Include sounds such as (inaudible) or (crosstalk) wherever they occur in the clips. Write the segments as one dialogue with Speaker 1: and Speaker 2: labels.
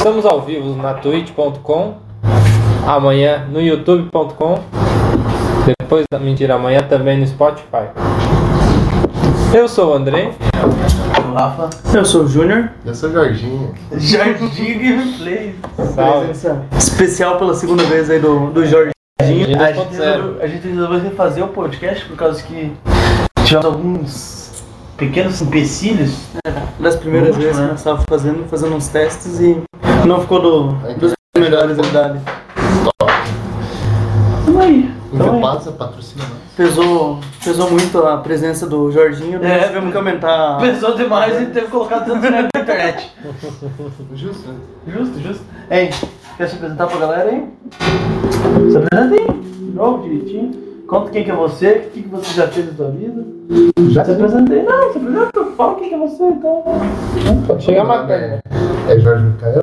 Speaker 1: estamos ao vivo na twitch.com, amanhã no youtube.com, depois da mentira, amanhã também no Spotify. Eu sou o Andrei.
Speaker 2: Rafa.
Speaker 3: Eu sou o Júnior.
Speaker 4: Eu sou o Jorginho.
Speaker 2: Jardim Gameplay.
Speaker 1: Salve.
Speaker 3: Especial pela segunda vez aí do, do Jorginho.
Speaker 1: Jorginho
Speaker 2: A gente,
Speaker 1: 2.0.
Speaker 2: resolveu, a gente resolveu refazer o podcast por causa que tivemos alguns pequenos empecilhos.
Speaker 3: É, Das primeiras
Speaker 2: Muito,
Speaker 3: vezes que
Speaker 2: né?
Speaker 3: nós tava fazendo, fazendo uns testes e não ficou do, dos
Speaker 1: É,
Speaker 3: melhores verdade.
Speaker 2: Tamo aí. Tamo aí.
Speaker 4: Então, é patrocinado.
Speaker 3: Pesou, pesou muito a presença do Jorginho, nós
Speaker 2: É,
Speaker 3: tivemos que aumentar.
Speaker 2: Pesou demais e teve que colocar tanto na internet.
Speaker 4: Justo.
Speaker 2: Justo, justo. Ei, quer se apresentar pra galera aí? Se apresenta aí. De novo, direitinho. Conta quem que é você, o que, que você já fez na sua vida. Já se apresentei. Não, se apresenta. Fala quem que é você, então.
Speaker 1: Pode chegar mais perto.
Speaker 4: é, é Jorge Micael.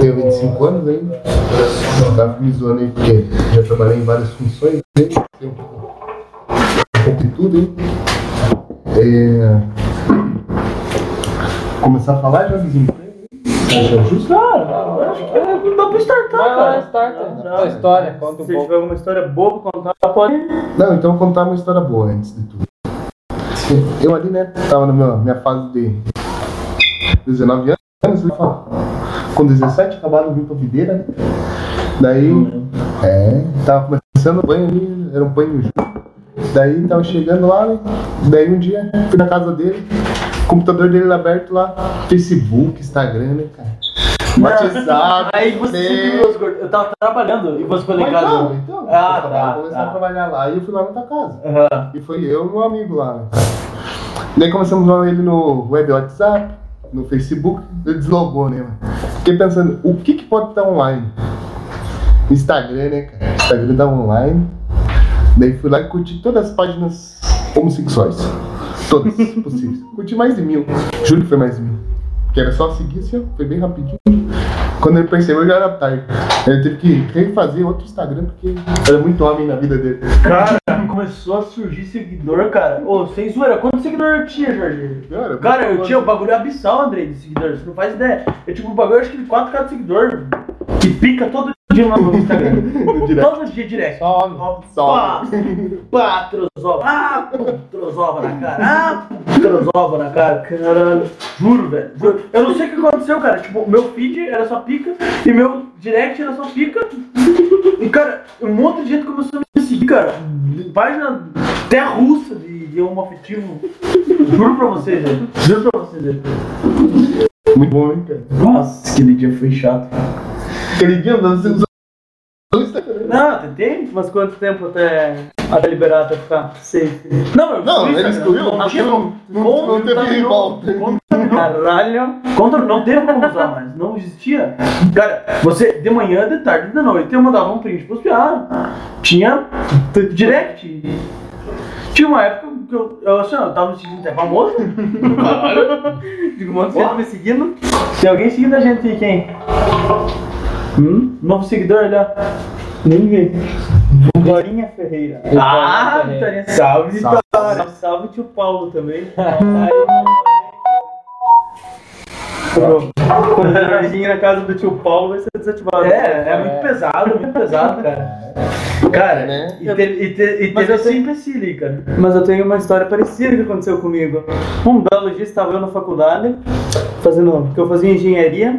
Speaker 4: Tenho 25 anos ainda. Tava me zoando aí porque já trabalhei em várias funções. né? Sei um pouco, um pouco de tudo, hein? É... Começar a falar já desemprego. Seja Tá justo.
Speaker 2: Cara, eu acho que é- dá pra startar,
Speaker 1: Vai lá,
Speaker 2: cara.
Speaker 1: starta.
Speaker 4: Não,
Speaker 1: Tua história,
Speaker 3: Se
Speaker 1: conta um pouco.
Speaker 3: tiver alguma história boa pra contar, pode.
Speaker 4: Não, então eu vou contar uma história boa antes de tudo. Eu ali, né, tava na minha, minha fase de 19 anos, né, com 17 acabaram vim pra videira, né? Daí,
Speaker 2: Uhum.
Speaker 4: é, tava começando o banho ali, era um banho junto. Daí tava chegando lá, né? Daí um dia fui na casa dele, computador dele aberto lá, Facebook, Instagram, né, cara? WhatsApp,
Speaker 2: Aí você
Speaker 4: né?
Speaker 2: segurou os gordos. Eu tava trabalhando e você foi lá em
Speaker 4: Mas não,
Speaker 2: casa.
Speaker 4: então,
Speaker 2: Ah,
Speaker 4: eu
Speaker 2: tá,
Speaker 4: começar
Speaker 2: tá.
Speaker 4: a trabalhar lá e eu fui lá na tua casa.
Speaker 2: Aham.
Speaker 4: E foi eu e um amigo lá, né? Daí começamos a usar ele no web WhatsApp, no Facebook, ele deslogou, né? mano? Fiquei pensando, o que, que pode estar online? Instagram, né, cara? Instagram tá online. Daí fui lá e curti todas as páginas homossexuais. Todas (laughs) possíveis. curti mais de mil. Juro que foi mais de mil. Que era só seguir assim, ó, foi bem rapidinho. Quando ele percebeu, já era tarde. Ele teve que refazer outro Instagram, porque era muito homem na vida dele.
Speaker 2: Cara, começou a surgir seguidor, cara. Ô, sem zoeira, quantos seguidores eu tinha, Jorge?
Speaker 4: Eu era-
Speaker 2: Cara, eu tinha um bagulho abissal, Andrei, de seguidores. Você não faz ideia. Eu tinha um bagulho, acho que de 4k de seguidor. Que pica todo dia lá no Instagram.
Speaker 4: (laughs) No direct.
Speaker 2: todo dia direto.
Speaker 1: Só homem.
Speaker 2: Ó, Pá,
Speaker 4: Só.
Speaker 2: pá, trozova. Ah, trozova na cara. Ah, trozova na cara. Caralho. Juro, velho. Juro. Eu não sei o que aconteceu, cara. Tipo, meu feed era só pica e meu direct era só pica. E, cara, um monte de gente começou a me seguir, cara. Página até russa de, de homoafetivo. Juro pra vocês, velho. Juro pra vocês, velho.
Speaker 4: Muito bom, hein, cara?
Speaker 2: Nossa, aquele dia foi chato.
Speaker 4: Aquele dia nós temos o Instagram.
Speaker 2: Não, tentei.
Speaker 3: Mas quanto tempo até, até liberar, até ficar safe?
Speaker 2: Não, eu
Speaker 4: Não,
Speaker 2: fui,
Speaker 4: ele
Speaker 2: cara.
Speaker 4: excluiu.
Speaker 2: Não
Speaker 4: porque
Speaker 2: tinha
Speaker 4: Não, não,
Speaker 2: como,
Speaker 4: não teve
Speaker 2: contaminou,
Speaker 4: revolta.
Speaker 3: Caralho.
Speaker 2: Contra não teve como usar mais, não existia. Cara, você de manhã, de tarde, de noite, eu mandava um print pros piados. Tinha direct. Tinha uma época que eu, eu assim, ó, eu tava me seguindo até famoso.
Speaker 3: Digo, mano, você tá me seguindo?
Speaker 2: Tem alguém seguindo a gente aí, quem? Hum? Novo seguidor, olha.
Speaker 3: Ninguém. Glorinha Ferreira.
Speaker 2: Ah, Vitória. Salve,
Speaker 4: Salve.
Speaker 3: Cara, salve tio
Speaker 2: (laughs)
Speaker 3: Paulo também. Quando quando (laughs) o Jorginho na casa do tio Paulo vai ser desativado.
Speaker 2: É, é muito pesado, muito pesado, cara. Cara,
Speaker 4: Né?
Speaker 2: e, te, e, te, e
Speaker 3: Mas
Speaker 2: teve
Speaker 3: eu
Speaker 2: esse
Speaker 3: tenho-
Speaker 2: empecilho aí, cara.
Speaker 3: Mas eu tenho uma história parecida que aconteceu comigo. Um belo dia estava eu na faculdade, fazendo, porque eu fazia engenharia.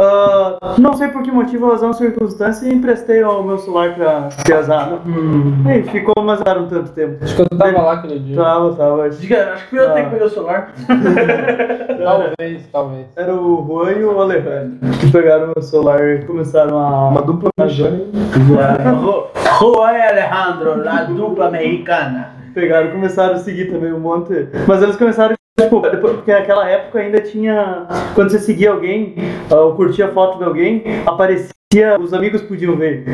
Speaker 3: Ah, não sei por que motivo, razão, circunstância, e emprestei o meu celular pra piazada. E aí, ficou, mas era um tanto tempo.
Speaker 1: Acho que eu tava lá aquele dia.
Speaker 3: Tava, tava.
Speaker 2: Diga, acho que fui eu
Speaker 3: Ah.
Speaker 2: até que peguei o celular.
Speaker 1: Talvez, talvez.
Speaker 3: Era o Juan e o Alejandro que pegaram o celular e começaram a.
Speaker 4: Uma dupla mijana
Speaker 2: Ju- Juan e Alejandro, la dupla mexicana.
Speaker 3: Pegaram, começaram a seguir também um monte. Mas eles começaram, tipo, depois, porque naquela época ainda tinha. Quando você seguia alguém, ah, ou curtia a foto de alguém, aparecia, os amigos podiam ver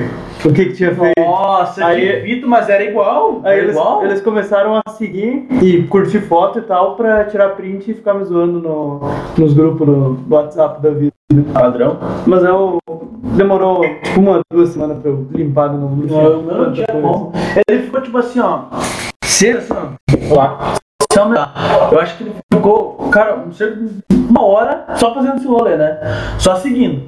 Speaker 3: o que, que tinha feito.
Speaker 2: Nossa,
Speaker 3: Aí-
Speaker 2: que Vito, mas era igual.
Speaker 3: Aí
Speaker 2: era
Speaker 3: eles,
Speaker 2: É igual.
Speaker 3: eles começaram a seguir e curtir foto e tal pra tirar print e ficar me zoando no, nos grupos no WhatsApp da vida.
Speaker 2: Padrão.
Speaker 3: Mas eu demorou tipo, uma, duas semanas pra eu limpar no grupo.
Speaker 2: é Ele ficou tipo assim, ó. Se, assim, ó,
Speaker 1: Lá.
Speaker 2: se aumentar. Eu acho que ele ficou, cara, não sei, uma hora só fazendo esse rolê, né? Só seguindo.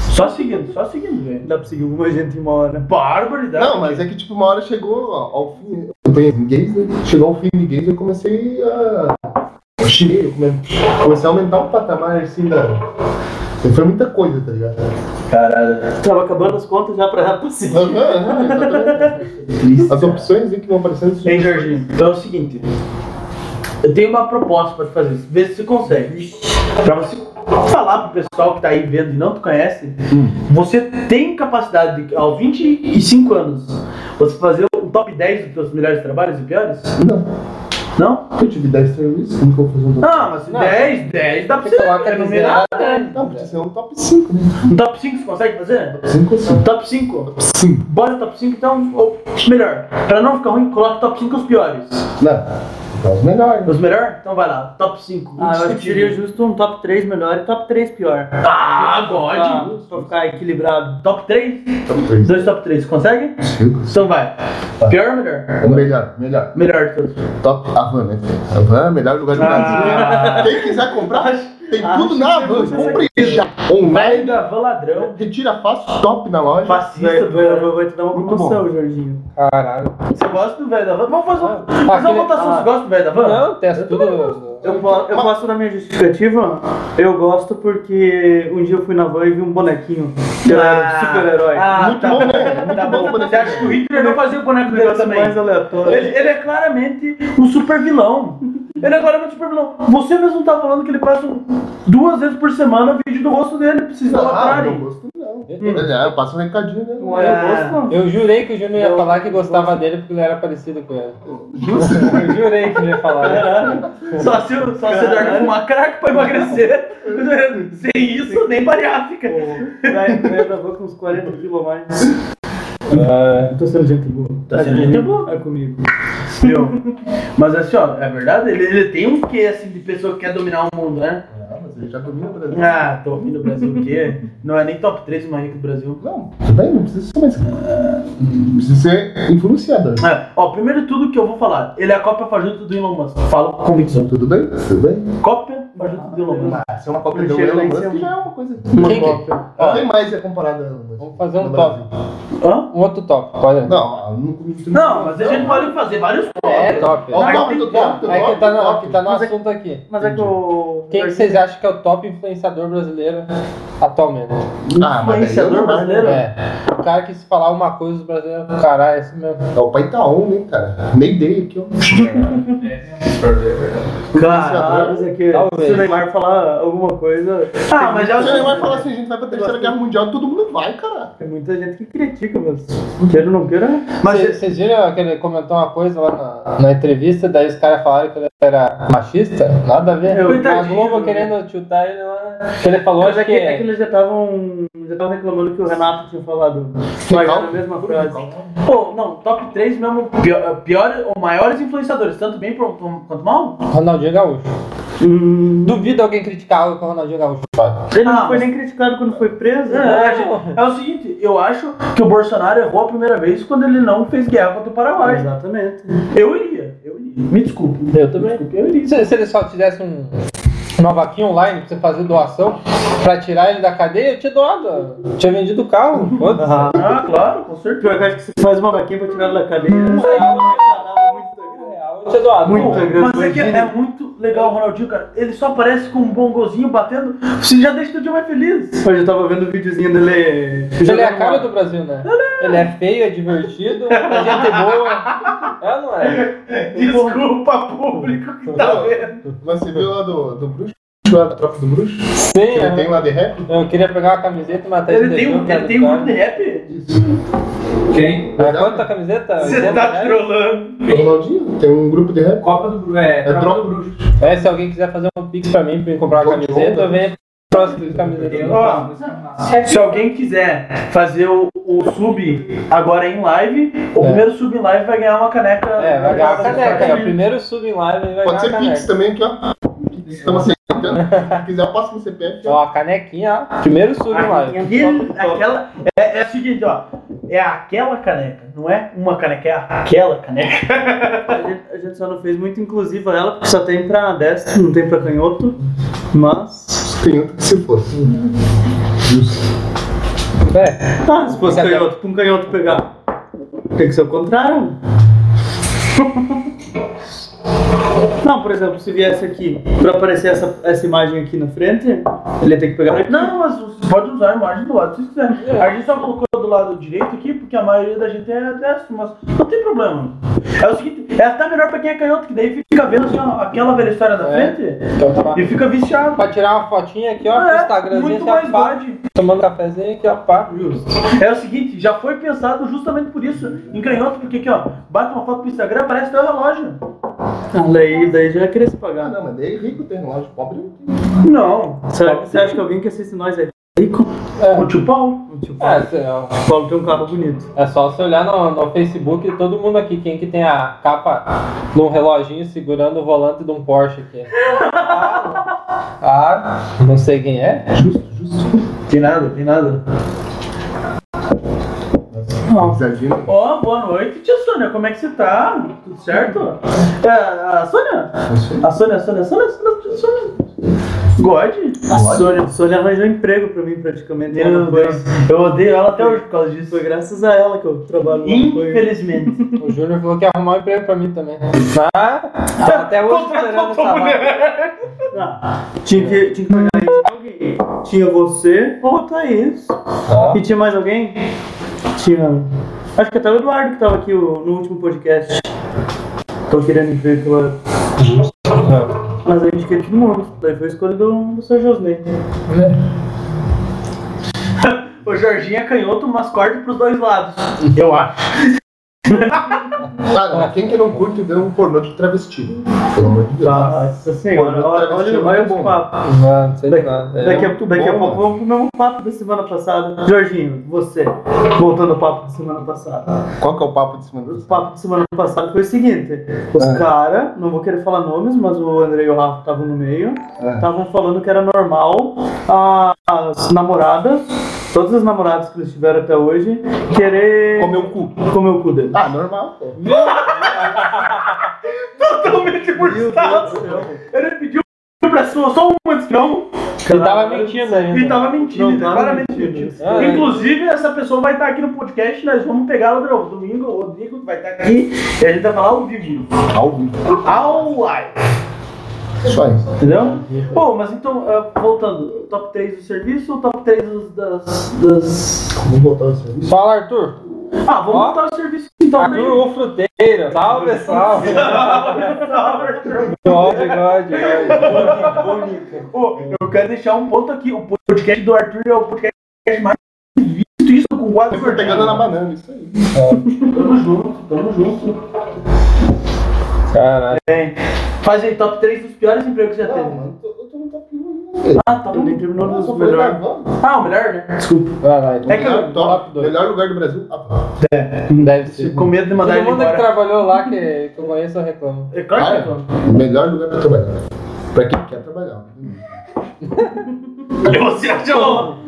Speaker 2: Só seguindo, só seguindo, velho. né?
Speaker 3: Dá pra seguir alguma gente em uma hora.
Speaker 2: Barbaridade.
Speaker 4: Não, mas é que tipo, uma hora chegou ó, ao fim. Eu tenho gays, né? Chegou ao fim de gays eu comecei a. Eu cheguei, eu come- comecei a aumentar o patamar assim da. Foi muita coisa, tá ligado?
Speaker 2: Caralho.
Speaker 3: Tava acabando as contas já pra, pra seguir.
Speaker 4: Aham, aham,
Speaker 3: (laughs)
Speaker 4: exatamente. As opções aí que vão aparecendo. assim,
Speaker 2: Hein, Jorginho? Então é o seguinte. Eu tenho uma proposta pra te fazer, vê se você consegue. Pra você falar pro pessoal que tá aí vendo e não te conhece, você tem capacidade de, aos 25 anos, você fazer um top 10 dos seus melhores trabalhos e piores?
Speaker 4: Não,
Speaker 2: Não?
Speaker 4: eu tive 10 serviços, como que eu vou fazer um top
Speaker 2: Não, mas
Speaker 1: Não.
Speaker 2: 10, 10 dá pra
Speaker 1: Você
Speaker 2: você
Speaker 1: coloca
Speaker 2: é numerado, né?
Speaker 4: Não, precisa ser um top 5, né?
Speaker 2: Um top 5 você consegue fazer? Um
Speaker 4: 5 ou 5?
Speaker 2: Top 5?
Speaker 4: Sim.
Speaker 2: Bora top 5 então, ou melhor, pra não ficar ruim, coloca top 5 os piores.
Speaker 4: Não, é os melhores.
Speaker 2: Os melhores? Então vai lá, top 5.
Speaker 3: Ah, eu acho que diria justo um top 3 melhor e top 3 pior.
Speaker 2: Ah, God!
Speaker 3: Pra, pra ficar equilibrado.
Speaker 2: Top 3?
Speaker 4: Top 3.
Speaker 2: Dois top 3, consegue? Então vai. Pior ou melhor?
Speaker 4: O melhor, melhor.
Speaker 2: Melhor de todos.
Speaker 4: Top Havan, né? Havan, melhor lugar do
Speaker 2: Ah.
Speaker 4: Brasil. Quem quiser comprar, tem
Speaker 3: Acho
Speaker 4: tudo na
Speaker 3: que
Speaker 4: Havan.
Speaker 3: você
Speaker 4: Compre já. Online,
Speaker 2: Mega van ladrão.
Speaker 4: retira fácil, top na loja. Né?
Speaker 2: Fascista do
Speaker 3: Vai, vai,
Speaker 2: velho.
Speaker 3: vai te dar uma
Speaker 4: Muito
Speaker 3: promoção, Jorginho.
Speaker 1: Caralho.
Speaker 2: Você gosta do velho da van? Vamos fazer uma, fazer uma
Speaker 1: aquele-
Speaker 2: votação.
Speaker 1: ah.
Speaker 2: Você gosta do velho da van?
Speaker 1: Não, testa tudo.
Speaker 3: Eu, po- eu posso dar minha justificativa? Eu gosto porque um dia eu fui na van e vi um bonequinho. Que era um super-herói.
Speaker 2: Ah,
Speaker 4: Muito
Speaker 2: tá.
Speaker 4: bom, né?
Speaker 2: Tá bom,
Speaker 4: Muito bom.
Speaker 2: você acha que o Hitler não fazia o boneco
Speaker 3: Um
Speaker 2: dele
Speaker 3: negócio
Speaker 2: também?
Speaker 3: mais aleatório.
Speaker 2: Ele, ele é claramente um super vilão. Ele é claramente um super vilão. Você mesmo tá falando que ele passa um- duas vezes por semana vídeo do rosto dele, precisa
Speaker 4: Ah, não
Speaker 2: latrarem.
Speaker 4: gosto
Speaker 2: Hum.
Speaker 4: não. É, eu passo um recadinho, né?
Speaker 3: Não é, eu gosto, não.
Speaker 1: Eu jurei que o Júnior ia
Speaker 3: Eu-
Speaker 1: falar que gostava dele porque ele era parecido com ele.
Speaker 4: Justo.
Speaker 1: Eu jurei que ele ia falar.
Speaker 2: Só se, o- só se o Eduardo fumar crack pra emagrecer. (laughs) Sem isso, nem bariátrica.
Speaker 3: Vai, vai pra van com uns 40 quilos a mais. Tô sendo gente boa.
Speaker 2: Tá sendo gente boa.
Speaker 3: É comigo.
Speaker 2: Meu, mas assim, ó, é verdade, ele, ele tem um quê assim de pessoa que quer dominar o mundo, né?
Speaker 4: Não, Ah, mas ele já domina o Brasil.
Speaker 2: Ah, tô ouvindo o Brasil o quê? Não é nem top 3 mais rico do Brasil.
Speaker 4: Não, tudo bem, não precisa ser mais. Não Precisa ser influenciador.
Speaker 2: É, ó, primeiro de tudo que eu vou falar, ele é a cópia fajuta do Elon Musk. Falo com convicção.
Speaker 4: Tudo bem? Tudo bem?
Speaker 2: Cópia fajuta do Elon Musk.
Speaker 4: Ah, se é uma cópia
Speaker 3: Ele
Speaker 4: do
Speaker 3: chega
Speaker 4: Elon
Speaker 3: lá em
Speaker 4: Musk,
Speaker 3: cima.
Speaker 4: já é uma coisa.
Speaker 3: Uma
Speaker 1: Quem que-
Speaker 3: cópia.
Speaker 1: Ó,
Speaker 4: Quem mais é comparado a Elon Musk?
Speaker 1: Vamos fazer um
Speaker 4: no
Speaker 1: top.
Speaker 4: Brasil?
Speaker 2: Hã?
Speaker 1: Um outro top, pode.
Speaker 4: Não, ah, não comigo.
Speaker 2: Não, mas a gente pode fazer vários
Speaker 1: É top.
Speaker 4: Ó, o top do top do
Speaker 1: Aí
Speaker 4: top
Speaker 1: que tá
Speaker 4: do
Speaker 1: no,
Speaker 4: top.
Speaker 1: que tá no
Speaker 3: Mas é-
Speaker 1: assunto aqui.
Speaker 3: Mas é que o.
Speaker 1: Quem que vocês acham que é o top influenciador brasileiro atualmente?
Speaker 4: Ah, mas daí eu
Speaker 2: Influenciador
Speaker 4: não-
Speaker 2: brasileiro?
Speaker 1: É. O cara que se falar uma coisa, os brasileiros. Caralho, é isso mesmo.
Speaker 4: É o pai tá on, né, cara? Nem
Speaker 1: (laughs)
Speaker 4: dei aqui, ó.
Speaker 3: Ah,
Speaker 2: Cara,
Speaker 3: mas é que
Speaker 1: Talvez.
Speaker 3: se o Neymar falar alguma coisa,
Speaker 2: ah, mas já
Speaker 4: Se ele vai falar assim, a gente vai pra terceira guerra mundial, todo mundo vai, cara.
Speaker 3: tem muita gente que critica, mas queira ou não queira.
Speaker 2: Mas-
Speaker 1: Vocês vocês viram que ele comentou uma coisa lá na, na entrevista, daí os caras falaram que ele era machista? Nada a ver.
Speaker 3: Eu-
Speaker 1: a
Speaker 2: Coitadinho,
Speaker 1: Globo
Speaker 2: né?
Speaker 1: querendo chutar ele lá. Que ele falou
Speaker 3: Mas
Speaker 1: acho
Speaker 3: é
Speaker 1: que.
Speaker 3: que, é que eles já estavam já estavam reclamando que o Renato tinha falado mas era a mesma frase.
Speaker 2: Pô, não, top 3 mesmo, pior, pior ou maiores influenciadores, tanto bem pro- quanto mal?
Speaker 1: Ronaldinho Gaúcho.
Speaker 3: Hum,
Speaker 1: Duvido alguém criticar algo que o Ronaldinho Gaúcho faz.
Speaker 3: ele
Speaker 2: Ah,
Speaker 3: não foi
Speaker 2: mas-
Speaker 3: nem criticado quando foi preso.
Speaker 2: É,
Speaker 3: né?
Speaker 2: gente, é o seguinte, eu acho que o Bolsonaro errou a primeira vez quando ele não fez guerra contra o Paraguai.
Speaker 3: Exatamente.
Speaker 2: Eu iria, eu iria. Me desculpe.
Speaker 1: Eu também. Se, se ele só tivesse um, uma vaquinha online pra você fazer doação pra tirar ele da cadeia, eu tinha doado. Eu tinha vendido o
Speaker 2: (laughs)
Speaker 1: carro. Foda-se.
Speaker 2: Ah, claro, com certeza.
Speaker 3: Pior que eu acho que se faz uma vaquinha pra tirar ele da cadeia, saiu uma canal muito grande.
Speaker 1: É Eu tinha doado.
Speaker 3: Muito
Speaker 1: Pô,
Speaker 3: grande.
Speaker 2: Mas é que é muito legal o Ronaldinho, cara. Ele só aparece com um bongozinho batendo. Você já deixa o dia mais feliz.
Speaker 3: Hoje eu tava vendo o videozinho dele.
Speaker 1: Ele é
Speaker 3: jogando
Speaker 1: a cara
Speaker 3: uma-
Speaker 1: do Brasil, né? Ele é feio, é divertido, é gente boa. É ou não é?
Speaker 2: Desculpa, público que tá vendo.
Speaker 4: Mas você viu lá do, do bruxo? Lá da tropa do bruxo?
Speaker 1: Sim, é.
Speaker 4: Ele tem
Speaker 1: eu,
Speaker 4: lá de rap?
Speaker 1: eu queria pegar uma camiseta e matar
Speaker 2: Ele
Speaker 1: esse
Speaker 2: tem um,
Speaker 1: dedão,
Speaker 2: ele
Speaker 1: cara,
Speaker 2: tem um
Speaker 1: cara.
Speaker 2: grupo de rap?
Speaker 5: Quem?
Speaker 1: Ah, quanto a camiseta? né?
Speaker 2: Você
Speaker 1: 80
Speaker 2: tá
Speaker 1: reais?
Speaker 2: trolando.
Speaker 4: O Ronaldinho tem um grupo de rap.
Speaker 5: Copa do Bruxo. É,
Speaker 4: É
Speaker 5: Tropa
Speaker 4: Tropa
Speaker 5: do Bruxo.
Speaker 1: É, se alguém quiser fazer um pix pra mim pra eu comprar uma
Speaker 4: Tô de né?
Speaker 1: camiseta,
Speaker 4: onda.
Speaker 1: eu venho próximo de
Speaker 5: Eu
Speaker 1: camiseta.
Speaker 5: não
Speaker 2: Ó.
Speaker 5: faço isso, não.
Speaker 2: Se alguém quiser fazer o, o sub agora em live, o
Speaker 1: É.
Speaker 2: primeiro sub em live vai ganhar uma caneca.
Speaker 1: É, vai ganhar uma caneca. É o é primeiro sub em live aí vai ganhar
Speaker 4: Pode ser
Speaker 1: uma caneca.
Speaker 4: Pix também é aqui, ó. Estamos aceitando. então, assim, Se quiser, eu passo meu CPF.
Speaker 1: Ó, a canequinha, ó. primeiro sub lá.
Speaker 2: Aquele- aquela, é, é o seguinte, ó. É aquela caneca, não é uma caneca, é aquela caneca.
Speaker 3: A gente, a gente só não fez muito inclusiva ela, porque só tem pra destro, não tem pra canhoto. Mas.
Speaker 4: Tem outro que se fosse. Justo.
Speaker 1: É.
Speaker 3: Ah, se fosse canhoto, pra um canhoto pegar. Tem que ser o contrário. (laughs) Não, por exemplo, se viesse aqui pra aparecer essa, essa imagem aqui na frente, ele ia ter que pegar
Speaker 1: É.
Speaker 3: pra
Speaker 2: Não, mas você pode usar a imagem do lado se quiser. A gente só colocou do lado direito aqui, porque a maioria da gente é destro, mas não tem problema. É o seguinte, é até melhor pra quem é canhoto, que daí fica vendo assim, ó, aquela velha história da
Speaker 1: É.
Speaker 2: frente
Speaker 1: Então tá.
Speaker 2: e fica viciado.
Speaker 1: Pra tirar uma fotinha aqui, ó, pro
Speaker 2: É,
Speaker 1: Instagramzinho,
Speaker 2: muito
Speaker 1: assim, ó,
Speaker 2: mais
Speaker 1: pá,
Speaker 2: God.
Speaker 1: tomando cafezinho aqui, ó, pá.
Speaker 2: É o seguinte, já foi pensado justamente por isso, em canhoto, porque aqui, ó, bate uma foto pro Instagram, aparece teu relógio.
Speaker 3: Ah, daí, daí já queria se
Speaker 4: Ah,
Speaker 3: pagar.
Speaker 4: não, mas daí rico tem relógio, pobre não tem.
Speaker 2: Não.
Speaker 3: Será que você acha que alguém que assiste nós é rico?
Speaker 2: O tio Paulo.
Speaker 3: O tio
Speaker 1: É,
Speaker 3: Paulo,
Speaker 1: cê- ó,
Speaker 3: o Paulo tem um carro bonito.
Speaker 1: é só você olhar no, no Facebook e todo mundo aqui, quem que tem a capa num reloginho segurando o volante de um Porsche aqui. Ah, não sei quem é.
Speaker 4: Justo, justo.
Speaker 2: Tem nada, tem nada.
Speaker 4: Risadinha.
Speaker 2: Ó, boa noite, tia Sônia, como é que você tá? Tudo certo? É, a Sônia? A Sônia, a Sônia, a Sônia, a Sônia, a Sônia. God?
Speaker 3: A Sônia, Sônia arranjou emprego pra mim praticamente.
Speaker 2: Meu Deus, eu odeio ela até hoje por causa disso.
Speaker 3: Foi graças a ela que eu trabalho no apoio.
Speaker 2: Infelizmente.
Speaker 1: O Júnior falou que ia arrumar um emprego pra mim também. Mas, tá até hoje esperando o salário.
Speaker 3: Ah, Tinha que, tinha que pagar aí de alguém. Tinha você ou a Thaís. E tinha mais alguém? Tinha. Acho que até o Eduardo que tava aqui o- no último podcast. Tô querendo ver pela. Mas a gente queria todo mundo. Daí foi a escolha do, do seu Josney.
Speaker 2: O Jorginho é canhoto, mas corta pros dois lados. Eu acho.
Speaker 4: (laughs) Cara, quem que não curte ver um pornô de travesti? Pelo amor de Deus.
Speaker 3: Tá. Nossa
Speaker 4: Pô,
Speaker 3: senhora,
Speaker 4: eu
Speaker 3: olha,
Speaker 4: tava
Speaker 3: olha,
Speaker 4: assistindo
Speaker 3: olha
Speaker 4: muito
Speaker 3: os
Speaker 4: bom.
Speaker 3: papos.
Speaker 1: Não, não sei de nada. É.
Speaker 3: Daqui, a,
Speaker 4: muito
Speaker 3: daqui a
Speaker 4: bom,
Speaker 3: pouco vamos pro mesmo papo da semana passada. Jorginho, você, voltando ao papo da semana passada.
Speaker 4: Qual que é o papo de cima
Speaker 3: O
Speaker 4: do
Speaker 3: papo de semana passada foi o seguinte: os
Speaker 4: Ah.
Speaker 3: caras, não vou querer falar nomes, mas o André e o Rafa estavam no meio,
Speaker 4: Ah.
Speaker 3: estavam falando que era normal as namoradas, todas as namoradas que eles tiveram até hoje, querer
Speaker 4: Comer o cu.
Speaker 3: comer o cu dele.
Speaker 4: Ah, normal, pô.
Speaker 2: Totalmente burstado. Ele pediu pra sua só uma antes, não.
Speaker 1: E tava mentindo ainda.
Speaker 2: E tava mentindo,
Speaker 3: Não, tava
Speaker 2: claramente
Speaker 3: mentindo.
Speaker 2: mentindo.
Speaker 1: Ah, é.
Speaker 2: Inclusive, essa pessoa vai estar aqui no podcast, nós vamos pegar ela de novo. Domingo, o Rodrigo vai estar aqui e a gente vai falar ao vivo.
Speaker 4: Ao vivo.
Speaker 2: Ao live.
Speaker 4: Só isso.
Speaker 2: Entendeu? Bom, mas então, ah, voltando, top 3 do serviço ou top 3 dos- das. das...
Speaker 4: Vamos voltar ao serviço.
Speaker 1: Fala, Arthur.
Speaker 2: Ah, vamos
Speaker 1: Ó.
Speaker 2: voltar ao serviço então. né?
Speaker 1: Arthur, o fruteiro. Salve, salve.
Speaker 2: (laughs)
Speaker 1: Salve, God, God.
Speaker 2: Pô, eu quero deixar um ponto aqui. O podcast do Arthur é o podcast mais visto isso com quase
Speaker 4: Tô pegando tá na banana, isso aí.
Speaker 2: Tamo junto, tamo junto.
Speaker 1: Caralho.
Speaker 2: Faz aí top 3 dos piores empregos que você já
Speaker 4: Não,
Speaker 2: teve.
Speaker 4: mano, eu tô- eu tô no top 1.
Speaker 2: Ah, tá.
Speaker 3: Nem terminou
Speaker 4: Eu sou
Speaker 3: nos melhor.
Speaker 4: melhor.
Speaker 2: Ah, o melhor, né?
Speaker 1: Caralho.
Speaker 2: É que eu-
Speaker 4: top,
Speaker 1: dois.
Speaker 4: melhor lugar do Brasil. Ah,
Speaker 1: Deve ser.
Speaker 2: Com medo de mandar
Speaker 1: Todo
Speaker 2: ele
Speaker 1: mundo que
Speaker 2: embora.
Speaker 1: trabalhou lá que, que eu conheço, eu reclamo.
Speaker 2: É claro que
Speaker 4: cara,
Speaker 2: eu tô.
Speaker 4: melhor lugar pra trabalhar. Pra quem quer trabalhar.
Speaker 2: Você achou?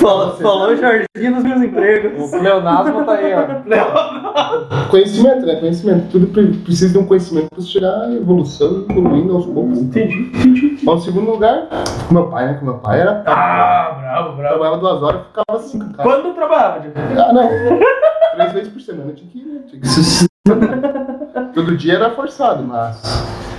Speaker 3: Falou, falou Jorginho nos meus empregos.
Speaker 1: O pleonasmo tá aí, ó.
Speaker 4: Conhecimento, né? Conhecimento. Tudo pre- precisa de um conhecimento pra você tirar a evolução, evoluindo aos poucos.
Speaker 2: Entendi, entendi.
Speaker 4: Bom, em segundo lugar, com meu pai, né? Com meu pai era.
Speaker 2: Ah, bravo,
Speaker 4: Eu
Speaker 2: bravo.
Speaker 4: trabalhava duas horas e ficava cinco, cara.
Speaker 2: Quando eu trabalhava, tipo,
Speaker 4: Ah, não. Três vezes por semana eu tinha que ir, né? Tinha que se- (laughs) Todo dia era forçado, mas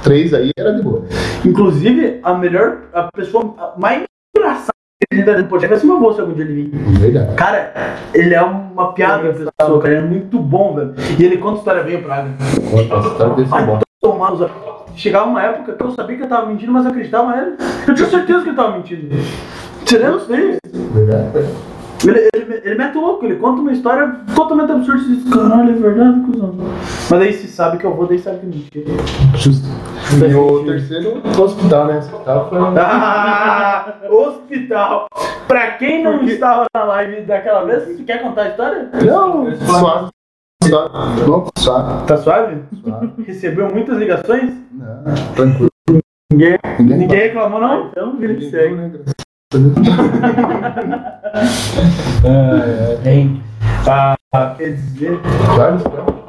Speaker 4: três aí era de boa.
Speaker 2: inclusive, a melhor, a pessoa a mais engraçada que ele dentro do podcast vai ser meu avô se algum dia ele vir.
Speaker 4: Verdade.
Speaker 2: Cara, ele é uma piada essa pessoa, cara. Ele é muito bom, velho. E ele conta história bem praga.
Speaker 4: Conta a história desse
Speaker 2: Vai
Speaker 4: bom.
Speaker 2: tomar nos. Chegava uma época que eu sabia que eu tava mentindo, mas eu acreditava nele. Eu tinha certeza que ele tava mentindo. Você lembra disso daí?
Speaker 4: Verdade.
Speaker 2: Ele, ele, ele mete o louco, ele conta uma história totalmente absurda e diz, caralho, é verdade, cuzão. Mas aí se sabe que eu vou, daí sabe que é mentira.
Speaker 4: Justo. E o terceiro, o hospital, né? O hospital foi.
Speaker 2: Ah, hospital. Pra quem não estava na live daquela vez, você quer contar a história?
Speaker 4: Não, suave. Suave. Não, suave.
Speaker 2: Tá suave?
Speaker 4: Suave.
Speaker 2: Recebeu muitas ligações?
Speaker 4: Não, tranquilo.
Speaker 3: Ninguém.
Speaker 4: Ninguém,
Speaker 2: Ninguém reclamou, não?
Speaker 3: Então, vira que
Speaker 4: Ninguém
Speaker 3: segue.
Speaker 4: viu, né, graças a Deus.
Speaker 2: Tem. Ah, quer dizer.
Speaker 4: Claro, claro.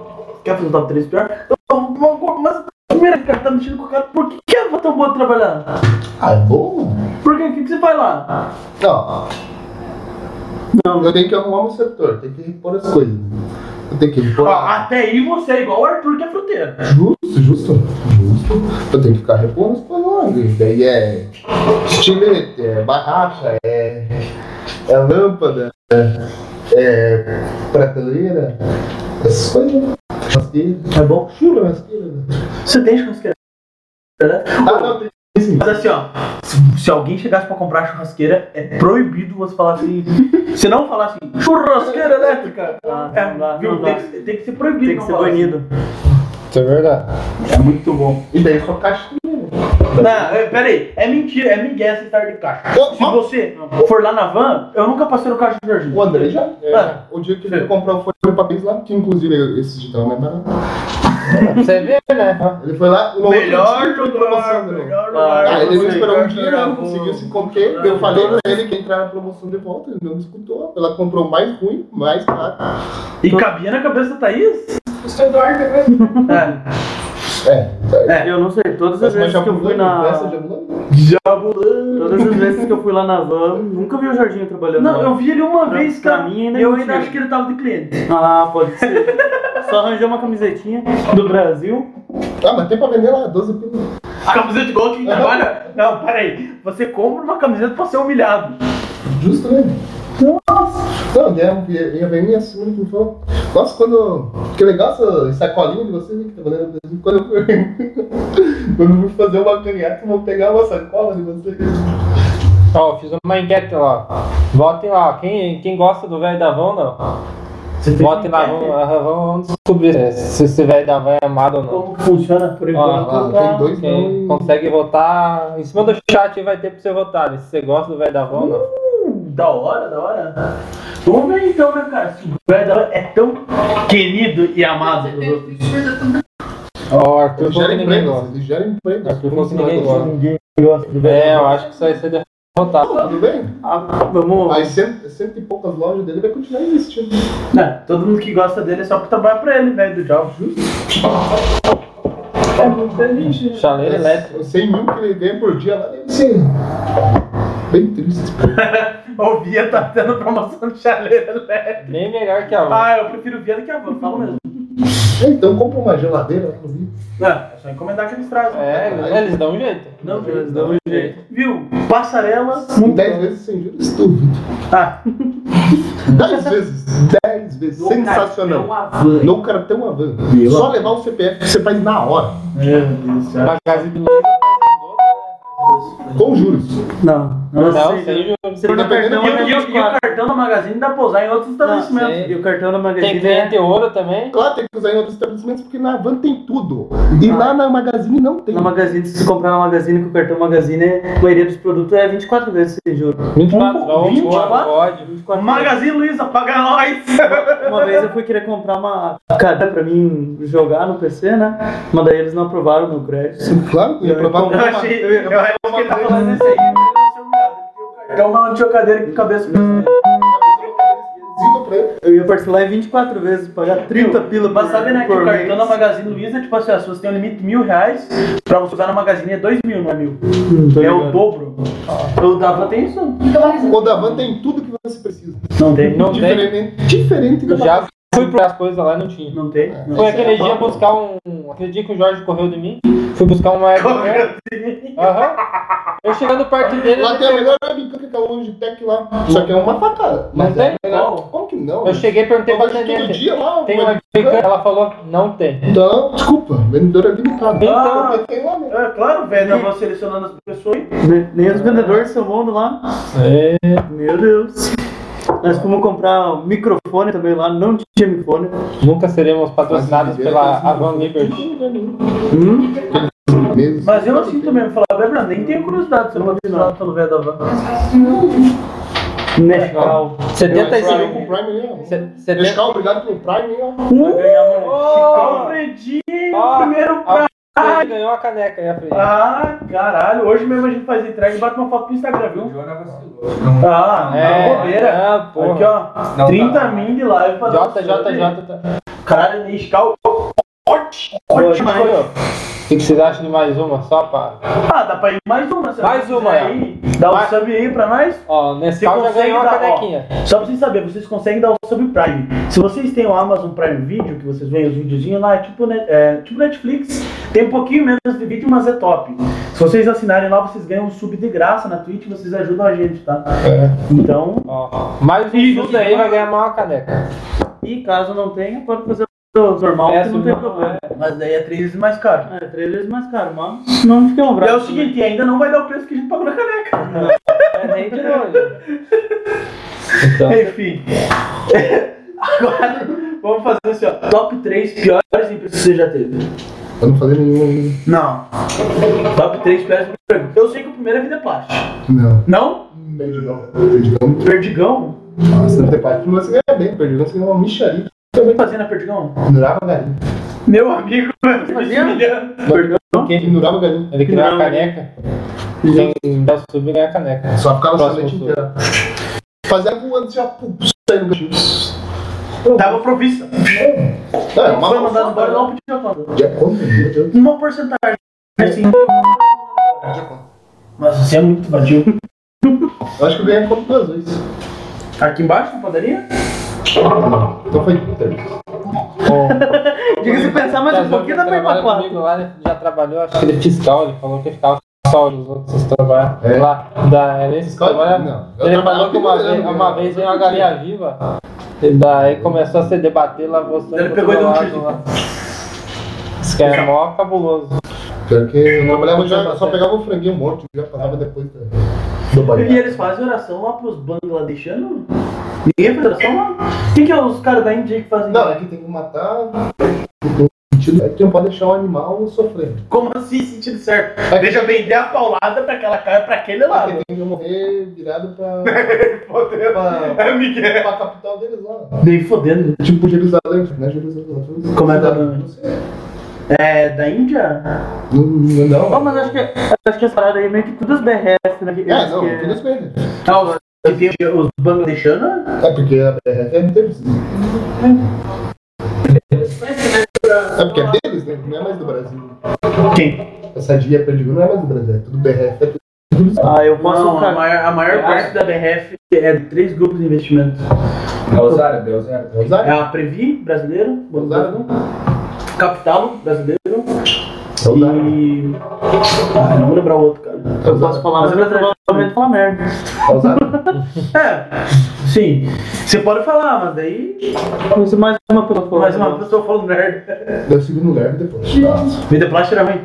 Speaker 2: Quer fazer o top 3 pior? Então, vamos começar. Primeiro, cara, tá mexendo com o cara. Por que que é tão bom trabalhar?
Speaker 4: Ah, é bom?
Speaker 2: Por quê? O que, que você faz lá?
Speaker 4: Não. Não, eu tenho que arrumar um setor, tenho que repor as coisas. Eu tenho que repor.
Speaker 2: Ó, até aí você é igual o Arthur que é fruteiro.
Speaker 4: ah. Justo, justo, justo. Eu tenho que ficar repondo os colônios. Daí é estilete, é barraca, é, é lâmpada, é, é prateleira, essas coisas. Churrasqueira.
Speaker 2: É bom?
Speaker 4: Churrasqueira.
Speaker 2: Você tem churrasqueira?
Speaker 4: Ah, não, tem sim.
Speaker 2: Mas assim, ó, se, se alguém chegasse pra comprar churrasqueira, é proibido você falar assim. Se não falar assim, churrasqueira elétrica!
Speaker 3: Ah,
Speaker 2: É,
Speaker 3: não dá,
Speaker 2: viu?
Speaker 3: não
Speaker 2: tem,
Speaker 3: dá.
Speaker 2: que, ser- tem que ser proibido.
Speaker 3: Tem que
Speaker 2: não
Speaker 3: ser
Speaker 2: falar
Speaker 3: banido.
Speaker 1: Isso é verdade.
Speaker 2: assim. É muito bom.
Speaker 4: E daí só caixinha.
Speaker 2: Não, é, peraí, é mentira, é migué essa tarde de caixa.
Speaker 4: Eu-
Speaker 2: Se você for lá na van, eu nunca passei no caixa de Jorginho.
Speaker 4: Tipo, O André já.
Speaker 3: É.
Speaker 4: É.
Speaker 2: Ah.
Speaker 4: O dia que ele comprar o fone de papéis lá, que inclusive esse de tal, né? barato.
Speaker 1: Você vê, né?
Speaker 4: Ele foi lá no outro dia,
Speaker 2: do
Speaker 4: promoção,
Speaker 2: ar,
Speaker 4: André.
Speaker 2: melhor do
Speaker 3: Ah,
Speaker 2: ar.
Speaker 4: Ah, ele não esperou um
Speaker 2: Acabou.
Speaker 4: dia, não conseguiu se conter. Eu falei pra ele que entrar na promoção de volta, ele não me escutou. Ela comprou mais ruim, mais caro.
Speaker 2: E cabia na cabeça da Thaís?
Speaker 5: Estou Eduardo, né?
Speaker 2: É.
Speaker 4: É, tá.
Speaker 2: É.
Speaker 3: Eu não sei, todas
Speaker 4: Mas
Speaker 3: as vezes que eu
Speaker 4: mudou,
Speaker 3: fui na.
Speaker 4: essa já mudou.
Speaker 3: Todas as vezes que eu fui lá na van, nunca vi o Jorginho trabalhando.
Speaker 2: Não,
Speaker 3: lá.
Speaker 2: eu vi ele uma
Speaker 3: Pra-
Speaker 2: vez,
Speaker 3: pra
Speaker 2: cara.
Speaker 3: mim ainda é
Speaker 2: e eu
Speaker 3: não
Speaker 2: ainda
Speaker 3: tinha.
Speaker 2: acho que ele tava de cliente.
Speaker 3: Ah, pode ser. Só arranjei uma camisetinha do Brasil.
Speaker 4: Ah, mas tem pra vender lá, 12 pila.
Speaker 2: A camiseta igual quem trabalha. Não, peraí. Você compra uma camiseta pra ser humilhado.
Speaker 4: Justo, né? Nossa! Não, ia, ia, ia bem me assumindo é que falou. Nossa, quando. Que legal essa sacolinha de vocês né, que tá vendendo no Brasil. Quando eu fui. (laughs) quando eu fui fazer uma canhata, eu vou pegar uma sacola de vocês.
Speaker 1: Ó, eu fiz uma enquete lá. Votem lá. Quem, quem gosta do velho da van, não.
Speaker 2: Você
Speaker 1: Votem lá. Vamos, aham, vamos, vamos descobrir se esse velho da van é amado ou não.
Speaker 2: Como funciona por enquanto?
Speaker 1: Ó,
Speaker 4: Ah, tem dois
Speaker 1: Quem
Speaker 4: não.
Speaker 1: consegue votar, em cima do chat aí vai ter pra você votar. né? Se você gosta do velho da van, ou não.
Speaker 2: Hum, Da hora, da hora. Vamos ver então, né, cara? Se o Brad é tão querido e amado pelos outros.
Speaker 1: Ó, o Arthur
Speaker 4: Ele
Speaker 1: falou
Speaker 4: gera
Speaker 1: que ninguém
Speaker 4: emprego,
Speaker 1: gosta.
Speaker 4: ele gera emprego.
Speaker 1: Arthur falou que ninguém
Speaker 4: Funciona.
Speaker 1: gosta.
Speaker 2: gosta do
Speaker 1: É, eu acho que isso aí você deve votar.
Speaker 4: Tá Tudo bem?
Speaker 3: Ah, vamos.
Speaker 4: Aí cento, cento e poucas lojas dele vai continuar existindo.
Speaker 2: Não, Né, todo mundo que gosta dele é só porque trabalha pra ele, velho, do job. É muito feliz. né?
Speaker 1: Chaleiro é elétrico.
Speaker 4: Os 100 mil que ele ganha por dia lá deve ser. Bem triste.
Speaker 2: O Via tá tendo promoção de chaleira elétrica.
Speaker 1: é Bem melhor que a van.
Speaker 2: Ah, eu prefiro o Via do que a Van, falo mesmo.
Speaker 4: É, Então compra uma geladeira lá no Rio.
Speaker 2: Não, é só encomendar que eles trazem.
Speaker 1: É,
Speaker 4: caralho.
Speaker 1: eles dão um jeito.
Speaker 2: Não,
Speaker 3: Eles dão um jeito.
Speaker 2: Viu? Passarela.
Speaker 4: 10 vezes sem juros, estúpido.
Speaker 2: Ah,
Speaker 4: 10 vezes. 10 vezes. Sensacional.
Speaker 2: Avan.
Speaker 4: No cartão Avan. Só levar o CPF que você faz na hora.
Speaker 2: Meu Deus do céu.
Speaker 1: Uma casa de luz.
Speaker 4: Com juros.
Speaker 3: Não,
Speaker 1: Não,
Speaker 3: sei.
Speaker 1: sem juros.
Speaker 3: Você tá perdendo
Speaker 2: E, o-
Speaker 3: uma
Speaker 2: e o- e o cartão da Magazine dá pra usar em outros estabelecimentos.
Speaker 1: sei.
Speaker 3: E o cartão da
Speaker 1: Tem
Speaker 3: Magazine é.
Speaker 1: cliente ouro também.
Speaker 4: Lá tem que usar em outros estabelecimentos porque na Avan tem tudo. E lá na Magazine não tem.
Speaker 3: Na Magazine, se você comprar na Magazine com o cartão Magazine, a maioria dos produtos é 24 vezes sem juro.
Speaker 1: 24 horas,
Speaker 2: 24?
Speaker 1: pode.
Speaker 2: Magazine Luiza, paga nós!
Speaker 3: Uma vez eu fui querer comprar uma cadeira pra mim jogar no PC, né? Mas daí eles não aprovaram o meu crédito.
Speaker 4: Claro é que ia provar
Speaker 2: Eu achei, eu, eu acho que ele tá falando isso aí. Então, mano, tinha cadeira com cabeça
Speaker 4: Diga pra ele.
Speaker 3: Eu ia parcelar em 24 vezes, pagar 30 pila por,
Speaker 2: Mas sabe, né, que
Speaker 3: por
Speaker 2: o cartão
Speaker 3: mês.
Speaker 2: da Magazine Luiza, tipo assim, ó, se você tem um limite de mil reais, pra você usar na Magazine é dois mil, não é mil.
Speaker 3: Hum, tô
Speaker 2: É o
Speaker 3: ligado.
Speaker 2: dobro. Eu dava atenção.
Speaker 4: O da Avan tem tudo que você precisa.
Speaker 2: Não tem.
Speaker 1: Não tem.
Speaker 4: Diferente, diferente da
Speaker 1: Eu já fui procurar as coisas lá e não tinha.
Speaker 2: Não tem.
Speaker 1: Foi aquele dia buscar um. Aquele dia que o Jorge correu de mim. Fui buscar uma webcam. Aham. Eu chegando perto dele.
Speaker 4: Lá
Speaker 1: ele
Speaker 4: tem a
Speaker 1: pegou.
Speaker 4: melhor webcam que é o Logitech lá. Só que é uma facada.
Speaker 1: Não
Speaker 4: Mas
Speaker 1: tem?
Speaker 4: é
Speaker 1: Legal.
Speaker 4: Como que não? né?
Speaker 1: Eu cheguei e perguntei
Speaker 4: Eu
Speaker 1: pra
Speaker 4: baixo todo
Speaker 1: atendente.
Speaker 4: dia lá.
Speaker 1: Tem
Speaker 4: o
Speaker 1: uma webcam? Ela falou, não tem.
Speaker 4: Então, desculpa, vendedor é limitado.
Speaker 2: Então.
Speaker 4: mas tem um lá mesmo.
Speaker 2: É claro, velho, eu vou selecionando as pessoas. aí.
Speaker 3: Ne- Nem os vendedores são bons lá. Meu Deus. Nós fomos comprar um microfone também lá, não tinha microfone.
Speaker 1: É, Nunca seremos patrocinados pela Avan Liberty.
Speaker 3: Hum?
Speaker 4: Mesmo.
Speaker 2: Mas eu assim também, falar, velho, nem tenho curiosidade se eu não patrocinado pelo velho da van.
Speaker 3: Nescau.
Speaker 2: tá
Speaker 1: 75
Speaker 4: Prime, né? Prime ali, ó.
Speaker 1: Se-
Speaker 4: Deixa
Speaker 1: 70...
Speaker 4: né? obrigado pelo Prime aí, ó.
Speaker 2: Vai ganhar, mano.
Speaker 1: Oh!
Speaker 2: Uh, Alfredinho,
Speaker 1: Ah,
Speaker 2: primeiro
Speaker 1: Ele ganhou a caneca aí, a frente.
Speaker 2: Ah, caralho. Hoje mesmo a gente faz entrega e bate uma foto pro Instagram,
Speaker 5: O
Speaker 2: viu?
Speaker 5: Jona vacilou. Não,
Speaker 2: Ah, é,
Speaker 1: É,
Speaker 2: bobeira.
Speaker 1: ah, porra.
Speaker 2: Aqui, ó.
Speaker 5: Não,
Speaker 2: 30
Speaker 5: tá.
Speaker 2: min de live pra dar um sorteio.
Speaker 1: JJJ. tá-
Speaker 2: Caralho, é Nescau. Ótimo, ótimo.
Speaker 1: Ô, O que que vocês acham de mais uma? Só pra.
Speaker 2: Ah, dá pra ir mais uma. se
Speaker 1: Mais
Speaker 2: você
Speaker 1: uma,
Speaker 2: quiser
Speaker 1: é.
Speaker 2: aí. Dá um
Speaker 1: Vai.
Speaker 2: sub aí pra nós.
Speaker 1: Ó, nesse
Speaker 2: Se
Speaker 1: caso já
Speaker 2: consegue
Speaker 1: ganhou a
Speaker 2: dar, ó,
Speaker 1: canequinha.
Speaker 2: só pra vocês saberem, vocês conseguem dar o sub Prime. Se vocês têm o Amazon Prime Video, que vocês veem os videozinhos lá, é tipo, net- é, tipo Netflix, tem um pouquinho menos de vídeo, mas é top. Se vocês assinarem lá, vocês ganham um sub de graça na Twitch, vocês ajudam a gente, tá?
Speaker 1: É.
Speaker 2: Então,
Speaker 1: Ó, mais um
Speaker 2: Isso,
Speaker 1: estudo aí
Speaker 2: isso.
Speaker 1: vai ganhar mais uma caneca.
Speaker 3: E caso não tenha, pode fazer o normal,
Speaker 1: É,
Speaker 3: que não tem problema.
Speaker 2: mas daí é três vezes mais caro.
Speaker 3: É, três vezes mais caro, mas não fica um
Speaker 2: E
Speaker 3: braço.
Speaker 2: é o seguinte, ainda não vai dar o preço que a gente pagou na caneca.
Speaker 1: né? É nem de longe. Então,
Speaker 2: (laughs) Enfim. Agora, vamos fazer assim, ó. Top 3 piores empresas que você já teve.
Speaker 4: Eu não falei nenhum ainda.
Speaker 2: Não. Top 3 piores empregos. Eu sei que o primeiro é vida plástica.
Speaker 4: Não.
Speaker 2: Não?
Speaker 4: Perdigão. Perdigão.
Speaker 2: Perdigão?
Speaker 4: Nossa, não tem parte. Mas você ganha bem, Perdigão. Você ganha uma micharia.
Speaker 2: Também fazendo a Perdigão?
Speaker 4: Pendurava galinha.
Speaker 2: Meu amigo, mano, tá me humilhando.
Speaker 4: Quem pendurava galinha.
Speaker 1: ele criou a
Speaker 2: um-
Speaker 3: Não.
Speaker 1: caneca. Quem dá subir ganha a caneca.
Speaker 4: Só ficava só a
Speaker 1: Próximo
Speaker 4: noite inteira. Fazia voando já pum, saindo do
Speaker 2: Tava provista.
Speaker 4: É, uma
Speaker 2: Foi mandado embora,
Speaker 4: não.
Speaker 2: não pediu conta.
Speaker 4: Já como? Meu Deus.
Speaker 2: Uma porcentagem, assim.
Speaker 4: Já como.
Speaker 2: Mas você é muito vadio.
Speaker 4: Eu acho que eu ganhei como duas vezes.
Speaker 2: Aqui embaixo, na padaria?
Speaker 4: Então foi três.
Speaker 3: Diga se pensar mais um
Speaker 1: Casou
Speaker 3: pouquinho,
Speaker 1: que
Speaker 3: dá pra ir pra
Speaker 1: Tá, trabalha
Speaker 3: quatro.
Speaker 1: comigo lá, ele já trabalhou, acho que ele é fiscal, ele falou que ficava só os outros trabalhar
Speaker 4: É?
Speaker 1: lá. Da, ele é fiscal,
Speaker 4: Fiscal?
Speaker 1: trabalha-
Speaker 4: Não. Eu
Speaker 1: Ele
Speaker 4: trabalhava
Speaker 1: falou que uma
Speaker 4: como
Speaker 1: vez,
Speaker 4: goleiro,
Speaker 1: uma
Speaker 4: né?
Speaker 1: vez veio uma galinha viva, e daí começou a se debater lá, mostrando
Speaker 2: Ele pegou e deu um tiro.
Speaker 1: Isso que é mó cabuloso.
Speaker 4: Pior que eu trabalhava já, só pegava o franguinho morto, já passava depois da- do
Speaker 2: E
Speaker 4: banheiro.
Speaker 2: eles fazem oração lá pros bangladeshanos? Ninguém faz oração lá? O que, que é os caras da Índia que fazem?
Speaker 4: Não, é que tem que matar. no sentido- É que não pode deixar o animal sofrer.
Speaker 2: Como assim, sentido certo?
Speaker 4: É que-
Speaker 2: Deixa eu vender a paulada pra aquela cara, pra aquele lado. (laughs)
Speaker 4: Porque tem que morrer virado pra. pra,
Speaker 2: É, Miguel.
Speaker 4: pra capital deles lá.
Speaker 2: Nem fodendo.
Speaker 4: Tipo Jerusalém, né? Jerusalém.
Speaker 2: Como é que é o nome?
Speaker 4: Não sei.
Speaker 2: É, da Índia?
Speaker 4: Não, não.
Speaker 3: Ó,
Speaker 4: não.
Speaker 3: mas
Speaker 2: é
Speaker 3: acho que, acho que essa parada aí é meio que tudo os BRF, né? que-
Speaker 4: É, não,
Speaker 3: que-
Speaker 4: tudo bem.
Speaker 2: Não, que tem os bangladeshanos?
Speaker 4: É porque a BRF é deles. É porque é deles, né? Não é mais do Brasil.
Speaker 2: Quem?
Speaker 4: Essa dia perdigão não é mais do Brasil, é tudo BRF. É tudo...
Speaker 3: Ah, eu posso,
Speaker 2: Não, a
Speaker 3: cara.
Speaker 2: maior, a maior
Speaker 5: É
Speaker 2: parte da BRF é de três grupos de investimento.
Speaker 5: É os árabes, é os árabes.
Speaker 4: É os
Speaker 2: É
Speaker 4: árabes,
Speaker 2: a Previ, brasileiro,
Speaker 4: é os árabes.
Speaker 2: Capital, brasileiro,
Speaker 4: É os árabes.
Speaker 2: e... Ah, não vou lembrar o outro, cara.
Speaker 3: Eu posso falar, mas eu vou provavelmente falar merda.
Speaker 4: É os árabes.
Speaker 2: É, sim. Você pode falar, mas daí...
Speaker 3: Isso mais uma pela forma.
Speaker 2: Mais uma pessoa falando merda.
Speaker 4: Deu segundo lugar depois.
Speaker 2: Vida plástica era ruim.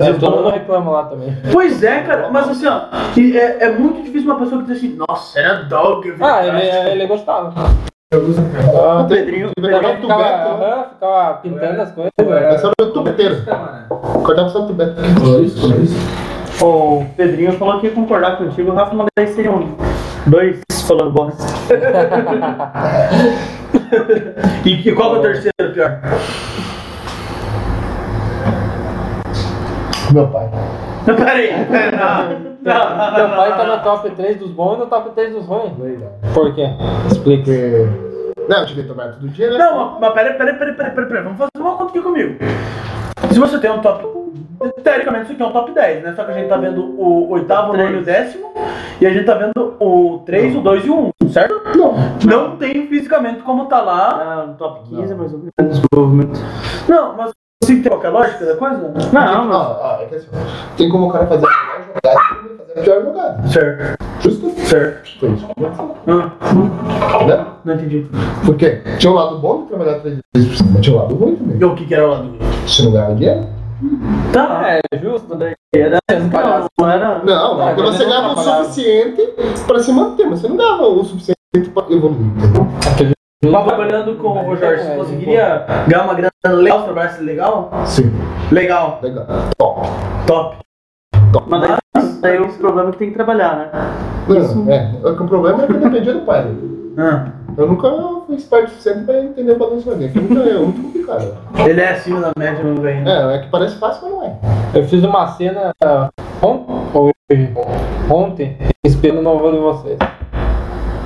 Speaker 1: É, todo mundo reclama lá também.
Speaker 2: Pois é, cara. Mas assim, ó. e É, é muito difícil uma pessoa que diz assim... Nossa, era dog. vida
Speaker 1: Ah, ele,
Speaker 2: plástica."
Speaker 1: ele gostava.
Speaker 4: Ah, tem-
Speaker 3: Pedrinho-
Speaker 4: tem
Speaker 1: Ele
Speaker 4: verdade,
Speaker 1: ficava,
Speaker 4: tubeto, né?
Speaker 1: aham, ficava pintando as coisas.
Speaker 5: Tu era-
Speaker 4: É só o tubeteiro. Cortava só o tubeto.
Speaker 3: O Pedrinho falou que ia concordar contigo, o Rafa, mas daí seria um. Dois falando bosta.
Speaker 2: E, e qual que é o terceiro pior?
Speaker 4: Meu pai.
Speaker 2: Não, peraí. Não, não, não,
Speaker 1: Meu
Speaker 2: não,
Speaker 1: pai tá
Speaker 2: não,
Speaker 1: no top 3 dos bons e no top 3 dos ruins.
Speaker 4: Legal.
Speaker 1: Por quê? Explica.
Speaker 4: Porque. É. Não, eu tive que tomar todo dia, né?
Speaker 2: Não, mas- mas peraí, peraí, peraí, peraí, peraí, peraí. Vamos fazer uma conta aqui comigo. Se você tem um top. Teoricamente, isso aqui é um top 10, né? Só que a gente tá vendo o oitavo, o nono e o décimo. E a gente tá vendo o 3, o 2 e o 1, certo?
Speaker 4: Não.
Speaker 2: Não tem fisicamente como tá lá.
Speaker 3: Ah, no top 15, mais ou menos, provavelmente.
Speaker 2: Não, mas assim tem qualquer lógica da coisa?
Speaker 3: Não, mas.
Speaker 4: Ah, ah, é que assim. Tem como o cara fazer a melhor jogada e fazer a pior jogada.
Speaker 2: Certo,
Speaker 4: Justo?
Speaker 2: certo.
Speaker 4: Foi isso. que aconteceu,
Speaker 2: Ah,
Speaker 4: Né?
Speaker 2: não entendi.
Speaker 4: Porque tinha um lado bom de trabalhar três vezes por semana, mas tinha um lado ruim também.
Speaker 2: E Então, o que que era lá do.
Speaker 4: Você não ganhava dinheiro?
Speaker 2: Tá.
Speaker 1: É justo, né?
Speaker 3: Era, não, não era.
Speaker 4: Não,
Speaker 1: Não,
Speaker 4: não, porque
Speaker 1: mas
Speaker 4: você
Speaker 1: não
Speaker 4: ganhava o
Speaker 1: trabalhava.
Speaker 4: suficiente pra se manter, mas você não ganhava o suficiente pra evoluir. entendeu?
Speaker 2: Mas trabalhando com o Jorge, você conseguiria ganhar uma grana legal, se trabalhasse legal?
Speaker 4: Sim.
Speaker 2: Legal,
Speaker 4: Legal. Top.
Speaker 2: top. Ah,
Speaker 3: Mas daí, daí o problema é que tem que trabalhar, né?
Speaker 4: Não, é. O que o problema é que eu dependia do pai.
Speaker 2: Ah.
Speaker 4: Eu nunca fui esperto o suficiente pra entender o balanço da que nunca é muito complicado.
Speaker 2: Ele é acima da média, não ganha.
Speaker 4: É, é que parece fácil, mas não é.
Speaker 1: Eu fiz uma cena ah, on- ou hoje, ontem, inspirando no avô de vocês.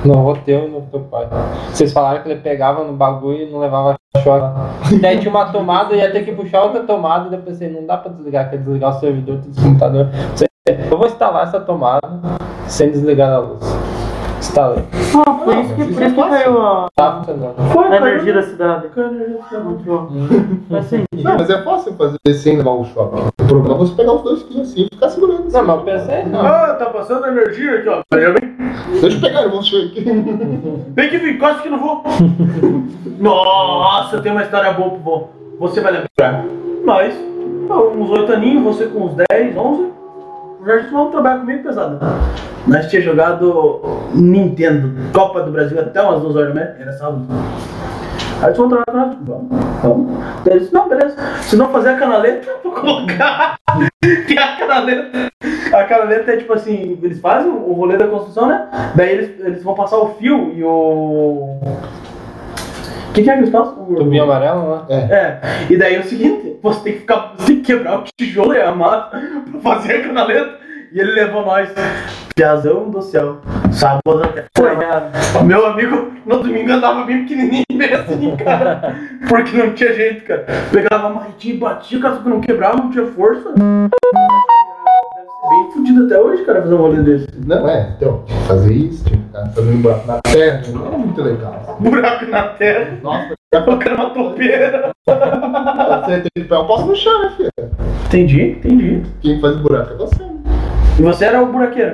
Speaker 1: No avô teu e no teu pai. Vocês falaram que ele pegava no bagulho e não levava choque. Daí tinha uma tomada, ia ter que puxar outra tomada. Daí eu pensei, não dá pra desligar, quer desligar o servidor do computador. Pensei, Eu vou instalar essa tomada sem desligar a luz. Instalei.
Speaker 3: Ah, por isso que, por isso que caiu a,
Speaker 1: Tá funcionando.
Speaker 3: a
Speaker 2: né?
Speaker 3: energia da cidade.
Speaker 2: Tá
Speaker 3: Muito bom. Faz sentido.
Speaker 4: Não, mas é fácil fazer sem levar o choque. O problema é você pegar os dois quilos assim e ficar segurando.
Speaker 1: Não, mas eu pensei, não.
Speaker 2: Ah, tá passando energia aqui, ó. Veja bem.
Speaker 4: Deixa eu pegar, irmão, deixa eu aqui.
Speaker 2: Vem que vem, encosta que eu não vou. (laughs) Nossa, eu tenho uma história boa pro vô. Você vai lembrar. Nós, uns oito aninhos, você com uns 10, 11. O é Jorge não trabalha comigo um pesado. Nós tinha jogado Nintendo, Copa do Brasil, até umas duas horas da manhã. Era sábado. Aí eles vão trabalhar com nós. Vamos, vamos. tipo, Daí eles, não, beleza. Se não fazer a canaleta, eu vou colocar. (laughs) Tem a canaleta. A canaleta é tipo assim, eles fazem o rolê da construção, né? Daí eles, eles vão passar o fio e o. O que, que é que eles passam? O-
Speaker 1: Tubinho amarelo, né?
Speaker 2: É. E daí é o seguinte, você tem que ficar. Você tem que quebrar o tijolo e a mata pra fazer a canaleta. E ele levou nós. Piazão do céu. Sábado até. Foi. Meu amigo, no domingo andava bem pequenininho, bem assim, cara. Porque não tinha jeito, cara. Pegava a marretinha e batia, cara, só que não quebrava, não tinha força. Deve ser bem fudido até hoje, cara, fazer um rolê desse.
Speaker 4: Não, é, então, tinha que fazer isso, tinha que ficar fazendo um buraco na terra, não era muito legal.
Speaker 2: Buraco na terra,
Speaker 4: Nossa,
Speaker 2: colocando uma topeira.
Speaker 4: você tem que pegar o posso no chão, né, filho?
Speaker 2: Entendi, entendi.
Speaker 4: Quem faz buraco é você.
Speaker 2: E você era o buraqueiro?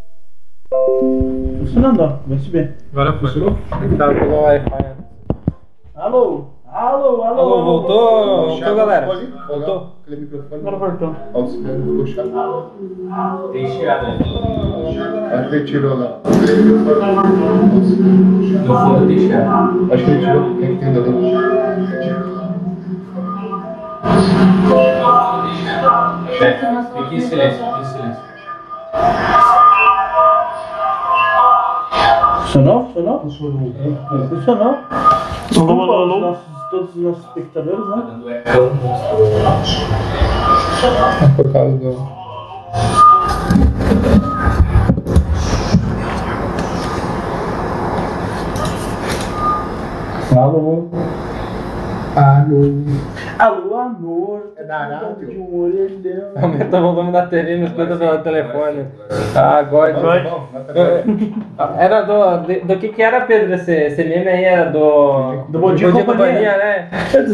Speaker 2: Funcionando, ó. Vai subir.
Speaker 1: Agora foi. Tá pelo Wi-Fi. né?
Speaker 2: Alô? Alô, alô,
Speaker 1: Alô, voltou? Voltou, galera?
Speaker 4: Pode ir?
Speaker 1: Voltou?
Speaker 4: Aquele microfone.
Speaker 3: Agora voltou.
Speaker 4: Ó, o cigarro ficou chato.
Speaker 5: Tem chiado aí.
Speaker 4: Acho que ele tirou lá.
Speaker 5: No fundo tem chiado.
Speaker 4: Acho que ele tirou. Quem que tem da dentro?
Speaker 5: Chefe, fique em silêncio, fique em silêncio.
Speaker 2: Funcionou? Funcionou? Funcionou. Funcionou. Desculpa
Speaker 3: alô, alô.
Speaker 2: os nossos- todos os nossos espectadores,
Speaker 5: Tá
Speaker 2: né?
Speaker 5: dando ecão monstruoso.
Speaker 1: Por causa do.
Speaker 2: Alô.
Speaker 4: Alô.
Speaker 2: Alô, amor.
Speaker 4: É da rádio.
Speaker 2: De um olho em Deus.
Speaker 1: Aumenta o volume da TV e me escuta pelo telefone. Ah, agora. É,
Speaker 4: Agora.
Speaker 1: Era do. de- Do que que era, Pedro? Esse, esse meme aí era do.
Speaker 2: Do Bom Dia
Speaker 1: e
Speaker 2: Companhia.
Speaker 1: né?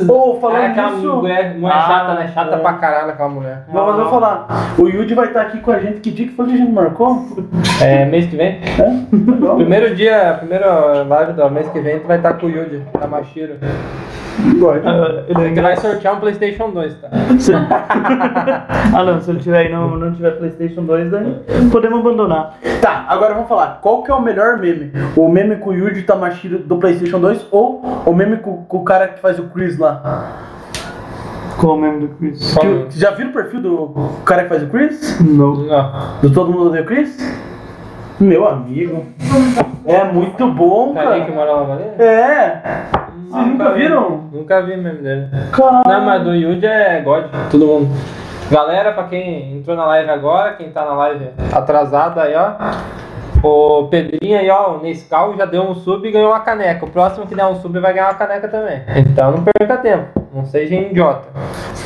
Speaker 2: Ô,
Speaker 1: Falando
Speaker 2: falando
Speaker 1: aquela
Speaker 2: nisso...
Speaker 1: mulher, mulher
Speaker 2: Ah,
Speaker 1: chata, né? Chata
Speaker 2: é.
Speaker 1: pra caralho aquela mulher.
Speaker 2: Vamos vamos falar. O Yudi vai estar aqui com a gente. Que dia que foi que a gente marcou?
Speaker 1: É, mês que vem?
Speaker 2: Legal.
Speaker 1: Primeiro dia, primeira live do mês que vem, tu vai estar com o tá Yuji, da Mashiro.
Speaker 2: então.
Speaker 1: Tu vai sortear um Playstation 2, tá?
Speaker 3: Ah não, se ele tiver aí não, não tiver Playstation 2, daí podemos abandonar.
Speaker 2: Tá, agora vamos falar. Qual que é o melhor meme? O meme com o Yuji Tamashiro do Playstation 2 ou o meme com, com o cara que faz o Chris lá?
Speaker 3: Qual o meme do Chris?
Speaker 1: Qual?
Speaker 2: Que- já viram o perfil do cara que faz o Chris?
Speaker 1: um,
Speaker 3: Não.
Speaker 1: Não.
Speaker 2: Do Todo Mundo Odeia o Chris? Meu amigo. É muito bom,
Speaker 1: Carinha Tá que
Speaker 2: cara.
Speaker 1: mora lá na Maria?
Speaker 2: É. Vocês nunca viram?
Speaker 1: Nunca vi mesmo dele.
Speaker 2: Caralho.
Speaker 1: Não, mas do Yuji é God, todo mundo. Galera, pra quem entrou na live agora, quem tá na live atrasada aí, ó. O Pedrinho aí, ó, o Nescau já deu um sub e ganhou uma caneca. O próximo que der um sub vai ganhar uma caneca também. Então não perca tempo. Não seja idiota.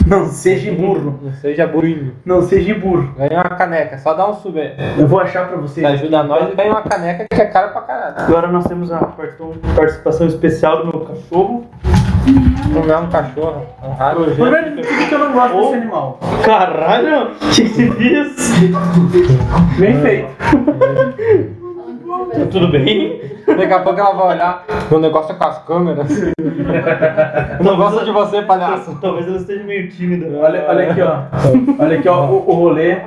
Speaker 2: Não seja burro.
Speaker 1: Não seja burrinho.
Speaker 2: Não seja burro.
Speaker 1: Ganha uma caneca. Só dá um sub aí.
Speaker 2: Eu vou achar pra vocês.
Speaker 1: Ajuda nós e ganha uma caneca que é cara pra caralho.
Speaker 3: Agora nós temos a participação- participação especial do meu cachorro.
Speaker 1: Não é um cachorro, é um rato.
Speaker 2: Primeiro, por que que eu não gosto desse animal?
Speaker 3: Caralho, que que é isso?
Speaker 2: Bem feito.
Speaker 3: Tá Tudo bem?
Speaker 1: Daqui a pouco ela vai olhar. Meu negócio é com as
Speaker 2: (laughs)
Speaker 1: câmeras. Eu não gosto de você, palhaço.
Speaker 3: Talvez ela esteja meio tímida.
Speaker 2: Olha, olha aqui, ó. Olha aqui, ó, o, o rolê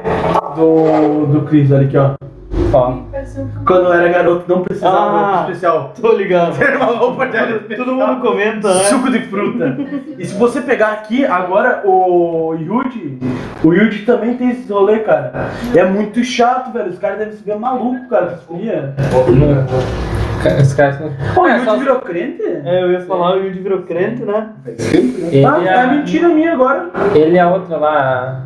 Speaker 2: do, do Cris, olha aqui, ó.
Speaker 1: Ó.
Speaker 2: Quando eu era garoto, não precisava de
Speaker 3: Ah.
Speaker 2: roupa especial.
Speaker 3: Tô ligado.
Speaker 2: Era uma roupa de alho especial.
Speaker 3: Todo mundo comenta, né?
Speaker 2: Suco de fruta. E se você pegar aqui, agora o Yuji, o Yuji também tem esse rolê, cara. É muito chato, velho. Os caras devem se ver maluco, cara, que escolhia.
Speaker 1: Os caras não.
Speaker 2: O
Speaker 1: É, só-
Speaker 2: Yuji virou crente?
Speaker 3: É, eu ia falar, o Yudi virou crente, né?
Speaker 4: Sempre, né?
Speaker 1: Ele
Speaker 2: Ah, é
Speaker 1: é,
Speaker 2: mentira minha agora.
Speaker 1: ele é outra lá.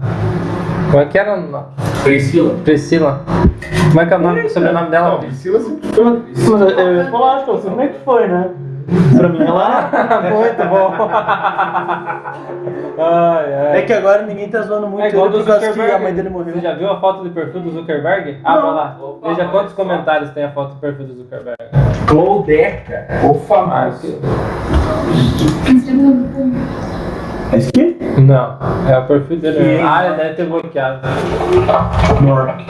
Speaker 1: Como é que era? o nome?
Speaker 5: Priscila.
Speaker 1: Priscila. Como é que é o nome, o sobrenome dela?
Speaker 2: (laughs)
Speaker 4: Ó, Priscila sempre foi uma-
Speaker 3: Mas Eu ia falar, acho que eu sei como é que foi, né? Pra mim, ela...
Speaker 1: Ah, Muito bom. (laughs) ai, ai.
Speaker 2: É que agora ninguém tá zoando muito
Speaker 1: É igual
Speaker 2: ele
Speaker 1: do
Speaker 2: por causa que
Speaker 1: Zuckerberg.
Speaker 2: a mãe dele morreu.
Speaker 1: Você já viu a foto do perfil do Zuckerberg? Ah, vai lá.
Speaker 5: Opa,
Speaker 1: Veja
Speaker 5: olha
Speaker 1: quantos
Speaker 5: só.
Speaker 1: comentários tem a foto do perfil do Zuckerberg.
Speaker 5: Goldeca.
Speaker 4: O famoso.
Speaker 2: É isso aqui?
Speaker 1: Não, é o perfil dele.
Speaker 2: Sim.
Speaker 1: Ah, ele deve ter bloqueado.
Speaker 2: Mark.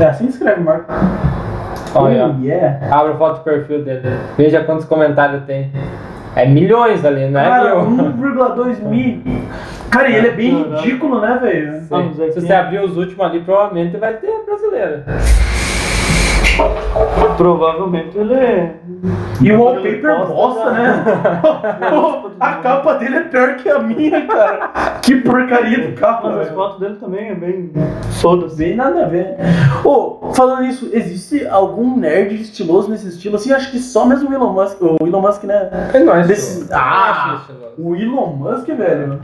Speaker 2: É assim que escreve Mark.
Speaker 1: Olha,
Speaker 2: Oh, yeah.
Speaker 1: Abre a foto do perfil dele. Veja quantos comentários tem. É milhões ali, não é
Speaker 2: Cara,
Speaker 1: mil?
Speaker 2: 1,2 mil. Cara, e ele é bem
Speaker 3: Caralho.
Speaker 2: ridículo, né, velho?
Speaker 3: Vamos aqui.
Speaker 1: Se você abrir os últimos ali, provavelmente vai ter brasileiro.
Speaker 3: Provavelmente ele é...
Speaker 2: E o wallpaper
Speaker 3: Bosta,
Speaker 2: bosta,
Speaker 3: né?
Speaker 2: né? (laughs) Pô, a capa dele é pior que a minha, cara. Que porcaria do capa,
Speaker 3: Mas as
Speaker 2: velho.
Speaker 3: fotos dele também é bem... Foda-se.
Speaker 2: Bem nada a ver. Ô, falando nisso, existe algum nerd estiloso nesse estilo? Assim, acho que só mesmo o Elon Musk. O Elon Musk, né?
Speaker 1: É nóis.
Speaker 2: Desse-
Speaker 1: pô.
Speaker 2: Ah!
Speaker 1: Eu acho estiloso.
Speaker 2: O Elon Musk, velho.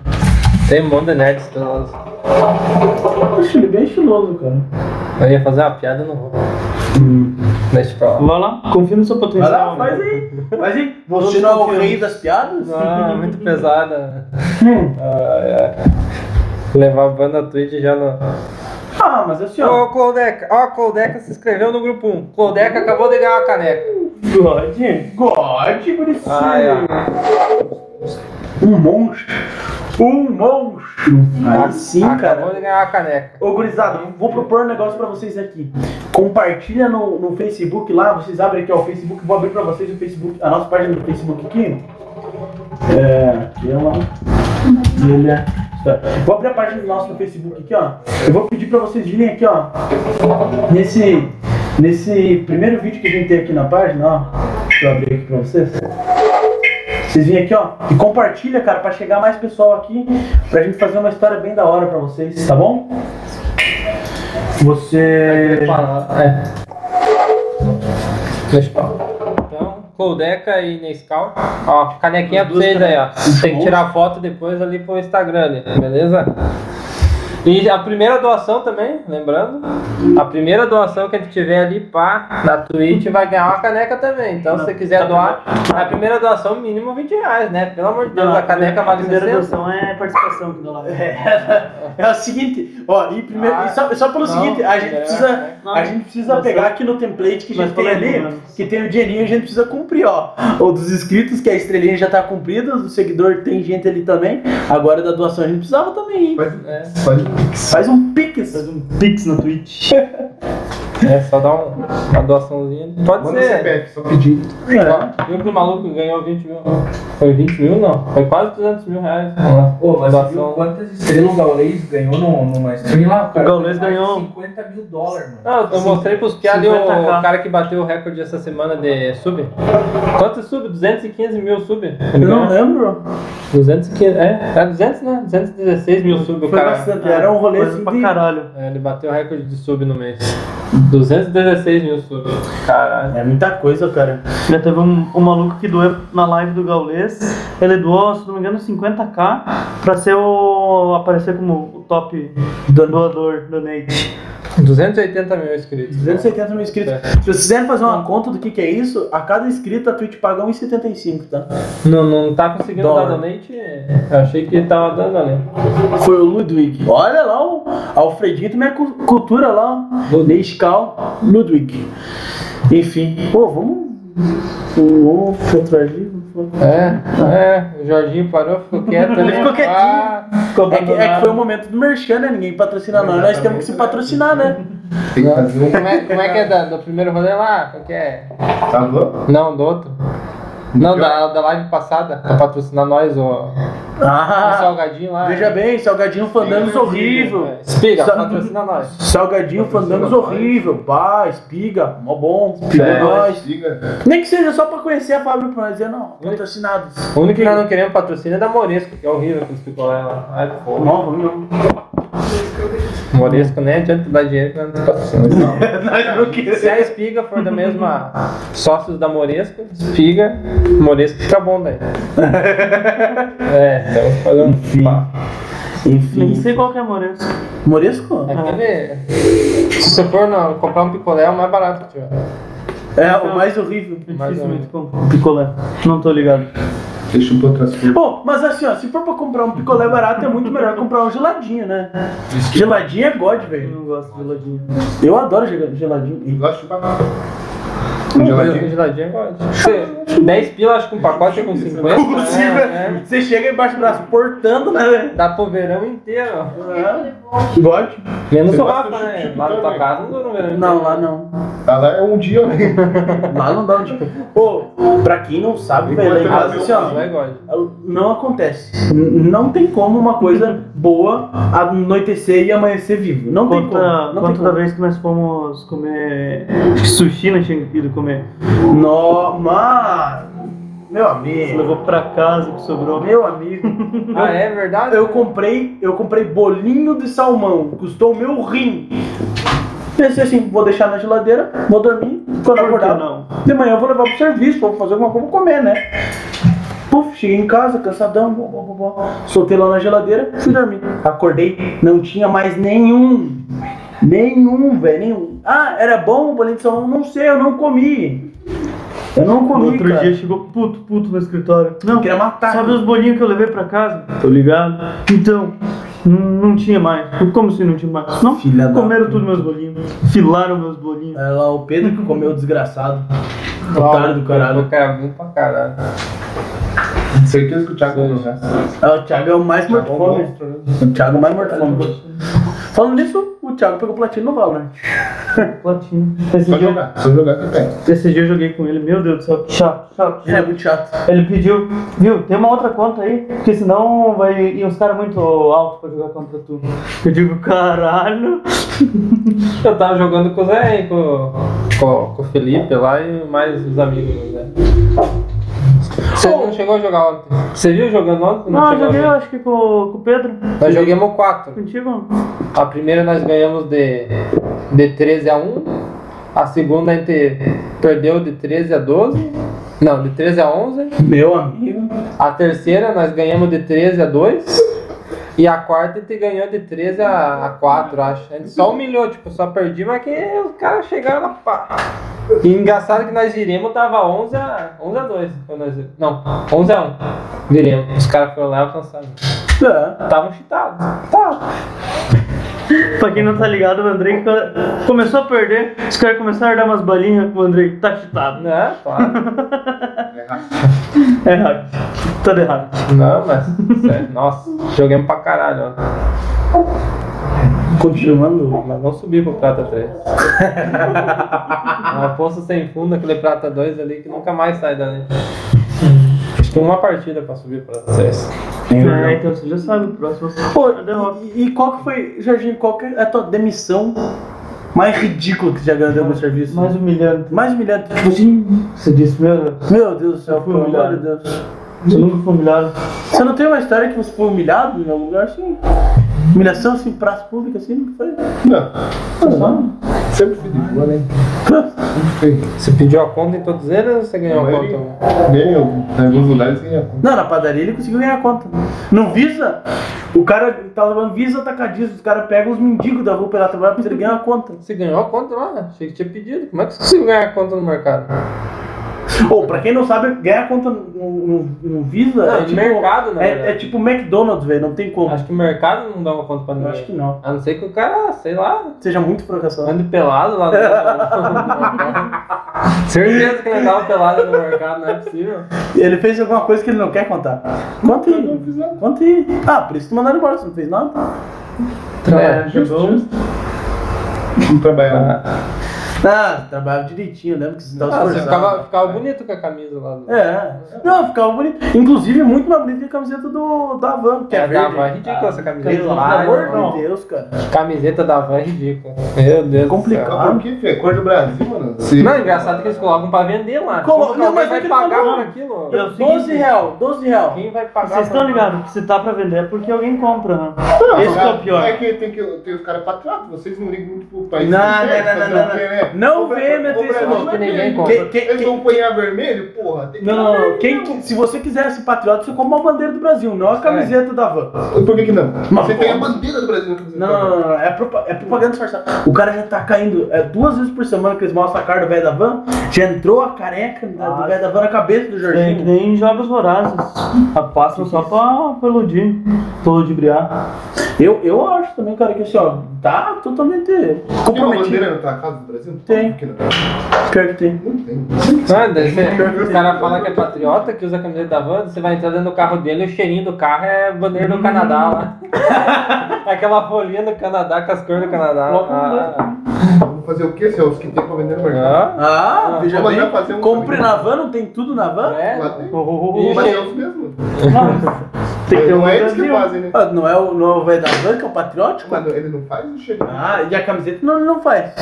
Speaker 1: Tem um monte de nerd estiloso.
Speaker 2: Eu acho ele é bem estiloso, cara.
Speaker 1: Eu ia fazer uma piada, não vou.
Speaker 2: Hum.
Speaker 1: Deixa pra lá.
Speaker 3: Vai lá, confia no seu
Speaker 2: Vai
Speaker 3: potencial.
Speaker 2: lá, faz aí. Faz aí. Você não é o rei das piadas?
Speaker 1: Ah, muito
Speaker 2: (laughs)
Speaker 1: pesada. Ai, ai. Levar a banda Twitch já não.
Speaker 2: Ah, mas assim, ó.
Speaker 1: Ô, Coldeca, ó, Coldeca se inscreveu no grupo 1. Coldeca acabou de ganhar a caneca.
Speaker 2: God, God, bonitinho.
Speaker 1: Ai, ai.
Speaker 2: Um monstro. Um monstro. Aí Ah, sim,
Speaker 1: Acabou
Speaker 2: cara.
Speaker 1: de ganhar a caneca.
Speaker 2: Ô, gurizada, vou propor um negócio pra vocês aqui. Compartilha no, no Facebook lá, vocês abrem aqui ó, o Facebook, vou abrir pra vocês o Facebook, a nossa página do Facebook aqui. É, aqui é uma... Ilha. Tá. Vou abrir a página nossa no Facebook aqui, ó. Eu vou pedir pra vocês virem aqui, ó. Nesse, nesse primeiro vídeo que a gente tem aqui na página, ó. Deixa eu abrir aqui pra vocês. Vocês vêm aqui, ó, e compartilha, cara, pra chegar mais pessoal aqui, pra gente fazer uma história bem da hora pra vocês, tá bom? Você.
Speaker 1: É. Deixa pra lá. Então, Coldeca e Nescau. Ó, canequinha pra vocês aí, ó. Tem que tirar foto depois ali pro Instagram, ali, beleza? E a primeira doação também, lembrando, a primeira doação que a gente tiver ali, pá, na Twitch, vai ganhar uma caneca também. Então, se você quiser doar, a primeira doação, mínimo 20 reais, né? Pelo amor de Deus, a caneca vale
Speaker 3: primeira
Speaker 1: 60.
Speaker 3: doação é participação aqui do lado.
Speaker 2: É, é o seguinte, ó, e primeiro,
Speaker 1: Ah,
Speaker 2: e só, só pelo
Speaker 1: não,
Speaker 2: seguinte, a gente
Speaker 1: é,
Speaker 2: precisa,
Speaker 1: é.
Speaker 2: a gente precisa
Speaker 3: Mas
Speaker 2: pegar
Speaker 3: só-
Speaker 2: aqui no template que a
Speaker 3: mas
Speaker 2: gente tem
Speaker 3: falando,
Speaker 2: ali,
Speaker 3: mano.
Speaker 2: que tem o dinheirinho, a gente precisa cumprir, ó. O dos inscritos, que a estrelinha já tá cumprida, do seguidor tem gente ali também. Agora da doação a gente precisava também, hein?
Speaker 4: Faz,
Speaker 1: É.
Speaker 4: faz um pix.
Speaker 2: Faz um pix.
Speaker 3: Faz um pix na Twitch.
Speaker 1: É, só dá um- uma doaçãozinha. Pode
Speaker 4: Manda o
Speaker 1: ser.
Speaker 4: CPF, só pedir.
Speaker 1: Viu que o maluco ganhou 20 mil? Foi 20 mil? Não. Foi quase 200 mil reais.
Speaker 5: Pô, mas você viu
Speaker 1: Doação.
Speaker 5: quantas estrelas o Gaulês ganhou no, numa stream lá? O, cara?
Speaker 3: Gaulês ganhou.
Speaker 2: um.
Speaker 5: 50 mil dólares, mano.
Speaker 1: Não, eu mostrei pros piados e o
Speaker 3: 50K.
Speaker 1: cara que bateu o recorde essa semana de sub. Quanto sub? 215 mil sub.
Speaker 3: Eu não lembro.
Speaker 1: 215, é, é 200, né? 216 mil sub o
Speaker 2: Foi
Speaker 1: cara.
Speaker 2: bastante. Era um rolê
Speaker 3: Coisa
Speaker 2: assim
Speaker 3: pra
Speaker 2: de...
Speaker 3: caralho.
Speaker 1: É, ele bateu o recorde de sub no mês. 216 mil sub. Caralho.
Speaker 2: É muita coisa, cara.
Speaker 3: Já teve um, um maluco que doeu na live do Gaulês. Ele doou, se não me engano, 50k pra ser o. aparecer como o top doador do Nate.
Speaker 1: 280 mil inscritos.
Speaker 2: 270 mil inscritos.
Speaker 1: É.
Speaker 2: Se vocês quiserem fazer uma conta do que, que é isso, a cada inscrito a Twitch paga 1,75, tá?
Speaker 1: Não, não tá conseguindo
Speaker 2: Dólar.
Speaker 1: dar donate? Eu achei que tava dando donate.
Speaker 2: Foi o Ludwig. Olha lá o Alfredito, minha cu- cultura lá. ó. Nescau, Ludwig. Enfim. Pô, vamos. Vamos entrar ali. vamos-
Speaker 1: É, é, o Jorginho parou,
Speaker 2: (laughs)
Speaker 1: ficou quieto.
Speaker 2: Ele ficou quietinho.
Speaker 1: Ah,
Speaker 2: É que, é que foi o momento do merchan, né? Ninguém patrocina nós, nós temos que se patrocinar, né?
Speaker 4: Tem que fazer um.
Speaker 1: como, é, como é que é da- do primeiro rolê lá? Como que é?
Speaker 4: Tá louco?
Speaker 1: Não, do outro. Não,
Speaker 4: Eu-
Speaker 1: da, da live passada, pra patrocinar nós, o, o
Speaker 2: Ah,
Speaker 1: Salgadinho lá.
Speaker 2: veja bem, Salgadinho Fandangos horrível.
Speaker 1: É, Espiga,
Speaker 2: Sa-
Speaker 1: patrocina nós.
Speaker 2: Salgadinho Fandangos horrível. Pá, espiga, mó bom. Espiga
Speaker 1: É.
Speaker 2: nós.
Speaker 4: Diga.
Speaker 2: Nem que seja só pra conhecer a Fábio pra dizer, não, patrocinados.
Speaker 1: O único que nós não queremos patrocínio é da Moresco, que é horrível aqueles picolé lá. Ah, Ai, pô.
Speaker 2: Não, vamos não.
Speaker 1: Moresco nem adianta dar dinheiro que nós não tem patrocínio.
Speaker 2: Não quero.
Speaker 1: Se a espiga for da mesma sócios da Moresco, espiga, Moresco fica bom
Speaker 2: (laughs)
Speaker 1: daí. É, estamos falando.
Speaker 3: Nem
Speaker 2: Enfim.
Speaker 3: sei qual que é, Moreira.
Speaker 2: Moresco?
Speaker 1: Aquele. Se você for não, comprar um picolé, é o mais barato que tiver.
Speaker 2: É, o mais horrível.
Speaker 1: Mais ou
Speaker 3: Dificilmente compro. Picolé. Não tô ligado.
Speaker 4: Deixa eu pra outras coisas.
Speaker 2: Bom, mas assim, ó, se for pra comprar um picolé barato, é muito melhor comprar um geladinho, né? Geladinho é god,
Speaker 3: Eu
Speaker 2: velho.
Speaker 3: não gosto de ladinho.
Speaker 2: Eu adoro gel- geladinho.
Speaker 4: Gosto de chupar. Um geladinho.
Speaker 1: Geladinho é ótimo. Você- 10 pila, acho que um pacote é com 50.
Speaker 4: assim,
Speaker 2: Inclusive,
Speaker 1: É, é.
Speaker 2: você chega embaixo do braço portando, né, velho?
Speaker 1: Dá pro verão inteiro.
Speaker 2: God?
Speaker 1: Menos
Speaker 4: Você
Speaker 1: o
Speaker 4: gosta
Speaker 1: Rafa,
Speaker 4: de
Speaker 1: né?
Speaker 4: chute
Speaker 1: Lá na tua
Speaker 4: também?
Speaker 1: casa não dura no verão
Speaker 2: Não,
Speaker 1: inteiro.
Speaker 2: lá não.
Speaker 4: Tá lá é um dia, né?
Speaker 2: Lá não dá onde. Pô, pra quem não sabe, velho, lá em casa, assim, ó,
Speaker 1: Não é God.
Speaker 2: não acontece. N- Não tem como uma coisa boa anoitecer e amanhecer vivo. Não tem como. Não
Speaker 3: Conta,
Speaker 2: tem
Speaker 3: conta da
Speaker 2: como.
Speaker 3: vez que nós fomos comer sushi, nós tínhamos ido comer.
Speaker 2: No, mano, meu amigo,
Speaker 3: Levou pra casa o que sobrou.
Speaker 2: meu amigo,
Speaker 1: Ah, é verdade?
Speaker 2: eu comprei, eu comprei bolinho de salmão, custou o meu rim. Pensei assim, vou deixar na geladeira, vou dormir, quando
Speaker 3: Por que
Speaker 2: acordar,
Speaker 3: não?
Speaker 2: de manhã eu vou levar pro serviço, vou fazer alguma coisa, vou comer, né? Puf, cheguei em casa, cansadão, bó, bó, bó, bó. soltei lá na geladeira, fui dormir. Acordei, não tinha mais nenhum. Nenhum, velho, nenhum. Ah, era bom o bolinho de salmão? Não sei, eu não comi. Eu não
Speaker 3: No
Speaker 2: comi,
Speaker 3: outro
Speaker 2: cara.
Speaker 3: dia chegou puto, puto no escritório.
Speaker 2: Eu
Speaker 3: Não,
Speaker 2: queria matar.
Speaker 3: sabe os bolinhos que eu levei pra casa? Tô ligado. Então, n- não tinha mais. Como se não tinha mais? Não,
Speaker 2: Filha da
Speaker 3: comeram tudo meus bolinhos. Filaram meus bolinhos.
Speaker 2: É lá o Pedro que comeu o desgraçado.
Speaker 1: Claro,
Speaker 2: Otário do caralho.
Speaker 1: O cara é bom pra caralho.
Speaker 4: Certeza que o Thiago não já.
Speaker 2: É, o Thiago é o mais morto fome. O Thiago é o mais morto fome. Falando nisso, o Thiago pegou platino no né? Valorant.
Speaker 3: É, Platina. Esse
Speaker 4: Só
Speaker 3: dia,
Speaker 4: jogar. Só jogar que pega.
Speaker 3: esse dia eu joguei com ele. Meu Deus do céu, que chato, chato,
Speaker 2: Ele é
Speaker 3: chato.
Speaker 2: muito chato.
Speaker 3: Ele pediu, viu, tem uma outra conta aí, porque senão vai ir uns caras muito altos pra jogar contra tu. Eu digo, caralho.
Speaker 1: Eu tava jogando com o Zé e com, com, com o Felipe lá e mais os amigos do Zé. Você não chegou a jogar ontem? Você viu jogando ontem?
Speaker 3: Não, eu
Speaker 1: chegou a
Speaker 3: joguei, eu
Speaker 1: ver?
Speaker 3: acho que com, com o Pedro.
Speaker 1: Nós joguemos quatro.
Speaker 3: Contigo?
Speaker 1: A primeira nós ganhamos de, de 13 a 1. A segunda a gente perdeu de 13 a 12. Não, de 13 a 11.
Speaker 2: Meu amigo.
Speaker 1: A terceira nós ganhamos de 13 a 2. E a quarta a gente ganhou de 13 a, a 4, acho. A gente só humilhou, tipo, só perdi, mas que os caras chegaram lá, pá. E engraçado que nós viremos, tava 11 a, 11 a 2. quando nós- não, 11 a 1. Viremos. Os caras foram lá e alcançaram.
Speaker 2: É.
Speaker 1: Estavam chitados. Tá.
Speaker 3: Pra quem não tá ligado, o Andrei co- começou a perder, os caras começaram a dar umas balinhas pro Andrei, tá chutado.
Speaker 1: Não, Né? claro.
Speaker 3: É errado. Tudo errado.
Speaker 1: Não, mas. Sério, nossa, jogamos pra caralho, ó.
Speaker 2: Continuando.
Speaker 1: Mas não subi pro prata 3. Uma poça sem fundo, aquele prata 2 ali que nunca mais sai dali. Acho que tem uma partida pra subir pra 3.
Speaker 3: É, então você já sabe, o próximo é você
Speaker 2: Pô, e, e qual que foi, Jorginho, qual que é a tua demissão mais ridícula que já ganhou no serviço?
Speaker 3: mais humilhante.
Speaker 2: mais humilhante. Tipo assim,
Speaker 3: Você disse, meu Deus,
Speaker 2: meu Deus do céu,
Speaker 3: Eu fui
Speaker 2: pelo amor
Speaker 3: humilhado.
Speaker 2: de Deus.
Speaker 3: você nunca foi humilhado.
Speaker 2: Você não tem uma história que você foi humilhado em algum lugar assim? Humilhação assim, praça pública assim, não foi?
Speaker 4: Não,
Speaker 2: Foi só.
Speaker 4: sempre fui de boa, né?
Speaker 1: Você pediu a conta em todos eles ou você ganhou a
Speaker 4: Ganhei,
Speaker 1: conta?
Speaker 4: ganhei em alguns lugares é? ganhei a conta.
Speaker 2: Não, na padaria ele conseguiu ganhar a conta. No Visa, o cara tá levando Visa atacadista, os caras pegam os mendigos da rua pela trabalhar pra ele ganhar a conta.
Speaker 1: Você ganhou a conta lá? Achei que tinha pedido. Como é que você conseguiu ganhar a conta no mercado?
Speaker 2: Ou, pra quem não sabe, ganhar a conta no, no- no Visa
Speaker 1: Não,
Speaker 2: é
Speaker 1: no
Speaker 2: tipo,
Speaker 1: mercado, na
Speaker 2: é,
Speaker 1: verdade.
Speaker 2: é tipo McDonald's, velho, não tem como.
Speaker 1: Acho que o mercado não dá uma conta pra
Speaker 2: Eu
Speaker 1: ninguém.
Speaker 2: acho que não.
Speaker 1: A não ser que o cara, sei lá,
Speaker 2: Seja muito fracassado.
Speaker 1: ande pelado lá no Certeza que ele andava pelado no mercado, não é possível.
Speaker 2: Ele fez alguma coisa que ele não quer contar. Conta aí. Conta aí. Ah, por isso tu mandaram embora, você não fez nada? Tá
Speaker 1: É.
Speaker 4: Justo, justo. Não né? trabalhava.
Speaker 2: Ah, trabalhava direitinho, lembro que você tava
Speaker 1: Ah, você
Speaker 2: esforçado.
Speaker 1: ficava, ficava bonito com a camisa lá do.
Speaker 2: É. Não, ficava bonito. Inclusive, muito mais bonito que a camiseta do, da Van, que é,
Speaker 1: É, da
Speaker 2: verde.
Speaker 1: van é ridícula essa camiseta.
Speaker 2: Pelo
Speaker 1: Ai,
Speaker 2: amor
Speaker 1: mano.
Speaker 2: de Deus, cara.
Speaker 1: Camiseta da van é ridícula. Meu Deus. do
Speaker 2: Complicado.
Speaker 1: céu.
Speaker 4: Ah, por que, Fê? Cor do Brasil, mano. Se-
Speaker 1: Não, engraçado que eles colocam pra vender lá.
Speaker 2: Colo-
Speaker 1: Como que
Speaker 2: não,
Speaker 1: alguém
Speaker 2: mas é
Speaker 1: vai
Speaker 2: que ele
Speaker 1: pagar
Speaker 2: falou.
Speaker 1: por aquilo?
Speaker 2: Eu, 12 real, 12 real.
Speaker 1: Quem vai pagar?
Speaker 3: Vocês estão
Speaker 1: por-
Speaker 3: ligados que se tá pra vender é porque alguém compra, né?
Speaker 4: Não,
Speaker 3: Esse que é o pior.
Speaker 4: É que tem, que, tem os caras patriotas, vocês não ligam muito pro país.
Speaker 2: Não, não, não,
Speaker 4: vocês
Speaker 2: não,
Speaker 4: fazem
Speaker 2: não,
Speaker 4: o quê, né?
Speaker 2: Não
Speaker 4: O Bra-
Speaker 2: vem meter
Speaker 4: o Brasil
Speaker 2: esse
Speaker 1: nome.
Speaker 4: não é
Speaker 1: Ninguém
Speaker 4: verde.
Speaker 1: compra.
Speaker 2: Quem- quem-
Speaker 4: Eles
Speaker 2: quem-
Speaker 4: vão apanhar vermelho, porra. tem que
Speaker 2: Não,
Speaker 4: apanhar
Speaker 2: não, não.
Speaker 4: vermelho.
Speaker 2: Quem, se você quiser ser patriota, você compra uma bandeira do Brasil, não a camiseta da Van.
Speaker 4: Por que que não? Você
Speaker 2: pô.
Speaker 4: tem a bandeira do Brasil. que você
Speaker 2: Não,
Speaker 4: compra.
Speaker 2: não, não, não, É, propa- é propaganda disfarçada. O cara já tá caindo. É duas vezes por semana que eles mostram a cara do velho da van. Já entrou a careca da- do
Speaker 3: Ah,
Speaker 2: velho da van na cabeça do
Speaker 3: Tem que
Speaker 2: Jorginho.
Speaker 3: nem jogos vorazes. A pasta Ah, só pra, pra iludir, pra ludibriar.
Speaker 2: Eu, eu acho também, cara, que assim, ó, tá totalmente
Speaker 4: Tem uma
Speaker 2: comprometido.
Speaker 4: bandeira na tua casa do Brasil?
Speaker 2: Tem.
Speaker 4: Por que não?
Speaker 2: Pior que tem.
Speaker 4: Não tem.
Speaker 1: Não, deve ser. O cara fala que é patriota, que usa a camiseta da van, você vai entrar dentro do carro dele e o cheirinho do carro é bandeira do Canadá lá. Aquela folhinha do Canadá com as cores do Canadá.
Speaker 3: Logo
Speaker 1: Ah,
Speaker 4: Vamos fazer o quê, seus? Que tem pra vender no mercado.
Speaker 1: ah.
Speaker 2: Ah, veja
Speaker 4: Vou mandar
Speaker 2: bem.
Speaker 4: fazer um
Speaker 2: Compre
Speaker 4: também.
Speaker 2: na van, não tem tudo na van?
Speaker 1: É.
Speaker 4: Lá tem.
Speaker 3: Oh, oh,
Speaker 1: E
Speaker 3: oh,
Speaker 1: o
Speaker 4: Mas é
Speaker 1: cheiro?
Speaker 4: os mesmos.
Speaker 3: oh. Tem que ter um
Speaker 4: Não é eles que
Speaker 3: Brasil.
Speaker 4: fazem, né?
Speaker 2: Ah, Não é o não é o velho da van que é o patriótico?
Speaker 4: Mano, ele não faz o cheiro.
Speaker 2: Ah, e a camiseta não, não faz.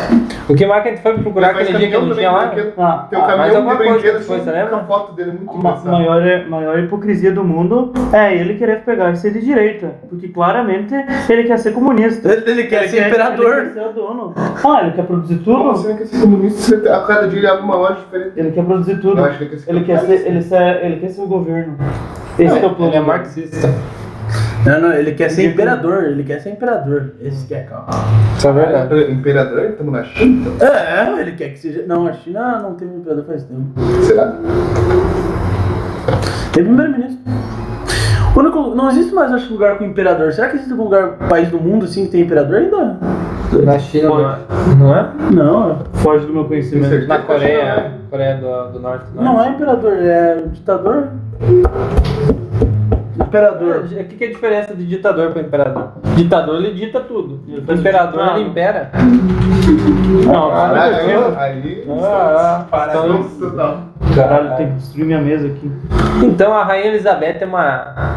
Speaker 1: O que mais que a gente foi procurar aquele dia que não tinha lá?
Speaker 3: Ah,
Speaker 4: Tem um
Speaker 1: ah, mas
Speaker 4: caminhão
Speaker 1: alguma
Speaker 4: de
Speaker 1: coisa
Speaker 4: brinquedo
Speaker 1: que foi,
Speaker 4: assim,
Speaker 1: você lembra?
Speaker 4: com a foto dele muito
Speaker 3: Ma
Speaker 4: engraçada.
Speaker 3: maior, maior hipocrisia do mundo é ele querer pegar e ser de direita, porque claramente ele quer ser comunista.
Speaker 2: Ele, ele quer ser
Speaker 3: Ele
Speaker 2: é imperador.
Speaker 3: quer ser o dono. Ah, ele quer produzir
Speaker 4: Como
Speaker 3: tudo?
Speaker 4: assim que esse comunista, a cada dia ele abre uma loja diferente?
Speaker 3: Ele quer produzir tudo.
Speaker 4: Eu acho que ele quer ser
Speaker 3: Ele quer ser, ele ser, ele quer ser o governo. Esse que é o plano.
Speaker 1: Ele é marxista.
Speaker 2: Não, não, ele quer ser imperador. Ele quer ser imperador. Esse que é calma.
Speaker 1: Isso é verdade.
Speaker 4: Imperador, estamos na China?
Speaker 2: É, ele quer que seja. Não, a China não teve imperador faz tempo.
Speaker 4: Será?
Speaker 2: Teve primeiro-ministro. O único- Não existe mais, acho, lugar com imperador. Será que existe algum lugar, país do mundo, assim, que tem imperador ainda?
Speaker 1: Na China, não é? não é?
Speaker 2: Não,
Speaker 3: Foge do meu
Speaker 4: Tem
Speaker 3: conhecimento.
Speaker 4: certeza
Speaker 1: Na
Speaker 4: que a China
Speaker 1: Coreia, né? Coreia do, do Norte. né?
Speaker 2: não é imperador, é ditador. Imperador.
Speaker 1: O que, que é a diferença de ditador para imperador? Ditador ele dita tudo.
Speaker 3: Ele faz
Speaker 1: imperador
Speaker 3: ditado.
Speaker 1: ele impera. Não,
Speaker 4: Caralho,
Speaker 1: cara,
Speaker 4: aí- aí...
Speaker 1: Ah,
Speaker 4: Parado.
Speaker 1: parado.
Speaker 4: Total.
Speaker 3: Caralho, tem que destruir minha mesa aqui.
Speaker 1: Então a Rainha Elizabeth é uma,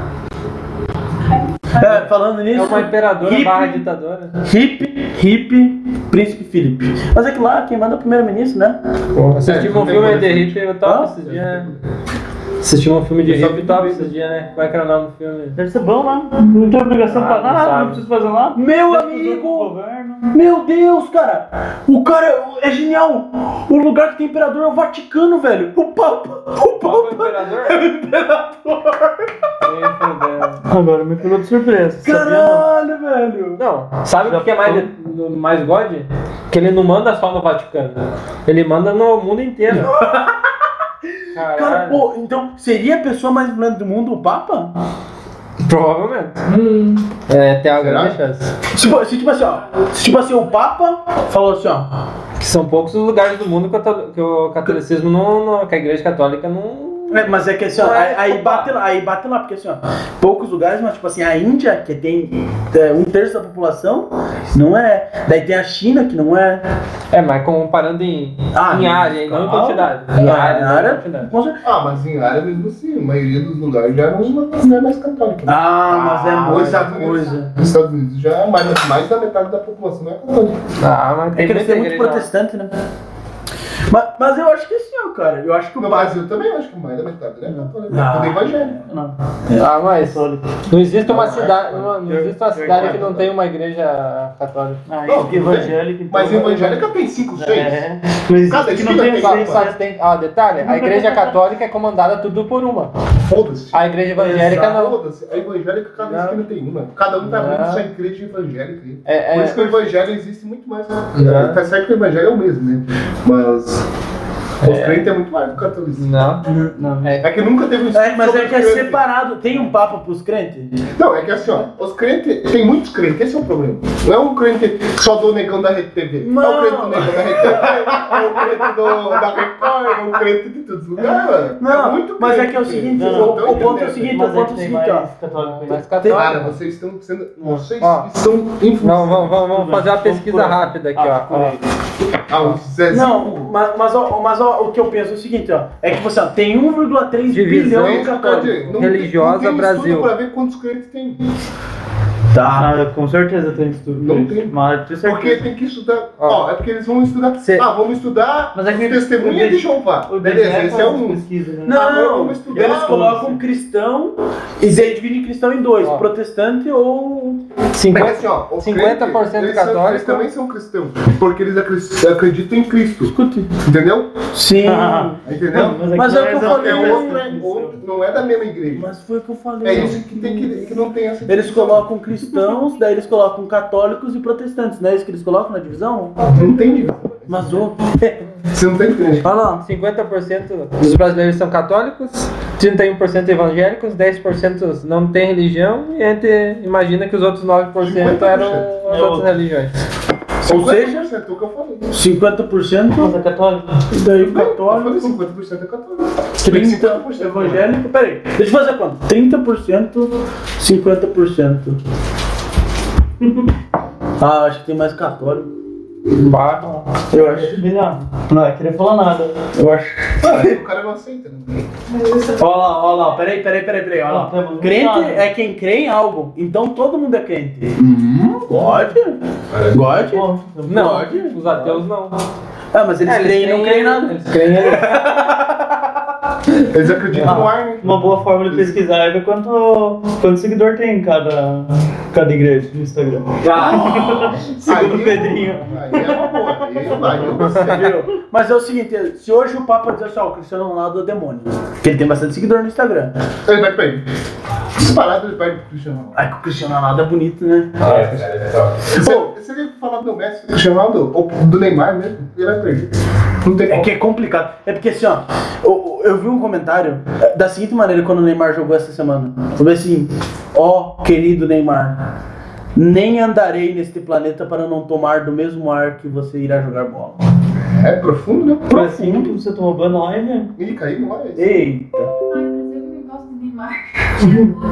Speaker 2: É, falando
Speaker 1: é
Speaker 2: nisso.
Speaker 1: uma imperadora
Speaker 2: hippie,
Speaker 1: barra ditadora.
Speaker 2: Hip, hip, príncipe Felipe. Mas é que lá quem manda é o primeiro-ministro, né?
Speaker 1: Assisti um filme de hippie top esses dias, né? Assisti um filme de
Speaker 4: Eu só
Speaker 1: hippie
Speaker 4: vi
Speaker 1: top
Speaker 4: vídeo.
Speaker 1: esses dias, né? Como é que era o nome do (laughs) filme?
Speaker 3: Deve ser bom, né? Não tem obrigação
Speaker 1: Ah,
Speaker 3: pra
Speaker 1: não
Speaker 3: nada, não,
Speaker 1: sabe.
Speaker 3: preciso fazer nada.
Speaker 2: Meu
Speaker 3: Deixa os outros pro
Speaker 2: amigo!
Speaker 3: governo.
Speaker 2: Meu Deus, cara! O cara é genial! O lugar que tem imperador é o Vaticano, velho! O Papa! O
Speaker 1: Qual foi o
Speaker 2: Papa!
Speaker 1: imperador?
Speaker 2: é o imperador!
Speaker 1: Meu Deus.
Speaker 3: Agora me pegou de surpresa. sabia não?
Speaker 2: Caralho, velho!
Speaker 1: Não, sabe o que é mais, mais God? Que ele não manda só no Vaticano, né? ele manda no mundo inteiro.
Speaker 2: (laughs) Cara,
Speaker 1: Caralho.
Speaker 2: pô, então seria a pessoa mais influente do mundo o Papa?
Speaker 1: Provavelmente.
Speaker 2: Hum.
Speaker 1: É, tem uma grande chance.
Speaker 2: Se, fo- se tipo assim, ó. Se tipo assim, o Papa falou assim, ó.
Speaker 1: Que são poucos os lugares do mundo que o catol- que o catolicismo não, não- que a igreja católica não,
Speaker 2: É, mas é que assim, ó, aí, aí bate lá, aí bate lá, porque assim, ó, poucos lugares, mas tipo assim, a Índia, que tem é, um terço da população, não é. Daí tem a China, que não é.
Speaker 1: É, mas comparando em,
Speaker 2: Ah,
Speaker 1: em área, e não em
Speaker 2: calma.
Speaker 1: quantidade. Em
Speaker 2: Não,
Speaker 1: área,
Speaker 2: em
Speaker 1: não em
Speaker 2: área.
Speaker 1: quantidade.
Speaker 2: Com certeza.
Speaker 4: Ah, mas em área mesmo assim, a maioria dos lugares já era uma comunidade mais católica. né?
Speaker 2: Ah, mas é
Speaker 4: Ah, os Estados
Speaker 2: muita
Speaker 4: Unidos-
Speaker 2: coisa.
Speaker 4: Os Estados Unidos já é mais, mais da metade da população não é católica.
Speaker 1: Ah, mas
Speaker 2: É
Speaker 1: tem
Speaker 2: que eles
Speaker 1: muita
Speaker 2: são muito
Speaker 1: igreja lá.
Speaker 2: protestantes, né? Mas, mas eu acho que assim, ó, cara, eu acho que o
Speaker 4: No
Speaker 2: básico.
Speaker 4: Brasil também, eu acho que mais da metade, né? Católica.
Speaker 2: Ah.
Speaker 4: Tudo evangélico.
Speaker 1: Ah, mas não existe uma
Speaker 4: Não, é
Speaker 1: cidade,
Speaker 4: católico.
Speaker 1: não, não
Speaker 4: Eu-
Speaker 1: existe uma
Speaker 4: eu
Speaker 1: cidade que
Speaker 4: entendo.
Speaker 1: não tenha uma igreja católica.
Speaker 3: Ah,
Speaker 4: Não,
Speaker 3: e evangélico. então,
Speaker 4: Mas evangélica tem 5, 6.
Speaker 3: É, mas
Speaker 4: Cada
Speaker 3: que não
Speaker 4: esquina
Speaker 3: tem
Speaker 4: tem
Speaker 1: Só,
Speaker 4: Sim,
Speaker 1: só que tem, ah, detalhe, a igreja católica é comandada tudo por uma.
Speaker 4: Foda-se.
Speaker 1: A igreja evangélica não.
Speaker 4: Foda-se. A evangélica, cada
Speaker 1: um- Não.
Speaker 4: esquina tem uma. Cada um tá abrindo
Speaker 1: Não.
Speaker 4: sua igreja evangélica. aí.
Speaker 1: É,
Speaker 4: Por
Speaker 1: é-
Speaker 4: isso que o evangelho existe muito mais. Né?
Speaker 1: Não.
Speaker 4: Tá certo que o evangelho é o mesmo, né? Mas. Os crentes é muito mais do que o catolicismo.
Speaker 1: não.
Speaker 3: Não.
Speaker 1: É,
Speaker 4: É que nunca teve um
Speaker 2: É, mas
Speaker 4: sobre
Speaker 2: é que é
Speaker 4: crente.
Speaker 2: separado, tem um papo pros crentes?
Speaker 4: Não, é que assim, ó, os crentes, tem muitos crentes, esse é o problema. Não é um crente só do negão da Rede TV. Não. É o crente do
Speaker 2: Não.
Speaker 4: negão da Rede TV, é o crente do, da Record, é o crente de todos os lugares, mano.
Speaker 2: Não,
Speaker 4: é muito
Speaker 2: mas é
Speaker 4: crente,
Speaker 2: que é o seguinte,
Speaker 4: vocês
Speaker 2: o-
Speaker 4: não tão
Speaker 2: o ponto é o
Speaker 4: entendendo.
Speaker 2: seguinte,
Speaker 3: Mas
Speaker 2: o
Speaker 3: é
Speaker 2: ponto é
Speaker 3: que
Speaker 2: o
Speaker 3: tem
Speaker 2: seguinte, ó.
Speaker 3: mais católico aí.
Speaker 1: mas católica.
Speaker 4: Cara, vocês estão sendo. Vocês
Speaker 1: Ó.
Speaker 4: estão influenciando.
Speaker 1: Não, vamos, vamos, vamos fazer uma pesquisa rápida aqui,
Speaker 3: Ah,
Speaker 1: ó.
Speaker 3: procurei.
Speaker 4: Ah, o Zezinho.
Speaker 2: Não, mas, mas, ó, mas ó, o que eu penso é o seguinte, ó. É que você ó, tem 1,3
Speaker 1: Divisão
Speaker 2: bilhão
Speaker 4: É
Speaker 2: de
Speaker 4: isso que eu quero dizer,
Speaker 2: católicos.
Speaker 4: não tem-
Speaker 1: Religiosa
Speaker 4: não tem
Speaker 1: Brasil.
Speaker 4: estudo pra ver quantos crentes tem.
Speaker 2: Tá.
Speaker 3: Ah, com certeza tem estudo.
Speaker 4: Não
Speaker 3: pra
Speaker 4: tem.
Speaker 3: isso. Mas tenho
Speaker 4: Porque
Speaker 3: certeza.
Speaker 4: tem que estudar.
Speaker 1: Ó.
Speaker 4: Ó, é porque eles vão estudar.
Speaker 1: Cê-
Speaker 4: Ah, vamos estudar
Speaker 3: Mas é que-
Speaker 4: testemunha de Jeová.
Speaker 3: O
Speaker 4: Beleza,
Speaker 3: IBGE
Speaker 4: esse é
Speaker 3: faz
Speaker 4: um.
Speaker 3: pesquisa, né?
Speaker 4: Agora
Speaker 2: Não,
Speaker 4: vamos estudar
Speaker 2: eles
Speaker 4: onde?
Speaker 2: colocam cristão e daí dividem cristão em dois,
Speaker 1: Ó.
Speaker 2: protestante ou.
Speaker 4: Mas
Speaker 1: 50,
Speaker 4: assim, ó, os
Speaker 1: 50%
Speaker 4: crentes, eles são-
Speaker 1: católico.
Speaker 4: Eles também são cristãos, porque eles acri- acreditam em Cristo,
Speaker 2: Escute.
Speaker 4: entendeu?
Speaker 2: Sim.
Speaker 3: Ah.
Speaker 4: Entendeu?
Speaker 3: é
Speaker 2: Mas é o que eu
Speaker 3: nós
Speaker 2: falei,
Speaker 4: É
Speaker 3: aprendemos
Speaker 4: outro, é
Speaker 3: isso.
Speaker 4: outro, não é da mesma igreja.
Speaker 2: (laughs) Mas foi o que eu falei. né?
Speaker 4: É isso que tem que, que não tem essa.
Speaker 2: Eles
Speaker 4: divisão.
Speaker 2: colocam cristãos, daí eles colocam católicos e protestantes, né? Isso que eles colocam na divisão?
Speaker 4: Não tem divisão.
Speaker 2: Mas (laughs) o.
Speaker 4: Você não tem crente.
Speaker 2: Olha lá.
Speaker 1: 50% dos brasileiros são católicos, 31% evangélicos, 10% não tem religião e a gente imagina que os outros 9% eram as
Speaker 3: É
Speaker 1: outras
Speaker 3: outro.
Speaker 1: religiões.
Speaker 2: Ou seja,
Speaker 4: 50% é o que eu falei.
Speaker 2: 50%
Speaker 3: Mas é católico?
Speaker 2: e daí
Speaker 4: Eu
Speaker 2: católicos.
Speaker 4: falei 50% é católico.
Speaker 2: 30%
Speaker 4: 50%
Speaker 2: evangélico. Peraí, deixa eu fazer quanto? 30%, 50%. (laughs) Ah, acho que tem mais católico.
Speaker 1: Bah.
Speaker 2: Eu acho.
Speaker 3: Milhão. Não é querer falar nada.
Speaker 2: Eu acho.
Speaker 4: Ah, o cara não aceita, né?
Speaker 2: Olha lá, olha lá. Peraí, peraí, peraí, peraí. Olha
Speaker 3: Não,
Speaker 2: lá.
Speaker 3: temos
Speaker 2: Crente
Speaker 3: nada.
Speaker 2: é quem crê em algo. Então todo mundo é crente. Uhum. Pode. é Pode.
Speaker 3: Pô,
Speaker 1: Não,
Speaker 2: Pode?
Speaker 1: os ateus não.
Speaker 2: Ah, mas eles
Speaker 1: É,
Speaker 2: creem e não creem em nada. (laughs)
Speaker 1: Eles creem em-
Speaker 4: Eles acreditam no ar, né?
Speaker 3: Uma boa forma de pesquisar é ver quanto, quanto seguidor tem cada, cada igreja no Instagram. (laughs) Segundo
Speaker 4: Aí-
Speaker 3: o Pedrinho.
Speaker 4: Aí é uma boa. Aí, aí eu gostei.
Speaker 2: Entendeu? Mas é o seguinte, se hoje o Papa dizer assim, ó, o Cristiano Ronaldo é o demônio, que ele tem bastante seguidor no Instagram.
Speaker 4: Então Ele vai pra ele. Disparado ele vai pro Cristiano Ronaldo.
Speaker 2: Ai, que o Cristiano Ronaldo é bonito, né?
Speaker 4: Você, você deve falar do Messi, do Cristiano Ronaldo, ou do Neymar mesmo, ele vai pra ele. Não tem
Speaker 2: É
Speaker 4: como.
Speaker 2: que é complicado. É porque assim, ó, eu, eu vi um comentário eh, da seguinte maneira quando o Neymar jogou essa semana. Falou assim, ó, querido Neymar, nem andarei neste planeta para não tomar do mesmo ar que você irá jogar bola.
Speaker 4: É profundo, né?
Speaker 3: Mas assim, você tomou banho lá e vem.
Speaker 4: Ih, caiu lá. é isso.
Speaker 2: Eita.
Speaker 6: Ai, mas eu não gosto de Neymar.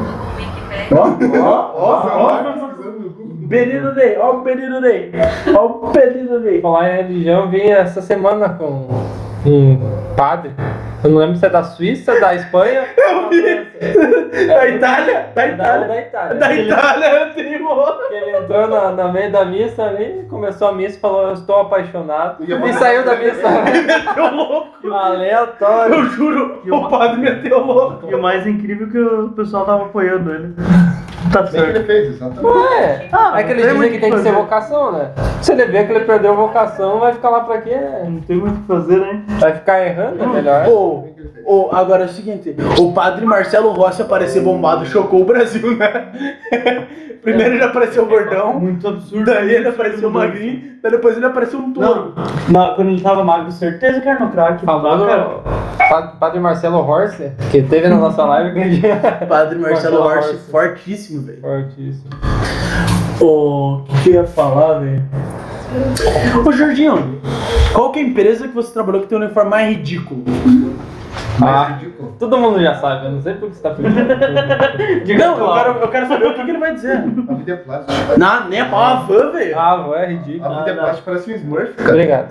Speaker 2: Ó, ó, ó, ó.
Speaker 4: Neymar pesquisando no Google.
Speaker 2: Benino Ney, ó o Benino Ney. Ó o Benino Ney.
Speaker 1: Falar em religião, eu vim essa semana com um padre. Eu não lembro se é da Suíça, da Espanha. Eu vi.
Speaker 2: Da Itália,
Speaker 1: Da,
Speaker 2: da
Speaker 1: é
Speaker 2: Itália.
Speaker 1: da Itália.
Speaker 2: Da Itália, eu tenho.
Speaker 1: Ele entrou na, na meio da missa ali, começou a missa, falou, eu estou apaixonado.
Speaker 4: E eu-
Speaker 1: E saiu da missa. né?
Speaker 2: Meteu louco.
Speaker 1: Aleatório.
Speaker 2: Eu juro, o padre meteu louco.
Speaker 3: E o mais incrível é que o pessoal tava apoiando ele. Tá
Speaker 4: Nem
Speaker 3: certo.
Speaker 4: ele fez, exatamente.
Speaker 1: Ué, é que ele
Speaker 3: tem
Speaker 1: dizem
Speaker 3: muito
Speaker 1: que
Speaker 3: o
Speaker 1: tem que
Speaker 3: fazer.
Speaker 1: ser vocação, né? Se ele vê que ele perdeu a vocação, vai ficar lá pra quê? né?
Speaker 3: Não tem muito o que fazer, né?
Speaker 1: Vai ficar errando, é melhor.
Speaker 2: Ô, ô, agora é o seguinte, o padre Marcelo Rossi aparecer bombado chocou o Brasil, né? (laughs) Primeiro ele apareceu gordão,
Speaker 3: Muito absurdo.
Speaker 2: daí ele apareceu magrinho, daí depois ele apareceu um touro.
Speaker 3: Na- quando ele tava magro, certeza que era no crack. Ah,
Speaker 1: Famoso
Speaker 3: Cara,
Speaker 1: pa- Padre Marcelo Horse, que teve na nossa live aquele dia.
Speaker 2: Padre Marcelo
Speaker 1: Marcelo
Speaker 2: Rossi,
Speaker 1: Rossi.
Speaker 2: fortíssimo, velho.
Speaker 1: Fortíssimo.
Speaker 2: Ô, o que eu ia falar, velho? um (laughs) Ô, Jorginho, qual que é a empresa que você trabalhou que tem o uniforme mais ridículo?
Speaker 1: Ah, todo mundo já sabe, eu não sei por que você tá perguntando.
Speaker 2: Não, eu quero, eu quero saber o que que ele vai dizer.
Speaker 4: A vida é plástica.
Speaker 2: Não, nem é a palavra van,
Speaker 1: (laughs)
Speaker 2: velho.
Speaker 1: ah, vô, é ridículo.
Speaker 4: A vida é plástica parece um Smurf, cara.
Speaker 1: Obrigado.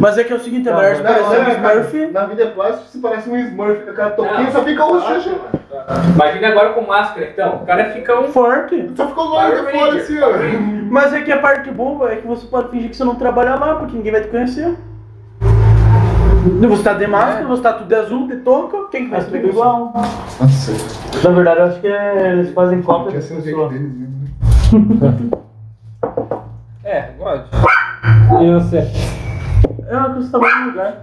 Speaker 2: Mas é que é o seguinte, a maior
Speaker 4: Não, não,
Speaker 2: expressão do
Speaker 4: não,
Speaker 2: um Smurf.
Speaker 4: na vida é plástica, se parece um Smurf, que o cara toquinha, só fica o xuxa.
Speaker 5: Imagina agora com máscara, então. O cara fica um.
Speaker 2: Forte.
Speaker 4: Só Então ficou gordo de fora assim, ó.
Speaker 2: Mas é que a parte boa é que você pode fingir que você não trabalha lá, porque ninguém vai te conhecer. Você tá de máscara, você tá tudo de azul, de touca, quem que vai
Speaker 3: Mas
Speaker 2: te
Speaker 3: tudo
Speaker 2: reconhecer?
Speaker 3: igual.
Speaker 4: Nossa,
Speaker 3: Na verdade, eu acho que é- eles fazem cópia
Speaker 4: tinha
Speaker 3: da
Speaker 4: sido jeito
Speaker 3: pessoa.
Speaker 4: deles, né?
Speaker 1: É, God. E você?
Speaker 2: Eu É que você trabalha em lugar.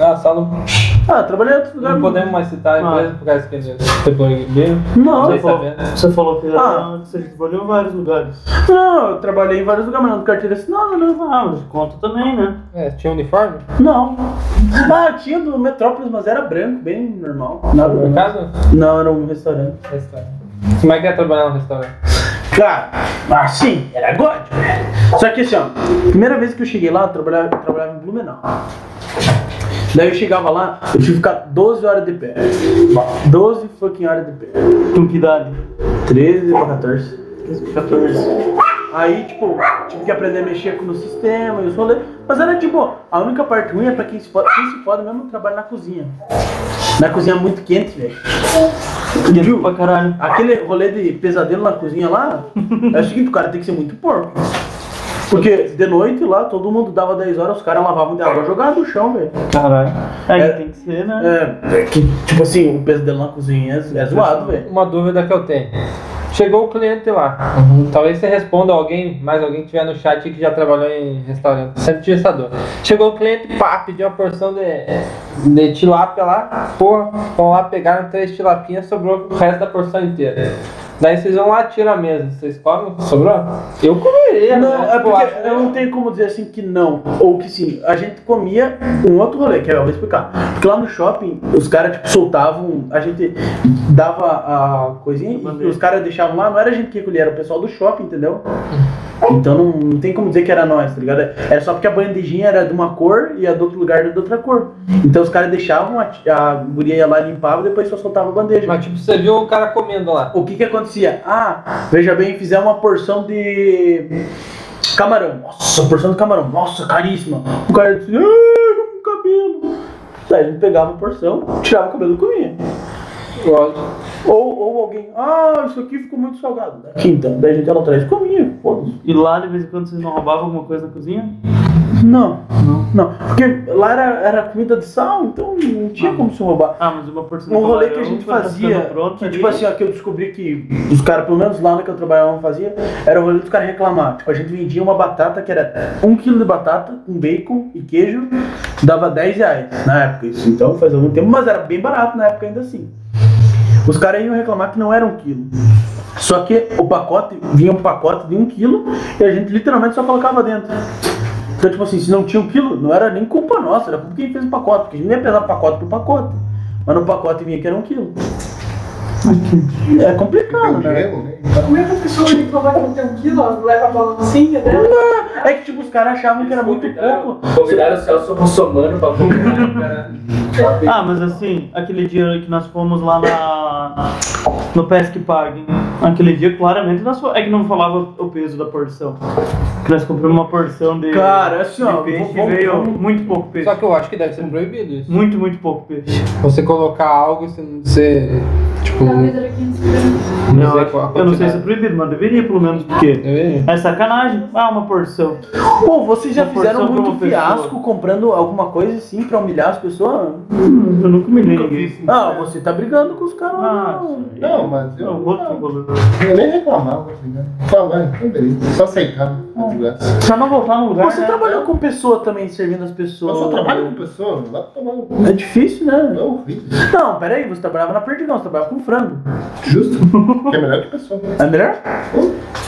Speaker 1: Ah, só não,
Speaker 2: Ah, trabalhei em outro lugar.
Speaker 1: não podemos mais citar a empresa por causa que é você blogueiro.
Speaker 2: Não,
Speaker 1: Fiquei
Speaker 2: eu vou-
Speaker 1: sabendo.
Speaker 3: Você falou que
Speaker 2: Ah.
Speaker 3: ah. você trabalhou em vários lugares.
Speaker 2: Não, eu trabalhei em vários lugares, mas não carteira assinada, né?
Speaker 3: Ah, mas conta também, né?
Speaker 1: É, tinha uniforme?
Speaker 2: Não. Ah, tinha do Metrópolis, mas era branco, bem normal. Nada
Speaker 1: No
Speaker 2: demais.
Speaker 1: mercado?
Speaker 2: Não, era um restaurante.
Speaker 1: Restaurante. Como é que é trabalhar no restaurante?
Speaker 2: Cara, assim, era gótico. Só que assim, ó, primeira vez que eu cheguei lá, eu trabalhava, eu trabalhava em Blumenau. Daí eu chegava lá, eu tive que ficar 12 horas de pé. 12 fucking horas de pé.
Speaker 3: Com que idade?
Speaker 2: 13 pra 14.
Speaker 3: 14.
Speaker 2: Aí, tipo, tive que aprender a mexer com o sistema e os rolês. Mas era de boa. A única parte ruim é pra quem se foda, quem se foda mesmo trabalha na cozinha. Na cozinha é muito quente, velho.
Speaker 3: Quente é pra caralho.
Speaker 2: Aquele rolê de pesadelo na cozinha lá, é o seguinte, o cara tem que ser muito porco. Porque de noite lá, todo mundo dava 10 horas, os caras lavavam de água jogada no chão, velho.
Speaker 3: Caralho. Aí
Speaker 2: É-
Speaker 3: tem que ser, né?
Speaker 2: É, é que, tipo assim, o pesadelo na cozinha é, é zoado, velho.
Speaker 1: Uma dúvida que eu tenho. Chegou o cliente lá. Talvez você responda alguém, mais alguém que tiver no chat que já trabalhou em restaurante. Sempre tive essa dor. Chegou o cliente, pá, pediu uma porção de, de tilápia lá. Porra, vão lá, pegaram três tilapinhas, sobrou o resto da porção inteira. Daí vocês vão lá, tira a mesa. Vocês comem o que sobrou? Eu comeria,
Speaker 2: Não,
Speaker 1: né?
Speaker 2: é
Speaker 1: Tipo, acho
Speaker 2: porque
Speaker 1: que
Speaker 2: eu não tenho como dizer assim que não, ou que sim. A gente comia um outro rolê, que eu vou explicar. Porque lá no shopping, os caras tipo, soltavam, a gente dava a coisinha e os caras deixavam lá, não era a gente que colhia, era o pessoal do shopping, entendeu? Então não, não tem como dizer que era nós, tá ligado? Era só porque a bandejinha era de uma cor e a do outro lugar era de outra cor. Então os caras deixavam, a, a guria ia lá e limpava, depois só soltava a bandeja.
Speaker 1: Mas tipo, você viu o cara comendo lá.
Speaker 2: O que que acontecia? Ah, veja bem, fizeram uma porção de camarão. Nossa, porção de camarão. Nossa, caríssima. O cara disse, ah, com cabelo. Daí a gente pegava a porção, tirava o cabelo e comia. Ou, ou alguém, ah, isso aqui ficou muito salgado. Daí Quinta, daí a gente ia lá atrás e comia. Foda-se.
Speaker 3: E lá, de vez em quando, vocês não roubavam alguma coisa na cozinha?
Speaker 2: Não, não. Porque lá era, era comida de sal, então não tinha como se roubar.
Speaker 3: Ah, mas uma porção de
Speaker 2: Um rolê que a
Speaker 3: camarão
Speaker 2: gente
Speaker 3: foi
Speaker 2: fazia,
Speaker 3: ficando pronto
Speaker 2: que
Speaker 3: ali.
Speaker 2: tipo assim, ó, que eu descobri que os caras, pelo menos lá onde eu trabalhava, não fazia, era o rolê dos caras reclamar. Tipo, a gente vendia uma batata que era um quilo de batata, com bacon e queijo, dava 10 reais na época. Isso então faz algum tempo, mas era bem barato na época ainda assim. Os caras iam reclamar que não era um quilo. Só que o pacote, vinha um pacote de um quilo e a gente literalmente só colocava dentro. Então, tipo assim, se não tinha um quilo, não era nem culpa nossa, era culpa quem fez o pacote, porque a gente não ia pesar pacote por pacote. Mas no pacote vinha que era um quilo. É complicado,
Speaker 4: Tem um
Speaker 2: né?
Speaker 4: gelo, né?
Speaker 7: Como é que a pessoa que trabalha tem um quilo, ela leva a balancinha dela?
Speaker 2: É que tipo, os caras achavam que era muito pouco.
Speaker 5: Convidaram o Celso Russomano pra convidar o cara.
Speaker 3: Ah, mas assim, aquele dia que nós fomos lá na, no Pesque Pague, aquele dia claramente nós fo- é que não falava o peso da porção. Que nós compramos uma porção de,
Speaker 2: Cara, assim,
Speaker 3: de
Speaker 2: ó,
Speaker 3: peixe e
Speaker 2: vamos-
Speaker 3: veio
Speaker 2: vamos-
Speaker 3: muito pouco peixe.
Speaker 1: Só que eu acho que deve ser proibido isso.
Speaker 3: Muito, muito pouco peixe.
Speaker 1: Você colocar algo e você não ser. Tipo, não
Speaker 6: Talvez era 500 gramas.
Speaker 1: não,
Speaker 3: eu, acho- eu não sei se é proibido, mas deveria pelo menos, porque
Speaker 1: Deveria.
Speaker 3: é sacanagem. Ah, uma porção.
Speaker 2: Pô, vocês já
Speaker 3: Uma
Speaker 2: fizeram
Speaker 3: porção pra
Speaker 2: muito
Speaker 3: uma pessoa.
Speaker 2: fiasco comprando alguma coisa assim pra humilhar as pessoas?
Speaker 3: Hum, Eu nunca humilhei ninguém.
Speaker 2: Ah, você tá brigando com os caras.
Speaker 3: É. Ah,
Speaker 2: não.
Speaker 3: isso aí.
Speaker 4: Não, mas eu,
Speaker 3: Não, o outro rolê.
Speaker 2: Ah,
Speaker 4: eu nem reclamava, tá ligado? Reclamava, então beleza. Só aceitava,
Speaker 3: Ah.
Speaker 4: tá ligado?
Speaker 3: Pra não voltar no lugar,
Speaker 2: Você
Speaker 3: né?
Speaker 2: trabalhou com pessoa também, servindo as pessoas.
Speaker 4: Eu só trabalho com pessoa, vai tomar no cu.
Speaker 2: É difícil, né?
Speaker 4: Não, horrível.
Speaker 2: Não, peraí, você trabalhava na Perdigão, você trabalhava com frango.
Speaker 4: Justo. (laughs) Que é melhor que pessoa. né?
Speaker 2: É melhor?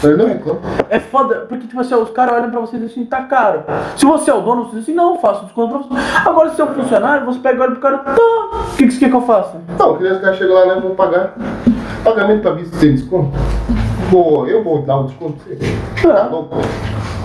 Speaker 4: Eu não reclamo.
Speaker 2: É foda, porque tipo assim, os caras olham pra você e dizem assim, tá caro. Se você é o dono, você diz assim, não, eu faço desconto pra você. Agora se é um funcionário, você pega e olha pro cara, tá, o que, que você quer que eu faça?
Speaker 4: Não, criança que chega lá, né? Vou pagar. Pagamento pra visto sem desconto. Pô, eu vou dar o desconto pra você. Tá
Speaker 2: Tá.
Speaker 4: louco?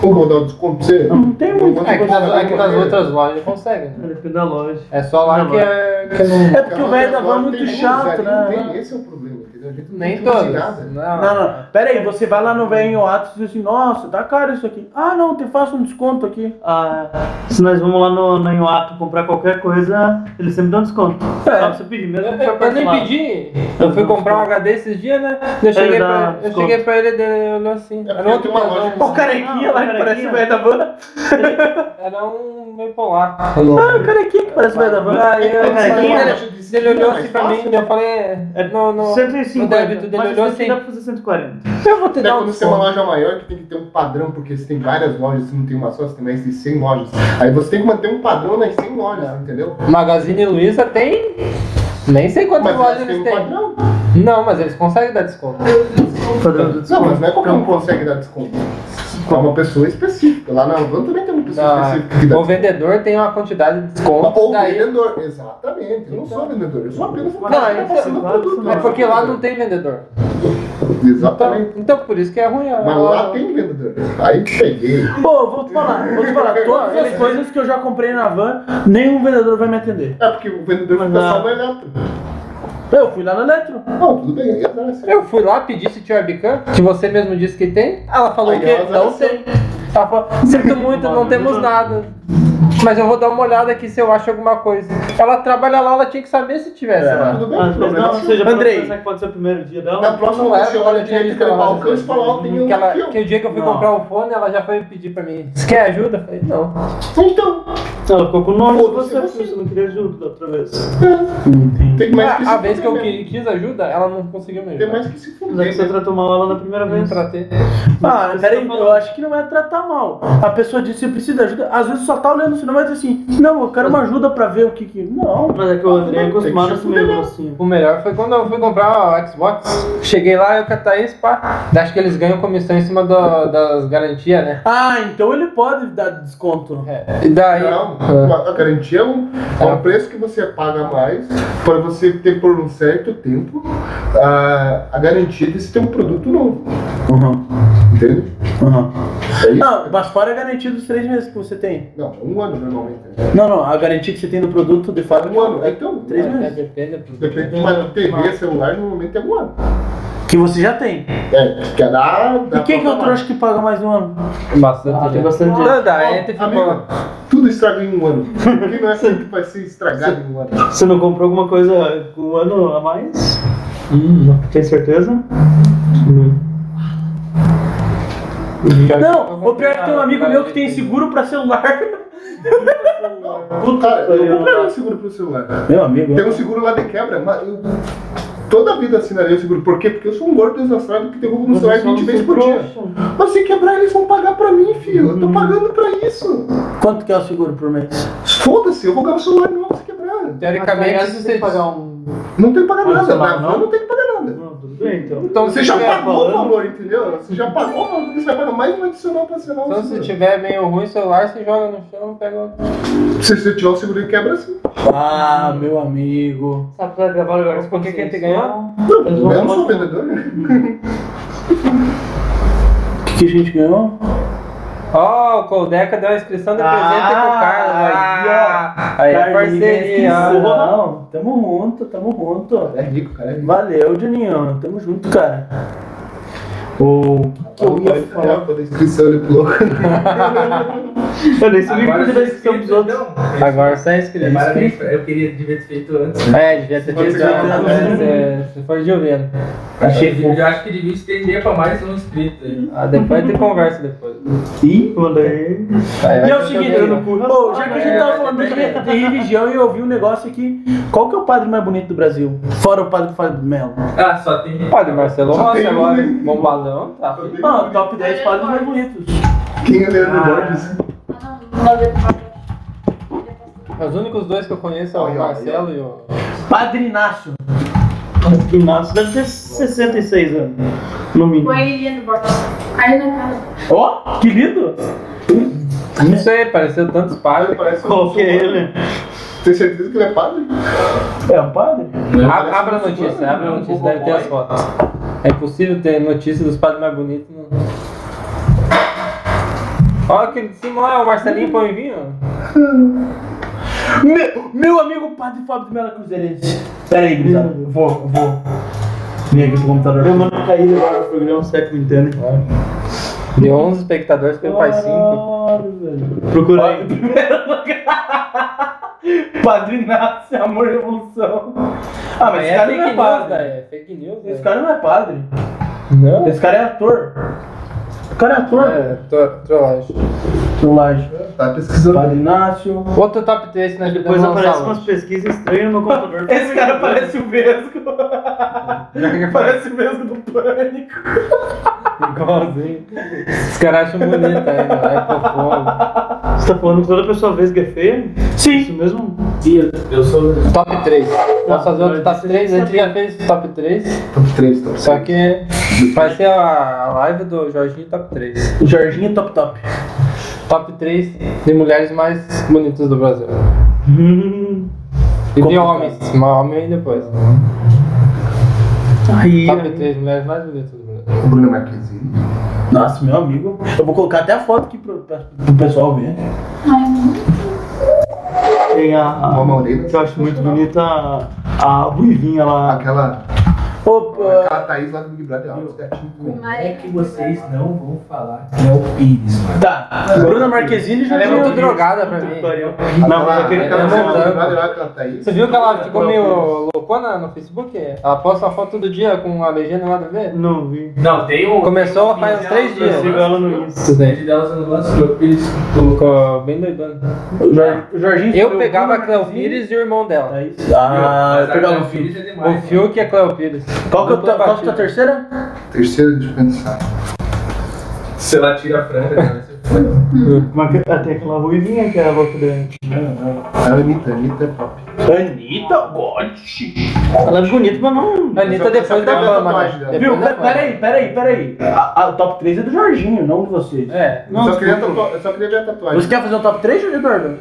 Speaker 4: Como que eu vou dar um desconto pra você?
Speaker 3: Não tem muito.
Speaker 1: É que nas, é que nas outras lojas consegue, né?
Speaker 3: Depende da loja.
Speaker 1: É só lá
Speaker 3: Não,
Speaker 1: que é. Que não...
Speaker 2: É porque o velho da van é muito chato, né?
Speaker 4: Esse é o problema, entendeu? A gente não
Speaker 1: Nem
Speaker 4: tem
Speaker 1: todas.
Speaker 4: nada.
Speaker 1: Não, é
Speaker 2: Não, não. Pera aí, você vai lá no velho em Oates e diz assim, nossa, tá caro isso aqui. Ah, não, te faço um desconto aqui.
Speaker 3: Ah, se nós vamos lá no, no Inhoato comprar qualquer coisa, eles sempre dão desconto.
Speaker 1: É.
Speaker 3: Dá pra você pedir mesmo.
Speaker 1: Eu,
Speaker 3: que
Speaker 1: eu-
Speaker 3: for
Speaker 1: eu nem
Speaker 3: parcelado.
Speaker 1: pedi. Eu fui comprar um HD esses dias, né? Eu cheguei,
Speaker 3: dá
Speaker 1: pra, eu
Speaker 3: desconto.
Speaker 1: cheguei pra ele, ele olhou assim.
Speaker 4: É
Speaker 1: Era
Speaker 4: porque
Speaker 1: outro né?
Speaker 4: tem uma
Speaker 1: casal,
Speaker 4: loja que-
Speaker 2: Ó, o carequinha
Speaker 3: Não,
Speaker 2: lá
Speaker 3: o
Speaker 2: que parece
Speaker 3: carequinha.
Speaker 2: o velho da van.
Speaker 1: Era um meio polar.
Speaker 2: Ah, o carequinha que parece o velho da van.
Speaker 1: Aí eu,
Speaker 3: O carequinha?
Speaker 1: ele, ele olhou assim pra mim e eu falei. No, no, no
Speaker 3: 150.
Speaker 1: débito dele
Speaker 3: mas
Speaker 1: olhou
Speaker 3: isso aqui
Speaker 1: assim.
Speaker 3: dá pra fazer 140.
Speaker 1: Eu vou te
Speaker 4: Até
Speaker 1: dar um
Speaker 4: quando você é uma
Speaker 1: desconto.
Speaker 4: loja maior, que tem que ter um padrão, porque você tem várias lojas, você não tem uma só, você tem mais de 100 lojas. Aí você tem que manter um padrão nas 100
Speaker 1: É.
Speaker 4: lojas, entendeu?
Speaker 1: Magazine Luiza tem. Nem sei quantas
Speaker 4: Mas
Speaker 1: lojas
Speaker 4: você tem
Speaker 1: eles
Speaker 4: um
Speaker 1: têm.
Speaker 4: padrão.
Speaker 1: Não, mas eles conseguem dar desconto.
Speaker 3: Padrão do
Speaker 4: Não,
Speaker 3: desconto.
Speaker 4: mas não é qualquer um que consegue dar desconto. É uma pessoa específica. Lá na Van também tem uma pessoa
Speaker 1: Ah,
Speaker 4: específica que dá
Speaker 1: o vendedor tem uma quantidade de desconto.
Speaker 4: é. Ou
Speaker 1: daí-
Speaker 4: vendedor, exatamente. Eu não sou vendedor, eu sou apenas um
Speaker 3: Não,
Speaker 4: cara que
Speaker 1: então-
Speaker 4: tá passando o produto.
Speaker 1: É porque lá não tem vendedor. Então,
Speaker 4: Exatamente.
Speaker 1: então por isso que é ruim. a-
Speaker 4: Mas lá tem vendedor. Aí peguei.
Speaker 2: Pô, eu vou te falar, vou te falar, todas as coisas que eu já comprei na van, nenhum vendedor vai me atender.
Speaker 4: É porque o vendedor fica
Speaker 3: Mas lá-
Speaker 4: só no eletro.
Speaker 2: Eu fui lá no Eletro.
Speaker 4: Não, tudo bem, é, né? aí atrás.
Speaker 1: Eu fui lá pedir se tinha webcam, que você mesmo disse que tem. Ela falou
Speaker 4: Aí
Speaker 1: que
Speaker 4: ela
Speaker 1: não
Speaker 4: já-
Speaker 1: tem. Ela falou, sinto muito, não temos nada. Mas eu vou dar uma olhada aqui se eu acho alguma coisa. Ela trabalha lá, ela tinha que saber se tivesse lá.
Speaker 4: Tudo bem,
Speaker 2: Ah,
Speaker 3: Às vezes
Speaker 4: problema.
Speaker 3: não, ou seja, pra
Speaker 2: Andrei.
Speaker 3: pensar que pode ser o primeiro dia dela.
Speaker 4: Na próxima
Speaker 1: Não
Speaker 4: você
Speaker 1: era,
Speaker 4: olha
Speaker 1: ela tinha
Speaker 4: direito
Speaker 1: que
Speaker 4: pelo
Speaker 1: falar,
Speaker 4: balcão e fala, ó, tem um
Speaker 1: Que, ela,
Speaker 4: aqui, ó.
Speaker 1: que o dia que eu fui
Speaker 3: Não.
Speaker 1: comprar o fone, ela já foi pedir pra mim: Você quer ajuda? Eu falei: Não.
Speaker 4: Então,
Speaker 3: Ela ficou com o nome.
Speaker 4: Foda-se,
Speaker 3: Você,
Speaker 4: você.
Speaker 3: você não queria ajuda da outra vez.
Speaker 4: tem mais que
Speaker 1: Ah, a, a
Speaker 4: se
Speaker 1: vez que eu
Speaker 4: fuder mesmo.
Speaker 1: qui- quis ajuda, ela não conseguiu me ajudar.
Speaker 4: Tem mais que se
Speaker 3: Mas é que você
Speaker 2: tá
Speaker 4: fuder.
Speaker 3: tratou mal ela na primeira
Speaker 1: Eu não
Speaker 3: vez.
Speaker 1: tratei.
Speaker 2: Ah,
Speaker 4: tá
Speaker 2: peraí, eu acho que não é tratar mal. A pessoa disse, eu preciso de ajuda. Às vezes só tá olhando o cinema e diz assim, não, eu quero uma ajuda pra ver o que que... Não.
Speaker 3: Mas é que o André é acostumado
Speaker 4: Tem
Speaker 3: a
Speaker 4: que
Speaker 3: se
Speaker 4: se fuder
Speaker 3: meio
Speaker 4: mesmo.
Speaker 3: assim.
Speaker 1: O melhor foi quando eu fui comprar o Xbox. Cheguei lá, eu com a Thaís, pá. Acho que eles ganham comissão em cima do- das garantias, né?
Speaker 2: Ah, então ele pode dar desconto.
Speaker 1: É, E daí.
Speaker 4: Não,
Speaker 1: Ah.
Speaker 4: a garantia é um, é um preço que você paga mais para você ter por um certo tempo ah, a, a garantia de se ter um produto novo. Entende? É isso?
Speaker 2: Não, mas fora a garantia dos três meses que você tem.
Speaker 4: Não, é um ano normalmente.
Speaker 2: Não, não, a garantia que você tem no produto de
Speaker 4: É
Speaker 2: fora...
Speaker 4: um ano, então.
Speaker 2: Três
Speaker 1: É,
Speaker 2: meses.
Speaker 1: depende do produto.
Speaker 4: Depende
Speaker 2: Um
Speaker 4: de uma TV, celular, normalmente é um ano.
Speaker 2: Que você já tem.
Speaker 4: É, que é da. da
Speaker 2: E quem que é o trouxa que paga mais um ano?
Speaker 1: Bastante. né?
Speaker 3: Ah, tem
Speaker 1: gente.
Speaker 3: bastante gente.
Speaker 1: Não, daí a gente
Speaker 4: Amigo,
Speaker 1: ficou.
Speaker 4: tudo estraga em um ano. Quem não é assim que vai ser estragado em um ano?
Speaker 3: Você não comprou alguma coisa com um ano a mais? Tem certeza?
Speaker 2: Não, o pior é que tem um amigo meu que tem seguro pra celular.
Speaker 4: Puta, cara, eu compraria um seguro pro celular.
Speaker 2: Meu amigo.
Speaker 4: Tem um seguro lá de quebra, mas eu toda a vida assinaria o seguro. Por quê? Porque eu sou um gordo desastrado que derruba no celular 20 vezes por dia. Mas se quebrar, eles vão pagar pra mim, filho. Eu tô pagando pra isso.
Speaker 2: Quanto que é o seguro por mês?
Speaker 4: Foda-se, eu vou ganhar o celular novo se quebrar.
Speaker 1: Teoricamente,
Speaker 3: Mas
Speaker 1: se
Speaker 3: você tem que pagar
Speaker 1: você.
Speaker 3: um.
Speaker 4: Não tem que pagar
Speaker 3: Mas
Speaker 4: nada.
Speaker 3: celular
Speaker 4: Na
Speaker 3: não?
Speaker 4: van não tem que pagar nada.
Speaker 3: Não, tudo bem, então.
Speaker 1: Então,
Speaker 4: Você
Speaker 1: se
Speaker 4: já
Speaker 1: tiver-
Speaker 4: pagou o
Speaker 3: falando.
Speaker 4: valor, entendeu? Você já pagou o valor, você vai pagar mais um adicional pra assinar o
Speaker 1: Então, se
Speaker 4: seguro.
Speaker 1: tiver meio ruim o celular, você joga no chão e pega outro.
Speaker 4: Se você tiver o seguro de quebra, sim.
Speaker 2: Ah, meu amigo.
Speaker 3: Sabe pra gravar agora?
Speaker 1: Mas por que que a gente ganhou?
Speaker 3: Eles
Speaker 4: Eu
Speaker 3: vão
Speaker 4: não
Speaker 3: tomar-
Speaker 4: sou vendedor.
Speaker 2: O que, que a gente ganhou?
Speaker 1: Ó, o Coldeca deu a inscrição de presente pro Carlos. Ah, aí, é parceria.
Speaker 2: Não, tamo junto, tamo junto.
Speaker 4: É rico, cara. É rico.
Speaker 2: Valeu, Juninho. Tamo junto, cara. O que que eu ia falar?
Speaker 4: É, quando a inscrição ele pulou.
Speaker 3: Eu nem sabia que um podia
Speaker 5: Agora você
Speaker 3: dar inscrição
Speaker 5: é
Speaker 3: pros
Speaker 5: inscrito,
Speaker 3: outros.
Speaker 5: então.
Speaker 1: Agora você é inscrito.
Speaker 5: Parabéns, eu queria devia ter feito antes.
Speaker 1: É, devia ter feito antes, se for de ouvindo. Achei
Speaker 5: Eu já acho que devia estender pra mais um inscrito. aí.
Speaker 1: Ah, depois tem conversa depois.
Speaker 3: Ih, mandei.
Speaker 2: E é o seguinte,
Speaker 3: jogando cu.
Speaker 2: ô, já que a gente
Speaker 5: É,
Speaker 2: tava
Speaker 5: vai
Speaker 2: falando de,
Speaker 5: ter-
Speaker 2: de religião e eu ouvi um negócio aqui, qual que é o padre mais bonito do Brasil? Fora o padre Fábio Melo.
Speaker 5: Ah, só tem.
Speaker 1: Pode, Marcelo,
Speaker 4: Só
Speaker 1: nossa,
Speaker 4: tem um,
Speaker 1: agora,
Speaker 4: né?
Speaker 1: bombadão, tá.
Speaker 2: Ah, top 10 padres mais bonitos.
Speaker 4: (laughs) Quem é Leandro Borges?
Speaker 6: Ah, não, não dá pra-
Speaker 1: Os únicos dois que eu conheço são
Speaker 4: Aí,
Speaker 1: o
Speaker 4: ó,
Speaker 1: Marcelo e o...
Speaker 2: Padre Inácio.
Speaker 3: Inácio deve ter 66 anos, no mínimo.
Speaker 6: Com a Eliane Borges. Aí na casa.
Speaker 2: Ó, que lindo!
Speaker 1: Não sei, pareceu tantos
Speaker 4: Ele
Speaker 1: pais.
Speaker 4: parece um
Speaker 3: Qual que é
Speaker 4: muçulmano.
Speaker 3: ele?
Speaker 4: Tem certeza que ele é padre?
Speaker 2: É um padre?
Speaker 1: A- Abra a notícia, abra
Speaker 4: um
Speaker 1: a notícia, deve ter as fotos. É impossível ter notícia dos padres mais bonitos. não. Olha aquele de cima, olha o Marcelinho Pão e Vinho.
Speaker 2: Meu, meu amigo Padre Fábio de Melo Cruzeirense. Pera aí, gurizada. Eu Vou, eu vou. Vem aqui pro computador.
Speaker 3: Hum. Eu mando cair agora no programa é Seco Interno.
Speaker 1: Deu 11 espectadores pelo Pai 5.
Speaker 2: Caralho, velho.
Speaker 3: Procura aí.
Speaker 2: Padre Nasce, Amor e Revolução. Ah, mas
Speaker 1: Mas
Speaker 2: esse
Speaker 1: é
Speaker 2: cara não
Speaker 1: fake
Speaker 2: é
Speaker 1: news,
Speaker 2: padre.
Speaker 1: né? É fake news.
Speaker 2: Esse
Speaker 1: né?
Speaker 2: cara não é padre.
Speaker 1: Não.
Speaker 2: Esse cara é ator. O cara é ator.
Speaker 1: É, tro- trollagem.
Speaker 2: Trollagem.
Speaker 4: Tá pesquisando.
Speaker 2: Padre Inácio.
Speaker 1: Outro top 3 que nós
Speaker 3: Depois
Speaker 1: podemos lançar
Speaker 3: aparecem umas
Speaker 1: hoje.
Speaker 3: pesquisas estranhas no meu computador. (laughs)
Speaker 2: Esse cara parece o
Speaker 1: (laughs)
Speaker 2: Vesgo. parece o Vesgo do Pânico.
Speaker 1: Igualzinho. Os caras acham bonito ainda, vai pro fogo.
Speaker 3: Você tá falando que toda pessoa vez que é feia? Isso
Speaker 2: Sim.
Speaker 3: mesmo?
Speaker 5: Eu sou.
Speaker 1: Top 3. Posso fazer outro
Speaker 3: vai
Speaker 1: top 3? A gente já fez top 3.
Speaker 4: Top 3, top
Speaker 1: Só que vai ser a a live do Jorginho top 3.
Speaker 2: O Jorginho Top Top.
Speaker 1: Top 3 de mulheres mais bonitas do Brasil. E de homens, mas homem vem depois.
Speaker 3: Aí.
Speaker 1: Top 3 mulheres mais bonitas do Brasil.
Speaker 4: O Bruno Marquezine.
Speaker 2: Nossa, meu amigo. Eu vou colocar até a foto aqui pro, pra- pro pessoal ver.
Speaker 3: Tem a. a-
Speaker 4: Uma Maurina.
Speaker 3: Que eu acho muito bonita a, a Ruivinha lá.
Speaker 4: Aquela.
Speaker 2: Opa.
Speaker 4: Aquela Thaís lá do Big Brother. Ela certinho com.
Speaker 5: É que vocês não vão falar que é o Pires, mano.
Speaker 2: Tá. Bruna Marquezine já
Speaker 1: Ela é
Speaker 2: tinha-
Speaker 1: muito drogada pra mim.
Speaker 3: Pariu. Não,
Speaker 4: Aquela-
Speaker 3: mas aquele
Speaker 1: ela
Speaker 4: Aquela
Speaker 3: cara
Speaker 1: não
Speaker 4: moça do
Speaker 1: dá.
Speaker 4: Big Brother lá, aquela Thaís.
Speaker 1: Você viu que ela ficou meio loucona no Facebook? Ela posta uma foto todo dia com a legenda nada a ver?
Speaker 3: Não vi.
Speaker 5: Não, tem um.
Speaker 1: Começou
Speaker 5: tem um
Speaker 1: faz uns três
Speaker 5: vídeo dela
Speaker 1: dias.
Speaker 3: Sigo
Speaker 5: usando
Speaker 3: ela no Insta.
Speaker 5: lance. O vídeo dela usando lance do Pires.
Speaker 1: Ficou bem doidona.
Speaker 2: O Jor- o Jorginho.
Speaker 1: Eu
Speaker 2: Bruna
Speaker 1: pegava a Cleo
Speaker 2: Marquezine.
Speaker 1: Pires e o irmão dela.
Speaker 2: Tá isso. Ah, eu pegava
Speaker 5: pegar
Speaker 2: o filho.
Speaker 5: é demais.
Speaker 1: O Fiuk e a Cleo Pires.
Speaker 2: Qual que é o teu-
Speaker 1: Dupla
Speaker 2: qual que é a tua
Speaker 1: partida.
Speaker 2: terceira?
Speaker 4: Terceiro, deixa eu pensar.
Speaker 5: mano. Se ela tira a franja, né? você foi.
Speaker 3: Como é que- ah, Tem aquela Ruivinha que é a boca grande.
Speaker 4: Ela é Anitta, Anitta é pop.
Speaker 2: Anitta Gotti.
Speaker 3: Ela é bonita, mas não.
Speaker 1: A Anitta
Speaker 4: Essa-
Speaker 1: depois
Speaker 4: essa
Speaker 1: da
Speaker 4: é a
Speaker 1: fama,
Speaker 4: tatuagem
Speaker 1: né?
Speaker 4: dela.
Speaker 1: Depois
Speaker 2: Viu?
Speaker 1: da
Speaker 2: Pe-
Speaker 1: fama.
Speaker 2: Peraí, peraí, peraí. A, a- o top 3 é do Jorginho, não de vocês.
Speaker 1: É.
Speaker 4: Eu
Speaker 3: tipo,
Speaker 4: só queria tatua- eu só queria ver a tatuagem.
Speaker 2: Você quer fazer o top 3, Eduardo?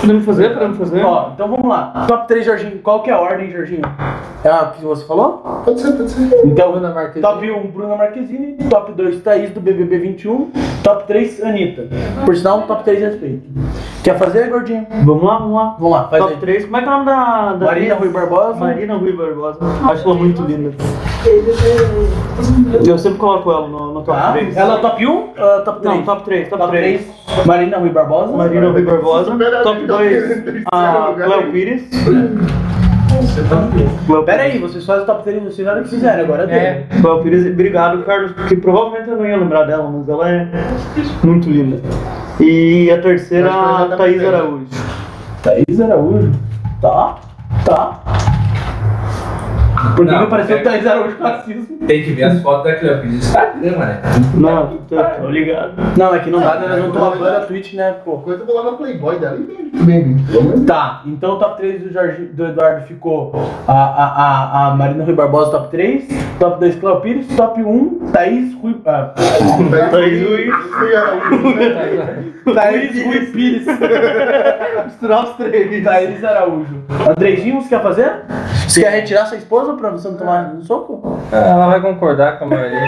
Speaker 3: Podemos fazer? Podemos fazer?
Speaker 2: Ó, então vamos lá. Top 3, Jorginho. Qual que é a ordem, Jorginho? É a que você falou?
Speaker 4: Pode ser, pode ser.
Speaker 2: Então,
Speaker 1: Bruna Marquezine.
Speaker 2: top 1, Bruna Marquezine. Top 2, Thaís do BBB 21. Top 3, Anitta. Por sinal, um top 3 respeito. Quer fazer, gordinho?
Speaker 3: Vamos lá, vamos lá.
Speaker 2: Vamos lá, faz
Speaker 3: Top
Speaker 2: aí.
Speaker 3: 3. Como é que é o nome da. da
Speaker 2: Marina Rui Barbosa.
Speaker 3: Marina Rui Barbosa. Acho ela muito linda.
Speaker 7: Ele
Speaker 3: Eu sempre coloco ela no, no top
Speaker 2: Tá?
Speaker 3: 3.
Speaker 2: Ela é top 1 ou top 3?
Speaker 3: Não, top 3, top,
Speaker 2: Top
Speaker 3: 3.
Speaker 2: 3, Marina Rui Barbosa.
Speaker 3: Marina Rui Barbosa.
Speaker 4: Primeira
Speaker 3: Top
Speaker 4: vez,
Speaker 3: 2,
Speaker 4: terceiro
Speaker 3: a
Speaker 4: lugar. tá
Speaker 3: Cléo Ah, Pires. Cléo
Speaker 2: Pera aí, vocês fazem o top 3 vocês na hora que fizeram, agora é dele.
Speaker 3: Pires. Cléo Pires, obrigado, Carlos, porque provavelmente eu não ia lembrar dela, mas ela é muito linda. E a terceira,
Speaker 4: Acho que ela já
Speaker 3: a
Speaker 4: tá
Speaker 3: Thaís
Speaker 4: bem.
Speaker 3: Araújo.
Speaker 2: Thaís Araújo. Tá, tá. Por que
Speaker 5: Não,
Speaker 2: que apareceu
Speaker 4: é.
Speaker 5: pega-
Speaker 2: Thaís Araújo com racismo?
Speaker 5: Tem que ver as fotos da Cleo Pires Tá, né, no Instagram, mano.
Speaker 3: Não, tô, tô ligado.
Speaker 2: Não, é que não dá, né? Nós
Speaker 4: não
Speaker 2: não
Speaker 4: tô
Speaker 2: tomamos
Speaker 4: lavando
Speaker 2: banho
Speaker 4: a
Speaker 2: a Twitch, né, pô.
Speaker 4: Coisa eu vou lá na Playboy dela e vejo também, viu? Pelo menos.
Speaker 2: Tá, então o top 3 do, Jorge, do Eduardo ficou a, a, a, a Marina Rui Barbosa, top 3, top 2 Cléo Pires, top 1 Thaís Rui, ah,
Speaker 4: Thaís Rui. Rui Araújo, né?
Speaker 2: (laughs) Thaís Rui Pires,
Speaker 3: Misturar os três.
Speaker 2: Thaís Araújo. Andrezinho, você quer fazer? Você quer retirar sua esposa pra você não tomar um soco?
Speaker 1: Ela vai concordar com a
Speaker 2: (laughs)
Speaker 1: maioria.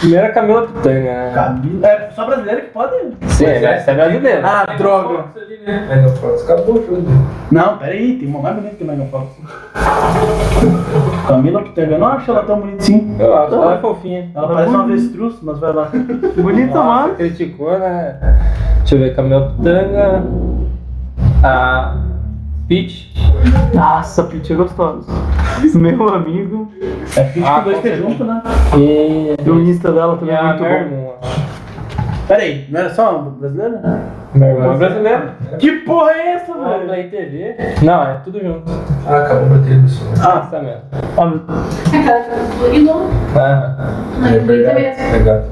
Speaker 1: Primeiro a Camila Pitanga, né?
Speaker 2: Cabelo. É só brasileiro que pode?
Speaker 1: Sim, essa é brasileira.
Speaker 2: Ah, droga.
Speaker 5: Fox ali, né? Mas não, Fox acabou o jogo.
Speaker 2: Não, peraí, tem uma mais bonita que a Megan Fox. Camila Pitanga, eu não acho ela tão bonita sim.
Speaker 1: Eu acho, ela é fofinha.
Speaker 2: Ela parece uma avestruz, mas vai lá.
Speaker 3: Bonita, mas.
Speaker 1: Criticou, né? Deixa eu ver, Camila Pitanga. A Peach.
Speaker 3: Nossa, Pitty é gostosa. Meu amigo.
Speaker 2: É fit
Speaker 1: Ah,
Speaker 2: que dois
Speaker 1: com
Speaker 2: ter
Speaker 1: certeza.
Speaker 2: junto, né?
Speaker 1: E,
Speaker 3: E o Insta dela também
Speaker 1: e
Speaker 3: é
Speaker 1: a
Speaker 3: muito
Speaker 1: minha
Speaker 3: bom.
Speaker 1: irmã.
Speaker 2: Peraí, não era só uma brasileira?
Speaker 1: Minha irmã é brasileira.
Speaker 2: Que porra é essa,
Speaker 1: Ah,
Speaker 2: velho?
Speaker 1: Play TV. Não, é tudo junto.
Speaker 5: Ah, acabou o roteiro do som.
Speaker 2: Ah,
Speaker 1: Essa mesmo.
Speaker 3: Ah, mas-
Speaker 6: Aquela que eu não
Speaker 1: Ah,
Speaker 5: É
Speaker 6: Aí eu fui também.
Speaker 5: Obrigado.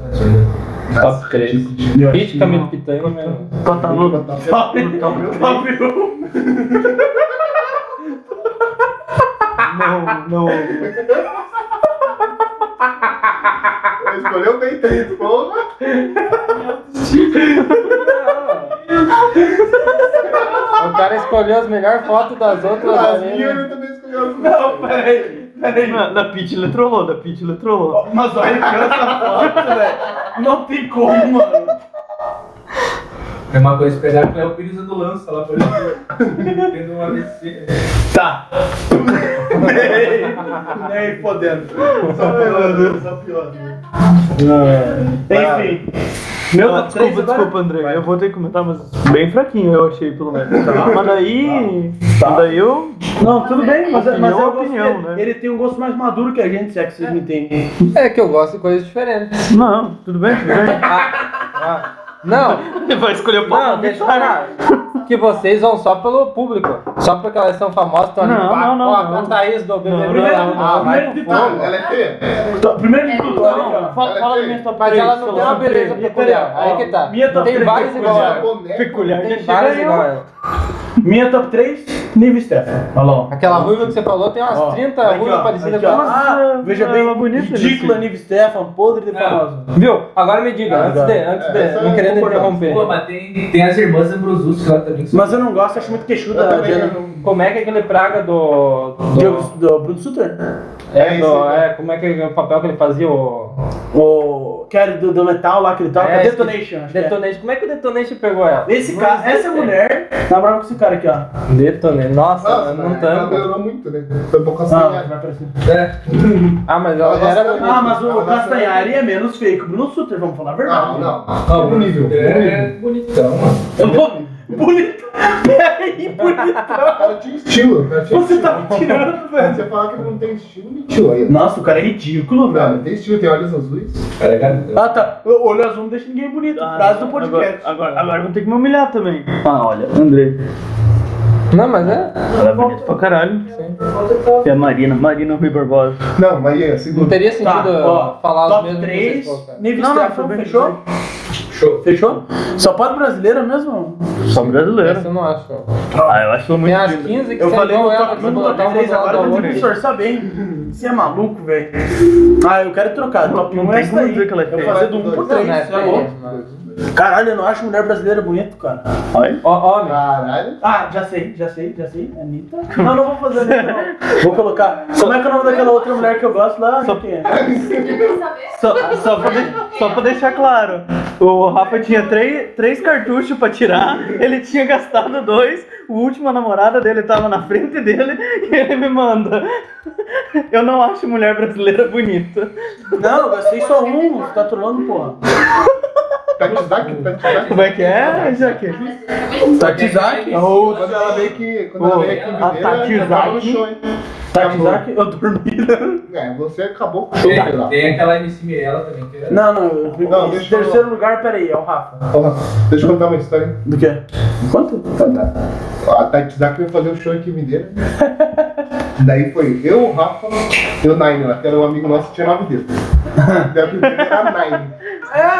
Speaker 5: tá
Speaker 1: top 3. Peach, Camila Pitanga, minha irmã.
Speaker 3: Tá, tá no
Speaker 2: top top um.
Speaker 3: Não, não.
Speaker 4: Escolheu bem tá? três, porra.
Speaker 1: O cara escolheu as melhores fotos das outras.
Speaker 4: As
Speaker 1: ali, né?
Speaker 4: é. minhas eu também escolheu as
Speaker 2: Não, peraí.
Speaker 3: Na, na Pitila trollou, na Pitila trollou.
Speaker 2: Mas olha que
Speaker 3: tá
Speaker 2: essa foto, velho. Não tem como, mano.
Speaker 5: É uma coisa pegar a Cléo Pires do lança lá, por exemplo. (laughs) Tendo um AVC.
Speaker 2: Tá. Nem podendo. Só
Speaker 4: né?
Speaker 2: piorando, só piorando.
Speaker 1: É.
Speaker 2: Enfim. Meu
Speaker 3: Ah,
Speaker 2: top três
Speaker 3: desculpa,
Speaker 2: agora?
Speaker 3: desculpa, André. Eu vou ter que comentar, mas bem fraquinho eu achei, pelo menos. Mas daí. Daí eu.
Speaker 2: Não, tudo bem, mas, é, mas
Speaker 3: Minha
Speaker 2: eu gosto
Speaker 3: opinião,
Speaker 2: dele.
Speaker 3: né?
Speaker 2: Ele tem um gosto mais maduro que a gente, se é que vocês me entendem.
Speaker 1: É que eu gosto de coisas diferentes.
Speaker 3: Não, tudo bem, tudo bem.
Speaker 1: (laughs) Não,
Speaker 3: Você (laughs) vai escolher o
Speaker 1: não,
Speaker 3: palco.
Speaker 1: deixa eu falar. Que vocês vão só pelo público. Só porque elas são famosas, estão ali.
Speaker 3: Não,
Speaker 1: pá,
Speaker 3: não, não,
Speaker 1: ó,
Speaker 3: não.
Speaker 1: a Thaís do BBB.
Speaker 3: Não,
Speaker 2: Primeiro,
Speaker 1: lá, ah, vai
Speaker 2: primeiro de
Speaker 1: pro fundo.
Speaker 2: tudo.
Speaker 4: Mano, ela é feia. é
Speaker 2: Tá, Primeiro de tudo,
Speaker 3: Não,
Speaker 2: olha,
Speaker 3: fala, fala do meu top
Speaker 1: Mas
Speaker 3: três,
Speaker 1: ela não tem
Speaker 3: Solano.
Speaker 1: uma beleza
Speaker 2: Peraí,
Speaker 1: peculiar.
Speaker 2: ó,
Speaker 1: Aí que tá.
Speaker 2: minha top
Speaker 1: Tem
Speaker 2: três
Speaker 1: vários igual
Speaker 2: peculiar.
Speaker 1: ela.
Speaker 4: Boneco.
Speaker 3: Peculiar, já
Speaker 1: Tem
Speaker 3: chega
Speaker 1: vários
Speaker 3: eu.
Speaker 1: igual ela.
Speaker 2: minha top 3, Nive Stefan. Olha lá.
Speaker 1: Aquela ruiva que você falou tem
Speaker 2: Ó,
Speaker 1: umas 30
Speaker 2: aqui, ó,
Speaker 1: ruivas parecidas
Speaker 2: aqui,
Speaker 1: com
Speaker 2: ó.
Speaker 1: ela.
Speaker 2: Ah, veja
Speaker 3: ela
Speaker 2: bem,
Speaker 3: é bonita,
Speaker 2: ridícula
Speaker 3: né,
Speaker 2: Nive Stefan, podre de
Speaker 5: Não.
Speaker 2: famosa.
Speaker 1: Viu? Agora me diga,
Speaker 2: Ah,
Speaker 1: antes de,
Speaker 2: agora.
Speaker 1: antes
Speaker 4: É,
Speaker 1: de,
Speaker 4: essa
Speaker 1: não
Speaker 4: é
Speaker 1: querendo
Speaker 4: concordância.
Speaker 1: interromper.
Speaker 5: Pô, mas tem, tem as irmãs Ambrosus lá também. que são-
Speaker 2: Mas eu não gosto, acho muito queixuda.
Speaker 4: Eu
Speaker 2: a
Speaker 4: também né?
Speaker 2: Diana.
Speaker 4: não-
Speaker 1: Como é que aquele praga do. do-
Speaker 2: Diogo- Do Bruno Sutter.
Speaker 1: é, do-
Speaker 4: É esse,
Speaker 1: é, como é que é o papel que ele fazia? O.
Speaker 2: O. Que era do, do metal lá que ele toca.
Speaker 1: É, esse-
Speaker 2: Detonation, acho que Ah, é.
Speaker 1: Detonation. Como é que o Detonation pegou ela?
Speaker 2: Esse cara, essa mulher namorava com esse cara aqui, ó.
Speaker 1: Detonation. Nossa, não
Speaker 4: Nossa,
Speaker 2: é,
Speaker 4: né? ela
Speaker 2: tá
Speaker 1: tanto.
Speaker 4: melhorou muito, né? Foi um pouco assim.
Speaker 2: Ah,
Speaker 4: né?
Speaker 2: vai aparecer.
Speaker 5: É.
Speaker 1: Ah, mas ela já era
Speaker 4: Ela
Speaker 1: bonita.
Speaker 4: gosta-
Speaker 2: Ah, mas o
Speaker 4: Ela
Speaker 2: Castanhari é menos feio que o Bruno Sutter, vamos falar a verdade.
Speaker 4: Não, Ah, não.
Speaker 5: Ó,
Speaker 4: Bom nível. bom
Speaker 5: É,
Speaker 4: nível.
Speaker 5: é bonitão, mano.
Speaker 2: Ô, Bonito. Peraí, bonitão.
Speaker 4: Ela tinha estilo. Ela tinha
Speaker 2: Você
Speaker 4: estilo.
Speaker 2: tá me tirando, velho.
Speaker 4: Você falar que ele não tem estilo, mentiu aí.
Speaker 2: Nossa, o cara é ridículo,
Speaker 4: Não,
Speaker 2: velho.
Speaker 4: não tem estilo, tem olhos azuis.
Speaker 5: Cara, é garotão.
Speaker 2: Ah, tá. O olho azul não deixa ninguém bonito. Frase do podcast.
Speaker 3: Ah, Agora, agora eu vou ter que me humilhar também. Ah, olha, André.
Speaker 1: Não, mas é.
Speaker 3: Ela é bonita pra caralho. E a Marina, Marina Rui Barbosa.
Speaker 4: Não, mas e aí,
Speaker 1: Não
Speaker 4: segura.
Speaker 1: teria sentido falar os
Speaker 2: Tá, top
Speaker 1: mesmos que vocês
Speaker 2: 3,
Speaker 1: colocaram.
Speaker 2: Nive
Speaker 3: Não, não,
Speaker 2: Stefan,
Speaker 3: tudo bem,
Speaker 2: fechou?
Speaker 5: Show.
Speaker 2: Fechou? Só pode brasileira mesmo?
Speaker 3: Só brasileira.
Speaker 1: Essa eu não acho.
Speaker 3: Ah, eu acho que
Speaker 1: Tem
Speaker 3: ela muito
Speaker 1: as
Speaker 3: linda.
Speaker 1: 15 que
Speaker 2: Eu
Speaker 1: você
Speaker 2: falei
Speaker 1: não
Speaker 2: no
Speaker 1: ela,
Speaker 2: top
Speaker 1: que você
Speaker 2: 1, no
Speaker 1: botar
Speaker 2: top
Speaker 1: um do
Speaker 2: 3,
Speaker 1: lado
Speaker 2: agora
Speaker 1: da
Speaker 2: eu vou
Speaker 1: outra.
Speaker 2: ter que forçar bem. Você é maluco, velho. Ah, eu quero trocar. Top
Speaker 3: Não
Speaker 2: 1
Speaker 3: tem
Speaker 2: é essa
Speaker 3: como
Speaker 2: daí.
Speaker 3: dizer que ela é
Speaker 2: Eu vou
Speaker 3: feia.
Speaker 2: fazer do 1 pro
Speaker 4: Não,
Speaker 2: 3,
Speaker 1: Não, é
Speaker 2: você é louco.
Speaker 1: feia, mas-
Speaker 2: Caralho, eu não acho mulher brasileira bonito, cara.
Speaker 3: Olha.
Speaker 1: Ó, Homem.
Speaker 4: Caralho.
Speaker 2: Ah, já sei, já sei, já sei. Anitta? Não, não vou fazer Anitta, não. Vou colocar. Como é que é o nome daquela outra mulher que eu gosto lá? Só quem é?
Speaker 6: Quer saber?
Speaker 3: Só, só, pra de- só pra deixar claro, o Rafa tinha três, três cartuchos pra tirar, ele tinha gastado dois, o último a namorada dele tava na frente dele e ele me manda. Eu não acho mulher brasileira bonita.
Speaker 2: Não, eu gastei só um. Você tá trolando, porra.
Speaker 4: Tatizac, Tatizac.
Speaker 3: Como é que é, Jaque?
Speaker 4: Ah,
Speaker 5: é,
Speaker 2: Tatizaki?
Speaker 4: Quando ela veio aqui, quando
Speaker 3: Ô,
Speaker 4: ela veio aqui,
Speaker 5: a
Speaker 4: em Videira,
Speaker 3: Tatizaki-
Speaker 4: acabou o show, hein?
Speaker 2: Tatizaki? Eu dormi. né?
Speaker 4: É, você acabou com o show, sei lá.
Speaker 5: Tem, tem aquela MC Mirella também, que era.
Speaker 2: Não, não. eu-
Speaker 4: Não,
Speaker 2: em
Speaker 4: deixa eu
Speaker 2: terceiro lugar, peraí, é o Rafa.
Speaker 4: Ó, Deixa eu contar uma história.
Speaker 2: Do quê? Quanto?
Speaker 4: A Tatizaki veio fazer um show aqui em Videira. Daí foi eu, o Rafa e o Nine lá, que era um amigo nosso que tinha nove dedos. Daí a primeira era a Nine.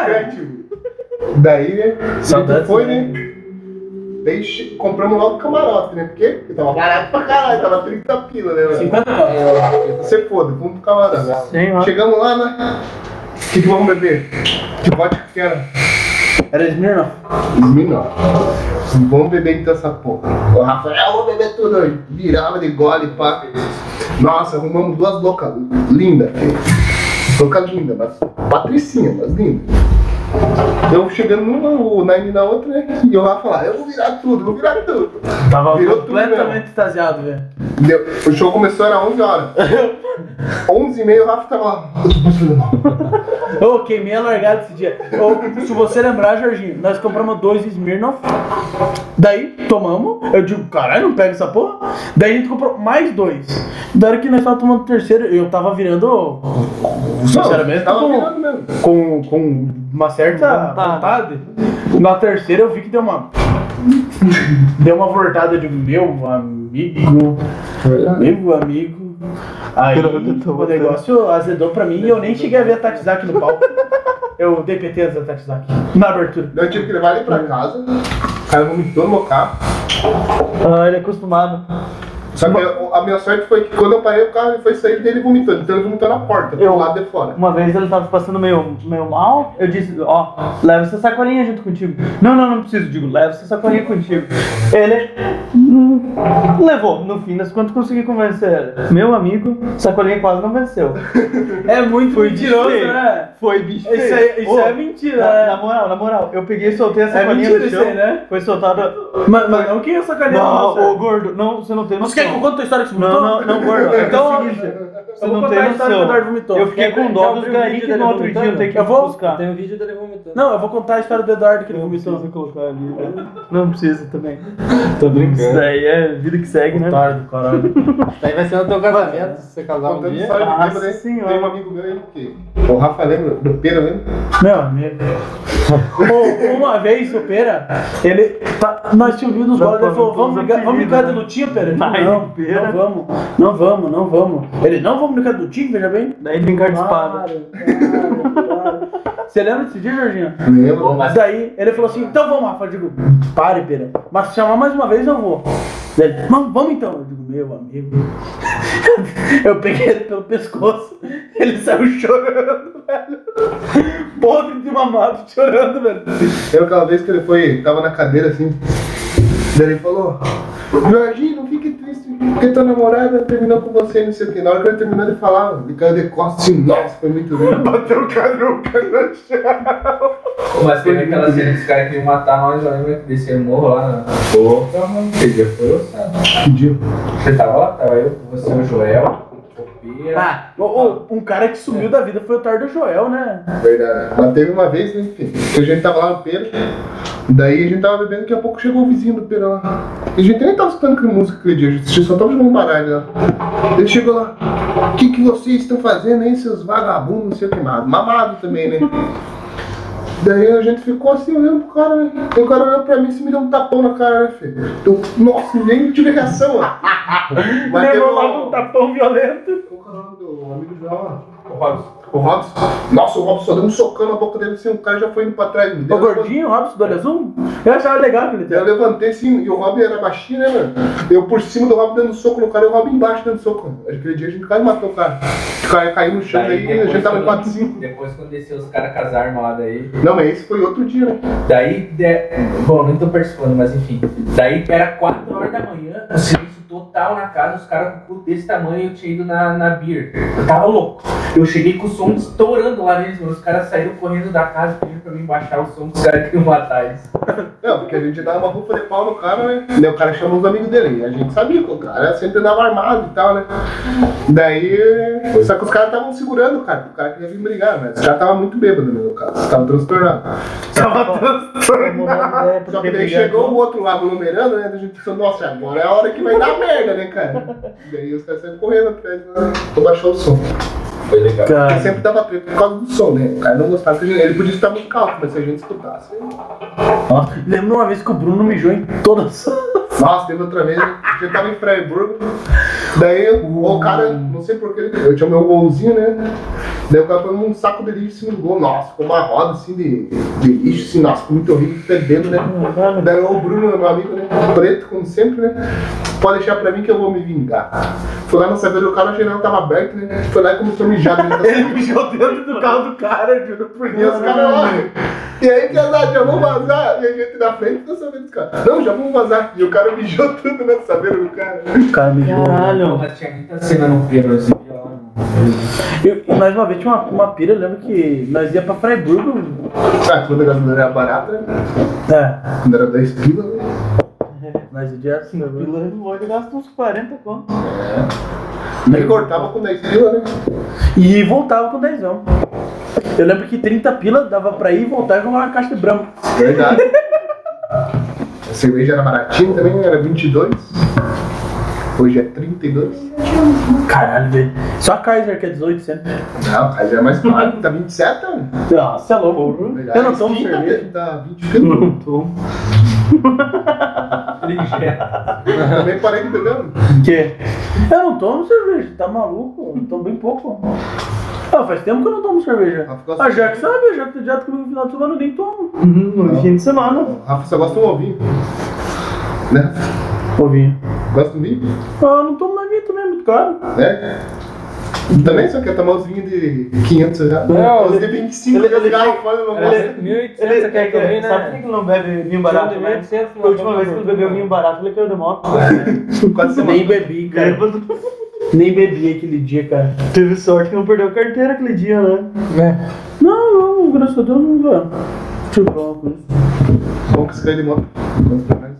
Speaker 4: Criativo. Daí, né?
Speaker 2: Saudades,
Speaker 4: foi, né? Daí che- compramos logo camarote, né? Por quê? Porque tava barato pra caralho, tava 30 pila, né? mano?
Speaker 2: 50 pau.
Speaker 4: Você foda, vamos pro camarote.
Speaker 3: Senhor.
Speaker 4: Chegamos lá, né? O que, que vamos beber? Que vodka que era?
Speaker 2: Era Smirnoff.
Speaker 4: Menor. Vamos beber então essa porra. O Rafael, eu vou beber tudo. Eu Virava de gole, pá. Nossa, arrumamos duas loucas lindas. Louca linda, mas patricinha, mas linda. Eu chegando numa, o Nine na outra, né? E eu lá falar, eu vou virar tudo, vou virar tudo.
Speaker 2: Tava
Speaker 4: Virou tudo,
Speaker 2: completamente extasiado, velho.
Speaker 4: Deu- O show começou, era
Speaker 2: (laughs)
Speaker 4: 11 horas. 11 e meia, o Rafa tava lá.
Speaker 2: Eu queimei a largada esse dia. Ô, se você lembrar, Jorginho, nós compramos dois Smirnoff. Daí tomamos. Eu digo, caralho, não pega essa porra. Daí a gente comprou mais dois. Da hora que nós tava tomando o terceiro, eu tava virando. Sinceramente,
Speaker 4: tava
Speaker 2: com,
Speaker 4: virando mesmo.
Speaker 2: com, com uma certa vontade. Na terceira eu vi que deu uma. Deu uma voltada de meu amigo. Meu amigo. Aí
Speaker 3: Pelo amor de Deus,
Speaker 2: o
Speaker 3: botando.
Speaker 2: negócio azedou pra mim e eu nem cheguei a ver a Tatizaki no palco. Eu dei PT da Tatizaki na abertura.
Speaker 4: Daí eu tive que levar ele pra casa. O cara vomitou no meu carro.
Speaker 3: Ah, ele é acostumado.
Speaker 4: Só que eu- a minha sorte foi que quando eu parei o carro, ele foi sair dele vomitando. Então ele vomitou na porta,
Speaker 3: Eu-
Speaker 4: do lado de fora.
Speaker 3: Uma vez ele tava passando meio, meio mal, eu disse, ó, leva essa sacolinha junto contigo. Não, não, não preciso, digo, leva essa sacolinha contigo. Ele hum, levou, no fim das contas consegui convencer ele. Meu amigo, sacolinha quase não venceu.
Speaker 2: É muito
Speaker 3: Foi
Speaker 2: mentiroso,
Speaker 3: feio.
Speaker 2: né?
Speaker 3: Foi bicho.
Speaker 2: Isso,
Speaker 3: feio.
Speaker 2: aí, isso
Speaker 3: Ô,
Speaker 2: é mentira,
Speaker 3: na,
Speaker 2: né?
Speaker 3: na moral, na moral, eu peguei e soltei a
Speaker 2: É
Speaker 3: sacolinha
Speaker 2: mentira
Speaker 3: no
Speaker 2: isso
Speaker 3: chão.
Speaker 2: aí, né?
Speaker 3: Foi soltada.
Speaker 2: Mas, mas não que essa cadeira
Speaker 3: Não, ô
Speaker 2: não,
Speaker 3: gordo, não, você não tem
Speaker 2: Você quer que eu
Speaker 3: noção.
Speaker 2: conte a história que você
Speaker 3: Não,
Speaker 2: contou?
Speaker 3: não, não, gordo. Então,
Speaker 2: Então,
Speaker 3: é o seguinte, você
Speaker 2: eu vou
Speaker 3: não
Speaker 2: contar a
Speaker 3: tem
Speaker 2: história que o Eduardo
Speaker 3: noção.
Speaker 2: vomitou.
Speaker 3: Eu fiquei
Speaker 2: Quer-
Speaker 3: com
Speaker 2: quer
Speaker 3: dó
Speaker 2: abrir
Speaker 3: dos
Speaker 2: o vídeo
Speaker 3: garis que
Speaker 2: dele
Speaker 3: no outro dia eu
Speaker 2: vomitando?
Speaker 3: tenho que
Speaker 2: Eu vou-
Speaker 3: buscar.
Speaker 1: Tem um vídeo dele vomitando.
Speaker 2: Não, eu vou contar a história do Eduardo que ele
Speaker 3: Não
Speaker 2: vomitou.
Speaker 3: precisa colocar ali, né? Não precisa também. Tô brincando. Isso daí é vida que segue, né?
Speaker 2: Eduardo, caralho.
Speaker 1: Daí vai ser no teu casamento, se você casar um
Speaker 4: Contando
Speaker 1: dia.
Speaker 4: história de
Speaker 3: Nossa
Speaker 4: bêbado, aí,
Speaker 3: Senhora.
Speaker 4: tem um amigo meu aí que. O Rafa lembra, do né? Pera lembra?
Speaker 2: Meu amigo. Ô, uma vez, o Pera, ele. tá- nós tínhamos vindo nos
Speaker 3: Vai
Speaker 2: bolas, ele
Speaker 3: pôr
Speaker 2: falou:
Speaker 3: todos
Speaker 2: vamos
Speaker 3: os
Speaker 2: brincar, vamos
Speaker 3: apelidos,
Speaker 2: brincar de
Speaker 3: né?
Speaker 2: lutinha, Pera? Eu
Speaker 3: Vai,
Speaker 2: Disse, não,
Speaker 3: Pera.
Speaker 2: não vamos, não vamos, não vamos. Ele, não vamos brincar de lutinha, veja bem.
Speaker 3: Daí brincar de espada.
Speaker 2: Claro, claro, claro. Você lembra desse dia, Jorginho?
Speaker 4: Lembra.
Speaker 5: mas
Speaker 2: Daí ele falou assim: então vamos, Rafa. Eu digo: pare, Pera. Mas se chamar mais uma vez, eu vou. Ele, "Vamos- vamos então. Eu digo: meu amigo. (laughs) Eu peguei ele pelo pescoço. Ele saiu chorando, (laughs) velho. Podre de mamado, chorando, velho.
Speaker 4: Lembra aquela vez que ele foi, tava na cadeira assim. Daí ele falou: Jorginho, não fique triste, porque tua namorada terminou com você, não sei o que. Na hora que ele terminou de falar, ele caiu de costas assim, nossa, foi muito lindo. (laughs) Bateu o cadruca no chão.
Speaker 5: Mas teve aquela cena que os caras queriam matar nós, eu lembro que descer morro lá na boca, mano. Esse dia foi ossado.
Speaker 4: Que dia.
Speaker 5: Você tava lá? Tava eu, você, o Joel, o Pia.
Speaker 2: Ah, ô, ô, um cara que sumiu da vida foi o Tardo Joel, né?
Speaker 4: É Verdade. Mas teve uma vez, né, enfim, que a gente tava lá no Pedro, daí a gente tava bebendo, daqui a pouco chegou o vizinho do Pedro lá. E a gente nem tava escutando aquele música aquele dia, a gente só tava jogando baralho lá. Ele chegou lá, o que, que vocês estão fazendo aí, seus vagabundos, não sei o que mais. Mamado também, né? Daí a gente ficou assim olhando pro cara, né? E o cara olhou pra mim e me deu um tapão na cara, né, filho? Eu, nossa, nem tive reação,
Speaker 2: (laughs)
Speaker 4: ó. Mas teve
Speaker 2: Levou
Speaker 4: um-
Speaker 2: logo um tapão violento.
Speaker 4: Qual que é o nome do amigo do João lá?
Speaker 5: O Robson.
Speaker 4: O Robson. Nossa, o Robson só deu um socão na boca dele assim, o cara já foi indo pra trás. Me
Speaker 2: O
Speaker 4: deu
Speaker 2: gordinho, o Robson do Olho Azul. Eu achava legal aquele
Speaker 4: Eu
Speaker 2: dele.
Speaker 4: levantei assim, e o Robin era baixinho, né, mano? Eu por cima do Robin dando soco no cara e o Robin embaixo dando soco. Aquele dia a gente quase matou o cara. O cara caiu no chão aí, a gente tava em 4-5.
Speaker 5: Depois quando desceu os caras com as armadas aí.
Speaker 4: Não, mas esse foi outro dia, né?
Speaker 5: Daí, de- bom, não tô participando, mas enfim. Daí era 4 horas da manhã, o silêncio total na casa, os caras com o cu desse tamanho eu tinha ido na, na beer. Eu tava louco. Eu cheguei com o som estourando lá deles, mano. Os caras saíram correndo da casa pedindo pra mim baixar o som, que os caras queriam matar eles.
Speaker 4: Não, porque a gente dava uma rufa de pau no cara, né? Daí o cara chamou os amigos dele. E a gente sabia que o cara sempre andava armado e tal, né? Daí. Só que os caras estavam segurando o cara, o cara queria vir brigar, né? Os caras estavam muito bêbados, né? O cara tava transtornado.
Speaker 3: É,
Speaker 4: Só que daí chegou o outro lado numerando, né? A gente pensou, nossa, agora é a hora que vai dar merda, né, cara? daí os caras saíram correndo atrás, né? Eu baixou o som.
Speaker 5: Foi legal.
Speaker 4: Porque sempre dava treta por causa do som, né? O cara não gostava, que a gente- ele podia estar muito calmo, mas se a gente escutasse.
Speaker 2: Lembro uma vez que o Bruno mijou em todas (laughs)
Speaker 4: Nossa, teve outra vez, a gente tava em Freiburg, daí o cara, não sei porquê, eu tinha meu golzinho, né? Daí o cara foi um saco de lixo em cima do gol, nossa, ficou uma roda assim de, de lixo, assim, nossa, ficou muito horrível, perdendo, né? Daí o Bruno, meu amigo, né? Preto, como sempre, né? Pode deixar pra mim que eu vou me vingar. Foi lá na sabedoria do cara, o general tava aberto, né? Foi lá e começou a mijar dentro da
Speaker 2: Ele mijou dentro do carro do cara, eu juro por
Speaker 4: e
Speaker 2: Deus,
Speaker 4: os caras lá. E aí, pesado, já vamos vazar. E a gente na frente tá sabendo dos caras. Não, já vamos vazar. E o cara mijou (laughs) tudo na sabeira do cara. né?
Speaker 2: cara mijou. né?
Speaker 5: Não,
Speaker 3: Caralho.
Speaker 5: mas tinha muita cena no Pedro, assim, lá, mano.
Speaker 2: Eu, mais uma vez tinha uma, uma pira, eu lembro que nós ia pra Freiburgo.
Speaker 4: Ah, quando a gasolina era barata, né?
Speaker 2: É,
Speaker 4: quando era 10 pila, né?
Speaker 2: nós ia direto assim, né?
Speaker 3: Pila no olho gasta uns 40 conto.
Speaker 2: Uhum.
Speaker 4: ele cortava com 10 pila, né?
Speaker 2: E voltava com 10. Eu lembro que 30 pila dava pra ir e voltar e comprar uma caixa de brama.
Speaker 4: Verdade. A cerveja era baratinha também, era 22. Hoje é 32.
Speaker 2: Caralho, velho. Só a Kaiser que é 18 sempre.
Speaker 4: Não, mas é mais caro. Tá 27, né?
Speaker 2: Nossa, é louco.
Speaker 4: Verdade.
Speaker 2: Eu não tomo
Speaker 4: Sim, tá-
Speaker 2: cerveja.
Speaker 4: Tá 20
Speaker 2: (laughs)
Speaker 4: pila.
Speaker 5: Ligeiro.
Speaker 4: Também parei de beber. né?
Speaker 2: Que? Eu não tomo cerveja, tá maluco? Eu tomo bem pouco. Ah, faz tempo que eu não tomo cerveja.
Speaker 4: Ah, ficou assim.
Speaker 2: A Jack sabe, a Jack tá direto comigo no final de semana, eu nem tomo.
Speaker 3: Uhum, No fim de semana.
Speaker 4: O Rafa só gosta de um ovinho. Né?
Speaker 2: Ovinho.
Speaker 4: Gosta de um vinho?
Speaker 2: Ah, Eu não tomo mais vinho também, é muito caro.
Speaker 4: É? Também só quer tomar os vinhos de né? 500 reais?
Speaker 1: Não,
Speaker 4: os de 25
Speaker 2: ele-
Speaker 4: reais,
Speaker 2: ele-
Speaker 4: fora não gosta.
Speaker 1: 1.800 aqui também, né?
Speaker 3: Sabe por que ele não bebe vinho barato, né?
Speaker 1: 1.800
Speaker 3: Porque a última vez que ele bebeu É. vinho barato, ele caiu de (laughs) moto.
Speaker 4: Quase semana.
Speaker 2: Nem bebi, cara. Nem bebi aquele dia, cara.
Speaker 3: Teve sorte que não perdeu a carteira aquele dia, né?
Speaker 1: né?
Speaker 2: Não, não, graças a Deus não dá. Deixa eu falar uma coisa.
Speaker 4: Bom que você ganha de moto. Quanto pra mais?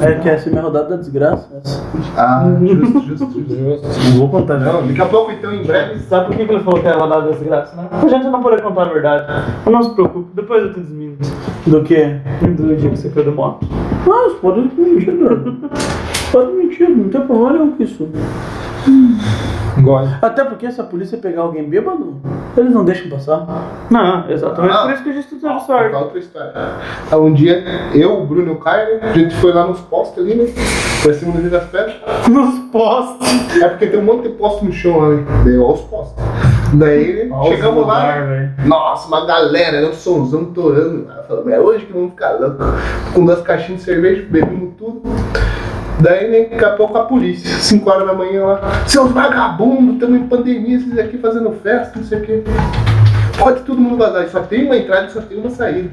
Speaker 2: É que essa é minha rodada da desgraça. essa.
Speaker 4: Ah, justo, justo, justo.
Speaker 2: Não vou contar, não.
Speaker 4: Não, daqui a pouco então, em breve.
Speaker 3: Sabe por que que ele falou que era rodada da desgraça, né? A gente não poder contar a verdade. Mas não se preocupe, depois eu te desminto.
Speaker 2: Do que?
Speaker 3: Do dia que você caiu de moto.
Speaker 2: Não, você pode mentir, Eduardo. Pode mentir, não tem problema nenhum com isso.
Speaker 1: Gosto.
Speaker 2: Até porque se a polícia pegar alguém bêbado, eles não deixam passar.
Speaker 3: Não, exatamente
Speaker 4: Ah.
Speaker 3: por isso que a gente teve
Speaker 4: Vou
Speaker 3: sorte.
Speaker 4: contar outra história. Ah, Um dia, eu, o Bruno e o Caio, né, a gente foi lá nos postos ali, né? Pra cima do Rio das Pedras.
Speaker 3: Nos postes.
Speaker 4: É porque tem um monte de posto no chão lá, né? Daí, ó, os postos. Daí, né, chegamos lá. né? Nossa, uma galera, né? Um somzão torando. Ela falou, é hoje que vamos ficar louco. Com duas caixinhas de cerveja, bebemos tudo. Daí, né, daqui a pouco a polícia, 5 horas da manhã lá, seus vagabundos, estamos em pandemia, esses aqui fazendo festa, não sei o quê. Pode todo mundo vazar, e só tem uma entrada e só tem uma saída.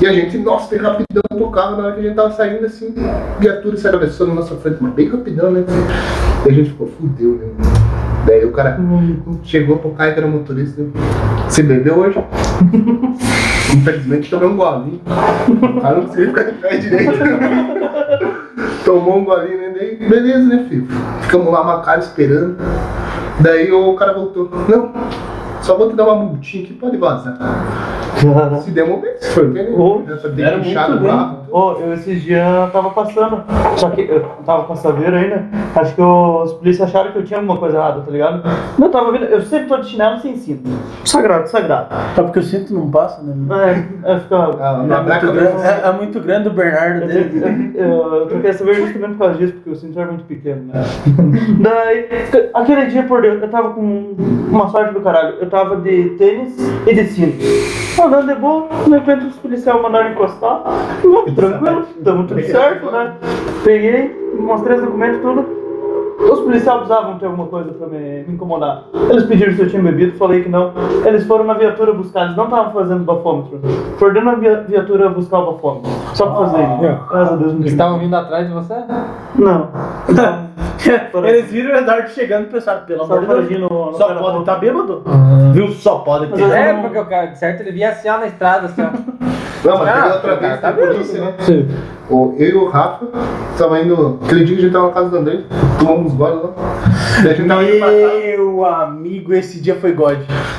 Speaker 4: E a gente, nossa, foi rapidão pro carro, na hora que a gente tava saindo assim, viatura se atravessou na nossa frente, mas bem rapidão, né? E a gente ficou, fudeu, né? Daí o cara chegou pro cara que era motorista, né? Você bebeu hoje? (laughs) Infelizmente tomei um golinho. O cara não conseguia ficar de pé direito. Tomou um golinho, né? Daí, beleza, né, filho? Ficamos lá uma cara esperando. Daí o cara voltou. Não, só vou te dar uma multinha aqui, pode vazar. Se der uma vez, foi bem.
Speaker 3: Ô,
Speaker 4: né? Só tem que inchar no carro.
Speaker 3: Ô, eu esses dias tava passando, só que eu tava com a saveira ainda, acho que os policiais acharam que eu tinha alguma coisa errada, tá ligado? Eu tava vindo, eu sempre tô de chinelo sem cinto. Sagrado, sagrado.
Speaker 2: Tá porque o cinto não passa, né?
Speaker 3: É, é fica...
Speaker 4: Ah, na braca mesmo.
Speaker 2: É, é muito grande o Bernardo
Speaker 3: Eu,
Speaker 2: dele.
Speaker 3: eu, eu troquei a saveira justamente por causa disso, porque o cinto era muito pequeno, né? Daí, aquele dia, por Deus, eu tava com uma sorte do caralho. Eu tava de tênis e de cinto. Andando de boa, de repente os policiais mandaram encostar. Não, tranquilo, tamo tudo certo, né? Peguei, mostrei os documentos, tudo. Os policiais precisavam ter alguma coisa pra me, me incomodar. Eles pediram se eu tinha bebido, falei que não. Eles foram na viatura buscar, eles não estavam fazendo bafômetro. Foram na via- viatura buscar o bafômetro. Só pra fazer
Speaker 2: Ah,
Speaker 3: isso.
Speaker 2: é.
Speaker 3: Graças a Deus não
Speaker 1: Eles
Speaker 3: tive.
Speaker 2: Tá.
Speaker 1: estavam vindo atrás de você?
Speaker 3: Não.
Speaker 2: Eles viram o Eduardo chegando e pensaram, pelo
Speaker 3: Só
Speaker 2: amor de
Speaker 3: paradinho
Speaker 2: Deus,
Speaker 3: no- no
Speaker 2: só
Speaker 3: telefone.
Speaker 2: pode estar bêbado. Viu? Só pode
Speaker 3: Mas eu-
Speaker 2: ter.
Speaker 3: não-
Speaker 1: É, porque o cara, de certo, ele via assim, ó, na estrada, assim, ó.
Speaker 4: Não, mas teve
Speaker 1: Ah,
Speaker 4: outra vez
Speaker 1: tá
Speaker 4: na polícia, né?
Speaker 1: Sim.
Speaker 4: O- Eu e o Rafa tava indo. Aquele dia que a gente tava na casa do André, tomamos goles lá. Daí a gente tava indo pra casa.
Speaker 2: Meu amigo, esse dia foi God.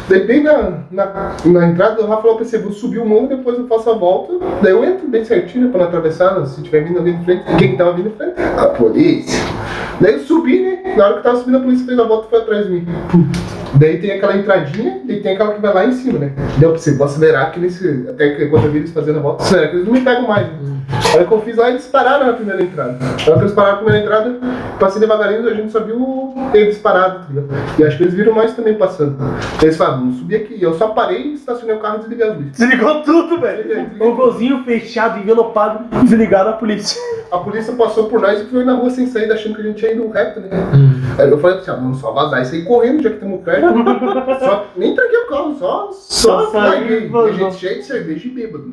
Speaker 4: Daí bem na, na, na entrada do Rafa, eu percebi, eu subi o morro, depois eu faço a volta. Daí eu entro bem certinho né, pra não atravessar, se tiver vindo alguém de frente. Quem que tava vindo de frente? A polícia. Daí eu subi, né? Na hora que eu tava subindo, a polícia fez a volta e foi atrás de mim. Daí tem aquela entradinha, daí tem aquela que vai lá em cima, né? Daí eu pensei, vou acelerar que nesse. Até que quando eu vi eles fazendo a volta, acelerar que eles não me pegam mais. Né? A hora que eu fiz lá, eles pararam na primeira entrada. Na hora que eles pararam na primeira entrada, passei devagarinho, a gente só viu eles parados, tá ligado? E acho que eles viram mais também passando. Eles falaram, vamos subir aqui. E eu só parei, estacionei o carro e desliguei as luzes.
Speaker 2: Desligou tudo, velho. O golzinho fechado, envelopado, desligado a polícia.
Speaker 4: A polícia passou por nós e foi na rua sem saída, achando que a gente tinha ido reto, né? Aí eu falei assim, ah, vamos só vazar e sair correndo, já que estamos perto. só, nem traguei o carro, só, só,
Speaker 3: Só saiu e
Speaker 4: larguei. E
Speaker 3: vazou.
Speaker 4: a gente cheio de cerveja e bêbado.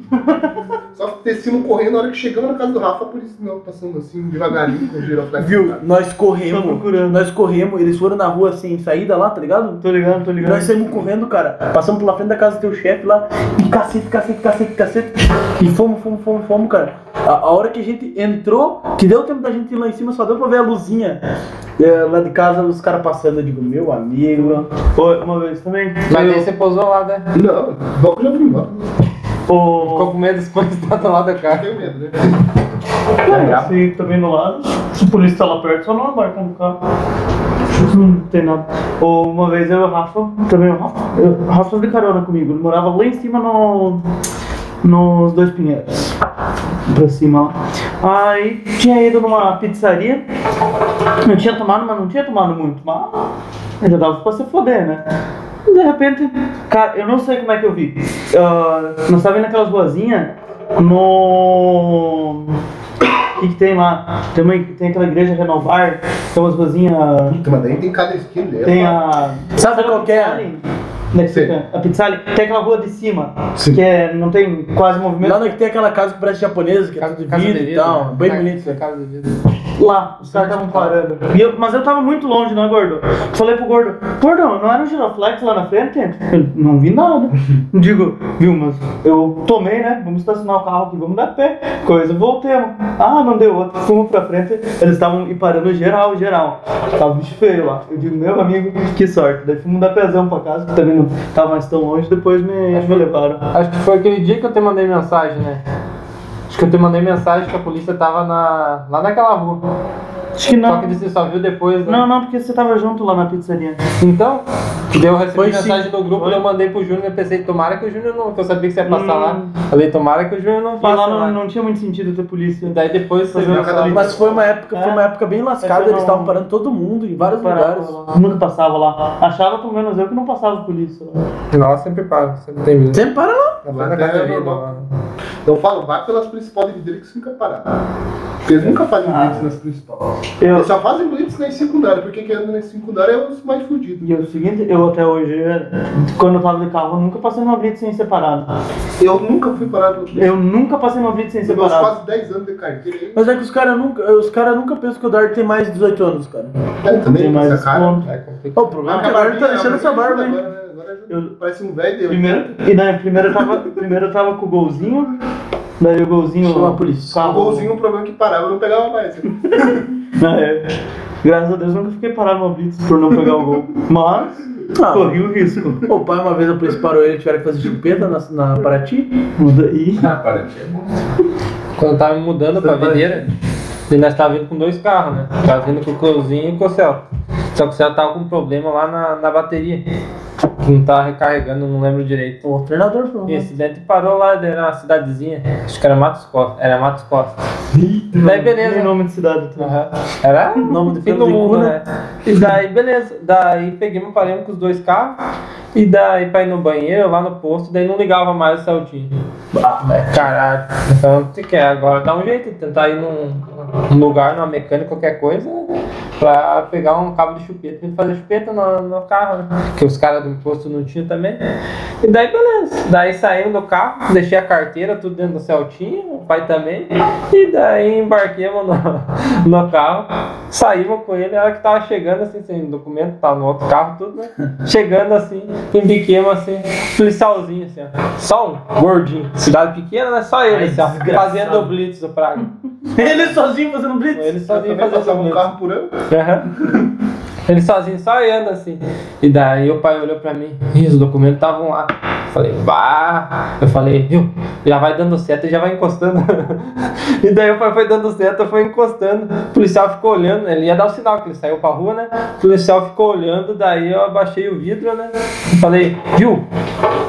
Speaker 4: só descemos correndo, na hora que chegamos na casa do Rafa, a polícia não, passando assim, devagarinho, com o giroflex.
Speaker 2: Viu? Nós corremos.
Speaker 3: Tô procurando.
Speaker 2: Nós corremos. Eles foram na rua sem saída lá, tá ligado?
Speaker 3: Tô ligado, tô ligado.
Speaker 2: Nós saímos correndo, cara. Passamos pela frente da casa do teu chefe lá. E cacete, cacete, cacete, cacete. E fomos, fomos, fomos, fomos, cara. A, a hora que a gente entrou, que deu tempo da gente ir lá em cima, só deu pra ver a luzinha. É, lá de casa, os caras passando. Eu digo, meu amigo.
Speaker 3: Foi uma vez também.
Speaker 1: Mas
Speaker 3: eu-
Speaker 1: aí você pousou lá, né?
Speaker 4: Não, logo já fui embora.
Speaker 3: o...
Speaker 1: Ficou com (laughs) medo dos coisas que estavam lá tá do
Speaker 4: Eu
Speaker 1: carro.
Speaker 4: tenho medo, né?
Speaker 3: Cara, se também no lado, tá se o polícia tá lá perto, só não abarca no carro. Não tem nada. Ou uma vez eu e o Rafa, também o Rafa, eu- o Rafa de carona comigo, ele morava lá em cima no, nos dois pinheiros. Pra cima lá. Aí tinha ido numa pizzaria, eu tinha tomado, mas não tinha tomado muito, mas eu já dava pra se foder, né? De repente, cara, eu não sei como é que eu vi. Ah, nós tava indo naquelas ruazinhas no. O que, que tem lá? Tem, uma, tem aquela igreja renovar, tem umas coisinhas
Speaker 4: Puta, mas daí tem cada esquina né? dele.
Speaker 3: Tem a.
Speaker 2: Sabe qual que é?
Speaker 3: Pizzali? Não é que
Speaker 4: Sim.
Speaker 3: fica- A Pizzali tem aquela rua de cima,
Speaker 4: Sim.
Speaker 3: que é, não tem quase movimento.
Speaker 2: Lá onde tem aquela casa que parece japonesa, que é tudo de vidro e
Speaker 1: então,
Speaker 2: tal. Bem bonito. né?
Speaker 1: Casa de vida.
Speaker 3: Lá, os caras estavam parando. E eu- mas eu tava muito longe, não é, gordo? Falei pro gordo, gordão, não era um giroflex lá na frente? Ele, não vi nada. Digo, viu, mas eu tomei, né? Vamos estacionar o carro aqui, vamos dar pé. Coisa, voltemos. Ah, não deu outro. Fomos pra frente, eles estavam e parando geral, geral. Tava um bicho feio lá. Eu digo, meu amigo, que sorte. Daí fomos dar pezão pra casa, que também não tava mais tão longe, depois me, me levaram.
Speaker 1: Acho que foi aquele dia que eu te mandei mensagem, né? Acho que eu te mandei mensagem que a polícia tava na, lá naquela rua.
Speaker 3: Acho
Speaker 1: Só
Speaker 3: que não.
Speaker 1: que você só viu depois, né?
Speaker 3: Não, não, porque você tava junto lá na pizzaria.
Speaker 1: Então, daí eu recebi
Speaker 2: Foi sim.
Speaker 1: mensagem do grupo, eu mandei pro Júnior, eu pensei, tomara que o Júnior não, que eu sabia que você ia passar
Speaker 3: Hum.
Speaker 1: lá. Falei, tomara que o Júnior não
Speaker 3: E lá
Speaker 1: faça lá.
Speaker 3: não, não tinha muito sentido ter
Speaker 1: E
Speaker 3: polícia.
Speaker 1: daí depois você
Speaker 3: Fazer
Speaker 1: viu
Speaker 2: um
Speaker 3: uma
Speaker 1: aquela-
Speaker 2: Mas foi uma época, foi
Speaker 3: É.
Speaker 2: uma época bem lascada,
Speaker 3: É que
Speaker 2: eles
Speaker 3: não-
Speaker 2: estavam parando todo mundo em vários
Speaker 3: Parava
Speaker 2: lugares.
Speaker 3: lá. Nunca passava lá. Achava pelo menos eu que não passava polícia lá.
Speaker 1: Nossa, sempre para, sempre tem medo.
Speaker 2: Sempre para lá.
Speaker 1: Lá na casa dele, lá.
Speaker 4: Eu falo, Então vai pelas principais de Drix nunca parar. Porque eles nunca fazem
Speaker 3: Ah.
Speaker 4: blitz nas principais.
Speaker 3: Eu-
Speaker 4: Eles só fazem blitz nas secundárias, porque quem anda nas secundárias é os mais fudidos.
Speaker 3: E o seguinte, eu até hoje, quando eu tava de carro, eu nunca passei numa blitz sem separado.
Speaker 4: Eu nunca fui parado.
Speaker 3: Eu nunca passei numa blitz sem
Speaker 4: Nos meus
Speaker 3: separado.
Speaker 4: quase 10 anos de carteira aí.
Speaker 2: Mas é que os caras nunca, os cara nunca pensam que o Eduardo tem mais de 18 anos, cara.
Speaker 4: É, também
Speaker 3: Tem mais
Speaker 4: essa cara. né,
Speaker 3: desconto.
Speaker 1: É complicado.
Speaker 2: Ó, O problema é que o Eduardo tá deixando essa barba, hein?
Speaker 4: Agora, né? Agora já
Speaker 3: Eu-
Speaker 4: parece um velho dele.
Speaker 3: Primeiro, e daí, primeiro eu tava, primeiro eu tava com o golzinho. Daí o golzinho.
Speaker 2: Chama a polícia.
Speaker 4: O
Speaker 3: Carro,
Speaker 4: golzinho, o problema é que parava, eu não pegava mais.
Speaker 3: É. graças a Deus nunca fiquei parado numa blitz por não pegar o gol. Mas
Speaker 2: Ah.
Speaker 3: corri o risco.
Speaker 2: Meu pai, uma vez a polícia parou ele, tiveram que fazer chupeta na, na Paraty.
Speaker 3: E
Speaker 5: Ah, para, é bom.
Speaker 1: Quando eu tava me mudando pra Videira, e nós tava vindo com dois carros, né? Tava vindo com o Cruzinho e com o Celta. Só que o Celta tava com um problema lá na, na bateria. Que não tava recarregando, não lembro direito.
Speaker 2: O alternador falou.
Speaker 1: E esse dente parou lá, era uma cidadezinha. Acho que era Matos Costa. Era Matos Costa. Daí beleza.
Speaker 3: Tem nome de cidade também.
Speaker 1: Aham. Era o
Speaker 2: Nome do
Speaker 1: Uhum. fim
Speaker 2: canto
Speaker 1: do
Speaker 2: de
Speaker 1: mundo,
Speaker 2: cuna.
Speaker 1: né? E daí, beleza. Daí peguei, parei com os dois carros. E daí pra ir no banheiro, lá no posto, daí não ligava mais o Celtinho. É, Caralho, então você quer agora dar um jeito, tentar ir num, num lugar, numa mecânica, qualquer coisa, pra pegar um cabo de chupeta e fazer chupeta no, no carro, né? Que os caras do imposto não tinham também. E daí beleza. Daí saímos do carro, deixei a carteira, tudo dentro do Celtinha, o pai também. E daí embarquemos no, no carro, saímos com ele, a hora que tava chegando assim, sem documento, tá no outro carro, tudo, né? Chegando assim, embiquemos assim, policialzinho assim, ó. Só um gordinho. Cidade pequena, né? Só ele,
Speaker 2: Ai,
Speaker 1: assim, ó,
Speaker 2: desgraçado.
Speaker 1: fazendo o blitz do Praga.
Speaker 2: (laughs) Ele sozinho fazendo blitz.
Speaker 1: Ele
Speaker 2: (laughs)
Speaker 4: Eu
Speaker 1: sozinho
Speaker 4: também
Speaker 1: fazendo o
Speaker 4: passava um
Speaker 1: blitz.
Speaker 4: carro por ano.
Speaker 1: Aham. Ele sozinho, só olhando assim. E daí o pai olhou pra mim, e os documentos estavam lá. Eu falei, vá. Eu falei, viu? Já vai dando seta e já vai encostando. (laughs) e daí o pai foi dando seta, foi encostando. O policial ficou olhando, ele ia dar o sinal, que ele saiu pra rua, né? O policial ficou olhando, daí eu abaixei o vidro, né? E falei, viu?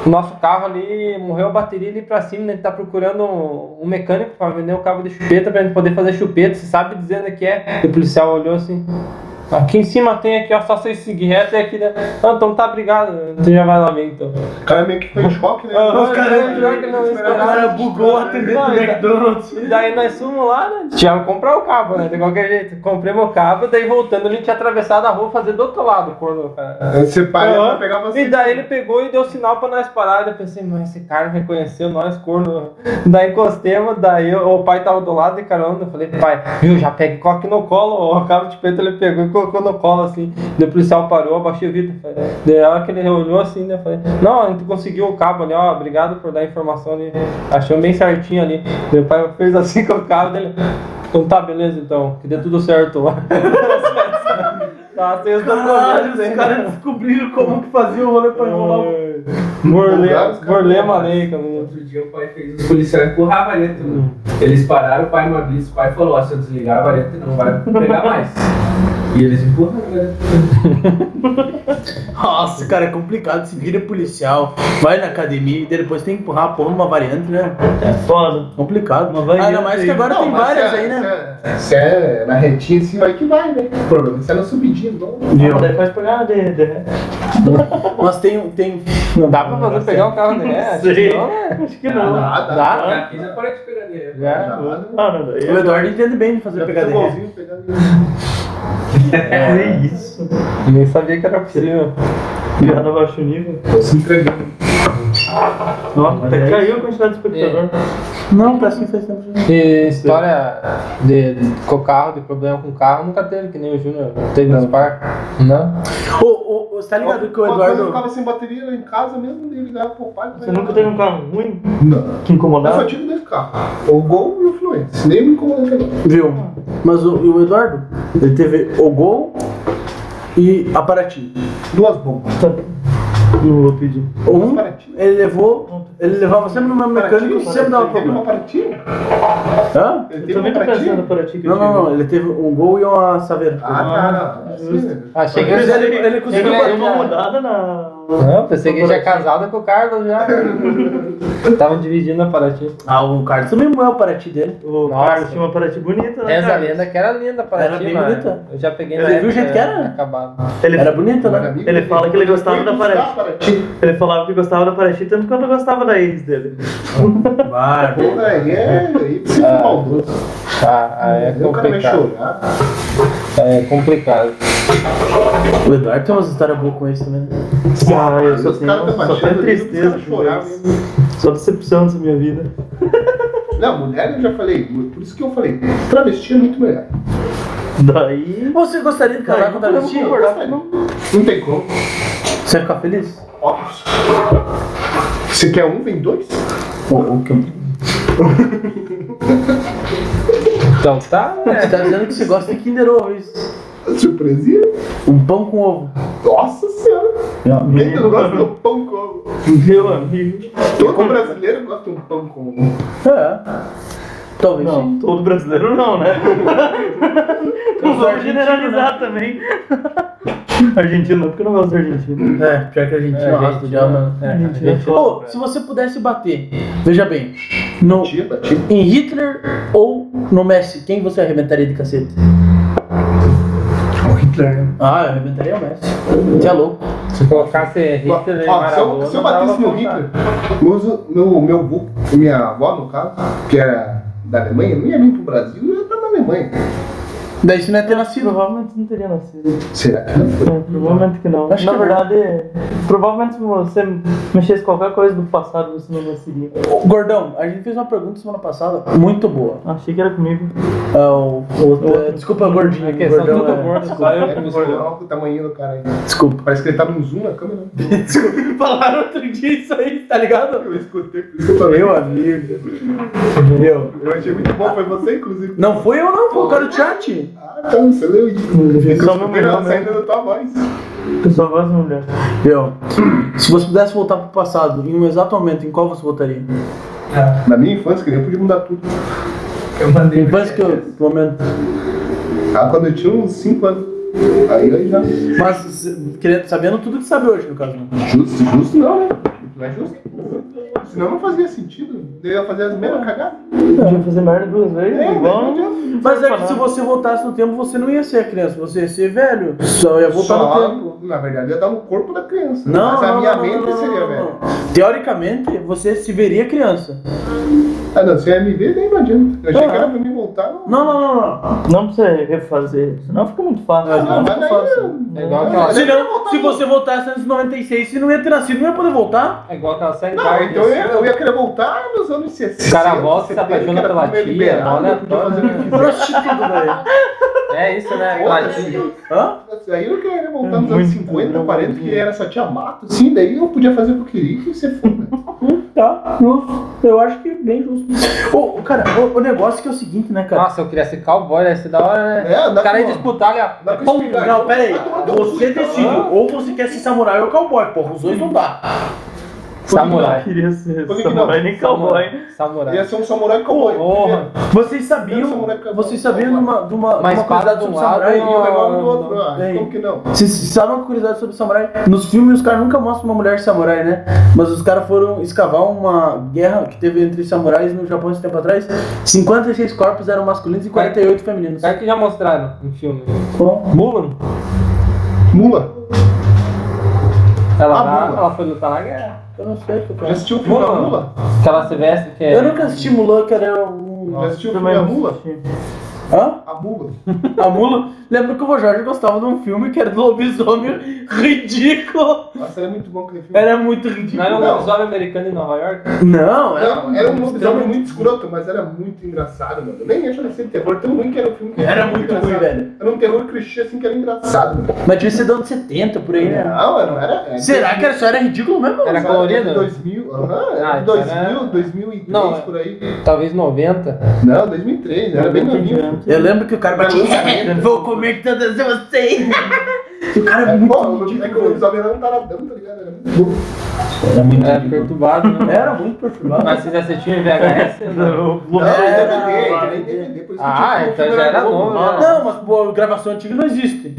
Speaker 1: O nosso carro ali morreu a bateria ali pra cima, né? Ele tá procurando um, um mecânico pra vender um cabo de chupeta pra gente poder fazer chupeta. Você sabe dizer onde é que é? E o policial olhou assim. Aqui em cima tem aqui, ó, só vocês seguir reto e aqui, né? Ah, então tá, obrigado. Você já vai lá mesmo, então.
Speaker 4: O cara meio que foi em choque, né?
Speaker 1: Aham,
Speaker 4: Os caras-
Speaker 1: é, pior que não esperava.
Speaker 4: O cara
Speaker 2: bugou a TV
Speaker 1: Não,
Speaker 2: do
Speaker 1: ele-
Speaker 2: McDonald's.
Speaker 1: E daí nós fomos lá, né? Tinha que comprar o cabo, né? De qualquer jeito. Comprei meu cabo, daí voltando ele tinha atravessado a rua fazer do outro lado, corno, cara.
Speaker 4: Você para,
Speaker 1: Aham.
Speaker 4: ela pegava você.
Speaker 1: E daí ele pegou e deu sinal pra nós parar. Daí eu pensei, mas esse cara reconheceu nós, corno. (laughs) Daí encostemos, daí eu- o pai tava do lado de carona. Eu falei, pai, viu, já pega e coque no colo. (laughs) O cabo de peito ele pegou e colocou no colo assim. Daí o policial parou, eu abaixei o vidro. Falei, daí a hora que ele olhou assim, né? Eu falei, não, a gente conseguiu o cabo ali, ó. Obrigado por dar a informação ali. Achou bem certinho ali. Meu pai fez (laughs) assim com o cabo dele. Então tá, beleza então, que dê tudo certo lá. (laughs) tá, vocês estão
Speaker 2: Caralho,
Speaker 1: correndo, hein?
Speaker 2: Ah, os
Speaker 3: né?
Speaker 2: caras descobriram como que fazia o rolê pra enrolar o.
Speaker 1: Morlema, Morlema Leica, né?
Speaker 5: Outro dia o pai fez os policiais empurrar a vareta. mano. Eles pararam, o pai numa blitz, o pai falou, ó, se eu desligar a vareta não vai pegar mais. E eles empurraram a vareta.
Speaker 2: Nossa, cara, é complicado. Se vira policial, vai na academia e depois tem que empurrar a porra numa variante, né?
Speaker 3: É foda.
Speaker 2: Complicado.
Speaker 3: Uma variante
Speaker 2: Ainda mais que
Speaker 3: aí.
Speaker 2: agora
Speaker 4: Não,
Speaker 2: tem
Speaker 4: mas
Speaker 2: várias
Speaker 4: se é-
Speaker 2: aí, né?
Speaker 4: Se é, se é na retinha assim, vai que vai, né? O problema é se é na subidinha, não.
Speaker 3: Daí faz pegar de, de ré.
Speaker 2: Mas tem, tem. Não,
Speaker 1: Dá pra fazer pegar o carro dele? É, acho
Speaker 2: sei.
Speaker 1: que não, né?
Speaker 3: Acho que não.
Speaker 1: Dá,
Speaker 4: Dá,
Speaker 1: dá.
Speaker 5: Já fiz a parede de pegadeira.
Speaker 1: Já.
Speaker 4: Já, né?
Speaker 3: Ah, não, daí
Speaker 2: O Eduardo entende bem de fazer
Speaker 4: Já fez um
Speaker 2: pegadinha.
Speaker 4: golzinho, pegando-
Speaker 3: é isso.
Speaker 1: Nem sabia que era possível.
Speaker 3: Já no baixo nível.
Speaker 5: Se entregando.
Speaker 3: Nossa,
Speaker 2: Mas é
Speaker 3: caiu a quantidade de espectador. Não, parece que não faz tempo. de-
Speaker 1: E história de, com carro, de problema com carro, nunca teve, que nem o Júnior teve nos parques. Não?
Speaker 2: Ô, ô, ô, você tá ligado que o
Speaker 4: Uma coisa, Eu
Speaker 2: Eduardo.
Speaker 4: ficava sem bateria lá em casa mesmo, ele ligava pro pai.
Speaker 3: Você nunca teve um carro ruim
Speaker 4: Não.
Speaker 3: que
Speaker 4: Eu só
Speaker 3: incomodava?
Speaker 4: tive dois carros. O Gol e o Fluence. Nem me incomodou agora.
Speaker 2: Viu? Mas o, e o Eduardo, ele teve o Gol e a Paraty.
Speaker 4: Duas bombas.
Speaker 3: Não vou pedir.
Speaker 2: Um,
Speaker 4: Paraty. Um.
Speaker 2: ele levou. Ele levava sempre no mesmo mecânico,
Speaker 4: Paraty,
Speaker 2: sempre dava
Speaker 4: ele teve
Speaker 2: problema.
Speaker 4: uma Paraty?
Speaker 2: Hã?
Speaker 4: Ele
Speaker 3: Eu
Speaker 4: teve
Speaker 3: também
Speaker 4: uma
Speaker 3: tô pensando
Speaker 4: Paraty?
Speaker 3: para ti que eu
Speaker 2: um Não, não, não.
Speaker 3: tive.
Speaker 2: Ele teve um Gol e uma Saveira.
Speaker 4: Ah, tá. não. Sim, né?
Speaker 1: Ah, cheguei
Speaker 2: Mas ele, ele conseguiu
Speaker 1: Ele-
Speaker 2: bater
Speaker 1: ele-
Speaker 2: uma
Speaker 3: Uma
Speaker 2: rodada.
Speaker 3: rodada na.
Speaker 1: Não, pensei que ele já é casado com o Carlos já.
Speaker 2: (laughs)
Speaker 1: Estavam dividindo a Paraty.
Speaker 2: Ah, o Carlos também moeu o Paraty dele.
Speaker 3: O
Speaker 1: Nossa.
Speaker 3: Carlos tinha uma para ti bonita, né?
Speaker 1: Essa
Speaker 3: cara?
Speaker 1: lenda que era linda a Paraty,
Speaker 2: Era bem
Speaker 1: mano.
Speaker 2: bonita.
Speaker 1: Eu já peguei
Speaker 2: Você
Speaker 1: na
Speaker 2: viu o
Speaker 1: época, né,
Speaker 2: jeito que era?
Speaker 1: Acabado.
Speaker 3: Ele,
Speaker 2: Era bonito, né?
Speaker 4: Maravilha.
Speaker 3: ele fala que ele gostava
Speaker 4: Foi
Speaker 3: da
Speaker 4: buscar
Speaker 3: Paraty. Ele falava que gostava da Paraty tanto quanto gostava da ex dele.
Speaker 2: Vai.
Speaker 4: Pô, velho, é. Aí você
Speaker 1: Ah,
Speaker 4: fica maldoso.
Speaker 1: Ah, ah, é
Speaker 4: O cara vai
Speaker 1: complicado.
Speaker 4: chorar.
Speaker 1: É complicado.
Speaker 2: O Eduardo tem umas histórias boas com isso também. né?
Speaker 3: Ah, eu só
Speaker 4: Os caras
Speaker 3: tenho,
Speaker 4: estão
Speaker 3: só tenho
Speaker 4: baixando
Speaker 3: tristeza,
Speaker 4: chorar
Speaker 3: por isso.
Speaker 4: mesmo.
Speaker 3: só decepção nessa minha vida.
Speaker 4: Não, mulher eu já falei, por isso que eu falei, travesti é muito melhor.
Speaker 3: Daí.
Speaker 2: Você gostaria de casar com o Travesti?
Speaker 4: Eu gostaria. Não tem como.
Speaker 2: Você ia ficar feliz?
Speaker 4: Óbvio. Se quer um, vem dois.
Speaker 1: Então tá, né?
Speaker 2: Você tá dizendo que você gosta de Kinder Ovo, é isso.
Speaker 4: Surpresinha.
Speaker 2: Um pão com ovo.
Speaker 4: Nossa senhora. Quem não gosta
Speaker 3: tá
Speaker 4: de um pão com ovo?
Speaker 3: Meu amigo.
Speaker 4: Todo brasileiro gosta de um pão com ovo.
Speaker 2: É. Talvez sim.
Speaker 3: Não, todo brasileiro
Speaker 4: (laughs)
Speaker 3: não, né? Não vamos
Speaker 4: né?
Speaker 3: generalizar também. Argentino não, porque eu não gosto de argentino.
Speaker 2: É, pior que a gente
Speaker 1: É,
Speaker 2: não gosta
Speaker 1: gente,
Speaker 2: de alma.
Speaker 1: é,
Speaker 3: A gente é foda,
Speaker 2: Ou,
Speaker 3: velho.
Speaker 2: né? se você pudesse bater, veja bem, no,
Speaker 4: Tia, batia.
Speaker 2: em Hitler ou no Messi, quem você arrebentaria de cacete?
Speaker 4: O Hitler, né?
Speaker 2: Ah, eu arrebentaria o Messi. Você é louco.
Speaker 1: Se colocasse
Speaker 4: Ó,
Speaker 1: Hitler e
Speaker 4: ó, se,
Speaker 1: Maradona,
Speaker 4: eu, se eu
Speaker 1: dava
Speaker 4: batesse no
Speaker 1: pra contar.
Speaker 4: Hitler, uso no meu avô, minha avó no caso, que era da Alemanha, não ia vir pro Brasil, eu ia estar na Alemanha.
Speaker 2: Daí você não ia ter nascido.
Speaker 3: Provavelmente não teria nascido.
Speaker 4: Será
Speaker 1: (laughs)
Speaker 4: que não?
Speaker 3: É, provavelmente que não.
Speaker 2: Acho
Speaker 3: Na
Speaker 2: que
Speaker 3: verdade, provavelmente se você mexesse qualquer coisa do passado, você não nasceria.
Speaker 2: Ô, Gordão, a gente fez uma pergunta semana passada muito boa.
Speaker 3: Achei que era comigo.
Speaker 2: Ah, o- o- é, desculpa, gordinho.
Speaker 1: Aqui, são
Speaker 2: gordão,
Speaker 1: tudo
Speaker 2: é.
Speaker 1: gordo, só eu
Speaker 4: É,
Speaker 1: que me
Speaker 4: mas
Speaker 1: gordo.
Speaker 4: olha o tamanho do cara aí.
Speaker 2: Desculpa.
Speaker 4: Parece que ele tava no zoom na câmera.
Speaker 2: (laughs) Falaram outro dia isso aí, tá ligado?
Speaker 4: Eu escutei, por isso que eu falei.
Speaker 2: Meu amigo. Meu.
Speaker 4: Eu achei muito bom, foi você, inclusive.
Speaker 2: Não fui eu não, foi o cara do chat.
Speaker 4: Ah, tá, você leu isso.
Speaker 3: Só meu melhor
Speaker 4: tá saindo
Speaker 2: né?
Speaker 3: mesmo.
Speaker 4: da tua voz.
Speaker 3: Eu só gosto de mulher.
Speaker 2: Meu. Se você pudesse voltar pro passado, em um exato momento, em qual você votaria?
Speaker 4: Na minha infância, que eu podia mudar tudo.
Speaker 5: Eu mandei.
Speaker 2: Pensa que eu, no momento.
Speaker 4: Ah, quando eu tinha uns 5 anos. Aí eu já.
Speaker 2: Mas se- querendo, sabendo tudo que sabe hoje, no caso. né?
Speaker 4: Justo, justo não, né? Não é justo. Senão não fazia sentido. Eu ia fazer as mesmas cagadas.
Speaker 3: Podia fazer merda duas vezes,
Speaker 4: É,
Speaker 3: igual não.
Speaker 2: Mas é
Speaker 3: pra
Speaker 2: que se
Speaker 3: nada.
Speaker 2: você voltasse no tempo, você não ia ser criança, você ia ser velho. Só ia voltar no
Speaker 4: Só,
Speaker 2: tempo.
Speaker 4: Na verdade, ia dar no corpo da criança.
Speaker 2: Não,
Speaker 4: mas a
Speaker 2: não,
Speaker 4: minha
Speaker 2: não,
Speaker 4: mente
Speaker 2: não, não,
Speaker 4: seria,
Speaker 2: não,
Speaker 4: velho.
Speaker 2: não. Teoricamente, você se veria criança.
Speaker 4: Ah, não, se eu ia me ver, daí não adianta. Eu achei
Speaker 2: Ah.
Speaker 4: que era pra mim voltar.
Speaker 2: Não,
Speaker 4: Não,
Speaker 2: não, não, não.
Speaker 3: Não pra você refazer, senão fica muito fácil.
Speaker 4: Ah, não, mas daí.
Speaker 1: É igual aquela,
Speaker 2: Se, não, se você voltasse antes de 96, você não ia ter nascido, não ia poder voltar.
Speaker 1: é igual aquela série assim, né?
Speaker 4: Não,
Speaker 1: Guardians.
Speaker 4: então eu ia, eu ia querer voltar nos anos 60.
Speaker 1: O cara volta e se
Speaker 4: 70,
Speaker 1: apaixona
Speaker 4: que era
Speaker 1: pela
Speaker 4: tudo meio
Speaker 1: tia,
Speaker 4: liberado,
Speaker 1: olha, né?
Speaker 4: eu podia fazer o que
Speaker 2: Eu assisti tudo, velho.
Speaker 1: É isso, né? Aquela tia.
Speaker 2: Hã?
Speaker 4: quisesse. Aí eu queria voltar nos
Speaker 3: É
Speaker 4: anos
Speaker 3: muito
Speaker 4: 50,
Speaker 3: padrão,
Speaker 4: 40,
Speaker 3: né?
Speaker 4: que era só tinha mato. Sim, daí eu podia fazer o que eu queria e ser foda.
Speaker 2: Tá, justo. Eu acho que é bem justo. Ô, cara, o, o negócio que é o seguinte, né, cara?
Speaker 1: Nossa, eu queria ser cowboy, ia ser da hora, né?
Speaker 4: É,
Speaker 1: O cara ia
Speaker 4: com-
Speaker 1: disputar, olha.
Speaker 4: dá com
Speaker 1: pum,
Speaker 4: espingarda.
Speaker 2: Não, pera aí.
Speaker 4: Ah, Vai tomar teu
Speaker 2: Você
Speaker 4: cu, cara.
Speaker 2: decide. Ou você quer ser samurai ou cowboy, porra. Os dois não dá.
Speaker 3: Eu
Speaker 1: Samurai.
Speaker 3: queria ser
Speaker 4: Por que que não?
Speaker 3: samurai nem cowboy.
Speaker 1: Samurai.
Speaker 4: Ia ser um samurai cowboy.
Speaker 1: Porra.
Speaker 2: Vocês
Speaker 4: Eu
Speaker 2: sabiam.
Speaker 4: sou um moleque, eu
Speaker 2: Vocês
Speaker 4: vou-
Speaker 2: sabiam de
Speaker 4: vou
Speaker 2: uma, de uma,
Speaker 1: Uma
Speaker 2: de uma
Speaker 1: espada
Speaker 2: curiosidade
Speaker 1: de um
Speaker 2: sobre
Speaker 1: lado
Speaker 2: samurai?
Speaker 1: e
Speaker 4: E o negócio do outro, ah,
Speaker 2: Tem.
Speaker 4: como que não?
Speaker 2: Vocês sabem uma curiosidade sobre samurai? Nos filmes os caras nunca mostram uma mulher samurai, né? Mas os caras foram escavar uma guerra que teve entre samurais no Japão esse tempo atrás. 56 corpos eram masculinos e 48 femininos.
Speaker 1: Será que já mostraram no filme?
Speaker 2: Bom,
Speaker 1: Mulan?
Speaker 4: Mula.
Speaker 1: Ela,
Speaker 4: A
Speaker 1: vai-
Speaker 4: Mula.
Speaker 1: ela foi lutar na guerra.
Speaker 2: Eu não sei,
Speaker 4: Já
Speaker 2: cara.
Speaker 4: assistiu o filme da
Speaker 1: Mula.
Speaker 4: Mula?
Speaker 1: Aquela Silvestre que é.
Speaker 2: Eu nunca assisti Mulan, cara. Era um.
Speaker 4: Já assistiu o filme da É Mula?
Speaker 2: Hã?
Speaker 4: A Mula.
Speaker 2: A Mula. Lembro que o Jorge gostava de um filme que era do lobisomem (laughs) ridículo.
Speaker 4: Nossa, era muito bom aquele filme.
Speaker 2: Era muito
Speaker 1: Não
Speaker 2: ridículo.
Speaker 1: era um
Speaker 4: Não.
Speaker 1: lobisomem americano em Nova York?
Speaker 2: Não, era.
Speaker 4: Não, era um lobisomem muito escroto, mas era muito engraçado, mano. Eu nem acho esse terror tão ruim que era o filme. que
Speaker 2: Era muito ruim,
Speaker 4: engraçado.
Speaker 2: velho.
Speaker 4: Era um terror clichê assim que era engraçado, mano.
Speaker 2: Mas tinha sido anos 70 por aí, né?
Speaker 4: Não, mano, era. era-
Speaker 2: Será que era- só era ridículo mesmo?
Speaker 1: Era
Speaker 4: Era
Speaker 1: colorido?
Speaker 4: de 2000, aham,
Speaker 1: Ah,
Speaker 4: era de
Speaker 1: então
Speaker 4: 2000,
Speaker 1: era-
Speaker 4: 2003
Speaker 1: Não,
Speaker 4: por aí.
Speaker 1: Talvez 90.
Speaker 4: Não, 2003, né? era bem novinho.
Speaker 2: Eu lembro que o cara batia. Vou comer todas vocês. o cara é
Speaker 4: É,
Speaker 2: muito.
Speaker 4: pô, o é que o lobisomem era um taradão, tá ligado? Era muito bom.
Speaker 1: É perturbado, né?
Speaker 2: Era um muito perfumado.
Speaker 1: Mas vocês assistiam em
Speaker 2: (laughs)
Speaker 1: VHS? Não.
Speaker 4: Não,
Speaker 2: era-
Speaker 4: era DVD, era em DVD, por isso que
Speaker 1: Ah,
Speaker 4: tinha que o
Speaker 1: então
Speaker 4: filme
Speaker 1: já era
Speaker 4: novo.
Speaker 1: novo, né?
Speaker 2: Não, mas pô, gravação antiga não existe.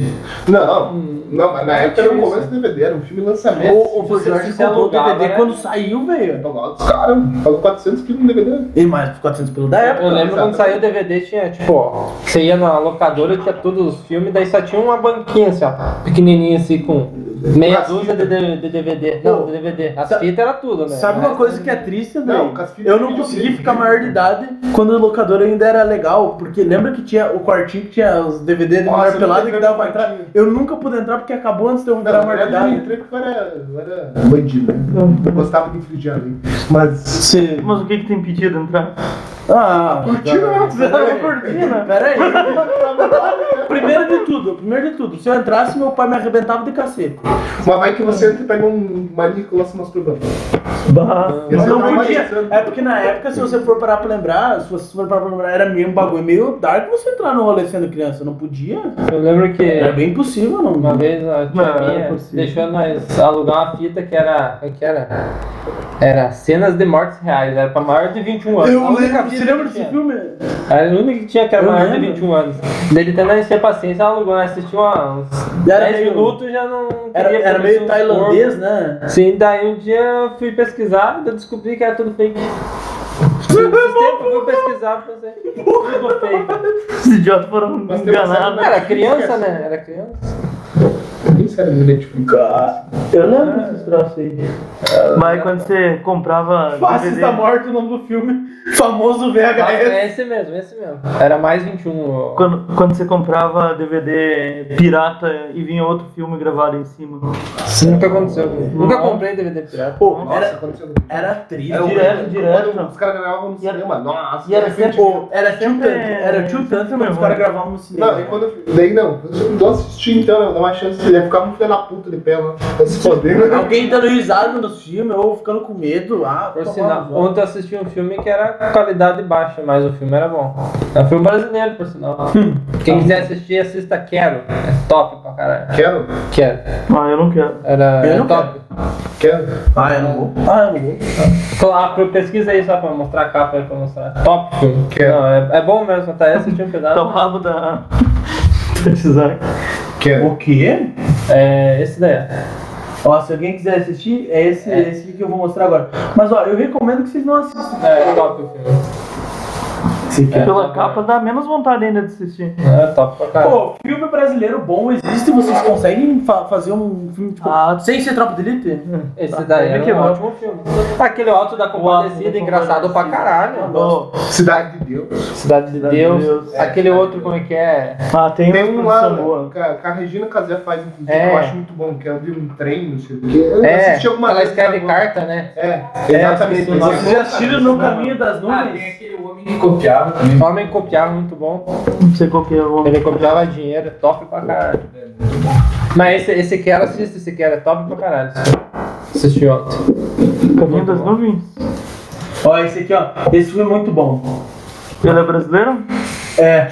Speaker 4: Não, não, mas na época era o começo do DVD, era um filme lançamento.
Speaker 2: Ou, ou
Speaker 1: você se
Speaker 2: você comprou o
Speaker 1: alugava,
Speaker 2: DVD
Speaker 1: né?
Speaker 2: quando saiu, velho.
Speaker 4: Cara, pagou 400 quilos no DVD.
Speaker 2: E mais 400 pelo da época.
Speaker 1: Eu lembro quando saiu o DVD, tinha tipo, ó, você ia na locadora, tinha todos os filmes, daí só tinha uma banquinha assim, ó, pequenininha assim, com meia
Speaker 4: As
Speaker 1: dúzia de, de- de DVD. Não, de DVD. As
Speaker 2: sa-
Speaker 1: fitas era tudo, né?
Speaker 2: Sabe uma coisa que é triste, André?
Speaker 4: Não, com as fitas
Speaker 2: eu não
Speaker 4: de
Speaker 2: consegui
Speaker 4: videogame.
Speaker 2: ficar maior de idade quando o locador ainda era legal, porque lembra que tinha o quartinho que tinha os DVD de
Speaker 4: Nossa,
Speaker 2: mulher
Speaker 4: eu
Speaker 2: pelada
Speaker 4: nunca
Speaker 2: que
Speaker 4: entrei
Speaker 2: dava
Speaker 4: no
Speaker 2: pra entrar.
Speaker 4: quartinho.
Speaker 2: Eu nunca pude entrar porque acabou antes de eu
Speaker 4: Não,
Speaker 2: entrar
Speaker 4: na
Speaker 2: maior de
Speaker 4: verdade eu
Speaker 2: idade.
Speaker 4: entrei porque eu era, eu era bandido, né? Eu gostava de infringir a lei. Mas.
Speaker 2: Você-
Speaker 3: Mas o que que tem impedido de entrar?
Speaker 2: Ah,
Speaker 3: né? Não, cortina.
Speaker 2: Peraí. Primeiro de tudo, primeiro de tudo, se eu entrasse, meu pai me arrebentava de cacete.
Speaker 4: Mas vai que você entra e pega um maníaco lá se masturbando.
Speaker 3: Bah.
Speaker 4: Esse
Speaker 2: Mas
Speaker 4: é
Speaker 2: não
Speaker 4: o trauma
Speaker 2: podia.
Speaker 4: de-
Speaker 2: É porque na época, se você for parar pra lembrar, se você for parar pra lembrar, era meio um bagulho meio dark você entrar no rolê sendo criança. Não podia.
Speaker 1: Eu lembro
Speaker 2: Era
Speaker 1: que
Speaker 2: bem impossível, não.
Speaker 1: uma vez a tia
Speaker 3: Não, não é
Speaker 1: minha
Speaker 3: possível.
Speaker 1: deixou nós alugar uma fita que era. como é que era? Era cenas de mortes reais, era pra maior de 21 anos. A única fita
Speaker 2: Você
Speaker 1: que
Speaker 2: lembra
Speaker 1: tinha.
Speaker 2: desse filme?
Speaker 1: Era o único que tinha que era
Speaker 2: Eu
Speaker 1: maior de
Speaker 2: lembro.
Speaker 1: 21 anos. Daí ele tentando encher paciência, ela alugou, né? Assistiu uma- uns
Speaker 2: E era
Speaker 1: 10
Speaker 2: meio-
Speaker 1: minutos e já não.
Speaker 2: Era,
Speaker 1: queria um
Speaker 2: era meio
Speaker 1: comer
Speaker 2: tailandês, né?
Speaker 1: corpo. Sim, daí um dia eu fui pesquisar, eu descobri que era tudo fake. Esses tempos eu fui pesquisar pra você. Tudo fake.
Speaker 3: Esses idiotas foram
Speaker 4: Mas tem uma
Speaker 3: enganados.
Speaker 1: Era criança, né? Era criança.
Speaker 4: Quem será que identificar?
Speaker 2: Eu lembro desses troços aí.
Speaker 3: Mas quando você comprava
Speaker 2: Faces
Speaker 3: DVD,
Speaker 2: da Morte, o nome do filme. Famoso
Speaker 1: Nossa,
Speaker 2: VHS.
Speaker 1: é esse mesmo, é esse mesmo. Era mais 21. ó.
Speaker 3: quando, quando você comprava DVD pirata e vinha outro filme gravado em cima.
Speaker 1: Nunca aconteceu comigo. Nunca comprei DVD pirata.
Speaker 2: Pô,
Speaker 4: Nossa,
Speaker 2: era,
Speaker 4: aconteceu.
Speaker 2: era triste.
Speaker 4: Era o-
Speaker 3: direto, direto.
Speaker 4: Quando Os caras gravavam no
Speaker 3: E era-
Speaker 4: cinema. Nossa,
Speaker 2: E era
Speaker 4: de repente-
Speaker 2: sempre.
Speaker 1: tipo,
Speaker 2: Pô, era tio
Speaker 4: Tipo,
Speaker 2: tanto.
Speaker 3: sempre-
Speaker 4: é,
Speaker 2: Era tio tanto
Speaker 3: sempre
Speaker 2: quando os
Speaker 3: ruim.
Speaker 2: caras gravavam no cinema.
Speaker 4: Não, e quando eu. Daí não, eu não assisti então, eu dava uma chance, ele ia ficar um filho da puta de pé lá, pra se foder. né?
Speaker 2: Alguém dando risada nos filmes ou ficando com medo. Ah,
Speaker 1: Por
Speaker 2: tomar
Speaker 1: sinal,
Speaker 2: no cu.
Speaker 1: ontem eu assisti um filme que era qualidade baixa, mas o filme era bom. É um filme brasileiro, por sinal.
Speaker 2: Hum.
Speaker 1: Quem quiser assistir, assista Quero. É top pra caralho.
Speaker 4: Quero,
Speaker 1: Quero.
Speaker 3: Ah, eu não quero.
Speaker 1: Era
Speaker 2: Eu
Speaker 1: é
Speaker 2: não
Speaker 1: top.
Speaker 4: quero.
Speaker 2: Ah, eu não vou. Ah,
Speaker 1: Tá,
Speaker 2: eu não vou.
Speaker 1: Claro, pesquisa aí só pra mostrar a capa aí pra mostrar. Top filme.
Speaker 4: Quero.
Speaker 1: Não, é, é bom mesmo, tá? Eu assisti um
Speaker 3: Tá o
Speaker 1: pedaço.
Speaker 3: rabo da. Precisar.
Speaker 4: Quero.
Speaker 2: O quê?
Speaker 1: É esse daí. ó.
Speaker 2: Ó, se alguém quiser assistir, é esse,
Speaker 1: É.
Speaker 2: esse que eu vou mostrar agora. Mas ó, eu recomendo que vocês não assistam.
Speaker 1: É top o filme.
Speaker 3: Que
Speaker 1: É,
Speaker 3: pela
Speaker 1: tá
Speaker 3: capa dá menos vontade ainda de assistir.
Speaker 1: É top pra caralho.
Speaker 2: Pô, filme brasileiro bom existe, vocês conseguem fa- fazer um filme tipo.
Speaker 3: Ah,
Speaker 2: Sem ser Tropa de Elite?
Speaker 1: Esse daí
Speaker 3: tá,
Speaker 1: era
Speaker 4: é
Speaker 3: que
Speaker 1: um
Speaker 3: bom.
Speaker 1: ótimo filme. Aquele alto da compadecida, engraçado pra caralho.
Speaker 3: oh.
Speaker 4: Cidade de Deus.
Speaker 1: Cidade de
Speaker 3: Cidade de
Speaker 1: Deus.
Speaker 3: Oh, Deus.
Speaker 1: Aquele outro, como é que é?
Speaker 3: ah tem,
Speaker 4: Tem um lá,
Speaker 3: boa.
Speaker 4: que a que a Regina Casé faz, inclusive,
Speaker 1: É.
Speaker 4: que eu acho muito bom, que é de um trem, não sei o quê. Eu
Speaker 1: É,
Speaker 4: assisti alguma
Speaker 1: ela
Speaker 4: vez,
Speaker 1: escreve
Speaker 4: tá bom.
Speaker 1: carta, né?
Speaker 4: É, exatamente.
Speaker 1: esqueci o nome.
Speaker 4: Esse
Speaker 2: Vocês
Speaker 4: é
Speaker 2: já
Speaker 4: bom,
Speaker 2: assistiram
Speaker 4: cara.
Speaker 2: no Caminho das
Speaker 5: Ah, tem
Speaker 2: Nuvens?
Speaker 5: aquele homem que copiava também.
Speaker 1: Homem copiava muito bom.
Speaker 3: Não sei qual que é o
Speaker 1: Ele copiava dinheiro, top pra caralho. Mas esse, esse aqui era assista, esse aqui era top pra caralho. Assisti ontem.
Speaker 3: Caminho das Nuvens.
Speaker 2: é Ó, esse aqui, ó. Esse filme é muito bom.
Speaker 3: Ele
Speaker 2: (laughs)
Speaker 3: é brasileiro?
Speaker 2: É,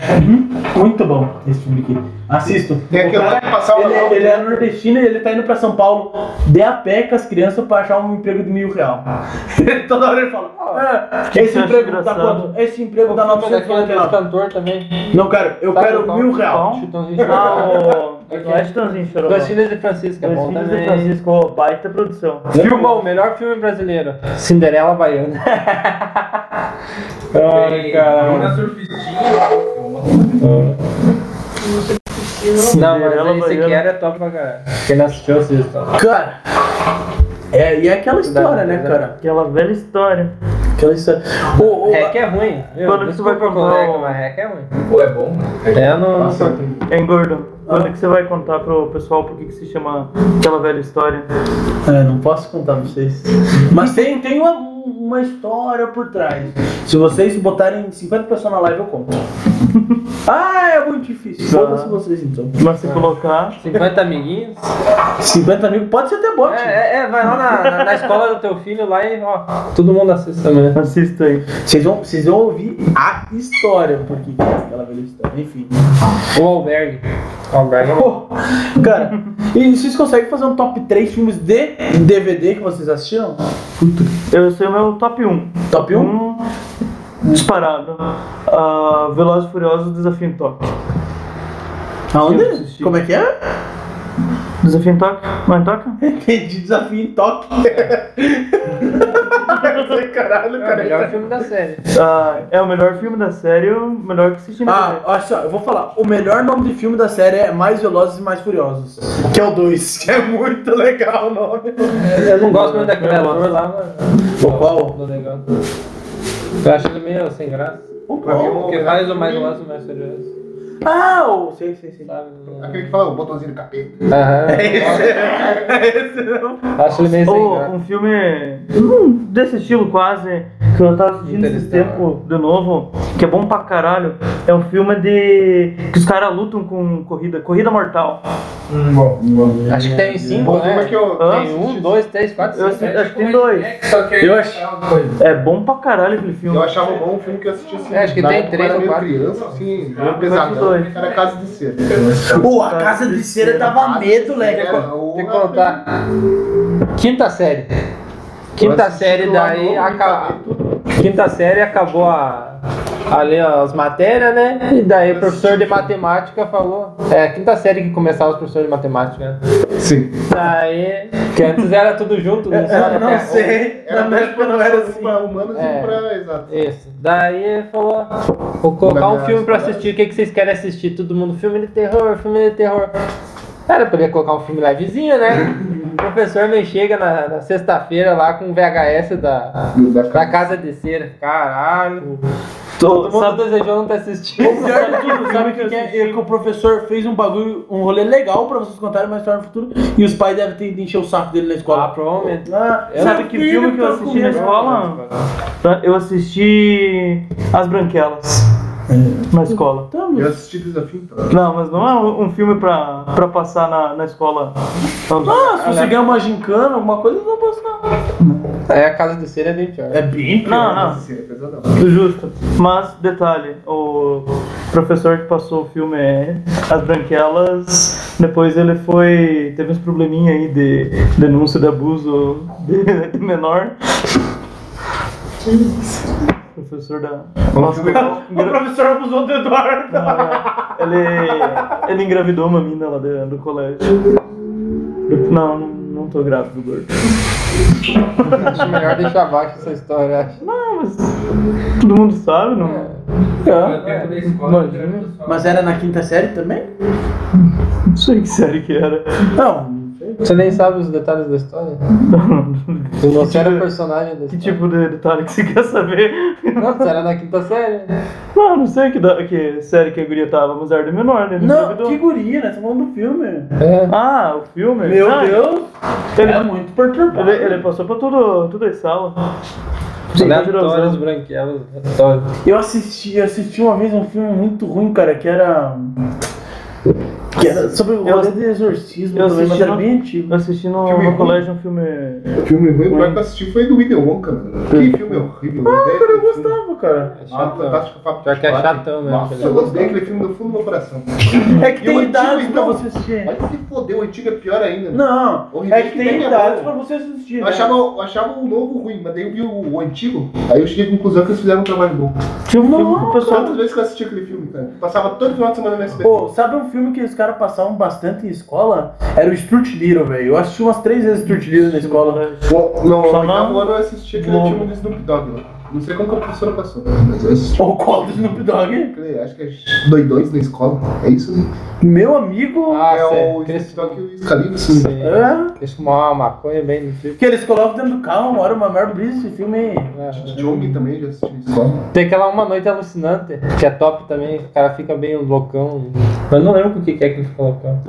Speaker 2: muito bom esse filme aqui. Assistam.
Speaker 4: Tem aquele
Speaker 2: O
Speaker 4: lá que passava
Speaker 2: ele,
Speaker 4: lá.
Speaker 2: ele é nordestino e ele tá indo pra São Paulo de a pé com as crianças pra achar um emprego de mil real. (laughs) Toda hora ele fala: "Ah,
Speaker 3: Ah. é Que
Speaker 2: esse
Speaker 3: que
Speaker 2: emprego
Speaker 3: acha
Speaker 2: dá
Speaker 3: engraçado?
Speaker 2: quanto? Esse emprego tá dá
Speaker 1: Mas
Speaker 2: 900
Speaker 1: aquele
Speaker 2: reais.
Speaker 1: é cantor também.
Speaker 2: Não, cara, eu
Speaker 1: Sabe
Speaker 2: quero
Speaker 1: qual?
Speaker 2: mil real.
Speaker 1: Chitãozinho
Speaker 3: Ah,
Speaker 1: Chororó.
Speaker 3: o.
Speaker 2: É
Speaker 3: Gostãozinho, chorou.
Speaker 1: Dois filhos de Francisco, é bom
Speaker 3: Filhos de
Speaker 1: também.
Speaker 3: Francisco, ó, baita produção.
Speaker 1: Filmão, melhor filme brasileiro. Cinderela Baiana. Ai,
Speaker 5: Tem é
Speaker 1: caralho.
Speaker 5: Bruna Surfistinha.
Speaker 1: (laughs) Não, mas
Speaker 3: Cinderela
Speaker 1: aí esse aqui
Speaker 3: Baiana.
Speaker 1: era top pra caralho. Quem não assistiu, assista.
Speaker 2: Cara, é, e é aquela história, né, cara?
Speaker 3: Aquela velha história.
Speaker 2: Aquela história. Ô, ô,
Speaker 1: Rec é ruim. viu?
Speaker 3: Quando que você vai
Speaker 1: Desculpa pro
Speaker 3: comprar
Speaker 1: colega,
Speaker 3: o-
Speaker 1: mas rec é ruim.
Speaker 5: Pô, é bom, mano.
Speaker 1: É, eu não, não sou.
Speaker 3: Hein, gordo? É, Quando que você vai contar pro pessoal por que que se chama aquela velha história?
Speaker 2: É, não posso contar pra vocês. Mas tem, tem uma, uma história por trás. Se vocês botarem 50 pessoas na live, eu conto. (laughs) ah, é muito difícil.
Speaker 3: Tá.
Speaker 2: Foda-se vocês então.
Speaker 3: Mas se colocar.
Speaker 1: 50 amiguinhos.
Speaker 2: 50 mil, pode ser até bom,
Speaker 1: É,
Speaker 2: tio.
Speaker 1: é, é, vai lá na, na- na escola do teu filho lá e ó, todo mundo assiste também.
Speaker 3: Assista aí.
Speaker 2: Vocês vão, vocês vão ouvir a história, porque aquela velha história, enfim.
Speaker 1: O albergue. Albergue é bom.
Speaker 2: Pô, cara, e vocês conseguem fazer um top 3 filmes de DVD que vocês assistiram?
Speaker 3: Eu sei o meu top 1.
Speaker 2: Top 1?
Speaker 3: Um disparado. Ah, Velozes e Furiosos Desafio em Tóquio.
Speaker 2: Aonde? Como é que é?
Speaker 3: Desafio em Tóquio? Não é em Tóquio?
Speaker 2: Entendi, desafio em toque.
Speaker 4: Caralho,
Speaker 1: É o melhor
Speaker 4: cara.
Speaker 1: filme da série.
Speaker 3: Ah, é o melhor filme da série, o melhor que assisti na
Speaker 2: Ah,
Speaker 3: TV.
Speaker 2: olha só, eu vou falar. O melhor nome de filme da série é Mais Velozes e Mais Furiosos, (laughs) que é o 2. É muito legal o nome.
Speaker 1: Eu não gosto muito daquele
Speaker 3: Eu gosto.
Speaker 1: ator lá, mas.
Speaker 2: O qual?
Speaker 1: Do negócio. Eu acho ele meio sem graça.
Speaker 2: O
Speaker 1: Pra
Speaker 4: é um
Speaker 1: mim, o
Speaker 2: qual?
Speaker 1: que faz o mais lance mais furioso.
Speaker 2: Ah, o... sei, sei, sei.
Speaker 1: Sabe?
Speaker 4: Aquele que fala o botãozinho do capeta.
Speaker 1: Aham. (laughs) É Acho ele meio sem
Speaker 3: Ou
Speaker 1: graça.
Speaker 3: um filme
Speaker 1: é.
Speaker 3: hum, desse estilo quase, que eu tava assistindo esse
Speaker 1: Interestelar.
Speaker 3: tempo de novo, que é bom pra caralho, é um filme de. que os caras lutam com corrida, corrida mortal.
Speaker 1: Acho que tem cinco,
Speaker 4: Bom, como
Speaker 1: né?
Speaker 4: é que eu.
Speaker 3: Hã?
Speaker 1: Tem um, dois, três, quatro,
Speaker 3: Eu
Speaker 1: cinco.
Speaker 3: assisti- acho que
Speaker 1: tipo
Speaker 3: tem dois.
Speaker 5: Só que
Speaker 2: Eu acho-
Speaker 3: É bom pra caralho aquele filme.
Speaker 4: Eu achava bom um filme que eu assistia assim.
Speaker 1: É, acho que
Speaker 4: na
Speaker 1: tem
Speaker 4: época eu
Speaker 1: três
Speaker 4: era
Speaker 1: ou
Speaker 4: meio
Speaker 1: quatro.
Speaker 4: criança, assim, meio
Speaker 3: dois.
Speaker 4: pesadão. Era Casa de Cera.
Speaker 2: Pô, a Casa de Cera dava medo, né? leque.
Speaker 4: Era o-
Speaker 1: Tem que contar. Quinta série. Quinta série daí acabou. Quinta série acabou a. Ali ó, as matérias, né? E daí o professor de matemática falou. É a quinta série que começava os professores de matemática, né?
Speaker 4: Sim.
Speaker 1: Daí. Que antes era tudo junto, (laughs) né?
Speaker 2: Eu não sei.
Speaker 4: Era
Speaker 2: Na minha época não era assim.
Speaker 4: pra humanos
Speaker 1: É.
Speaker 4: e pra exato.
Speaker 1: Isso. Daí ele falou: vou colocar um
Speaker 4: Verdade,
Speaker 1: filme pra
Speaker 4: verdade.
Speaker 1: assistir. O que, que vocês querem assistir? Todo mundo, filme de terror, filme de terror. Cara, podia colocar um filme levezinho, né? O professor me chega na, na sexta-feira lá com o VHS da,
Speaker 4: Da
Speaker 1: da Casa de Cera. Caralho.
Speaker 3: Tô-
Speaker 1: Todo mundo
Speaker 3: sabe-
Speaker 1: desejou não ter
Speaker 2: O
Speaker 1: assistido.
Speaker 2: pior de tudo, sabe o que, que é? É que o professor fez um bagulho, um rolê legal pra vocês contarem uma história no futuro e os pais devem ter de encher o saco dele na
Speaker 1: Ah, (laughs)
Speaker 2: escola.
Speaker 1: provavelmente.
Speaker 2: Ah,
Speaker 1: Eu
Speaker 3: sabe que filme que eu assisti na escola? Tá, Eu assisti As Branquelas na escola.
Speaker 4: Eu assisti Desafio então.
Speaker 3: Não, mas não é um um filme pra, pra passar na, na escola.
Speaker 2: Ah, se você ganhar uma gincana, alguma coisa, eu não posso não.
Speaker 1: É, a Casa de Cera é bem pior.
Speaker 2: É bem pior.
Speaker 3: Não, não.
Speaker 4: Casa de Cera, pesadão.
Speaker 3: Justo. Mas, detalhe, o professor que passou o filme é As Branquelas, depois ele foi. teve uns probleminha aí de denúncia de abuso de, (laughs) de menor. Professor da. Nossa, (laughs)
Speaker 2: O professor abusou do Eduardo.
Speaker 3: ah, ele, ele engravidou uma mina lá do, do colégio. Não, não, não tô grávido, gordo.
Speaker 1: Acho (laughs) melhor deixar abaixo essa história. acho.
Speaker 3: Não, mas todo mundo sabe, não? É?
Speaker 5: No né? tempo da escola, né? eu
Speaker 3: Imagina.
Speaker 5: era só-
Speaker 2: Mas é- era na quinta série também?
Speaker 3: Não sei que série que era. (laughs)
Speaker 2: Não.
Speaker 1: Você nem sabe os detalhes da história. Você era personagem da
Speaker 3: Que
Speaker 1: história.
Speaker 3: tipo de detalhe que você (laughs) quer saber?
Speaker 1: Não, você era na quinta série. né?
Speaker 3: Não, não sei que, da, que série que a guria tava, mas era de menor, né? Ele
Speaker 2: Não,
Speaker 3: engravidou.
Speaker 2: que guria, né? Você falando do filme.
Speaker 1: É.
Speaker 3: Ah, o filme?
Speaker 2: Meu
Speaker 3: Ah,
Speaker 2: Deus.
Speaker 3: Ele,
Speaker 2: É muito perturbado.
Speaker 3: ele- ele passou pra tudo, tudo as salas.
Speaker 1: Aleatórios, branquelas, aleatórios.
Speaker 2: Eu assisti, eu assisti uma vez um filme muito ruim, cara, que era. Que era sobre o
Speaker 3: Eu-
Speaker 2: rolê de exorcismo
Speaker 3: eu
Speaker 2: também, mas
Speaker 3: assisti um-
Speaker 2: era
Speaker 3: no-
Speaker 2: bem antigo.
Speaker 3: Eu assisti no,
Speaker 4: Filme
Speaker 3: no
Speaker 4: ruim.
Speaker 3: colégio
Speaker 2: (laughs)
Speaker 3: um filme.
Speaker 4: O filme ruim, o pior que eu assisti foi do William Wonka. mano. Que filme horrível. Ah, cara, eu gostava.
Speaker 2: cara.
Speaker 4: Ah, fantástico Fábio
Speaker 1: Pior que é
Speaker 4: Chocolate.
Speaker 1: chatão, né?
Speaker 4: Nossa, eu gostei daquele filme do fundo do meu coração.
Speaker 2: É que
Speaker 4: E o
Speaker 2: tem
Speaker 4: antigo,
Speaker 2: idade pra
Speaker 4: então?
Speaker 2: você assistir.
Speaker 4: Mas se foder, o antigo é pior ainda. mano.
Speaker 2: Não, é
Speaker 4: O
Speaker 2: que
Speaker 4: remake
Speaker 2: tem
Speaker 4: também é
Speaker 2: idade
Speaker 4: bom.
Speaker 2: pra você assistir.
Speaker 4: Eu
Speaker 2: né?
Speaker 4: achava, eu achava o novo ruim, mas daí eu vi o, o antigo, aí eu cheguei à conclusão que eles fizeram um trabalho bom.
Speaker 3: Tinha um filme que o pessoal.
Speaker 4: Quantas vezes que eu assisti aquele filme, cara? Passava todo final de semana no SBT.
Speaker 2: Pô, sabe um filme que os caras passavam bastante em escola? Era o Street Little, velho. Eu assisti umas três vezes Street Little na escola.
Speaker 4: Pô, não,
Speaker 3: só
Speaker 4: no oitavo
Speaker 3: não-
Speaker 4: ano eu assisti aquele
Speaker 3: Bom.
Speaker 4: filme do Snoop Dogg lá. Não sei como que a professora passou. Mas eu
Speaker 2: Ou o colo do Snoop Dogg.
Speaker 4: acho que é doidões na escola. É isso, né?
Speaker 2: Meu amigo.
Speaker 1: Ah,
Speaker 4: é o
Speaker 1: sei.
Speaker 4: Snoop Dogg e o Scalibus.
Speaker 2: É.
Speaker 1: Eles fumavam uma maconha bem no tipo.
Speaker 2: Que eles colocam dentro do carro, uma hora, uma maior brisa esse filme.
Speaker 1: É.
Speaker 4: Jong também já assistiu na escola.
Speaker 1: Tem aquela Uma Noite Alucinante, que é top também, o cara fica bem loucão. Mas não lembro o que que é que ele fica loucão.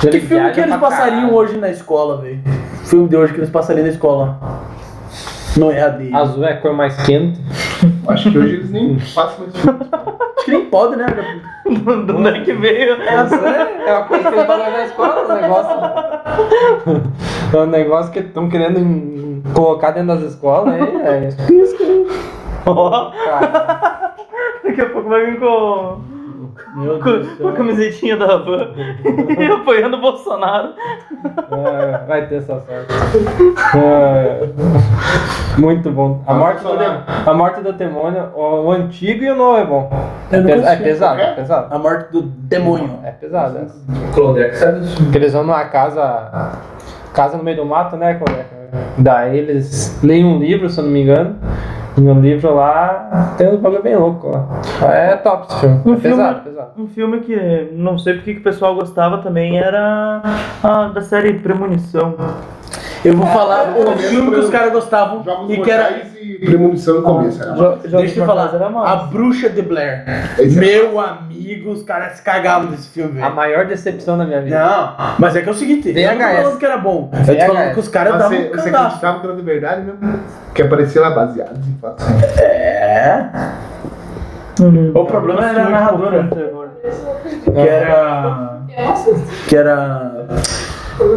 Speaker 2: Que filme que eles passariam hoje na escola, velho? Filme de hoje que eles passariam na escola. Não é a de.
Speaker 1: Azul é a cor mais quente.
Speaker 4: Acho que hoje eles nem passam
Speaker 2: (laughs)
Speaker 4: mais filme.
Speaker 2: Acho que nem pode, né?
Speaker 3: Do onde é que veio?
Speaker 2: assim.
Speaker 1: É, é uma coisa que eles fazem na escola, o negócio. (laughs) É um negócio que estão querendo em- colocar dentro das escolas aí. É isso que
Speaker 3: (laughs) Ó,
Speaker 1: cara.
Speaker 3: daqui a pouco vai vir com,
Speaker 2: Meu Deus do
Speaker 3: com, com a
Speaker 2: céu.
Speaker 3: camisetinha da
Speaker 2: (laughs)
Speaker 3: Havan (laughs) e apoiando o Bolsonaro.
Speaker 1: É, vai ter essa sorte. É, muito bom. A morte, do, de- a morte do demônio, o, o antigo e o novo é bom. É,
Speaker 2: Eu não
Speaker 1: pes- é
Speaker 2: consigo.
Speaker 1: pesado, é
Speaker 4: qualquer?
Speaker 1: pesado.
Speaker 2: A morte do demônio.
Speaker 1: É pesado. É.
Speaker 5: Clodex sabe dos
Speaker 1: Porque eles vão numa casa. Casa no meio do mato, né, Coreca? Daí eles leem um livro, se eu não me engano. E no livro lá tem um bagulho bem louco lá. É top esse filme.
Speaker 3: Um
Speaker 1: é
Speaker 3: filme-
Speaker 1: pesado, pesado.
Speaker 3: Um filme que não sei porque que o pessoal gostava também era a da série Premonição.
Speaker 2: Ah, Eu vou falar o
Speaker 4: começo
Speaker 2: filme que os
Speaker 4: mesmo.
Speaker 2: caras gostavam
Speaker 4: Jogos
Speaker 2: e que era.
Speaker 4: Mortais e Premonição no começo. né? cara.
Speaker 2: Deixa eu falar, Ah,
Speaker 3: Era
Speaker 2: a
Speaker 3: massa.
Speaker 2: bruxa de Blair.
Speaker 4: Esse é-
Speaker 2: Meu amigo, os caras se cagavam desse filme,
Speaker 1: A
Speaker 2: velho.
Speaker 1: maior decepção da minha vida.
Speaker 2: Não, mas é que é o seguinte, eu não tô
Speaker 1: VHS.
Speaker 2: falando que era bom. Eu tô falando que os caras
Speaker 4: Mas
Speaker 2: davam
Speaker 4: você,
Speaker 2: um
Speaker 4: você
Speaker 2: cagaço.
Speaker 4: acreditava que era de verdade mesmo? Que aparecia lá baseado em fatos.
Speaker 2: É. O problema é era a narradora, que era.
Speaker 7: Eu não assisto.
Speaker 2: Que era.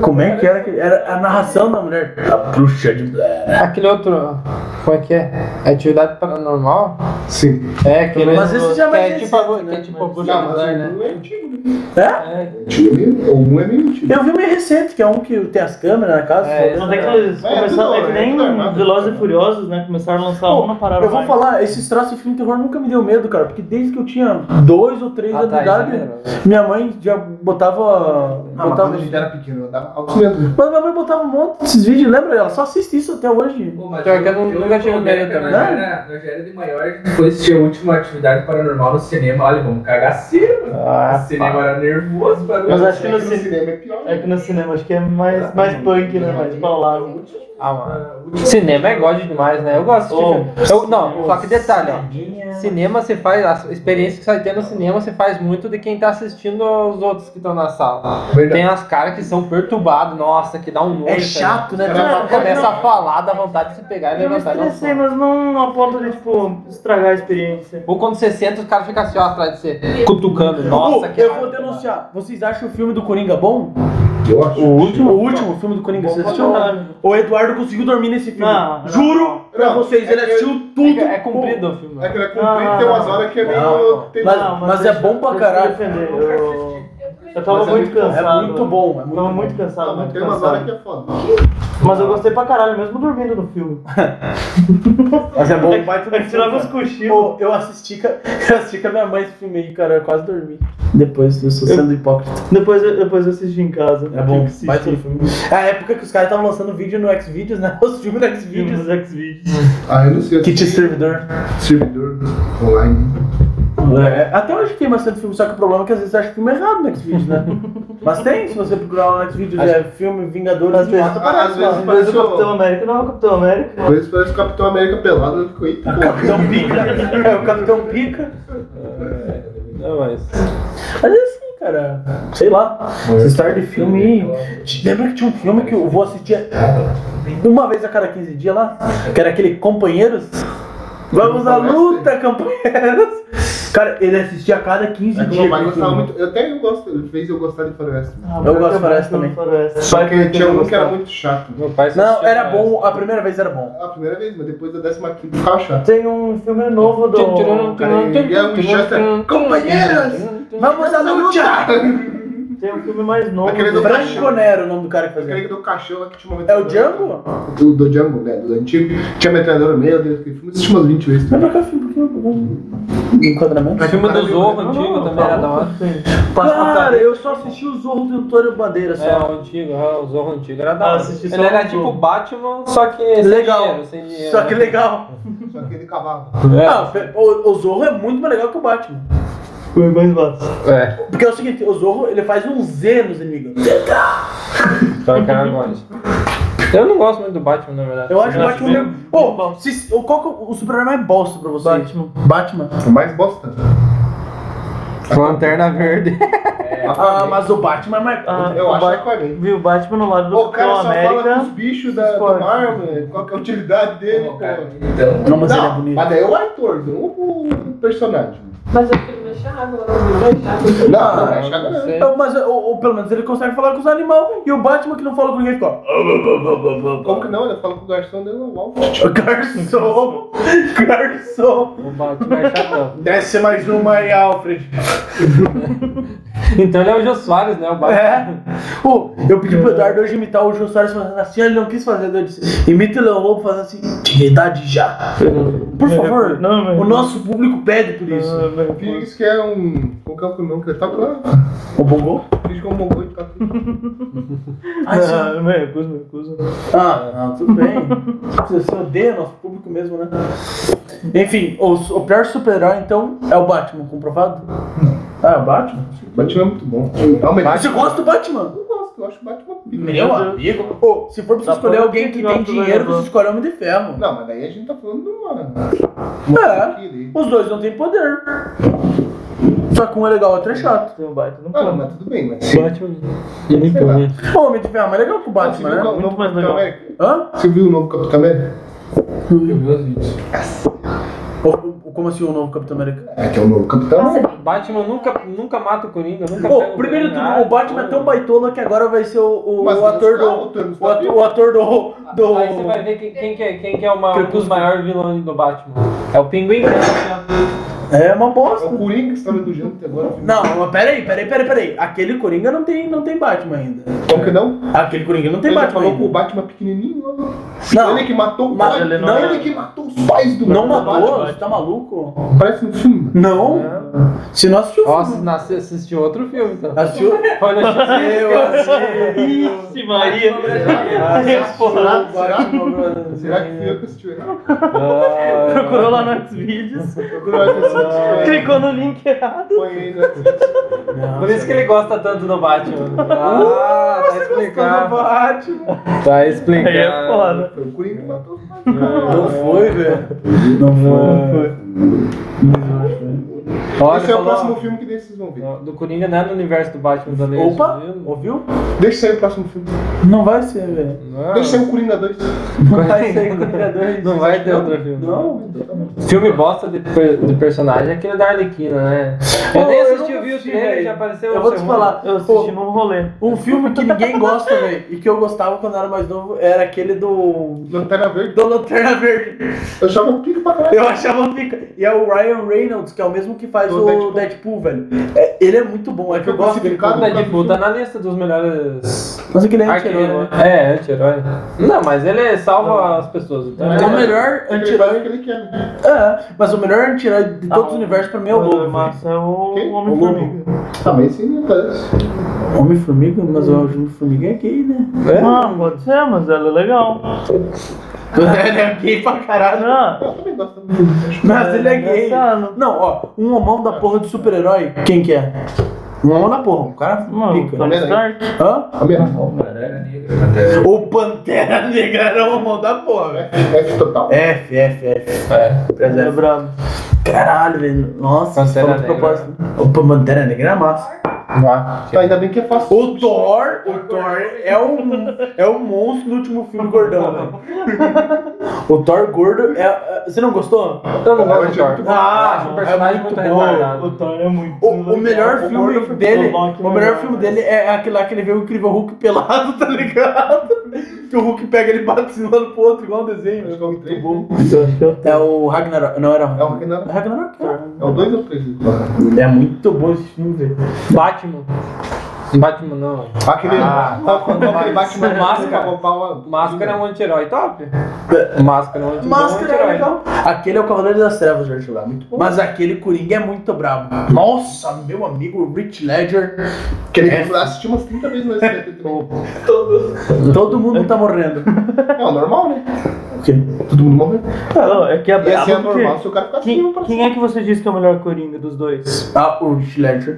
Speaker 2: Como é que era? que- Era a narração da mulher. A bruxa de Blair.
Speaker 1: Aquele outro. Como é que é? É Atividade paranormal?
Speaker 4: Sim.
Speaker 1: É, que
Speaker 2: Mas esse já é
Speaker 1: que
Speaker 2: mais
Speaker 1: é tipo, a-
Speaker 2: recente,
Speaker 1: que é
Speaker 2: né?
Speaker 1: tipo a Bruxa
Speaker 4: Não, mas
Speaker 1: Blair,
Speaker 4: o
Speaker 1: né?
Speaker 4: um é antigo.
Speaker 2: É?
Speaker 1: É,
Speaker 4: Antigo é meio- ou um é meio antigo.
Speaker 2: Eu vi um meio recente, que é um que tem as câmeras na casa.
Speaker 1: É,
Speaker 3: Mas é que eles
Speaker 4: É,
Speaker 3: começaram, é que
Speaker 4: tudo- é
Speaker 3: nem
Speaker 4: tudo armado.
Speaker 3: Velozes e Furiosos, né? Começaram a lançar
Speaker 2: Pô,
Speaker 3: uma parada.
Speaker 2: Eu vou falar, esses traços de filme de terror nunca me deu medo, cara, porque desde que eu tinha dois ou três
Speaker 1: Ah,
Speaker 2: anos de
Speaker 1: tá,
Speaker 2: idade,
Speaker 1: isso é
Speaker 2: minha mãe já botava.
Speaker 4: Ah, mas
Speaker 2: botava
Speaker 4: quando a gente era pequeno, eu dava alto medo.
Speaker 2: mas minha mãe botava um monte desses vídeos, lembra? Ela só assiste isso até hoje.
Speaker 5: Pô, mas
Speaker 1: Pior que eu não- nunca tive
Speaker 5: quando
Speaker 1: medo
Speaker 5: era-
Speaker 1: também.
Speaker 5: Nós já era, nós já era de maior, a gente foi assistir a última atividade paranormal no cinema. Olha, vamos cagaceiro.
Speaker 1: Ah,
Speaker 5: o cinema era nervoso,
Speaker 2: um
Speaker 5: bagulho.
Speaker 3: Mas acho que
Speaker 4: É
Speaker 3: no,
Speaker 4: que
Speaker 3: cin-
Speaker 4: cinema é pior.
Speaker 3: é que no cinema acho que é mais,
Speaker 2: Tá
Speaker 3: mais punk, né? Mais balado.
Speaker 1: Ah, mano. Cinema é god demais, né? Eu gosto de
Speaker 3: Oh,
Speaker 1: filme. Eu, não, só que detalhe, ó. Cinema você faz, a experiência que você vai ter no cinema você faz muito de quem tá assistindo os outros que estão na sala.
Speaker 4: Verdade.
Speaker 1: Tem as caras que são perturbados, nossa, que dá um nojo.
Speaker 2: É
Speaker 1: tá
Speaker 2: chato, né?
Speaker 1: ligado? Cara,
Speaker 2: Cara,
Speaker 1: começa a falar, dá vontade de se pegar e
Speaker 3: Eu me
Speaker 1: levantar. e dar um
Speaker 3: estressei,
Speaker 1: soco.
Speaker 3: mas não a ponto de, tipo, estragar a experiência.
Speaker 1: Ou quando você senta, os caras ficam assim, ó, atrás de você, cutucando. Nossa,
Speaker 2: Ô,
Speaker 1: que
Speaker 2: Eu
Speaker 1: raiva.
Speaker 2: vou denunciar. Vocês acham o filme do Coringa bom?
Speaker 4: Eu acho.
Speaker 2: O último, o último filme do Coringa, você assistiu?
Speaker 3: Não.
Speaker 2: O Eduardo conseguiu dormir nesse filme.
Speaker 3: Não, não.
Speaker 2: Juro pra
Speaker 4: Não,
Speaker 2: vocês,
Speaker 4: é
Speaker 2: ele
Speaker 4: que-
Speaker 2: assistiu
Speaker 1: É
Speaker 2: tudo.
Speaker 1: que É comprido o filme.
Speaker 4: É que ele é
Speaker 3: Não, não,
Speaker 4: comprido, tem umas
Speaker 3: não.
Speaker 4: horas que é
Speaker 2: Não,
Speaker 4: meio. tem-
Speaker 2: Mas-
Speaker 3: Não,
Speaker 2: é bom pra
Speaker 3: deixa eu
Speaker 2: caralho.
Speaker 3: defender, Eu, eu tava
Speaker 4: Mas é
Speaker 3: muito
Speaker 4: muito bom, é
Speaker 3: cansado.
Speaker 2: muito bom, é muito
Speaker 3: tava
Speaker 2: bom.
Speaker 3: muito cansado,
Speaker 4: Não, mas
Speaker 3: muito
Speaker 4: Tem umas horas
Speaker 3: cansado.
Speaker 4: que é foda.
Speaker 3: Mas eu gostei pra caralho, mesmo dormindo no filme.
Speaker 2: Mas é bom, vai tudo
Speaker 3: É que tirava os cochilos.
Speaker 2: Pô, eu assisti, ca- eu assisti com a (laughs) minha mãe esse filme aí, cara, eu quase dormi. Depois disso,
Speaker 3: Eu-
Speaker 2: sendo hipócrita.
Speaker 3: Depois, eu- depois eu assisti em casa.
Speaker 2: É bom,
Speaker 3: Vai
Speaker 2: vai todo filme. É a época que os caras estavam lançando vídeo no Xvideos, né? (laughs) Os filmes no Xvideos.
Speaker 3: Vídeos, X-Vídeos.
Speaker 4: Ah, eu não sei.
Speaker 2: Kit servidor.
Speaker 4: Servidor online.
Speaker 2: É, até hoje tem bastante filme, só que o problema é que às vezes você acha filme errado no Xvideos, (laughs) né? Mas tem, se você procurar no Xvideos, é filme Vingadores,
Speaker 3: Às vezes-
Speaker 2: Ultimato, aparece
Speaker 4: Ah, às
Speaker 2: lá.
Speaker 4: vezes-
Speaker 3: Mas o
Speaker 4: Mas eu-
Speaker 3: Capitão América não é o Capitão América.
Speaker 4: Depois parece o Capitão América pelado, eu fico, eita, porra.
Speaker 2: Capitão Pica. É, o Capitão Pica.
Speaker 1: Não, mas...
Speaker 2: Mas é assim, cara. Sei lá. Essa história de filme. Lembra que tinha um filme que eu vou assistir uma vez a cada 15 dias lá? Que era aquele Companheiros? Vamos à luta, companheiros! Cara, ele assistia a cada 15
Speaker 4: É que o
Speaker 2: dias.
Speaker 4: meu pai
Speaker 2: aquele
Speaker 4: gostava
Speaker 2: filme.
Speaker 4: muito. Eu até gosto, ele fez eu gostar de Faroeste.
Speaker 2: Eu gosto de Faroeste também.
Speaker 3: Faroeste.
Speaker 4: Só que tinha um que era
Speaker 3: Gostava.
Speaker 4: muito chato.
Speaker 1: Meu pai
Speaker 2: Não,
Speaker 1: assistia
Speaker 2: era
Speaker 1: pra-
Speaker 2: bom, a primeira vez era bom.
Speaker 4: A primeira vez, mas depois da décima quinta ficava chato.
Speaker 3: Tem um filme novo do.
Speaker 2: Vamos à luta!
Speaker 3: Tem um filme mais novo.
Speaker 4: Aquele do
Speaker 3: Frank
Speaker 4: Frank.
Speaker 2: Gonero, o nome do cara que fazia.
Speaker 4: Aquele do cachorro lá que tinha uma
Speaker 2: É o
Speaker 4: metralhadora.
Speaker 2: Django?
Speaker 4: Do, do Django, né? Do antigo. Tinha metralhadora, meu Deus, aquele filme assistiu umas 20 vezes.
Speaker 2: Lembra que é o filme que eu- Enquadramento?
Speaker 1: O filme do Zorro antigo também era da hora.
Speaker 3: Sim.
Speaker 2: Cara, eu só assisti o Zorro do Antônio Bandeira,
Speaker 1: É,
Speaker 2: só.
Speaker 1: o antigo, é, o Zorro antigo era da
Speaker 3: Ah,
Speaker 1: hora.
Speaker 3: assisti só
Speaker 1: Ele era
Speaker 3: um
Speaker 1: tipo
Speaker 3: jogo.
Speaker 1: Batman, só que sem
Speaker 2: legal.
Speaker 1: dinheiro, É, sem dinheiro.
Speaker 2: só que legal.
Speaker 4: Só que ele cavava.
Speaker 2: Não, o, o Zorro é muito mais legal que o Batman.
Speaker 3: Foi mais fácil.
Speaker 1: É,
Speaker 2: Porque é o seguinte, o Zorro ele faz um Z nos inimigos.
Speaker 1: só que ela gosta. Eu não gosto muito do Batman, na verdade.
Speaker 2: Eu acho o Batman meio. Pô, se- o- qual que é o- o super-herói mais bosta pra você?
Speaker 3: Batman.
Speaker 2: Batman.
Speaker 4: O mais bosta.
Speaker 1: Lanterna Verde.
Speaker 2: Ah, mas o Batman é mais.
Speaker 3: Ah,
Speaker 4: Eu
Speaker 3: o
Speaker 4: acho
Speaker 3: Ba-
Speaker 4: que Aquaman.
Speaker 3: Viu o Batman no lado do
Speaker 4: O cara
Speaker 3: Capitão
Speaker 4: só fala dos
Speaker 3: América.
Speaker 4: bichos da, do
Speaker 3: Esporte.
Speaker 4: Marvel, qual que é a utilidade dele, pô.
Speaker 5: cara, então.
Speaker 2: Não, mas ele é
Speaker 4: Não,
Speaker 2: bonito.
Speaker 4: mas daí é o ator, não o o personagem.
Speaker 7: Mas eu queria mexer água, não vou deixar.
Speaker 4: Não, não, é chato, não.
Speaker 2: Então, Mas ou, pelo menos ele consegue falar com os animais. E o Batman que não fala com ninguém fica. ó.
Speaker 4: Como que não? Ele fala com o garçom dele normal.
Speaker 2: Garçom! Garçom!
Speaker 1: O Batman é chatão.
Speaker 2: Desce mais uma aí, Alfred.
Speaker 1: Então ele é o Jô Soares, né? O Batman.
Speaker 2: É. Ô, eu pedi pro Eduardo hoje imitar o Jô Soares fazendo assim, ele não quis fazer, eu disse, imita o Leão Lobo fazendo assim, tinha idade já. Por favor,
Speaker 3: Não, mas-
Speaker 2: o nosso público pede por isso.
Speaker 3: Ah, meu Deus.
Speaker 4: Finge que é um. Qual que é o nome que ele tá com?
Speaker 2: O Bongo?
Speaker 4: Finge que é um mongol de tatu.
Speaker 2: Ah, sim.
Speaker 3: Ah, me recuso, me recuso.
Speaker 2: ah, não, tudo bem. Você odeia nosso público mesmo, né? Enfim, o, su- o pior super-herói então é o Batman, comprovado? Ah, é o Batman?
Speaker 4: Batman é muito bom. É o melhor.
Speaker 2: Você gosta do Batman?
Speaker 4: Eu gosto, eu acho o Batman pica.
Speaker 2: Meu amigo. Ô, se for pra você
Speaker 3: Tá
Speaker 2: escolher
Speaker 3: bom,
Speaker 2: alguém que
Speaker 3: quem que
Speaker 2: tem
Speaker 3: gosta do
Speaker 2: dinheiro,
Speaker 3: Leão
Speaker 2: você escolhe o Homem de Ferro.
Speaker 4: Não, mas daí a gente tá falando de uma. né?
Speaker 2: É.
Speaker 4: Querer.
Speaker 2: Os dois não têm poder. Só que um é legal, o outro é chato.
Speaker 3: Tem um baita, não
Speaker 4: Ah, não,
Speaker 3: pode.
Speaker 4: mas tudo bem, mas.
Speaker 1: Batman. Ele impõe.
Speaker 2: Pô, Homem de Ferro é mais legal que o Batman,
Speaker 4: Você viu
Speaker 2: né?
Speaker 4: o
Speaker 3: Muito
Speaker 4: novo
Speaker 3: mais
Speaker 4: Capitão
Speaker 3: legal.
Speaker 4: América?
Speaker 2: Hã?
Speaker 4: Você viu o novo Capitão América?
Speaker 5: Eu vi os vídeos.
Speaker 2: O- o- Como assim o novo Capitão América?
Speaker 4: É que é o novo Capitão América.
Speaker 1: Batman nunca, nunca mata o Coringa, nunca pega
Speaker 2: Pô,
Speaker 1: o
Speaker 2: primeiro de
Speaker 1: Coringa.
Speaker 2: tudo, o Batman é tão
Speaker 1: né?
Speaker 2: baitola que agora vai ser o, o,
Speaker 4: Mas
Speaker 2: o ator
Speaker 4: não está,
Speaker 2: do.
Speaker 4: o ator não está
Speaker 2: O ator,
Speaker 4: vivo.
Speaker 2: o ator do. do...
Speaker 1: Aí você vai ver quem, quem que é, quem que é o maior, um dos
Speaker 2: Crepúsculo.
Speaker 1: maiores vilões do Batman. É o Pinguim.
Speaker 2: É uma
Speaker 4: É
Speaker 2: bosta.
Speaker 4: o Coringa que você tá me elogiando até agora.
Speaker 2: Não, mas peraí, peraí, peraí, peraí. Aquele Coringa não tem, não tem Batman ainda.
Speaker 4: Como que não?
Speaker 2: Aquele Coringa não tem
Speaker 4: Ele já
Speaker 2: Batman
Speaker 4: falou com o
Speaker 2: ainda.
Speaker 4: Batman pequenininho. né?
Speaker 2: Não.
Speaker 4: Ele que matou o
Speaker 2: Mas
Speaker 4: pai.
Speaker 2: ele
Speaker 4: Ele
Speaker 2: não- é.
Speaker 4: não, ele que matou os pais do
Speaker 2: Não
Speaker 4: do
Speaker 2: matou?
Speaker 4: Batman.
Speaker 2: Você tá maluco?
Speaker 4: Parece um filme.
Speaker 2: Não.
Speaker 1: É. né?
Speaker 2: Se nós assistiu.
Speaker 1: Ó, você nasce- assistiu outro filme, então.
Speaker 2: Assistiu?
Speaker 1: Foi na XP.
Speaker 2: Eu
Speaker 3: Ixi, Maria.
Speaker 4: Será,
Speaker 3: Respondado.
Speaker 4: será,
Speaker 2: assisti.
Speaker 4: será que fui eu que assisti errado?
Speaker 2: Ah,
Speaker 3: Procurou lá no
Speaker 2: (laughs)
Speaker 3: Xvideos,
Speaker 4: Procurou que
Speaker 2: É.
Speaker 4: assisti
Speaker 3: clicou no link errado.
Speaker 4: Põe aí né? no Netflix.
Speaker 1: Por isso que ele gosta tanto do
Speaker 2: Uh,
Speaker 1: Batman. Ah, tá explicado.
Speaker 2: Batman.
Speaker 1: Tá
Speaker 3: Aí é
Speaker 1: explicado.
Speaker 3: foda.
Speaker 4: Foi o Coringa que matou os pais.
Speaker 2: Não foi, velho.
Speaker 1: Olha,
Speaker 4: Esse é o
Speaker 1: falou-
Speaker 4: próximo filme que desses vão ver.
Speaker 1: Não, Do Coringa não é no universo do Batman da Liga
Speaker 2: Opa,
Speaker 1: da Justiça.
Speaker 2: ouviu?
Speaker 4: Deixa sair o próximo filme.
Speaker 2: Não vai ser, velho.
Speaker 1: Não.
Speaker 4: Deixa sair o Coringa 2.
Speaker 2: Não vai ser Coringa 2.
Speaker 1: Não vai ter outro filme.
Speaker 2: Não, então tá bom.
Speaker 1: Filme bosta de, per- de personagem é aquele da Arlequina, né? Eu
Speaker 2: Pô,
Speaker 1: nem
Speaker 2: eu
Speaker 1: assisti,
Speaker 2: nunca
Speaker 1: eu vi o
Speaker 2: assisti,
Speaker 1: trailer,
Speaker 2: velho.
Speaker 1: já apareceu
Speaker 2: Eu
Speaker 1: no
Speaker 2: vou te
Speaker 1: segundo.
Speaker 2: falar.
Speaker 3: Eu assisti num rolê.
Speaker 2: Um filme que ninguém gosta, velho, e que eu gostava quando era mais novo, era aquele do.
Speaker 4: Lanterna Verde.
Speaker 2: Do Lanterna Verde.
Speaker 4: Eu chamo o pico pra caralho.
Speaker 2: Eu achava pica. E é o Ryan Reynolds, que é o mesmo que faz
Speaker 4: Do
Speaker 2: o
Speaker 4: Deadpool.
Speaker 2: Deadpool, velho. É, ele é muito bom, é que eu
Speaker 4: Foi
Speaker 2: gosto dele.
Speaker 4: classificado
Speaker 1: O Deadpool tá na lista dos melhores
Speaker 2: Mas aquele é anti-herói,
Speaker 1: arqueiros.
Speaker 2: né?
Speaker 1: É, anti-herói. Não, mas ele salva as pessoas. Então
Speaker 2: Mas
Speaker 1: ele
Speaker 2: né? o
Speaker 1: é-
Speaker 2: melhor
Speaker 4: Ele faz o
Speaker 2: anti-herói.
Speaker 4: que ele quer. né?
Speaker 2: É, mas o melhor anti-herói de todos os universos pra mim é o Lobo.
Speaker 3: Massa é o
Speaker 4: Quem?
Speaker 3: Homem-Formiga.
Speaker 4: Tá, mas esse não parece.
Speaker 2: Homem-Formiga? Mas o Homem-Formiga é gay, né?
Speaker 3: Ah, pode ser, mas ela é legal.
Speaker 2: Ele é (laughs) gay pra caralho.
Speaker 3: Ah,
Speaker 4: Eu também gosto muito.
Speaker 2: Mas ele é
Speaker 3: é
Speaker 2: gay.
Speaker 3: engraçado.
Speaker 2: Não, ó, um homão da porra de super-herói, quem que é? Um homão da porra, um cara
Speaker 3: mano,
Speaker 2: pica.
Speaker 3: Tony Stark.
Speaker 2: Hã?
Speaker 4: Homem-Aranha.
Speaker 5: Pantera Negra. Pantera-
Speaker 2: O Pantera Negra era o homão da porra, velho.
Speaker 4: é F total.
Speaker 2: F, F, F.
Speaker 3: Ele é brabo.
Speaker 2: Caralho, velho. Nossa,
Speaker 1: Pantera
Speaker 2: falou de
Speaker 1: Negra.
Speaker 2: propósito. O Pantera Negra é massa.
Speaker 4: Tá, ainda bem que é fácil.
Speaker 2: O Thor, o Thor é um, é um monstro no último filme gordão,
Speaker 3: (laughs)
Speaker 2: velho. O Thor gordo é. Você não gostou? É
Speaker 1: Eu não gosto do
Speaker 4: Hoje é
Speaker 1: Thor.
Speaker 4: muito bom.
Speaker 1: Ah, acho um personagem muito retardado.
Speaker 3: O Thor é muito
Speaker 2: O, o melhor
Speaker 3: legal.
Speaker 2: filme
Speaker 3: Gordo foi
Speaker 2: dele.
Speaker 3: pro Loki, né?
Speaker 2: O melhor filme dele é aquele lá que ele vê o incrível Hulk pelado, (laughs) tá ligado? Que o Hulk pega ele e bate de um lado pro outro, igual um desenho.
Speaker 4: Acho que é o três,
Speaker 2: bom. É o Ragnarok. Não, era
Speaker 4: É o Ragnarok.
Speaker 2: Ragnarok.
Speaker 4: É o 2 ou 3?
Speaker 2: É muito bom esse filme, velho.
Speaker 1: Batman. Batman não.
Speaker 4: Aquele.
Speaker 1: Ah.
Speaker 4: qual- qual- qual aquele Batman que
Speaker 1: Máscara.
Speaker 4: pra roubar uma-
Speaker 1: Máscara é um anti-herói top? Máscara é um anti- bom
Speaker 2: Máscara é
Speaker 1: anti-herói.
Speaker 2: legal. Aquele é o Cavaleiro das Trevas, Jorge lá. Muito bom. Mas aquele Coringa é muito brabo. Nossa, meu amigo, o Rich Ledger.
Speaker 4: Que ele
Speaker 2: É.
Speaker 4: assistiu umas 30 vezes no SBT também.
Speaker 2: (laughs) Todo mundo tá morrendo.
Speaker 4: É o normal, né?
Speaker 2: quê?
Speaker 4: Todo mundo morre.
Speaker 3: Não, é que é
Speaker 4: E assim é
Speaker 3: brabo
Speaker 4: normal
Speaker 3: porque...
Speaker 4: se o cara ficar assim,
Speaker 3: Quem,
Speaker 4: não parece.
Speaker 3: quem é que você disse que é o melhor Coringa dos dois?
Speaker 2: Ah, o Schledger.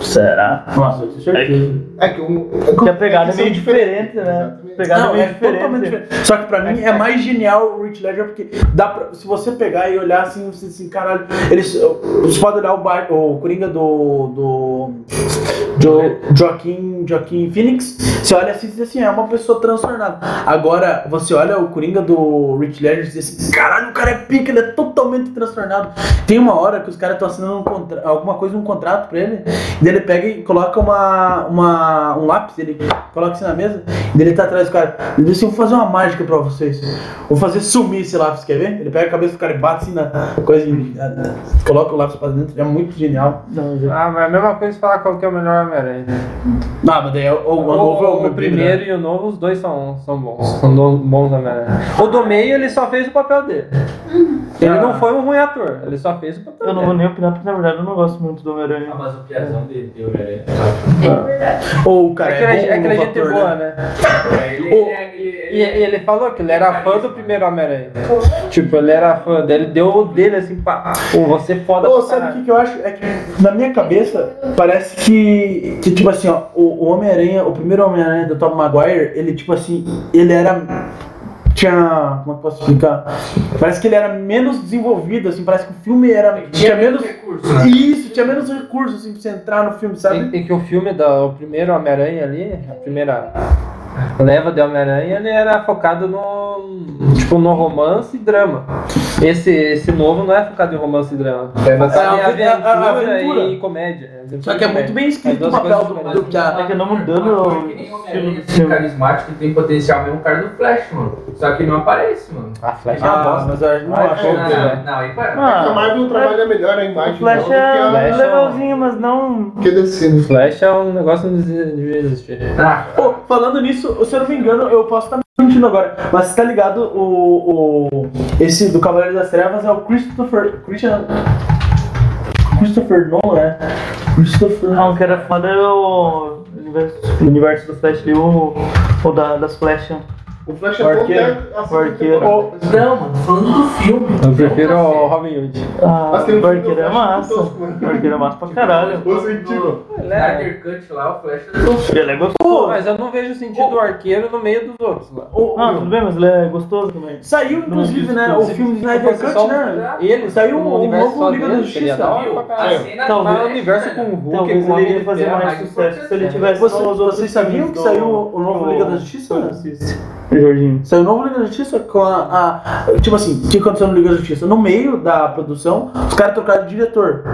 Speaker 3: Será?
Speaker 2: Nossa, eu tenho certeza.
Speaker 4: É que um.
Speaker 3: Porque a pegada é meio
Speaker 4: são
Speaker 3: diferente, né?
Speaker 4: Exatamente.
Speaker 3: A pegada é meio diferente.
Speaker 2: diferente. Só que pra mim é mais genial o Rich Ledger, porque dá pra, se você pegar e olhar assim, você assim, caralho, eles, você pode olhar o, bar, o Coringa do, do, do Joaquim, Joaquim Phoenix, você olha assim e diz assim, é uma pessoa transtornada. Agora, você olha o Coringa do Rich Ledger e diz assim, caralho, o cara é pica, ele é totalmente transtornado. Tem uma hora que os caras estão assinando um contra- alguma coisa, um contrato pra ele, e daí ele pega e coloca uma, uma, um lápis, ele coloca assim na mesa, e daí ele tá atrás do cara. Ele diz assim: Vou fazer uma mágica pra vocês. Vou fazer sumir esse lápis, quer ver? Ele pega a cabeça do cara e bate assim na coisa, e, ah, coloca o lápis pra dentro, é muito genial.
Speaker 3: Não, já-
Speaker 1: Ah, mas é a mesma coisa de falar qual que é o melhor Homem-Aranha.
Speaker 2: Não, mas daí é o, o, o novo é o meu
Speaker 1: o primeiro e o novo, os dois são, são
Speaker 2: (laughs)
Speaker 1: bons. São do- bons Homem-Aranha. O do meio, ele só fez o papel dele.
Speaker 2: Ah.
Speaker 1: Ele não foi um ruim ator, ele só fez o papel
Speaker 3: Eu não
Speaker 1: dele.
Speaker 3: vou nem opinar, porque na verdade eu não gosto muito do Homem-Aranha.
Speaker 5: Ah, mas o piazão dele deu, velho.
Speaker 6: É verdade.
Speaker 2: Ou o cara
Speaker 1: É que,
Speaker 2: é,
Speaker 1: ele-
Speaker 2: bom,
Speaker 1: é que ele é
Speaker 2: novo
Speaker 1: gente
Speaker 2: ator,
Speaker 1: boa,
Speaker 2: né?
Speaker 1: né?
Speaker 5: Ele,
Speaker 1: O-
Speaker 5: é- ele,
Speaker 1: E, e
Speaker 5: ele,
Speaker 1: ele falou que ele era fã do primeiro Homem-Aranha. Tipo, ele era fã dele, deu o dele assim, pá, pô, você é foda
Speaker 2: Ô,
Speaker 1: pra
Speaker 2: sabe o
Speaker 1: caralho.
Speaker 2: que, que eu acho? É que na minha cabeça parece que, que tipo assim, ó, o, o Homem-Aranha, o primeiro Homem-Aranha do Tom Maguire, ele tipo assim, ele era. Tinha. Como é que eu posso explicar? Parece que ele era menos desenvolvido, assim, parece que o filme era. Tinha menos.
Speaker 5: recurso, né?
Speaker 2: Isso, tinha menos recursos assim, pra você entrar no filme, sabe?
Speaker 1: E, e que o filme do o primeiro Homem-Aranha ali, a primeira leva de Homem-Aranha, ele era focado no tipo no romance e drama. Esse esse novo não é focado em romance e drama. É,
Speaker 2: a-
Speaker 1: aventura,
Speaker 2: a- a- aventura.
Speaker 1: e comédia. É aventura
Speaker 2: Só que é
Speaker 1: e
Speaker 2: muito
Speaker 1: comédia.
Speaker 2: bem
Speaker 1: As
Speaker 2: escrito o
Speaker 1: duas
Speaker 2: papel
Speaker 1: coisas
Speaker 2: do, do,
Speaker 1: diferentes.
Speaker 2: da-
Speaker 3: É que não mudando
Speaker 5: Ator que
Speaker 3: o
Speaker 5: nem
Speaker 3: estilo
Speaker 5: o Homem-Aranha,
Speaker 3: do
Speaker 5: assim,
Speaker 3: filme.
Speaker 5: carismático, tem potencial mesmo, o cara do Flash, mano. Só que ele não aparece, mano.
Speaker 1: A Flash é uma
Speaker 2: Ah,
Speaker 1: bosta.
Speaker 2: mas eu não
Speaker 1: Ah,
Speaker 2: acho.
Speaker 5: Não,
Speaker 1: pouco, né?
Speaker 5: não, não, aí para.
Speaker 3: Ah,
Speaker 4: A Marvel trabalha melhor a imagem. né?
Speaker 3: O Flash
Speaker 4: dela do
Speaker 3: é
Speaker 1: Flash é um-
Speaker 3: legalzinho, mas não.
Speaker 4: Que a- que descer, né?
Speaker 1: Flash é um negócio que não devia existir.
Speaker 5: Ah,
Speaker 2: Pô, falando nisso, se eu não me engano, eu posso estar mentindo agora, mas você tá ligado, o, o- Esse do Cavaleiro das Trevas é o Christopher. Christian. Christopher Nolan, né? Christopher.
Speaker 3: Não, o que era foda era o universo, o universo do Flash ali, o, o da, das flechas.
Speaker 4: O Flash é
Speaker 3: Arqueiro.
Speaker 4: bom até
Speaker 3: Arqueiro.
Speaker 5: não, mano, falando do filme.
Speaker 1: Eu prefiro o Robin Hood.
Speaker 3: Ah,
Speaker 4: Mas tem um filme
Speaker 3: o Barqueiro
Speaker 4: do
Speaker 3: é
Speaker 4: Flash
Speaker 3: massa.
Speaker 4: muito tosco, né? Tipo, mano.
Speaker 3: O Barqueiro é massa pra caralho.
Speaker 4: Positivo.
Speaker 5: Snyder Cut lá, o Flash é do
Speaker 3: Ele é gostoso.
Speaker 1: Pô, mas eu não vejo sentido do arqueiro no meio dos outros lá.
Speaker 2: O- o-
Speaker 3: Ah, tudo bem, mas ele é gostoso também.
Speaker 2: saiu, inclusive, né? O filme do Snyder
Speaker 1: Fosse só
Speaker 2: Cut, né?
Speaker 1: um- Ele
Speaker 2: Saiu
Speaker 1: um
Speaker 2: o
Speaker 1: universo
Speaker 2: novo
Speaker 1: só
Speaker 2: Liga
Speaker 1: dele,
Speaker 2: da
Speaker 1: seria
Speaker 2: Justiça.
Speaker 1: da hora pra
Speaker 5: A
Speaker 1: caralho.
Speaker 5: cena
Speaker 1: Mas
Speaker 5: do
Speaker 1: Tá, o universo com o Hulk,
Speaker 3: Talvez
Speaker 4: é
Speaker 1: com o
Speaker 3: ele
Speaker 1: Homem de
Speaker 3: iria fazer
Speaker 1: Ferro,
Speaker 3: mais
Speaker 1: mas-
Speaker 3: sucesso se
Speaker 4: né?
Speaker 3: ele tivesse
Speaker 2: Você-
Speaker 3: só os outros
Speaker 2: vocês sabiam
Speaker 3: filmes
Speaker 2: que
Speaker 3: do-
Speaker 2: saiu o novo
Speaker 3: do-
Speaker 2: Liga da Justiça? né?
Speaker 3: Eu assisto. Jorginho.
Speaker 2: Saiu o novo Liga da Justiça com a, a- Tipo assim, o que aconteceu no Liga da Justiça? No meio da produção, os caras trocaram de diretor.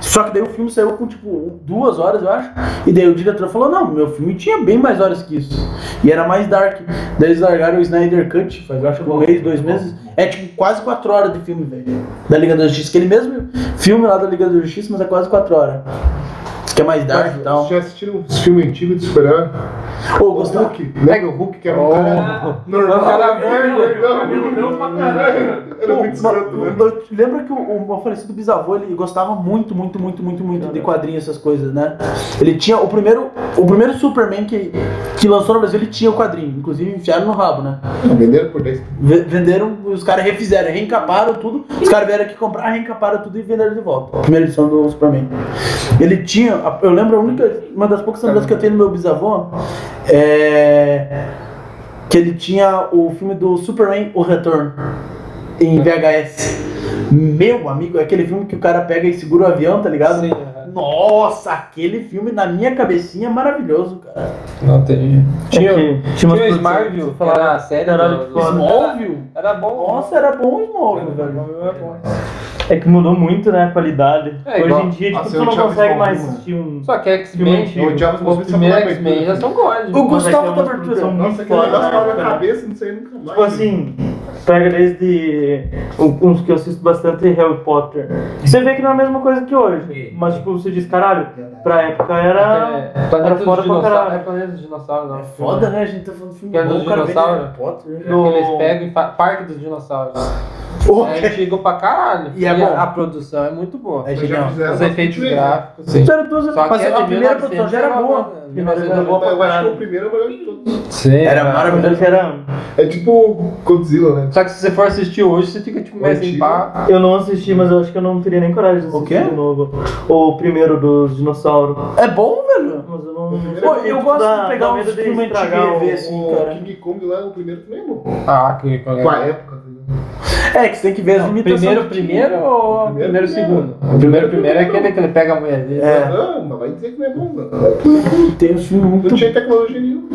Speaker 2: Só que daí o filme saiu com, tipo, duas horas, eu acho. E daí o diretor falou: Não, meu filme tinha bem mais horas que isso. E era mais dark. Daí eles largaram o Snyder Cut, faz eu acho que um mês, dois meses. É tipo quase quatro horas de filme, velho. Da Liga da Justiça. Aquele mesmo filme lá da Liga da Justiça, mas é quase quatro horas. Que é mais dark e tal.
Speaker 4: Vocês já assistiram os filmes antigos de super-herói?
Speaker 2: Ô,
Speaker 4: O
Speaker 2: Gustavo,
Speaker 4: Hulk, lembra o Hulk que era um cara normal?
Speaker 1: O cara verde.
Speaker 4: Não, pra caralho. Era
Speaker 2: Pô,
Speaker 4: muito escroto,
Speaker 2: mas-
Speaker 4: né?
Speaker 2: eu- Lembra que o, o falecido bisavô ele gostava muito, muito, muito, muito, muito de quadrinhos, essas coisas, né? Ele tinha o primeiro, o primeiro Superman que, que lançou no Brasil, ele tinha o quadrinho, inclusive enfiaram no rabo, né?
Speaker 4: Venderam por 10.
Speaker 2: V- Venderam, os caras refizeram, reencaparam tudo, os caras vieram aqui comprar, reencaparam tudo e venderam de volta. Primeira edição do Superman. Ele tinha, a- eu lembro a única, uma das poucas lembranças que eu tenho do meu bisavô é que ele tinha o filme do Superman O Retorno em VHS. Meu amigo, é aquele filme que o cara pega e segura o avião, tá ligado?
Speaker 1: Sim,
Speaker 2: Nossa, aquele filme na minha cabecinha é maravilhoso, cara.
Speaker 1: Não tem. Tinha,
Speaker 3: É que
Speaker 1: tinha,
Speaker 3: tinha umas
Speaker 1: o
Speaker 3: produções-
Speaker 1: Smallville, falar na série.
Speaker 3: Caralho,
Speaker 1: do-
Speaker 3: que
Speaker 1: do-
Speaker 3: foda.
Speaker 2: Smallville?
Speaker 1: Era bom.
Speaker 2: Nossa, era bom o Smallville,
Speaker 1: Era
Speaker 2: velho.
Speaker 1: bom, era bom.
Speaker 3: É que mudou muito, né, a qualidade.
Speaker 1: É,
Speaker 3: Hoje
Speaker 1: igual-
Speaker 3: em dia, tipo,
Speaker 4: Nossa,
Speaker 3: tu
Speaker 4: eu
Speaker 3: não
Speaker 4: odiava
Speaker 3: consegue
Speaker 4: Smallville,
Speaker 3: mais
Speaker 4: mano.
Speaker 3: assistir um...
Speaker 1: Só que
Speaker 3: Filme
Speaker 1: X-Men,
Speaker 3: antigo.
Speaker 4: Eu odiava os
Speaker 1: os
Speaker 4: movimentos
Speaker 1: primeiros
Speaker 4: da
Speaker 1: X-Men já
Speaker 4: abertura.
Speaker 1: são né? God.
Speaker 2: né? O
Speaker 3: Mas é que é
Speaker 2: Gustavo
Speaker 3: uma
Speaker 2: da abertura.
Speaker 3: produção muito
Speaker 4: Nossa, aquele
Speaker 3: foda
Speaker 4: negócio
Speaker 3: na
Speaker 4: tava na
Speaker 3: época, né?
Speaker 4: cabeça, não sei nunca mais.
Speaker 3: Tipo assim, pega desde um- uns que eu assisto bastante Harry Potter. Você vê que não é a mesma coisa que hoje. Mas tipo, você diz, caralho, pra época era.
Speaker 1: É, planeta
Speaker 3: era
Speaker 1: dos
Speaker 3: fora pra
Speaker 1: dinossauros.
Speaker 3: caralho.
Speaker 1: É planeta dos dinossauros, não.
Speaker 2: Foda, né? A gente tá falando de filme
Speaker 1: Quer
Speaker 2: bom,
Speaker 1: dos
Speaker 2: o cara vem de
Speaker 1: dinossauros?
Speaker 2: Harry Potter. né?
Speaker 1: Que Eles
Speaker 3: No-
Speaker 1: pegam e fa- Parque dos Dinossauros.
Speaker 2: Pô,
Speaker 1: É antigo pra caralho.
Speaker 2: E é bom.
Speaker 1: a, a produção é muito boa.
Speaker 2: É genial.
Speaker 1: Os efeitos
Speaker 4: Sim.
Speaker 1: gráficos, sim.
Speaker 2: Era duas-
Speaker 1: Só que
Speaker 2: mas
Speaker 1: é de
Speaker 2: a primeira
Speaker 1: 1900
Speaker 2: produção já era boa.
Speaker 1: né?
Speaker 2: Primeira já era boa pra
Speaker 4: Eu acho
Speaker 2: caralho.
Speaker 4: que o primeiro é o melhor de todos.
Speaker 1: Sim.
Speaker 2: Era maravilhoso.
Speaker 3: que era.
Speaker 4: É tipo Godzilla, né?
Speaker 1: Só que se você for assistir hoje, você fica tipo meio assim,
Speaker 4: Antigo.
Speaker 1: pá.
Speaker 3: Eu não assisti, mas eu acho que eu não teria nem coragem de
Speaker 2: O quê?
Speaker 3: assistir de novo. O primeiro dos dinossauros.
Speaker 2: É bom, velho?
Speaker 3: Mas eu não.
Speaker 2: Pô, eu gosto
Speaker 3: Dá-
Speaker 2: de pegar
Speaker 3: dá
Speaker 2: um
Speaker 3: medo de
Speaker 2: filme antigo
Speaker 3: estragar
Speaker 2: e ver
Speaker 3: o-
Speaker 2: assim,
Speaker 4: o
Speaker 2: cara.
Speaker 4: King Kong lá, o primeiro também é bom.
Speaker 1: Ah, que que-
Speaker 4: Com a época. tá ligado?
Speaker 2: É, que você tem que ver as limitações.
Speaker 1: Primeiro,
Speaker 2: que
Speaker 1: primeiro ou
Speaker 4: Primeiro,
Speaker 1: primeiro,
Speaker 4: primeiro.
Speaker 1: segundo? O primeiro, primeiro é
Speaker 4: primeiro.
Speaker 1: aquele que ele pega a mulher dele.
Speaker 2: É.
Speaker 4: Não, mas vai dizer que não é bom, mano.
Speaker 2: Tem um filme muito
Speaker 4: Não tinha tecnologia nenhuma.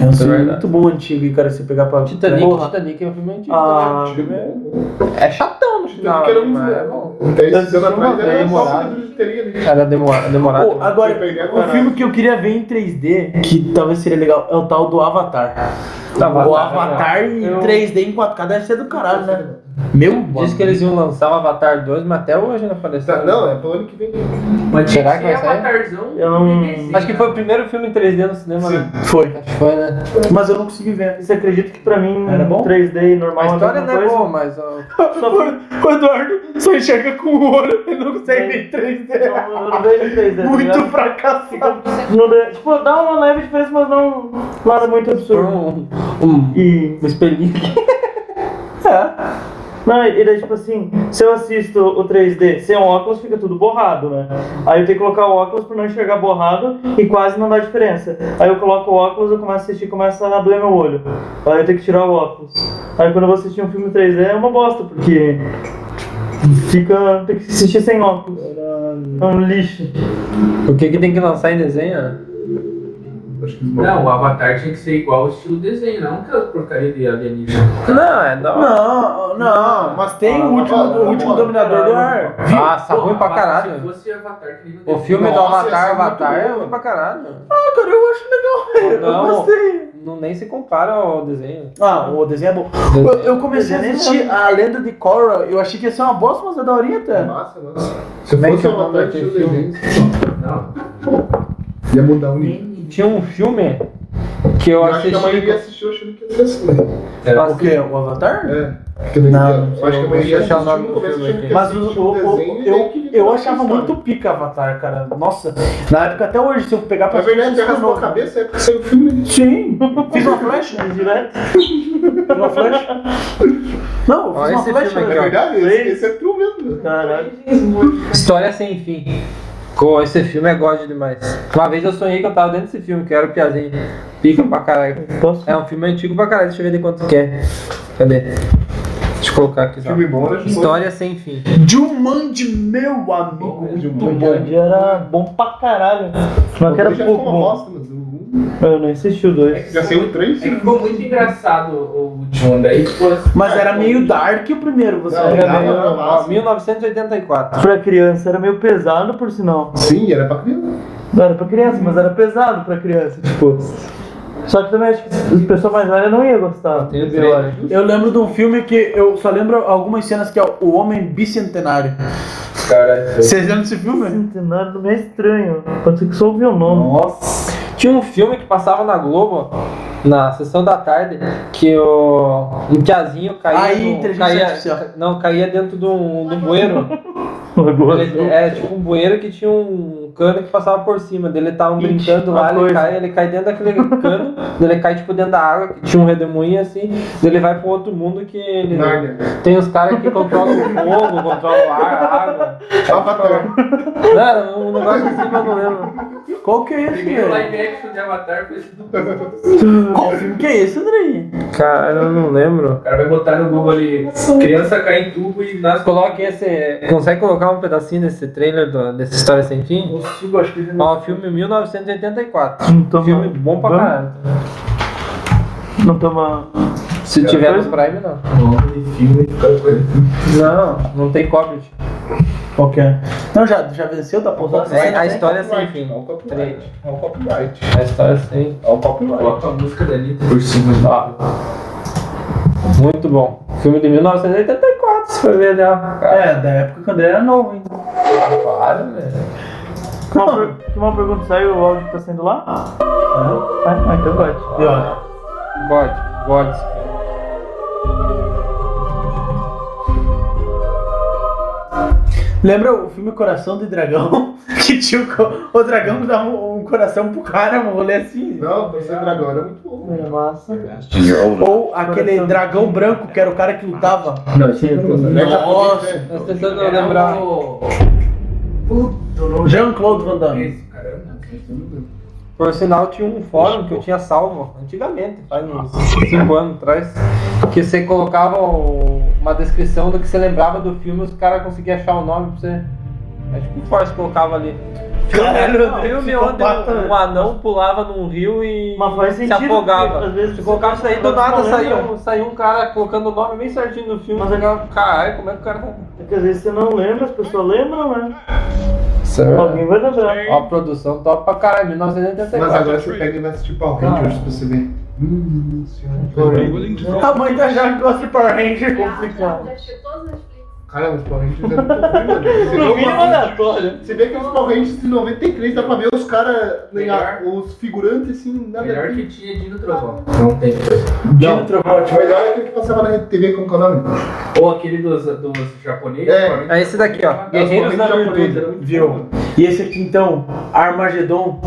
Speaker 2: É um filme
Speaker 1: verdade.
Speaker 2: muito bom antigo, e, cara, se pegar pra.
Speaker 1: Titanic,
Speaker 2: Porra.
Speaker 1: Titanic é um filme antigo.
Speaker 3: Ah,
Speaker 1: né?
Speaker 4: Tinha bom.
Speaker 1: É chatão no final,
Speaker 4: Titanic era um
Speaker 1: mas
Speaker 4: filme.
Speaker 1: é bom.
Speaker 4: Até esse ano atrás
Speaker 1: bem
Speaker 4: era só
Speaker 1: demorado.
Speaker 4: o livro de teoria ali.
Speaker 1: Era demora- demorado.
Speaker 2: Pô, agora, o filme que eu queria ver em 3D, que talvez seria legal, é o tal do Avatar.
Speaker 1: Avatar,
Speaker 2: o Ah, Avatar é
Speaker 1: né?
Speaker 2: em
Speaker 1: Eu-
Speaker 2: 3D em 4K deve ser do caralho, né? Meu
Speaker 1: Diz que eles iam lançar o Avatar 2, mas até hoje não apareceu.
Speaker 4: Tá, Não, é pro ano que vem.
Speaker 5: Mas tinha
Speaker 1: Será que vai
Speaker 5: ser
Speaker 1: sair?
Speaker 5: Avatarzão
Speaker 3: Eu não-
Speaker 5: desenho,
Speaker 1: Acho que foi o primeiro filme em 3D no cinema, né?
Speaker 2: é- Foi.
Speaker 1: Acho que foi, né?
Speaker 2: Mas eu não consegui ver.
Speaker 3: E Você acredita que pra mim
Speaker 2: Era bom?
Speaker 3: 3D normal
Speaker 1: A história
Speaker 3: mesma
Speaker 1: não é
Speaker 3: coisa?
Speaker 1: boa, mas ó,
Speaker 3: Só fui-
Speaker 2: O Eduardo só enxerga com o olho, ele não consegue ver em 3D.
Speaker 3: não, eu não vejo 3D. tá
Speaker 2: Muito
Speaker 3: ligado?
Speaker 2: fracassado.
Speaker 3: Não dá- tipo, dá uma leve diferença, mas não nada muito
Speaker 1: foi
Speaker 3: absurdo.
Speaker 1: um, um,
Speaker 3: E.
Speaker 1: um espelhinho.
Speaker 3: Não, e daí, tipo assim, se eu assisto o 3D sem o óculos, fica tudo borrado, né? Aí eu tenho que colocar o óculos pra não enxergar borrado e quase não dá diferença. Aí eu coloco o óculos, eu começo a assistir começa a doer meu olho. Aí eu tenho que tirar o óculos. Aí quando eu vou assistir um filme 3D é uma bosta, porque. Fica. Tem que assistir sem óculos. É um lixo.
Speaker 1: O que, que tem que lançar em desenho? né?
Speaker 4: Acho que eles vão.
Speaker 5: Não, o Avatar tinha que ser igual ao estilo desenho, não aquelas porcaria de alienígena.
Speaker 1: Não, é da hora.
Speaker 2: Não, não, mas tem o último, o último dominador do ar.
Speaker 1: Nossa,
Speaker 5: Pô,
Speaker 1: Tá ruim pra
Speaker 5: Avatar,
Speaker 1: caralho.
Speaker 5: Se fosse Avatar, que nem no
Speaker 1: O filme do
Speaker 4: Nossa,
Speaker 1: Avatar,
Speaker 4: essa é muito
Speaker 1: Avatar é
Speaker 4: boa.
Speaker 1: ruim pra caralho.
Speaker 2: Ah, cara, eu acho legal. Eu
Speaker 1: Não.
Speaker 2: gostei.
Speaker 1: Não, nem se compara ao desenho.
Speaker 2: Ah, o desenho é bom.
Speaker 1: Desenho.
Speaker 2: Eu, eu comecei a assistir a lenda de Korra, eu achei que ia ser uma bosta, mas é daorinha até.
Speaker 4: Massa, massa.
Speaker 1: Como é que é o
Speaker 4: Fosse
Speaker 1: nome
Speaker 4: Avatar,
Speaker 1: daquele
Speaker 4: tinha o
Speaker 1: filme?
Speaker 5: Não.
Speaker 4: Ia mudar o nível.
Speaker 1: Tinha um filme que eu
Speaker 4: Eu acho que a maioria é
Speaker 1: assisti.
Speaker 4: assistiu achando que era assim, né?
Speaker 5: Era
Speaker 2: O quê? O Avatar?
Speaker 4: É. Que daí,
Speaker 2: Não,
Speaker 4: eu acho que a maioria
Speaker 1: eu vou achar o
Speaker 4: assistiu
Speaker 1: nome
Speaker 4: no
Speaker 1: do
Speaker 4: começo
Speaker 1: filme
Speaker 4: achando
Speaker 1: aqui.
Speaker 4: que
Speaker 2: Mas o,
Speaker 4: assistiu
Speaker 2: o-
Speaker 4: um
Speaker 2: o-
Speaker 4: desenho e daí
Speaker 2: eu,
Speaker 4: que
Speaker 2: eu
Speaker 4: virou
Speaker 2: achava
Speaker 4: história.
Speaker 2: muito pica Avatar, cara. Nossa, na época até hoje, se eu pegar pra
Speaker 4: Na verdade,
Speaker 2: assistir, eu
Speaker 4: você
Speaker 2: assisto
Speaker 4: raspou a
Speaker 2: novo.
Speaker 4: cabeça, é porque saiu o filme, né?
Speaker 2: Sim, fiz uma flecha,
Speaker 3: Direto.
Speaker 2: (laughs) fiz uma flecha. Não, eu
Speaker 1: Ó,
Speaker 2: fiz uma
Speaker 1: esse
Speaker 2: flecha.
Speaker 1: filme
Speaker 4: É
Speaker 1: aqui,
Speaker 2: velho.
Speaker 4: verdade, esse, esse é true mesmo.
Speaker 3: Caralho.
Speaker 4: assim.
Speaker 1: História Sem Fim. Pô, esse filme é god demais. Uma vez eu sonhei que eu tava dentro desse filme, que eu era o Piazinho. Pica pra caralho.
Speaker 3: Posso?
Speaker 1: É um filme antigo pra caralho, deixa eu ver de quanto que é. Cadê? Deixa eu colocar aqui. só.
Speaker 4: Filme bom, né?
Speaker 1: História Sem Fim.
Speaker 2: Jumanji, meu amigo, muito bom.
Speaker 3: Jumanji era bom pra caralho. Mas que era
Speaker 4: já ficou é
Speaker 3: pouco
Speaker 4: uma
Speaker 3: bom.
Speaker 4: bosta, mas o um
Speaker 3: Eu não assisti o
Speaker 5: É
Speaker 3: dois.
Speaker 5: que
Speaker 4: Já
Speaker 5: ficou
Speaker 4: saiu
Speaker 5: muito-
Speaker 4: três,
Speaker 5: É que
Speaker 4: né?
Speaker 5: ficou muito engraçado o último, daí ficou assim.
Speaker 2: Mas era meio dark o primeiro, você
Speaker 4: Não,
Speaker 2: era
Speaker 4: não,
Speaker 2: meio...
Speaker 4: não.
Speaker 1: Ó, 1984.
Speaker 3: Pra criança era meio pesado, por sinal.
Speaker 4: Sim, era pra criança.
Speaker 3: Não era pra criança, mas era pesado pra criança, tipo. Só que também acho que as pessoas mais velhas não iam gostar.
Speaker 1: Tem o
Speaker 3: eu
Speaker 1: trailer.
Speaker 3: acho.
Speaker 2: Eu lembro de um filme que eu só lembro algumas cenas que é o Homem Bicentenário.
Speaker 5: Cara,
Speaker 2: Vocês lembram desse filme?
Speaker 3: Centenário do meio estranho. Pode ser que só ouvi o nome.
Speaker 2: Nossa.
Speaker 1: Tinha um filme que passava na Globo, na sessão da tarde, que o um tiazinho caía.
Speaker 2: Aí,
Speaker 1: no-
Speaker 2: inteligência
Speaker 1: caía-
Speaker 2: artificial.
Speaker 1: Não, caía dentro de um, de um bueiro.
Speaker 3: Agora.
Speaker 1: Ele- é tipo um bueiro que tinha um cano que passava por cima. Dele estavam
Speaker 3: Ixi,
Speaker 1: brincando lá,
Speaker 3: uma
Speaker 1: ele
Speaker 3: coisa.
Speaker 1: cai, ele cai dentro daquele cano, (laughs) daí ele cai tipo dentro da água, que tinha um redemoinho assim, daí ele vai pro outro mundo que ele.
Speaker 4: Narnia.
Speaker 1: Tem os caras que controlam o fogo, controlam o ar, a água.
Speaker 4: Ah, Avatar.
Speaker 1: Não, era um negócio assim, mas não lembro.
Speaker 2: Qual que é esse,
Speaker 5: primeiro
Speaker 2: velho?
Speaker 5: live action de Avatar foi esse do Google.
Speaker 2: Qual filme que é esse, Andrei?
Speaker 1: Cara, eu não lembro.
Speaker 5: O cara vai botar no Google ali, criança cai em tubo e nasce
Speaker 1: Coloque esse. Consegue colocar um pedacinho desse trailer do- dessa história sem fim?
Speaker 2: Consigo, acho que ele
Speaker 1: Ó, o filme 1984.
Speaker 3: Então,
Speaker 1: é filme bom pra
Speaker 3: vamos-
Speaker 1: caralho.
Speaker 3: Não toma.
Speaker 1: Se tiver no Prime, não.
Speaker 5: nome de filme, cara, coisa.
Speaker 1: Não, não tem copyright.
Speaker 2: Qual que é? Não, já, já venceu, tá pausado.
Speaker 1: É, a história sem
Speaker 4: É
Speaker 1: fim.
Speaker 4: o copyright. É o copyright.
Speaker 1: A história sem. um
Speaker 4: É o copyright.
Speaker 5: Coloca a música da Anitta por cima de lá.
Speaker 1: Muito bom. Filme de 1984, se for ver né?
Speaker 2: É, da época que o André era novo, hein?
Speaker 1: Claro, velho.
Speaker 3: Não, por- que uma pergunta saiu, o áudio tá saindo lá? Ah, ah, então pode.
Speaker 2: E olha.
Speaker 1: God, God.
Speaker 2: Lembra o filme Coração de Dragão? (laughs) Que tinha o, co- o dragão que dava um, um coração pro cara, um rolê assim.
Speaker 4: Não, você dragão era muito bom.
Speaker 3: Era É massa.
Speaker 2: Ou aquele dragão branco, que era o cara que lutava.
Speaker 4: Não, isso aí Nossa.
Speaker 1: Nós tentando
Speaker 5: É
Speaker 1: lembrar.
Speaker 2: Jean-Claude Van Damme.
Speaker 5: é Esse, cara, não, esse eu não lembro.
Speaker 1: Por sinal, tinha um fórum que eu tinha salvo antigamente, faz uns 5 anos atrás, que você colocava o- uma descrição do que você lembrava do filme os caras conseguiam achar o nome pra você. É Acho que o Force colocava ali.
Speaker 2: Caralho,
Speaker 1: Não,
Speaker 2: Deus,
Speaker 1: filme onde
Speaker 2: psicopata.
Speaker 1: um, um anão pulava num rio e
Speaker 3: né? Mas faz
Speaker 1: se
Speaker 3: sentido, porque
Speaker 1: afogava.
Speaker 3: às vezes
Speaker 1: Se colocar isso aí, do
Speaker 3: você
Speaker 1: nada
Speaker 3: não lembra.
Speaker 1: saiu, um- saiu um cara colocando o nome bem certinho no filme.
Speaker 3: Mas
Speaker 1: Mas
Speaker 3: ele-
Speaker 1: eu caralho, como é que o cara tá.
Speaker 3: É que às vezes você não lembra, as pessoas lembram, né?
Speaker 1: Ó,
Speaker 3: Alguém vai lembrar.
Speaker 1: a produção top pra caralho, 1984.
Speaker 4: Mas agora você pega e vai assistir Power Rangers pra você ver. Hum, senhora.
Speaker 2: A mãe da Jade gosta de Power Ranger.
Speaker 6: Já assistiu todos os Netflix.
Speaker 4: Caramba, os Power Rangers é muito ruim, mano. Você vê
Speaker 3: No mínimo né?
Speaker 4: uma-
Speaker 3: aleatório.
Speaker 4: Você vê que os Power Rangers de 93 dá pra ver os caras, né,
Speaker 5: Melhor.
Speaker 4: os figurantes assim, nada
Speaker 5: É Melhor
Speaker 4: aqui.
Speaker 5: que tinha Dino Trovão. Não tem.
Speaker 4: Não, o melhor é aquele que passava na TV, como que é o nome?
Speaker 5: Ou aquele dos, dos japoneses.
Speaker 4: É,
Speaker 5: provavelmente.
Speaker 1: É esse daqui, ó. Guerreiros
Speaker 4: Os
Speaker 1: na
Speaker 4: Power Rangers japoneses,
Speaker 1: Virtude.
Speaker 4: era muito
Speaker 2: Viu?
Speaker 4: bom.
Speaker 2: E esse aqui então, Armagedon,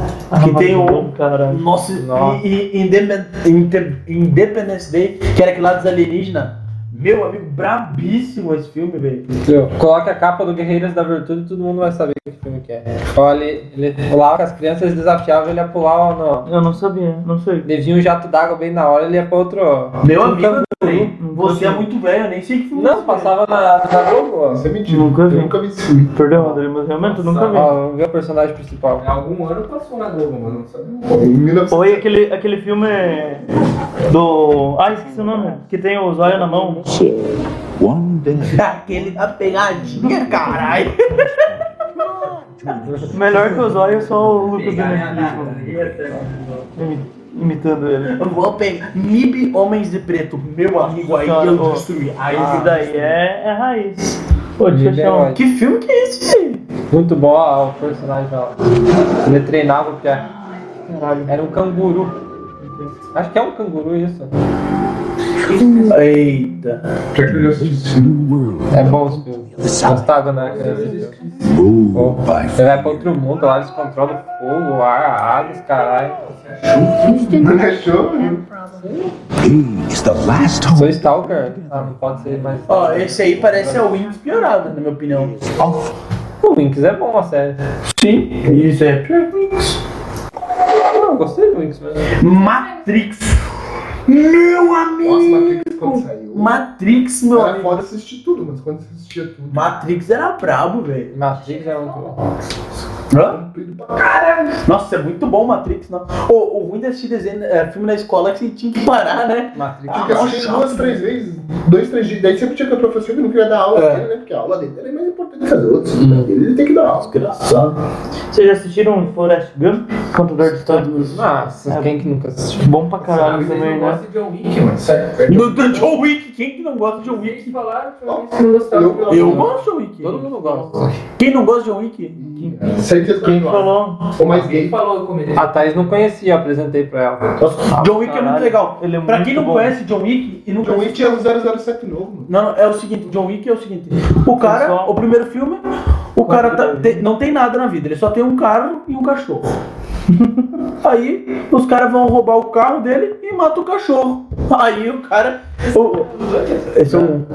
Speaker 2: que tem o.
Speaker 3: Ah, cara.
Speaker 2: Nossa,
Speaker 1: Nossa.
Speaker 2: E, e Independ- Inde- Independence Day, que era aquele lá dos alienígenas. Meu amigo, brabíssimo esse filme, velho.
Speaker 1: Viu? Coloque a capa do Guerreiros da Virtude e todo mundo vai saber que filme que é. Olha, ele, ele pulava com as crianças, eles desafiavam ele a pular no.
Speaker 3: Eu não sabia, não sei.
Speaker 1: Ele vinha um jato d'água bem na hora, ele ia pra outro.
Speaker 2: Meu
Speaker 1: Nunca
Speaker 2: amigo, velho,
Speaker 3: Nunca
Speaker 2: você
Speaker 3: vi.
Speaker 2: é muito velho, eu nem sei que filme é
Speaker 1: Não,
Speaker 2: esse,
Speaker 1: passava na, na Globo. ó.
Speaker 4: Isso é mentira.
Speaker 3: Nunca vi.
Speaker 4: Eu nunca vi esse filme.
Speaker 3: Perdão, André, mas realmente eu nunca vi.
Speaker 1: Ó, vamos ver o personagem principal.
Speaker 5: Em algum ano passou na Globo, mas não sabia.
Speaker 4: Em 1900
Speaker 3: Foi é aquele, aquele filme do. Ah, esqueci o nome. Que tem o zóio na mão.
Speaker 2: velho. (laughs) Aquele da pegadinha, caralho.
Speaker 3: Melhor que o zóio é só o Lucas do
Speaker 5: né? Pegar
Speaker 3: imitando ele.
Speaker 2: Eu vou pegar. MIB Homens de Preto, meu amigo, aí
Speaker 3: Cara,
Speaker 2: eu
Speaker 3: ó.
Speaker 2: destruí. Aí eu
Speaker 3: Esse daí é, é raiz. Pô, deixa eu
Speaker 1: Ele é
Speaker 3: achar um.
Speaker 1: raiz.
Speaker 2: Que filme que é esse, velho?
Speaker 1: Muito bom ó, o personagem ó. Ele treinava o Pierre. Era um canguru. Acho que é um canguru isso.
Speaker 2: Eita.
Speaker 4: Pior que eu já assisti esse filme.
Speaker 1: É bom os filmes. Gostava, né? criança? Bom, Você vai pra outro mundo, lá eles controlam o fogo, o ar, a água, os caralho.
Speaker 4: Não né? achou?
Speaker 1: Sou Stalker? Ah, não pode ser mais.
Speaker 2: Ó, esse aí parece a Wings piorado, na minha opinião.
Speaker 1: O Winx é bom, a série.
Speaker 2: Sim, isso é pior que Wings.
Speaker 1: Não, Ah, eu gostei do Winx. mas-
Speaker 2: Matrix. Meu
Speaker 4: Nossa,
Speaker 2: amigo.
Speaker 4: Matrix quando saiu.
Speaker 2: Matrix, meu
Speaker 4: Era
Speaker 2: amigo.
Speaker 4: é foda assistir tudo, mas quando você assistia tudo.
Speaker 2: Matrix era brabo, velho.
Speaker 1: Matrix é muito bom.
Speaker 2: Hã?
Speaker 4: Comprido pra
Speaker 2: Nossa, é muito bom o Matrix, não. O, o ruim desse desenho, é, filme na escola é que você tinha que parar, né?
Speaker 1: Matrix.
Speaker 4: Porque eu assisti duas, três vezes, dois, três dias. Daí sempre tinha que o professor que não queria dar aula
Speaker 2: É. Hum.
Speaker 4: dele, né? Porque a aula dele era mais importante que as outras. Ele tem que dar aula.
Speaker 2: Desgraçado.
Speaker 3: Vocês já assistiram Forrest Gump? Contador de histórias.
Speaker 1: Nossa, quem que nunca assistiu?
Speaker 3: Bom pra
Speaker 1: É
Speaker 3: caralho também, né?
Speaker 5: gosta de John Wick, mano. Sério, perdão.
Speaker 2: No do John Wick, quem que não gosta de John Wick?
Speaker 5: Vocês falaram que eu não gostava.
Speaker 4: Eu-
Speaker 5: é do-
Speaker 2: Eu gosto de John Wick.
Speaker 1: Todo mundo gosta.
Speaker 2: Quem não gosta de John Wick?
Speaker 4: Hum, Certeza que
Speaker 3: Quem
Speaker 4: não.
Speaker 3: falou?
Speaker 4: Ou mais
Speaker 5: Quem
Speaker 4: gay.
Speaker 5: falou comigo?
Speaker 1: A Thaís não conhecia, eu apresentei pra ela.
Speaker 2: John Wick é muito
Speaker 3: caralho.
Speaker 2: legal.
Speaker 3: Ele é
Speaker 2: pra
Speaker 3: muito
Speaker 2: quem não
Speaker 3: bom.
Speaker 2: conhece John Wick e não
Speaker 4: John
Speaker 2: conhece
Speaker 4: Wick é o 007 novo, mano.
Speaker 2: Não, não, é o seguinte, John Wick é o seguinte. O cara,
Speaker 3: Pessoal.
Speaker 2: o primeiro filme, o cara tá- te- não tem nada na vida, ele só tem um carro e um cachorro. (laughs) Aí os caras vão roubar o carro dele e matam o cachorro. Aí o cara. o- esse é um.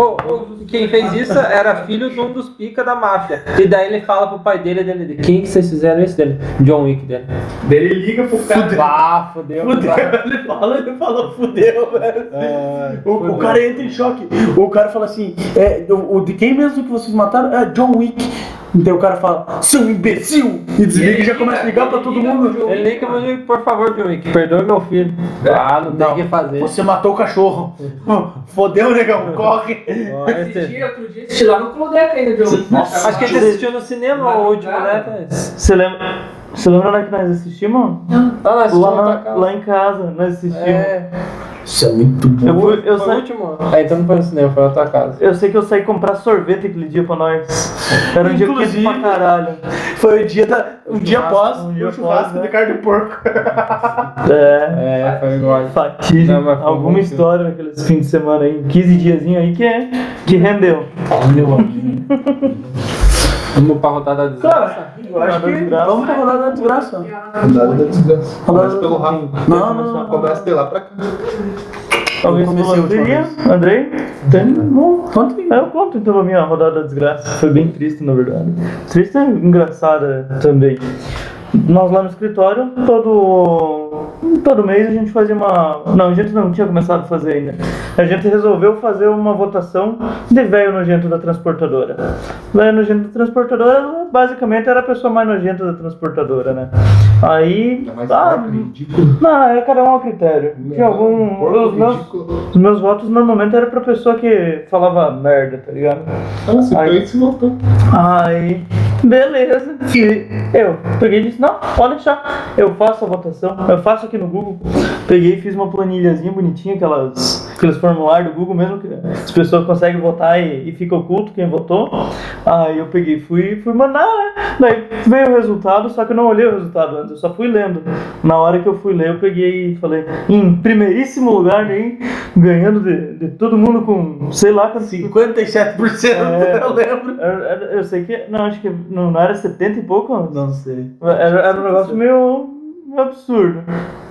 Speaker 1: Ô, ô, quem fez isso era filho de um dos pica da máfia. E daí ele fala pro pai dele, dele quem que vocês fizeram isso dele? John Wick dele.
Speaker 5: Daí ele liga pro cara.
Speaker 1: Ah, fodeu.
Speaker 2: Fudeu, ele fala, ele fala, fudeu, velho.
Speaker 1: É,
Speaker 2: O, o
Speaker 1: fudeu.
Speaker 2: cara entra em choque. O cara fala assim: é, o, o de quem mesmo que vocês mataram? É John Wick. Então o cara fala, seu imbecil! E desliga e já começa a ligar pra todo mundo.
Speaker 1: Ele nem que eu vou dizer, por favor, John Wick, perdoe meu filho. Ah, não tem o que fazer.
Speaker 2: Você matou o cachorro. Fodeu, negão, corre.
Speaker 1: Ó,
Speaker 5: Esse
Speaker 1: esse-
Speaker 5: dia, outro dia, assisti lá no Clodeca ainda, John Wick.
Speaker 3: Nossa,
Speaker 1: Acho que ele assistiu no cinema o último, né? Thaís?
Speaker 3: Você lembra, você lembra lá que nós assistimos?
Speaker 1: Ah, nós
Speaker 3: Lá,
Speaker 1: fomos pra
Speaker 3: na-
Speaker 1: cá.
Speaker 3: lá em casa, nós assistimos.
Speaker 1: É.
Speaker 2: Isso é muito bom.
Speaker 3: Eu, fui- eu
Speaker 1: foi
Speaker 3: sa-
Speaker 1: o último. Aí então não foi no cinema, foi na tua casa.
Speaker 3: eu sei que eu saí comprar sorvete aquele dia pra nós. Era um dia quente
Speaker 2: Inclusive-
Speaker 3: pra caralho.
Speaker 2: Foi o dia da. Um dia após
Speaker 3: um dia
Speaker 2: o churrasco
Speaker 3: após, né?
Speaker 2: de carne de porco.
Speaker 3: É.
Speaker 1: É, foi igual.
Speaker 3: Fatídico.
Speaker 1: Não, mas foi
Speaker 3: Alguma
Speaker 1: muito-
Speaker 3: história naqueles fim de semana aí, 15 diazinho aí que é, que rendeu.
Speaker 2: Meu amigo.
Speaker 1: Vamos pra rodada de
Speaker 2: Cara, eu acho
Speaker 3: Rodada
Speaker 2: que.
Speaker 3: desgraça.
Speaker 2: Vamos pra rodada da desgraça.
Speaker 4: Nada da desgraça. Começa pelo Rafa.
Speaker 2: Não, não, não.
Speaker 4: Começa de lá pra cá.
Speaker 3: Talvez
Speaker 2: comecei a
Speaker 3: você
Speaker 2: última
Speaker 3: poderia,
Speaker 2: vez.
Speaker 3: Andrei? Tem, bom.
Speaker 2: Quanto é? tem?
Speaker 3: Aí Eu conto então a minha rodada da desgraça. Foi bem triste, na verdade. Triste e engraçada também. Nós lá no escritório, todo, todo mês a gente fazia uma. Não, a gente não tinha começado a fazer ainda. A gente resolveu fazer uma votação de velho nojento da transportadora. Velho nojento da transportadora, basicamente, era a pessoa mais nojenta da transportadora, né? Aí.
Speaker 4: Ainda mais
Speaker 3: ah,
Speaker 4: porco ridículo.
Speaker 3: não, era cada um a critério. Tinha algum.
Speaker 4: Porco
Speaker 3: os meus-
Speaker 4: ridículo.
Speaker 3: os meus votos normalmente era pra pessoa que falava merda, tá ligado?
Speaker 4: Ah, você
Speaker 3: Ai.
Speaker 4: foi e se voltou.
Speaker 3: Aí, beleza. E eu peguei e disse, não, pode deixar. Eu faço a votação, eu faço aqui no Google. Peguei e fiz uma planilhazinha bonitinha, aquelas, aqueles formulários do Google mesmo, que as pessoas conseguem votar e, e fica oculto quem votou. Aí eu peguei e fui, fui mandar, né? Daí veio o resultado, só que eu não olhei o resultado antes, eu só fui lendo. Na hora que eu fui ler, eu peguei e falei, em primeiríssimo lugar, nem ganhando de, de todo mundo com, sei lá, com
Speaker 2: 57%, (laughs)
Speaker 3: É.
Speaker 2: eu lembro.
Speaker 3: era- era- Eu sei que. Não, acho que não, não era 70 e pouco?
Speaker 2: Não sei.
Speaker 3: Era, era um negócio meio, meio absurdo.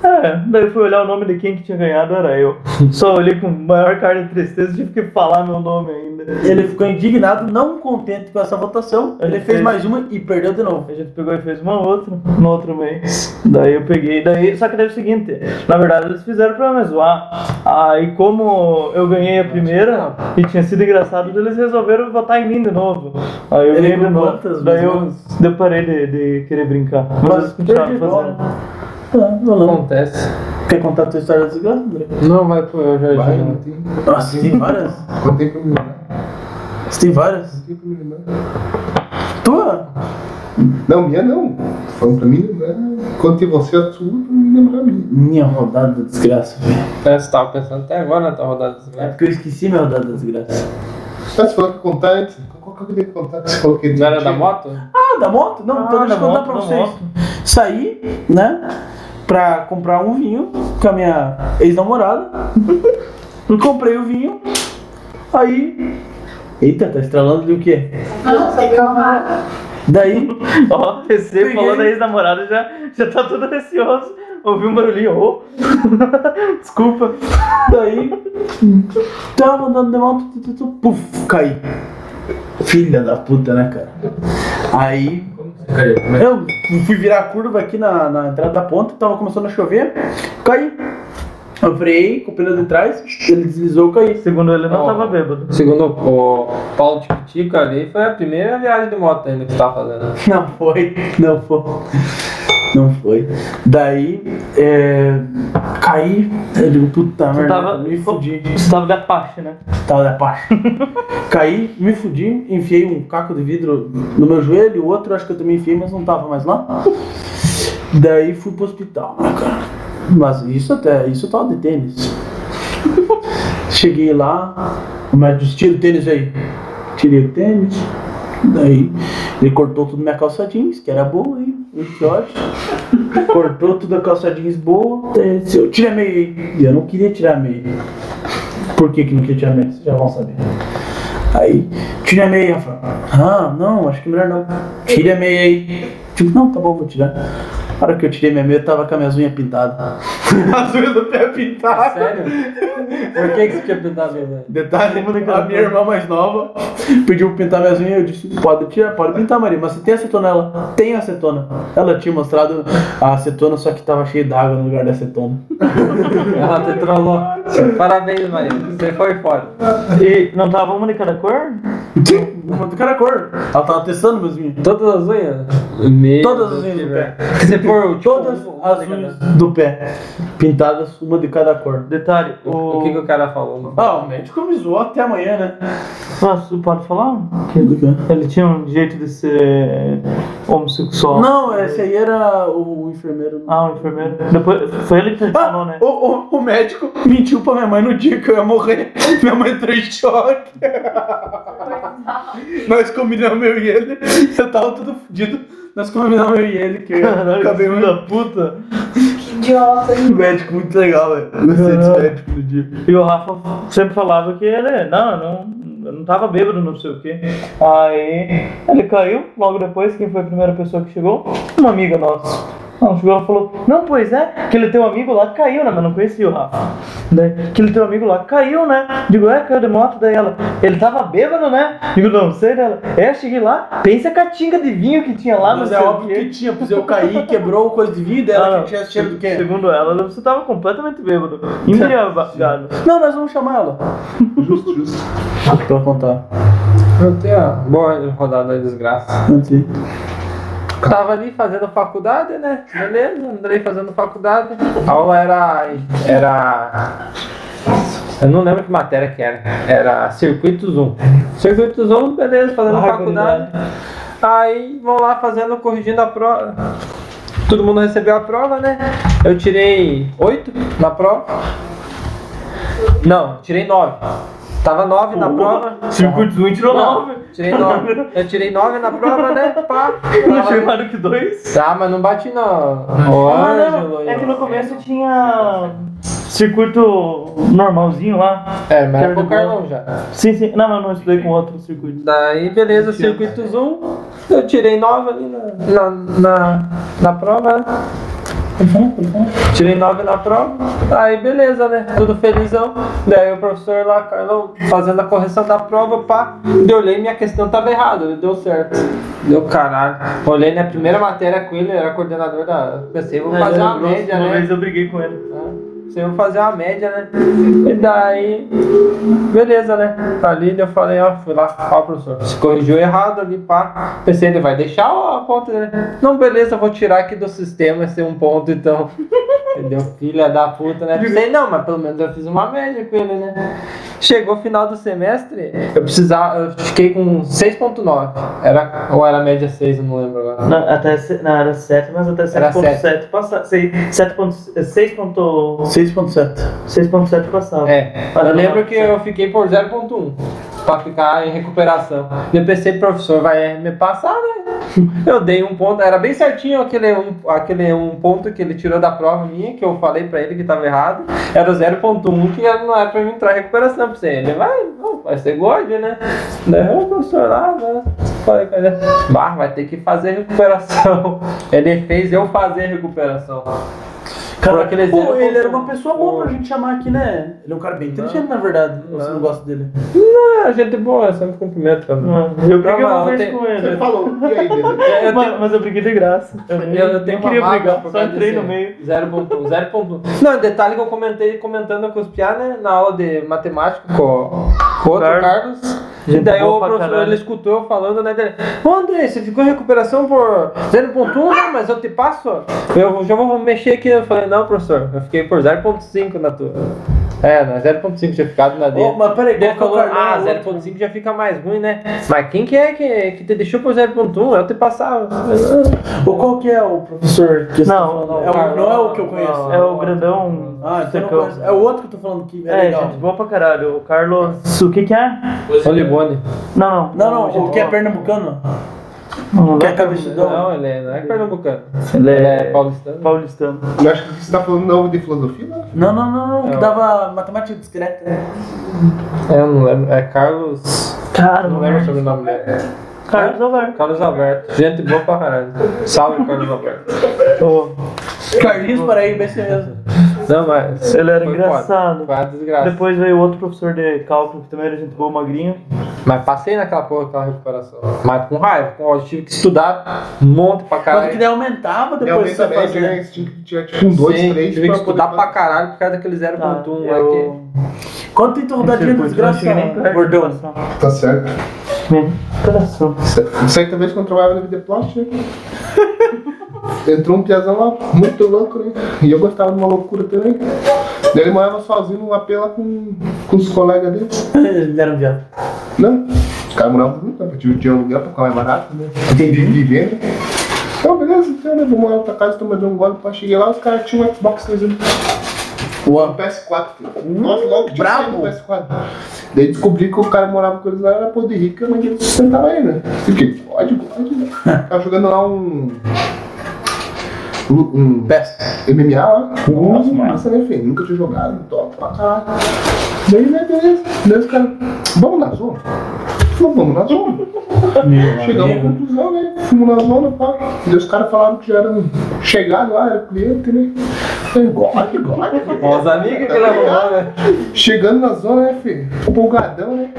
Speaker 3: É, daí eu fui olhar o nome de quem que tinha ganhado, era eu. Só olhei com maior cara de tristeza e tive que falar meu nome ainda.
Speaker 2: Ele ficou indignado, não contente com essa votação.
Speaker 3: Ele
Speaker 2: Ele fez
Speaker 3: fez.
Speaker 2: mais uma e perdeu de novo.
Speaker 3: A gente pegou e fez uma outra no outro mês. Daí eu peguei, daí. Só que daí é o seguinte, na verdade eles fizeram pra me zoar. Aí como eu ganhei a primeira e tinha sido engraçado, eles resolveram votar em mim de novo. Aí eu
Speaker 2: Ele
Speaker 3: ganhei de
Speaker 2: com
Speaker 3: novo.
Speaker 2: quantas,
Speaker 3: Daí
Speaker 2: mais ou
Speaker 3: eu
Speaker 2: menos?
Speaker 3: daí eu parei de, de querer brincar. Mas, eles continuaram
Speaker 2: perdeu de
Speaker 3: fazendo.
Speaker 2: novo. Ah, não lembro.
Speaker 1: Acontece.
Speaker 2: Quer contar a tua história da desgraça, André?
Speaker 1: Não, vai pro eu, Jorginho.
Speaker 4: Vai, não tem.
Speaker 2: Nossa, tem várias.
Speaker 4: Quanto tempo eu me lembro?
Speaker 2: Você tem várias.
Speaker 4: Quanto tempo eu me lembro?
Speaker 2: Tua?
Speaker 4: Não, minha não. Tô Falando pra mim lembrar. Contei você a sua pra me lembrar a minha.
Speaker 2: Minha rodada da desgraça, velho.
Speaker 1: Parece que tava pensando até agora na tua rodada de
Speaker 2: É
Speaker 1: desgraça.
Speaker 2: porque eu esqueci minha rodada da desgraça.
Speaker 4: Ah, você falou que contar antes. Qual que eu queria contar que você falou que
Speaker 1: Não era da moto?
Speaker 2: Ah, da moto? Não, então
Speaker 3: Ah,
Speaker 2: deixa eu
Speaker 3: da
Speaker 2: contar
Speaker 3: moto,
Speaker 2: pra
Speaker 3: da
Speaker 2: vocês.
Speaker 3: moto.
Speaker 2: Saí, né? Pra comprar um vinho com a minha ex-namorada. (laughs) Comprei o vinho. Aí. Eita, tá estralando de o quê?
Speaker 7: Não, sei calma.
Speaker 2: Daí.
Speaker 3: Ó, você
Speaker 2: Peguei.
Speaker 3: falou da ex-namorada, já, já tá todo receoso. Ouvi um barulhinho, ô. (laughs) Desculpa.
Speaker 2: Daí. Tava andando de moto, tu, tu, tu, puf, caí. Filha da puta, né, cara? Aí. Eu fui virar a curva aqui na, na entrada da ponta, tava começando a chover, caí. Eu freiei com o pneu de trás, ele deslizou, eu caí.
Speaker 3: Segundo ele, não
Speaker 1: Ó.
Speaker 3: tava bêbado.
Speaker 1: Segundo o Paulo Tico ali, foi a primeira viagem de moto ainda que você tava fazendo.
Speaker 2: (laughs) Não foi, não foi. Não foi. Daí, é, caí, eu digo, puta merda,
Speaker 3: tava-
Speaker 2: me fudi.
Speaker 3: Você tava da parte, né?
Speaker 2: Tava da parte. caí, me fudi, enfiei um caco de vidro no meu joelho, o outro acho que eu também enfiei, mas não tava mais lá. Daí fui pro hospital, né, cara? Mas isso até, isso eu tava de tênis. Cheguei lá, o médico disse, tira o tênis aí. Tirei o tênis, daí ele cortou tudo minha calça jeans, que era boa, hein? O short. Cortou tudo a calça jeans boa. daí ele disse, Eu tirei a meia aí. E eu não queria tirar a meia. Por que, que não queria tirar meia? Vocês já vão saber. Aí, tira a meia, Rafa. Ah, não, acho que melhor não. Tira a meia aí. Tipo, não, tá bom, vou tirar. Na hora que eu tirei minha meia, eu tava com as minhas unhas pintadas. As unhas do pé pintadas.
Speaker 1: Sério? Por que, que você tinha pintado minha mãe?
Speaker 2: Detalhe, a minha irmã mais nova pediu pra pintar minhas unhas. Eu disse: pode tirar, pode pintar, Maria, mas você tem acetona? Ela tem acetona. Ela tinha mostrado a acetona, só que tava cheia d'água no lugar da acetona.
Speaker 1: (laughs) Ela te trollou. Parabéns, Maria. Você foi fora.
Speaker 3: E não tava uma de cada cor?
Speaker 2: Uma do cara cor. Ela tava testando meus vinhos.
Speaker 1: Todas as unhas? Meu
Speaker 2: Todas as
Speaker 1: Deus,
Speaker 2: unhas do
Speaker 1: velho.
Speaker 2: pé.
Speaker 1: Você pôr, tipo,
Speaker 2: Todas
Speaker 1: uma
Speaker 2: as
Speaker 1: de cada-
Speaker 2: unhas do pé. Pintadas, uma de cada cor. Detalhe,
Speaker 1: O, o que, que o cara falou?
Speaker 2: Ah, o médico me zoou até amanhã, né?
Speaker 3: Nossa, pode falar?
Speaker 2: é
Speaker 3: Ele tinha um jeito de ser homossexual.
Speaker 2: Não, esse aí era o enfermeiro.
Speaker 3: Ah, o enfermeiro. Depois, foi ele que falou, né?
Speaker 2: O, o- o médico mentiu pra minha mãe no dia que eu ia morrer. Minha mãe entrou em choque. Nós combinamos eu e ele. Eu tava tudo fudido. Nós combinamos eu e ele que eu ia acabei
Speaker 3: filho
Speaker 2: da puta.
Speaker 7: Que idiota.
Speaker 2: Um médico muito legal, velho. Gostei desse médico no dia.
Speaker 3: E o Rafa sempre falava que ele, não, não, eu não tava bêbado, não sei o quê. Aí ele caiu, logo depois, quem foi a primeira pessoa que chegou? Uma amiga nossa. Ela chegou e falou, não, pois é, aquele teu amigo lá caiu, né? Mas não conhecia o Rafa. Daí, aquele teu amigo lá caiu, né? Digo, é, caiu de moto daí ela. Ele tava bêbado, né? Digo, não sei dela. É, eu cheguei lá, pensa a catinga de vinho que tinha lá, não
Speaker 2: Mas
Speaker 3: sei
Speaker 2: é
Speaker 3: o
Speaker 2: óbvio
Speaker 3: quê.
Speaker 2: que tinha, pois eu caí, quebrou coisa de vida, ela
Speaker 3: Ah,
Speaker 2: que tinha cheiro do quê?
Speaker 3: Segundo ela, você tava completamente bêbado.
Speaker 2: (laughs)
Speaker 3: Embriagado.
Speaker 2: Não, nós vamos chamar ela.
Speaker 4: Justo, justo.
Speaker 2: Pra contar.
Speaker 1: Eu tenho uma boa rodada da desgraça.
Speaker 2: Antes.
Speaker 1: Tava ali fazendo faculdade, né? Beleza, andei fazendo faculdade. A aula era. era. Eu não lembro que matéria que era. Era circuitos 1. Circuitos 1, beleza, fazendo faculdade. Aí vão lá fazendo, corrigindo a prova. Todo mundo recebeu a prova, né? Eu tirei 8 na prova. Não, tirei 9. Tava 9 na prova.
Speaker 3: Circuito 1 tirou
Speaker 1: Não,
Speaker 3: 9.
Speaker 1: tirei 9. Eu tirei 9 na prova, né? Pá.
Speaker 3: (laughs) Não chamaram que 2.
Speaker 1: Tá, mas não bate não. Ô,
Speaker 3: Ah,
Speaker 1: Ângelo.
Speaker 3: não. É que no começo tinha circuito normalzinho lá.
Speaker 1: É, mas era
Speaker 3: Quero
Speaker 1: pro
Speaker 3: de bola.
Speaker 1: Carlão já.
Speaker 3: Sim, sim. Não, mas eu não estudei com outro circuito.
Speaker 1: Daí, beleza, circuito zoom. Eu tirei 9 ali na, na, na, na prova. né? Tirei 9 na prova. Aí, beleza, né? Tudo felizão. Daí o professor lá, Carlão, fazendo a correção da prova, pá. Daí Eu olhei, minha questão tava errada, ele deu certo. Deu caralho. Olhei na primeira matéria com ele, ele era coordenador da. Pensei, vou
Speaker 2: É,
Speaker 1: fazer uma
Speaker 3: É, Uma
Speaker 1: média, né?
Speaker 3: vez eu briguei com ele.
Speaker 1: Vocês vão É. fazer uma média, né? E daí, beleza, né? Ali eu falei, ó, fui lá, ó, professor, se corrigiu errado ali, pá. Pensei, ele vai deixar ó, a ponta dele. Não, beleza, vou tirar aqui do sistema esse um ponto, então. (laughs) Entendeu? Filha da puta, né? Pensei, não, mas pelo menos eu fiz uma média com ele, né? Chegou o final do semestre, eu precisava, eu fiquei com 6.9. Era, ou era média 6, eu não lembro agora.
Speaker 3: Não, até, se- não, era 7, mas até 7.7 passava. 6.7
Speaker 2: 6.7.
Speaker 3: passava.
Speaker 1: É, eu lembro que eu fiquei por 0.1 pra ficar em recuperação. Eu pensei, professor, vai é, me passar, né? (laughs) Eu dei um ponto, era bem certinho aquele um, aquele um ponto que ele tirou da prova minha, que eu falei pra ele que tava errado. Era o 0.1 que não era pra mim entrar em recuperação. Pensei, ele vai, não, vai ser gode, né? Daí o professor lá, né? Falei com ele, "Bah, vai ter que fazer recuperação. (laughs) Ele fez eu fazer recuperação.
Speaker 2: Cara,
Speaker 1: aquele
Speaker 2: pô,
Speaker 1: zero
Speaker 2: ele era
Speaker 1: ponto- um.
Speaker 2: uma pessoa boa pra gente chamar aqui, né? Ele é um cara bem inteligente, na verdade. Você não
Speaker 1: Não.
Speaker 2: gosta dele.
Speaker 1: Ah, gente boa, eu sempre cumprimento também.
Speaker 3: Não, Ah, Eu briguei
Speaker 1: Não,
Speaker 3: uma
Speaker 1: mas eu
Speaker 3: vez
Speaker 1: tenho-
Speaker 3: com ele.
Speaker 4: Ele falou, e aí, beleza?
Speaker 1: Eu tenho-
Speaker 3: Mas, mas eu briguei de graça.
Speaker 1: Eu, eu tenho
Speaker 3: não tipo, queria
Speaker 1: uma mágoa
Speaker 3: brigar,
Speaker 1: por
Speaker 3: só
Speaker 1: causa
Speaker 3: entrei
Speaker 1: desse
Speaker 3: no meio.
Speaker 1: 0.1, 0.1. Não, é detalhe que eu comentei comentando com os piá, né, na aula de matemática com, com outro
Speaker 3: Carlos.
Speaker 1: Carlos. E
Speaker 3: Gente
Speaker 1: daí
Speaker 3: boa
Speaker 1: o
Speaker 3: pra
Speaker 1: professor
Speaker 3: caralho.
Speaker 1: ele escutou eu falando, né? Dele, Ô André, você ficou em recuperação por 0.1, né? Mas eu te passo. Eu já vou mexer aqui. Eu falei, não, professor, eu fiquei por 0.5 na tua. É, na 0.5 tinha ficado na dele.
Speaker 2: Ô, mas peraí,
Speaker 1: Ele
Speaker 2: qual que é o
Speaker 1: falou,
Speaker 2: Carlão?
Speaker 1: ah,
Speaker 2: O outro?
Speaker 1: 0.5 já fica mais ruim, né? Mas quem que é que, que te deixou por 0.1? Eu É te passava.
Speaker 2: Ou qual que é o professor que você tá
Speaker 3: Não,
Speaker 2: falando?
Speaker 1: não,
Speaker 2: É o-
Speaker 1: Carlão,
Speaker 2: não é o que eu
Speaker 1: não.
Speaker 2: conheço.
Speaker 3: É o grandão.
Speaker 2: Ah, então eu não
Speaker 3: secão.
Speaker 2: conheço. é o outro que eu tô falando que é,
Speaker 3: É,
Speaker 2: legal.
Speaker 3: gente boa pra caralho. O Carlos. O que que é?
Speaker 1: Olibone.
Speaker 3: Não, não.
Speaker 2: Não, não, o que é
Speaker 3: perna.
Speaker 2: pernambucano?
Speaker 3: Não,
Speaker 2: Que é
Speaker 3: não.
Speaker 2: cabeçudão.
Speaker 1: Não, ele é- não é pernambucano.
Speaker 3: Ele
Speaker 1: Ele
Speaker 3: é
Speaker 1: é paulistano.
Speaker 3: paulistano.
Speaker 4: Eu acho que você tá falando novo de filosofia, né?
Speaker 2: Não, não, não, não,
Speaker 1: É
Speaker 2: que
Speaker 1: o-
Speaker 2: dava matemática discreta. né?
Speaker 1: É, eu não lembro. É Carlos.
Speaker 3: Cara,
Speaker 1: Não é lembro sobre o sobrenome dele.
Speaker 3: Carlos Alberto.
Speaker 1: Carlos Alberto. Gente boa pra caralho. Salve, Carlos Alberto.
Speaker 2: Carlinhos Paraíba, esse é mesmo.
Speaker 1: Não, mas.
Speaker 3: Ele era
Speaker 1: foi
Speaker 3: engraçado.
Speaker 1: foda. Foi uma desgraça.
Speaker 3: Depois veio outro professor de cálculo que também era gente boa, magrinho.
Speaker 1: Mas passei naquela porra, aquela recuperação. Mas com raiva, com ódio. Tive que estudar um monte pra
Speaker 2: Quanto que
Speaker 1: caralho.
Speaker 2: daí aumentava depois
Speaker 4: Realmente
Speaker 2: que você
Speaker 4: também,
Speaker 2: fazia.
Speaker 4: né? Você tinha que tirar tipo um, dois,
Speaker 1: Sim,
Speaker 4: três.
Speaker 1: tive que
Speaker 4: pra
Speaker 1: estudar
Speaker 4: poder-
Speaker 1: pra caralho por causa daquele 0.1 lá
Speaker 3: Ah, eu-
Speaker 1: que.
Speaker 2: Quanto tem tu rodadinha
Speaker 3: Circuito, não
Speaker 2: desgraça,
Speaker 3: cheguei nem perto de
Speaker 2: gordão? (laughs)
Speaker 3: passar.
Speaker 4: Tá certo.
Speaker 3: Meu (laughs) coração.
Speaker 4: Isso aí talvez quando eu trabalhava na vida plástica. né? Entrou um piazão lá, muito louco, né? E eu gostava de uma loucura também. Daí ele morava sozinho num apê lá com, com os colegas dele.
Speaker 2: Eles me deram um viado.
Speaker 4: Não, os caras moravam junto, né? Tinha- Tinha um lugar pra ficar mais barato, né? Entendi. Vivendo. Então, beleza, então, né? Vou morar na tua casa, tô mandando um gole. Pá. Cheguei lá, os caras tinham um Xbox 360. Um PS4. Nossa, logo um que tinha
Speaker 2: brabo.
Speaker 4: saído o PS4. Daí descobri que o cara que morava com eles lá, era poder rico, mas ele sustentava ele, né? Fiquei, pode, pode. né? Tava jogando lá um. Um
Speaker 2: Peça.
Speaker 4: MMA lá. Nossa, massa, né, filho? Nunca tinha jogado, top pra caralho. Daí, né, beleza. Daí os caras, vamos na zona? Falou, vamos na zona. Chegamos à conclusão, né? Fomos na zona, pá. E os caras falaram que já eram chegados lá, era cliente, né? Falei, gole, gole.
Speaker 1: Com os amigos que nós vamos, né?
Speaker 4: Chegando na zona, né, filho? Empolgadão, né?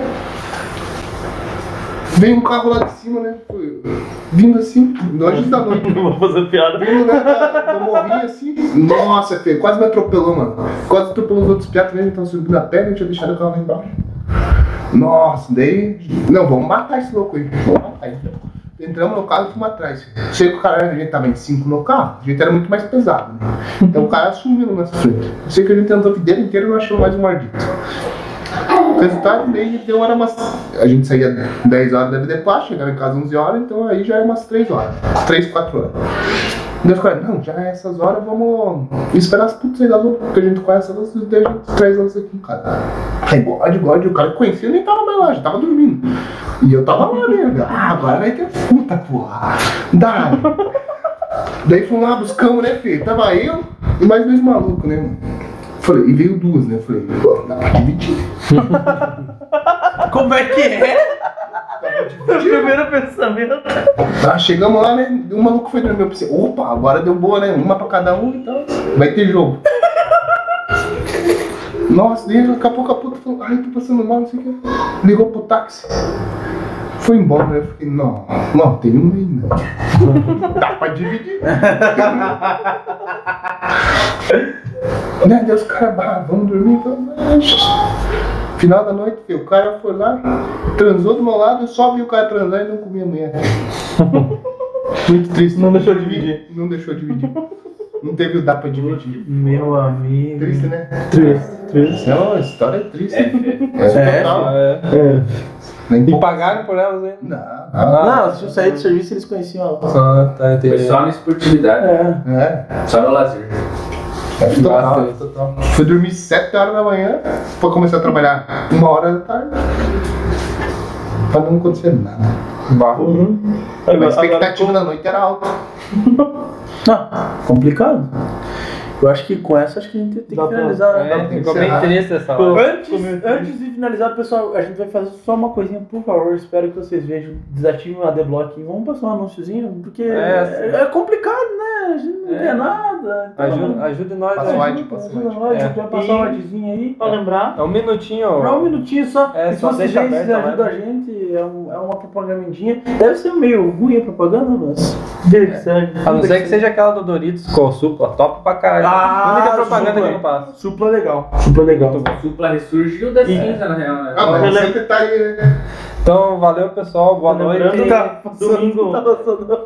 Speaker 4: Veio um carro lá de cima, né? Foi Vindo assim, longe da noite.
Speaker 2: Não vou fazer piada.
Speaker 4: Pulo, né, cara? Eu morri assim. Nossa, filho, quase me atropelou, mano. Quase atropelou os outros piatas mesmo, então subindo a perna e tinha deixado o carro lá embaixo. Nossa, daí. Não, vamos matar esse louco aí. Vamos matar então. Entramos no carro e fomos atrás. Sei que o cara, a gente tava em 5 no carro, a gente era muito mais pesado. Né? Então o cara sumiu na nossa frente. Sei que a gente andou o dia inteiro e não achou mais um maldito. O resultado daí deu hora umas. A gente saía 10 horas da vida Plástica, chegava em casa 11 horas, então aí já é umas 3 horas. 3, 4 horas. Daí ficaram, não, já é essas horas, vamos esperar as putas aí da lua, porque a gente conhece elas e daí a gente traz elas aqui em casa. Aí, God, God, o cara que conhecia nem tava mais lá, já tava dormindo. E eu tava lá, né? Ah, agora vai ter puta, porra. Dá. Daí fomos lá, buscamos, né, filho? Tava eu e mais dois malucos, né, mano? Falei, e veio duas, né? Falei, pô, dá pra dividir.
Speaker 2: Como é que é?
Speaker 3: Meu primeiro pensamento.
Speaker 4: Tá, chegamos lá, né? Um maluco foi dormir. Eu pensei, opa, agora deu boa, né? Uma pra cada um, então vai ter jogo. Nossa, daí daqui a pouco a puta falou, ai, tô passando mal, não sei o que. Ligou pro táxi. Foi embora, né? Eu fiquei, não, não, tem um aí, não. Dá pra dividir. (laughs) né? Deus, cara, bah, vamos dormir então. Final da noite, filho, o cara foi lá, transou do meu lado, eu só vi o cara transar e não comi a mulher. né? Muito triste.
Speaker 3: Não deixou dividir.
Speaker 4: Não deixou dividir. Não teve o dá pra dividir.
Speaker 3: Meu amigo.
Speaker 4: Triste, né?
Speaker 3: Triste, triste.
Speaker 4: É uma história triste.
Speaker 2: É,
Speaker 4: total.
Speaker 1: É.
Speaker 3: É.
Speaker 4: Nem
Speaker 1: E
Speaker 4: pouco.
Speaker 1: pagaram por elas né? ainda?
Speaker 4: Não.
Speaker 2: Não, se eu sair do serviço, eles conheciam ela.
Speaker 1: Ah, tá,
Speaker 5: Foi
Speaker 1: entendi.
Speaker 5: só na esportividade,
Speaker 2: É.
Speaker 4: É.
Speaker 5: só no lazer. Tá.
Speaker 4: É total.
Speaker 1: Bastante, total.
Speaker 4: Fui dormir 7 horas da manhã, foi começar a trabalhar uma hora da tarde. Pra não acontecer nada.
Speaker 1: Barro.
Speaker 4: A
Speaker 2: Agora-
Speaker 4: expectativa da noite era
Speaker 3: É
Speaker 4: alta.
Speaker 2: Não, complicado. Eu acho que com essa acho que a gente tem
Speaker 3: Dá
Speaker 2: que
Speaker 3: pra-
Speaker 2: finalizar. né?
Speaker 1: É, ficou bem triste essa
Speaker 3: Pô,
Speaker 1: hora.
Speaker 2: Antes, antes de finalizar, pessoal, a gente vai fazer só uma coisinha, por favor. Espero que vocês vejam. Desativem o adblock e vamos passar um anúnciozinho, porque é,
Speaker 1: É,
Speaker 2: é complicado, né? A gente não
Speaker 1: É.
Speaker 2: quer nada. então-
Speaker 1: Ajuda, ajude nós.
Speaker 4: Passa o
Speaker 1: né?
Speaker 4: ad, passa o
Speaker 2: Ajuda
Speaker 4: ad.
Speaker 2: nós,
Speaker 1: É.
Speaker 2: vai passar um adzinho aí.
Speaker 3: Pra lembrar,
Speaker 1: É um minutinho. ó.
Speaker 2: Pra um minutinho só.
Speaker 1: É,
Speaker 2: e se
Speaker 1: só
Speaker 2: vocês
Speaker 1: deixa
Speaker 2: verem, vocês
Speaker 1: aberto,
Speaker 2: ajudam a gente. É, um- é uma propagandinha. Deve ser meio ruim a propaganda, mas. Deve
Speaker 3: É.
Speaker 2: ser.
Speaker 1: A não ser que seja aquela do Doritos com o supla, top pra caralho.
Speaker 2: Ah,
Speaker 1: Única propaganda
Speaker 2: supla.
Speaker 1: que eu faço.
Speaker 2: Supla legal. Supla legal.
Speaker 5: O Supla ressurgiu da cinza, na real, né?
Speaker 4: Ah, mas sempre tá aí, né?
Speaker 1: Então, valeu pessoal, boa
Speaker 3: Lembrando,
Speaker 1: noite.
Speaker 3: tá. domingo.
Speaker 2: Tá passando.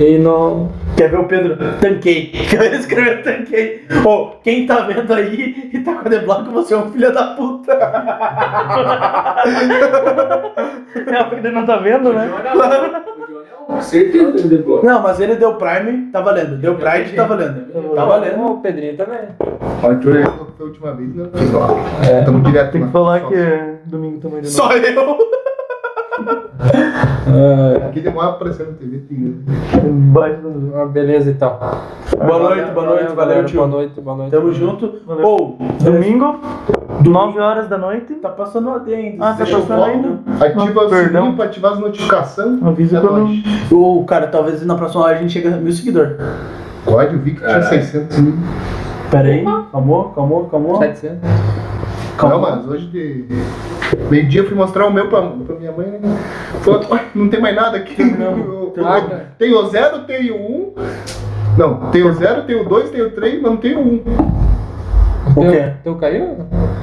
Speaker 1: E não.
Speaker 2: Quer ver o Pedro? Tanquei. (laughs) Ele escreveu tanquei. Ô, quem tá vendo aí e tá com a deblock, você é um filho da puta.
Speaker 3: ele não tá vendo, né?
Speaker 5: O Johnny é um- Certeza que deu boa.
Speaker 2: Não, mas ele deu Prime, tá valendo. Deu Pride, tá valendo. Tá valendo.
Speaker 1: O Pedrinho também.
Speaker 4: O Arthur ele falou que foi a última vez, né? Tamo direto.
Speaker 3: Tem
Speaker 4: lá.
Speaker 3: que falar
Speaker 4: Só-
Speaker 3: que é domingo também de novo.
Speaker 2: Só eu.
Speaker 4: Aqui demora pra aparecer na TV, tem, né?
Speaker 3: Embaixo do-
Speaker 1: É, Ah, beleza então.
Speaker 2: Boa noite, boa noite, valeu,
Speaker 1: galera. Boa
Speaker 2: tio.
Speaker 1: noite, boa noite.
Speaker 2: Tamo junto.
Speaker 3: Valeu.
Speaker 2: Ou,
Speaker 3: Domingo, 9 horas da noite.
Speaker 2: tá passando o AD ainda.
Speaker 3: Ah, tá
Speaker 4: Deixa eu
Speaker 3: passando
Speaker 4: voltar.
Speaker 3: ainda?
Speaker 4: Ativa o
Speaker 3: Perdão.
Speaker 4: sininho pra ativar as notificações.
Speaker 3: Avisa
Speaker 4: É
Speaker 3: pra não.
Speaker 4: nóis.
Speaker 2: Ou, cara, talvez na próxima hora a gente chega a mil seguidores.
Speaker 4: Código, vi que tinha
Speaker 5: Caralho.
Speaker 4: 600 mil.
Speaker 2: Pera aí. Calmou, calmou, calmou.
Speaker 1: 700.
Speaker 4: Não, mas hoje de meio dia eu fui mostrar o meu pra, pra minha mãe, né? Falou, "Ué, não tem mais nada aqui. (laughs) Eu- eu-
Speaker 1: Ah, cara.
Speaker 4: Tem o zero, tem o um. Não, tem o zero, tem o dois, tem o três, mas não tem o um.
Speaker 1: O
Speaker 2: quê?
Speaker 1: teu, teu caiu?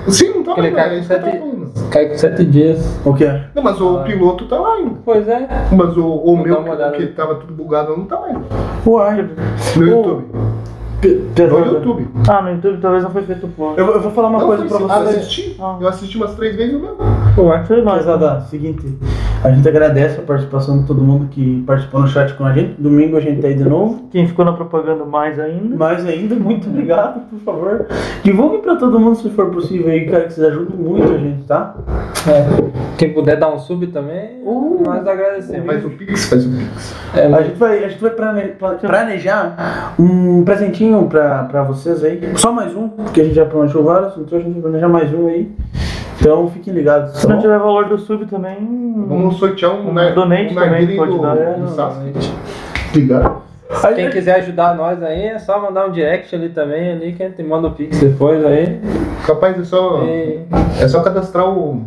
Speaker 4: Sim, não tá
Speaker 1: Aquele
Speaker 4: vendo,
Speaker 1: cara
Speaker 4: é
Speaker 1: que
Speaker 4: isso que eu tava
Speaker 1: sete-
Speaker 4: falando.
Speaker 1: Cai com sete dias.
Speaker 2: O que é?
Speaker 4: Não, mas o piloto tá lá ainda.
Speaker 1: Pois é.
Speaker 4: Mas o, o
Speaker 1: Vou dar
Speaker 4: meu,
Speaker 1: uma olhada.
Speaker 4: que tava tudo bugado, não tá mais. No
Speaker 2: Uai.
Speaker 4: YouTube. No YouTube.
Speaker 3: Ah, no YouTube talvez não foi feito por.
Speaker 2: Eu, eu vou falar uma
Speaker 4: Não,
Speaker 2: coisa pra
Speaker 4: foi-
Speaker 2: vocês.
Speaker 4: assisti.
Speaker 3: Ah.
Speaker 4: Eu assisti umas três vezes o meu.
Speaker 2: Foi nós, Dada. Seguinte, a gente agradece a participação de todo mundo que participou no chat com a gente. Domingo a gente tá aí de novo.
Speaker 3: Quem ficou na propaganda mais ainda.
Speaker 2: Mais ainda, muito obrigado, por favor. Divulgue pra todo mundo se for possível aí, cara, que vocês ajudam muito a gente, tá?
Speaker 1: É. Quem puder dar um sub também,
Speaker 2: Uh.
Speaker 1: nós agradecemos.
Speaker 4: Faz o Pix, faz o Pix.
Speaker 1: É,
Speaker 2: A gente vai, a gente vai plane- pla- planejar um presentinho pra, pra vocês aí. Só mais um, porque a gente já planejou vários, então a gente vai planejar mais um aí. Então fiquem ligados.
Speaker 3: Se
Speaker 2: Tá
Speaker 3: não
Speaker 2: bom?
Speaker 3: tiver valor do sub também.
Speaker 4: Vamos sortear um,
Speaker 3: Um
Speaker 4: né,
Speaker 3: donate
Speaker 4: um
Speaker 3: também
Speaker 4: narguilé
Speaker 3: pode
Speaker 4: do,
Speaker 3: dar, é,
Speaker 4: do
Speaker 1: não,
Speaker 4: Sassi.
Speaker 1: gente.
Speaker 4: Obrigado.
Speaker 2: Aí,
Speaker 1: Quem quiser ajudar nós aí, é só mandar um direct ali também, ali que a gente manda o pix depois aí.
Speaker 4: Capaz, é só,
Speaker 1: E-
Speaker 4: é só cadastrar o,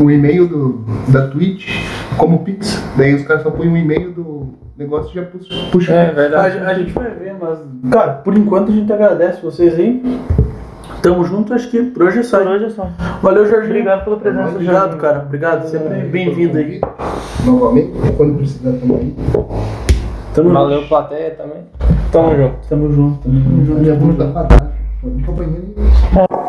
Speaker 4: o e-mail do, da Twitch como Pix. Daí os caras só põem o e-mail do negócio e já puxa. puxa.
Speaker 1: É
Speaker 2: A,
Speaker 1: verdade.
Speaker 2: a gente vai ver, mas. Cara, por enquanto a gente agradece vocês aí. Tamo junto, acho que por hoje é só.
Speaker 3: Por hoje é só.
Speaker 2: Valeu, Jorginho.
Speaker 3: Obrigado pela presença,
Speaker 2: Obrigado,
Speaker 3: Jorginho.
Speaker 2: cara. Obrigado. Sempre bem-vindo aí.
Speaker 4: Novamente, quando precisar também.
Speaker 2: Tamo
Speaker 1: Valeu, plateia também. Tamo junto.
Speaker 2: junto. Tamo junto.
Speaker 4: Já vamos dar pra trás. Vamos pra banheiro.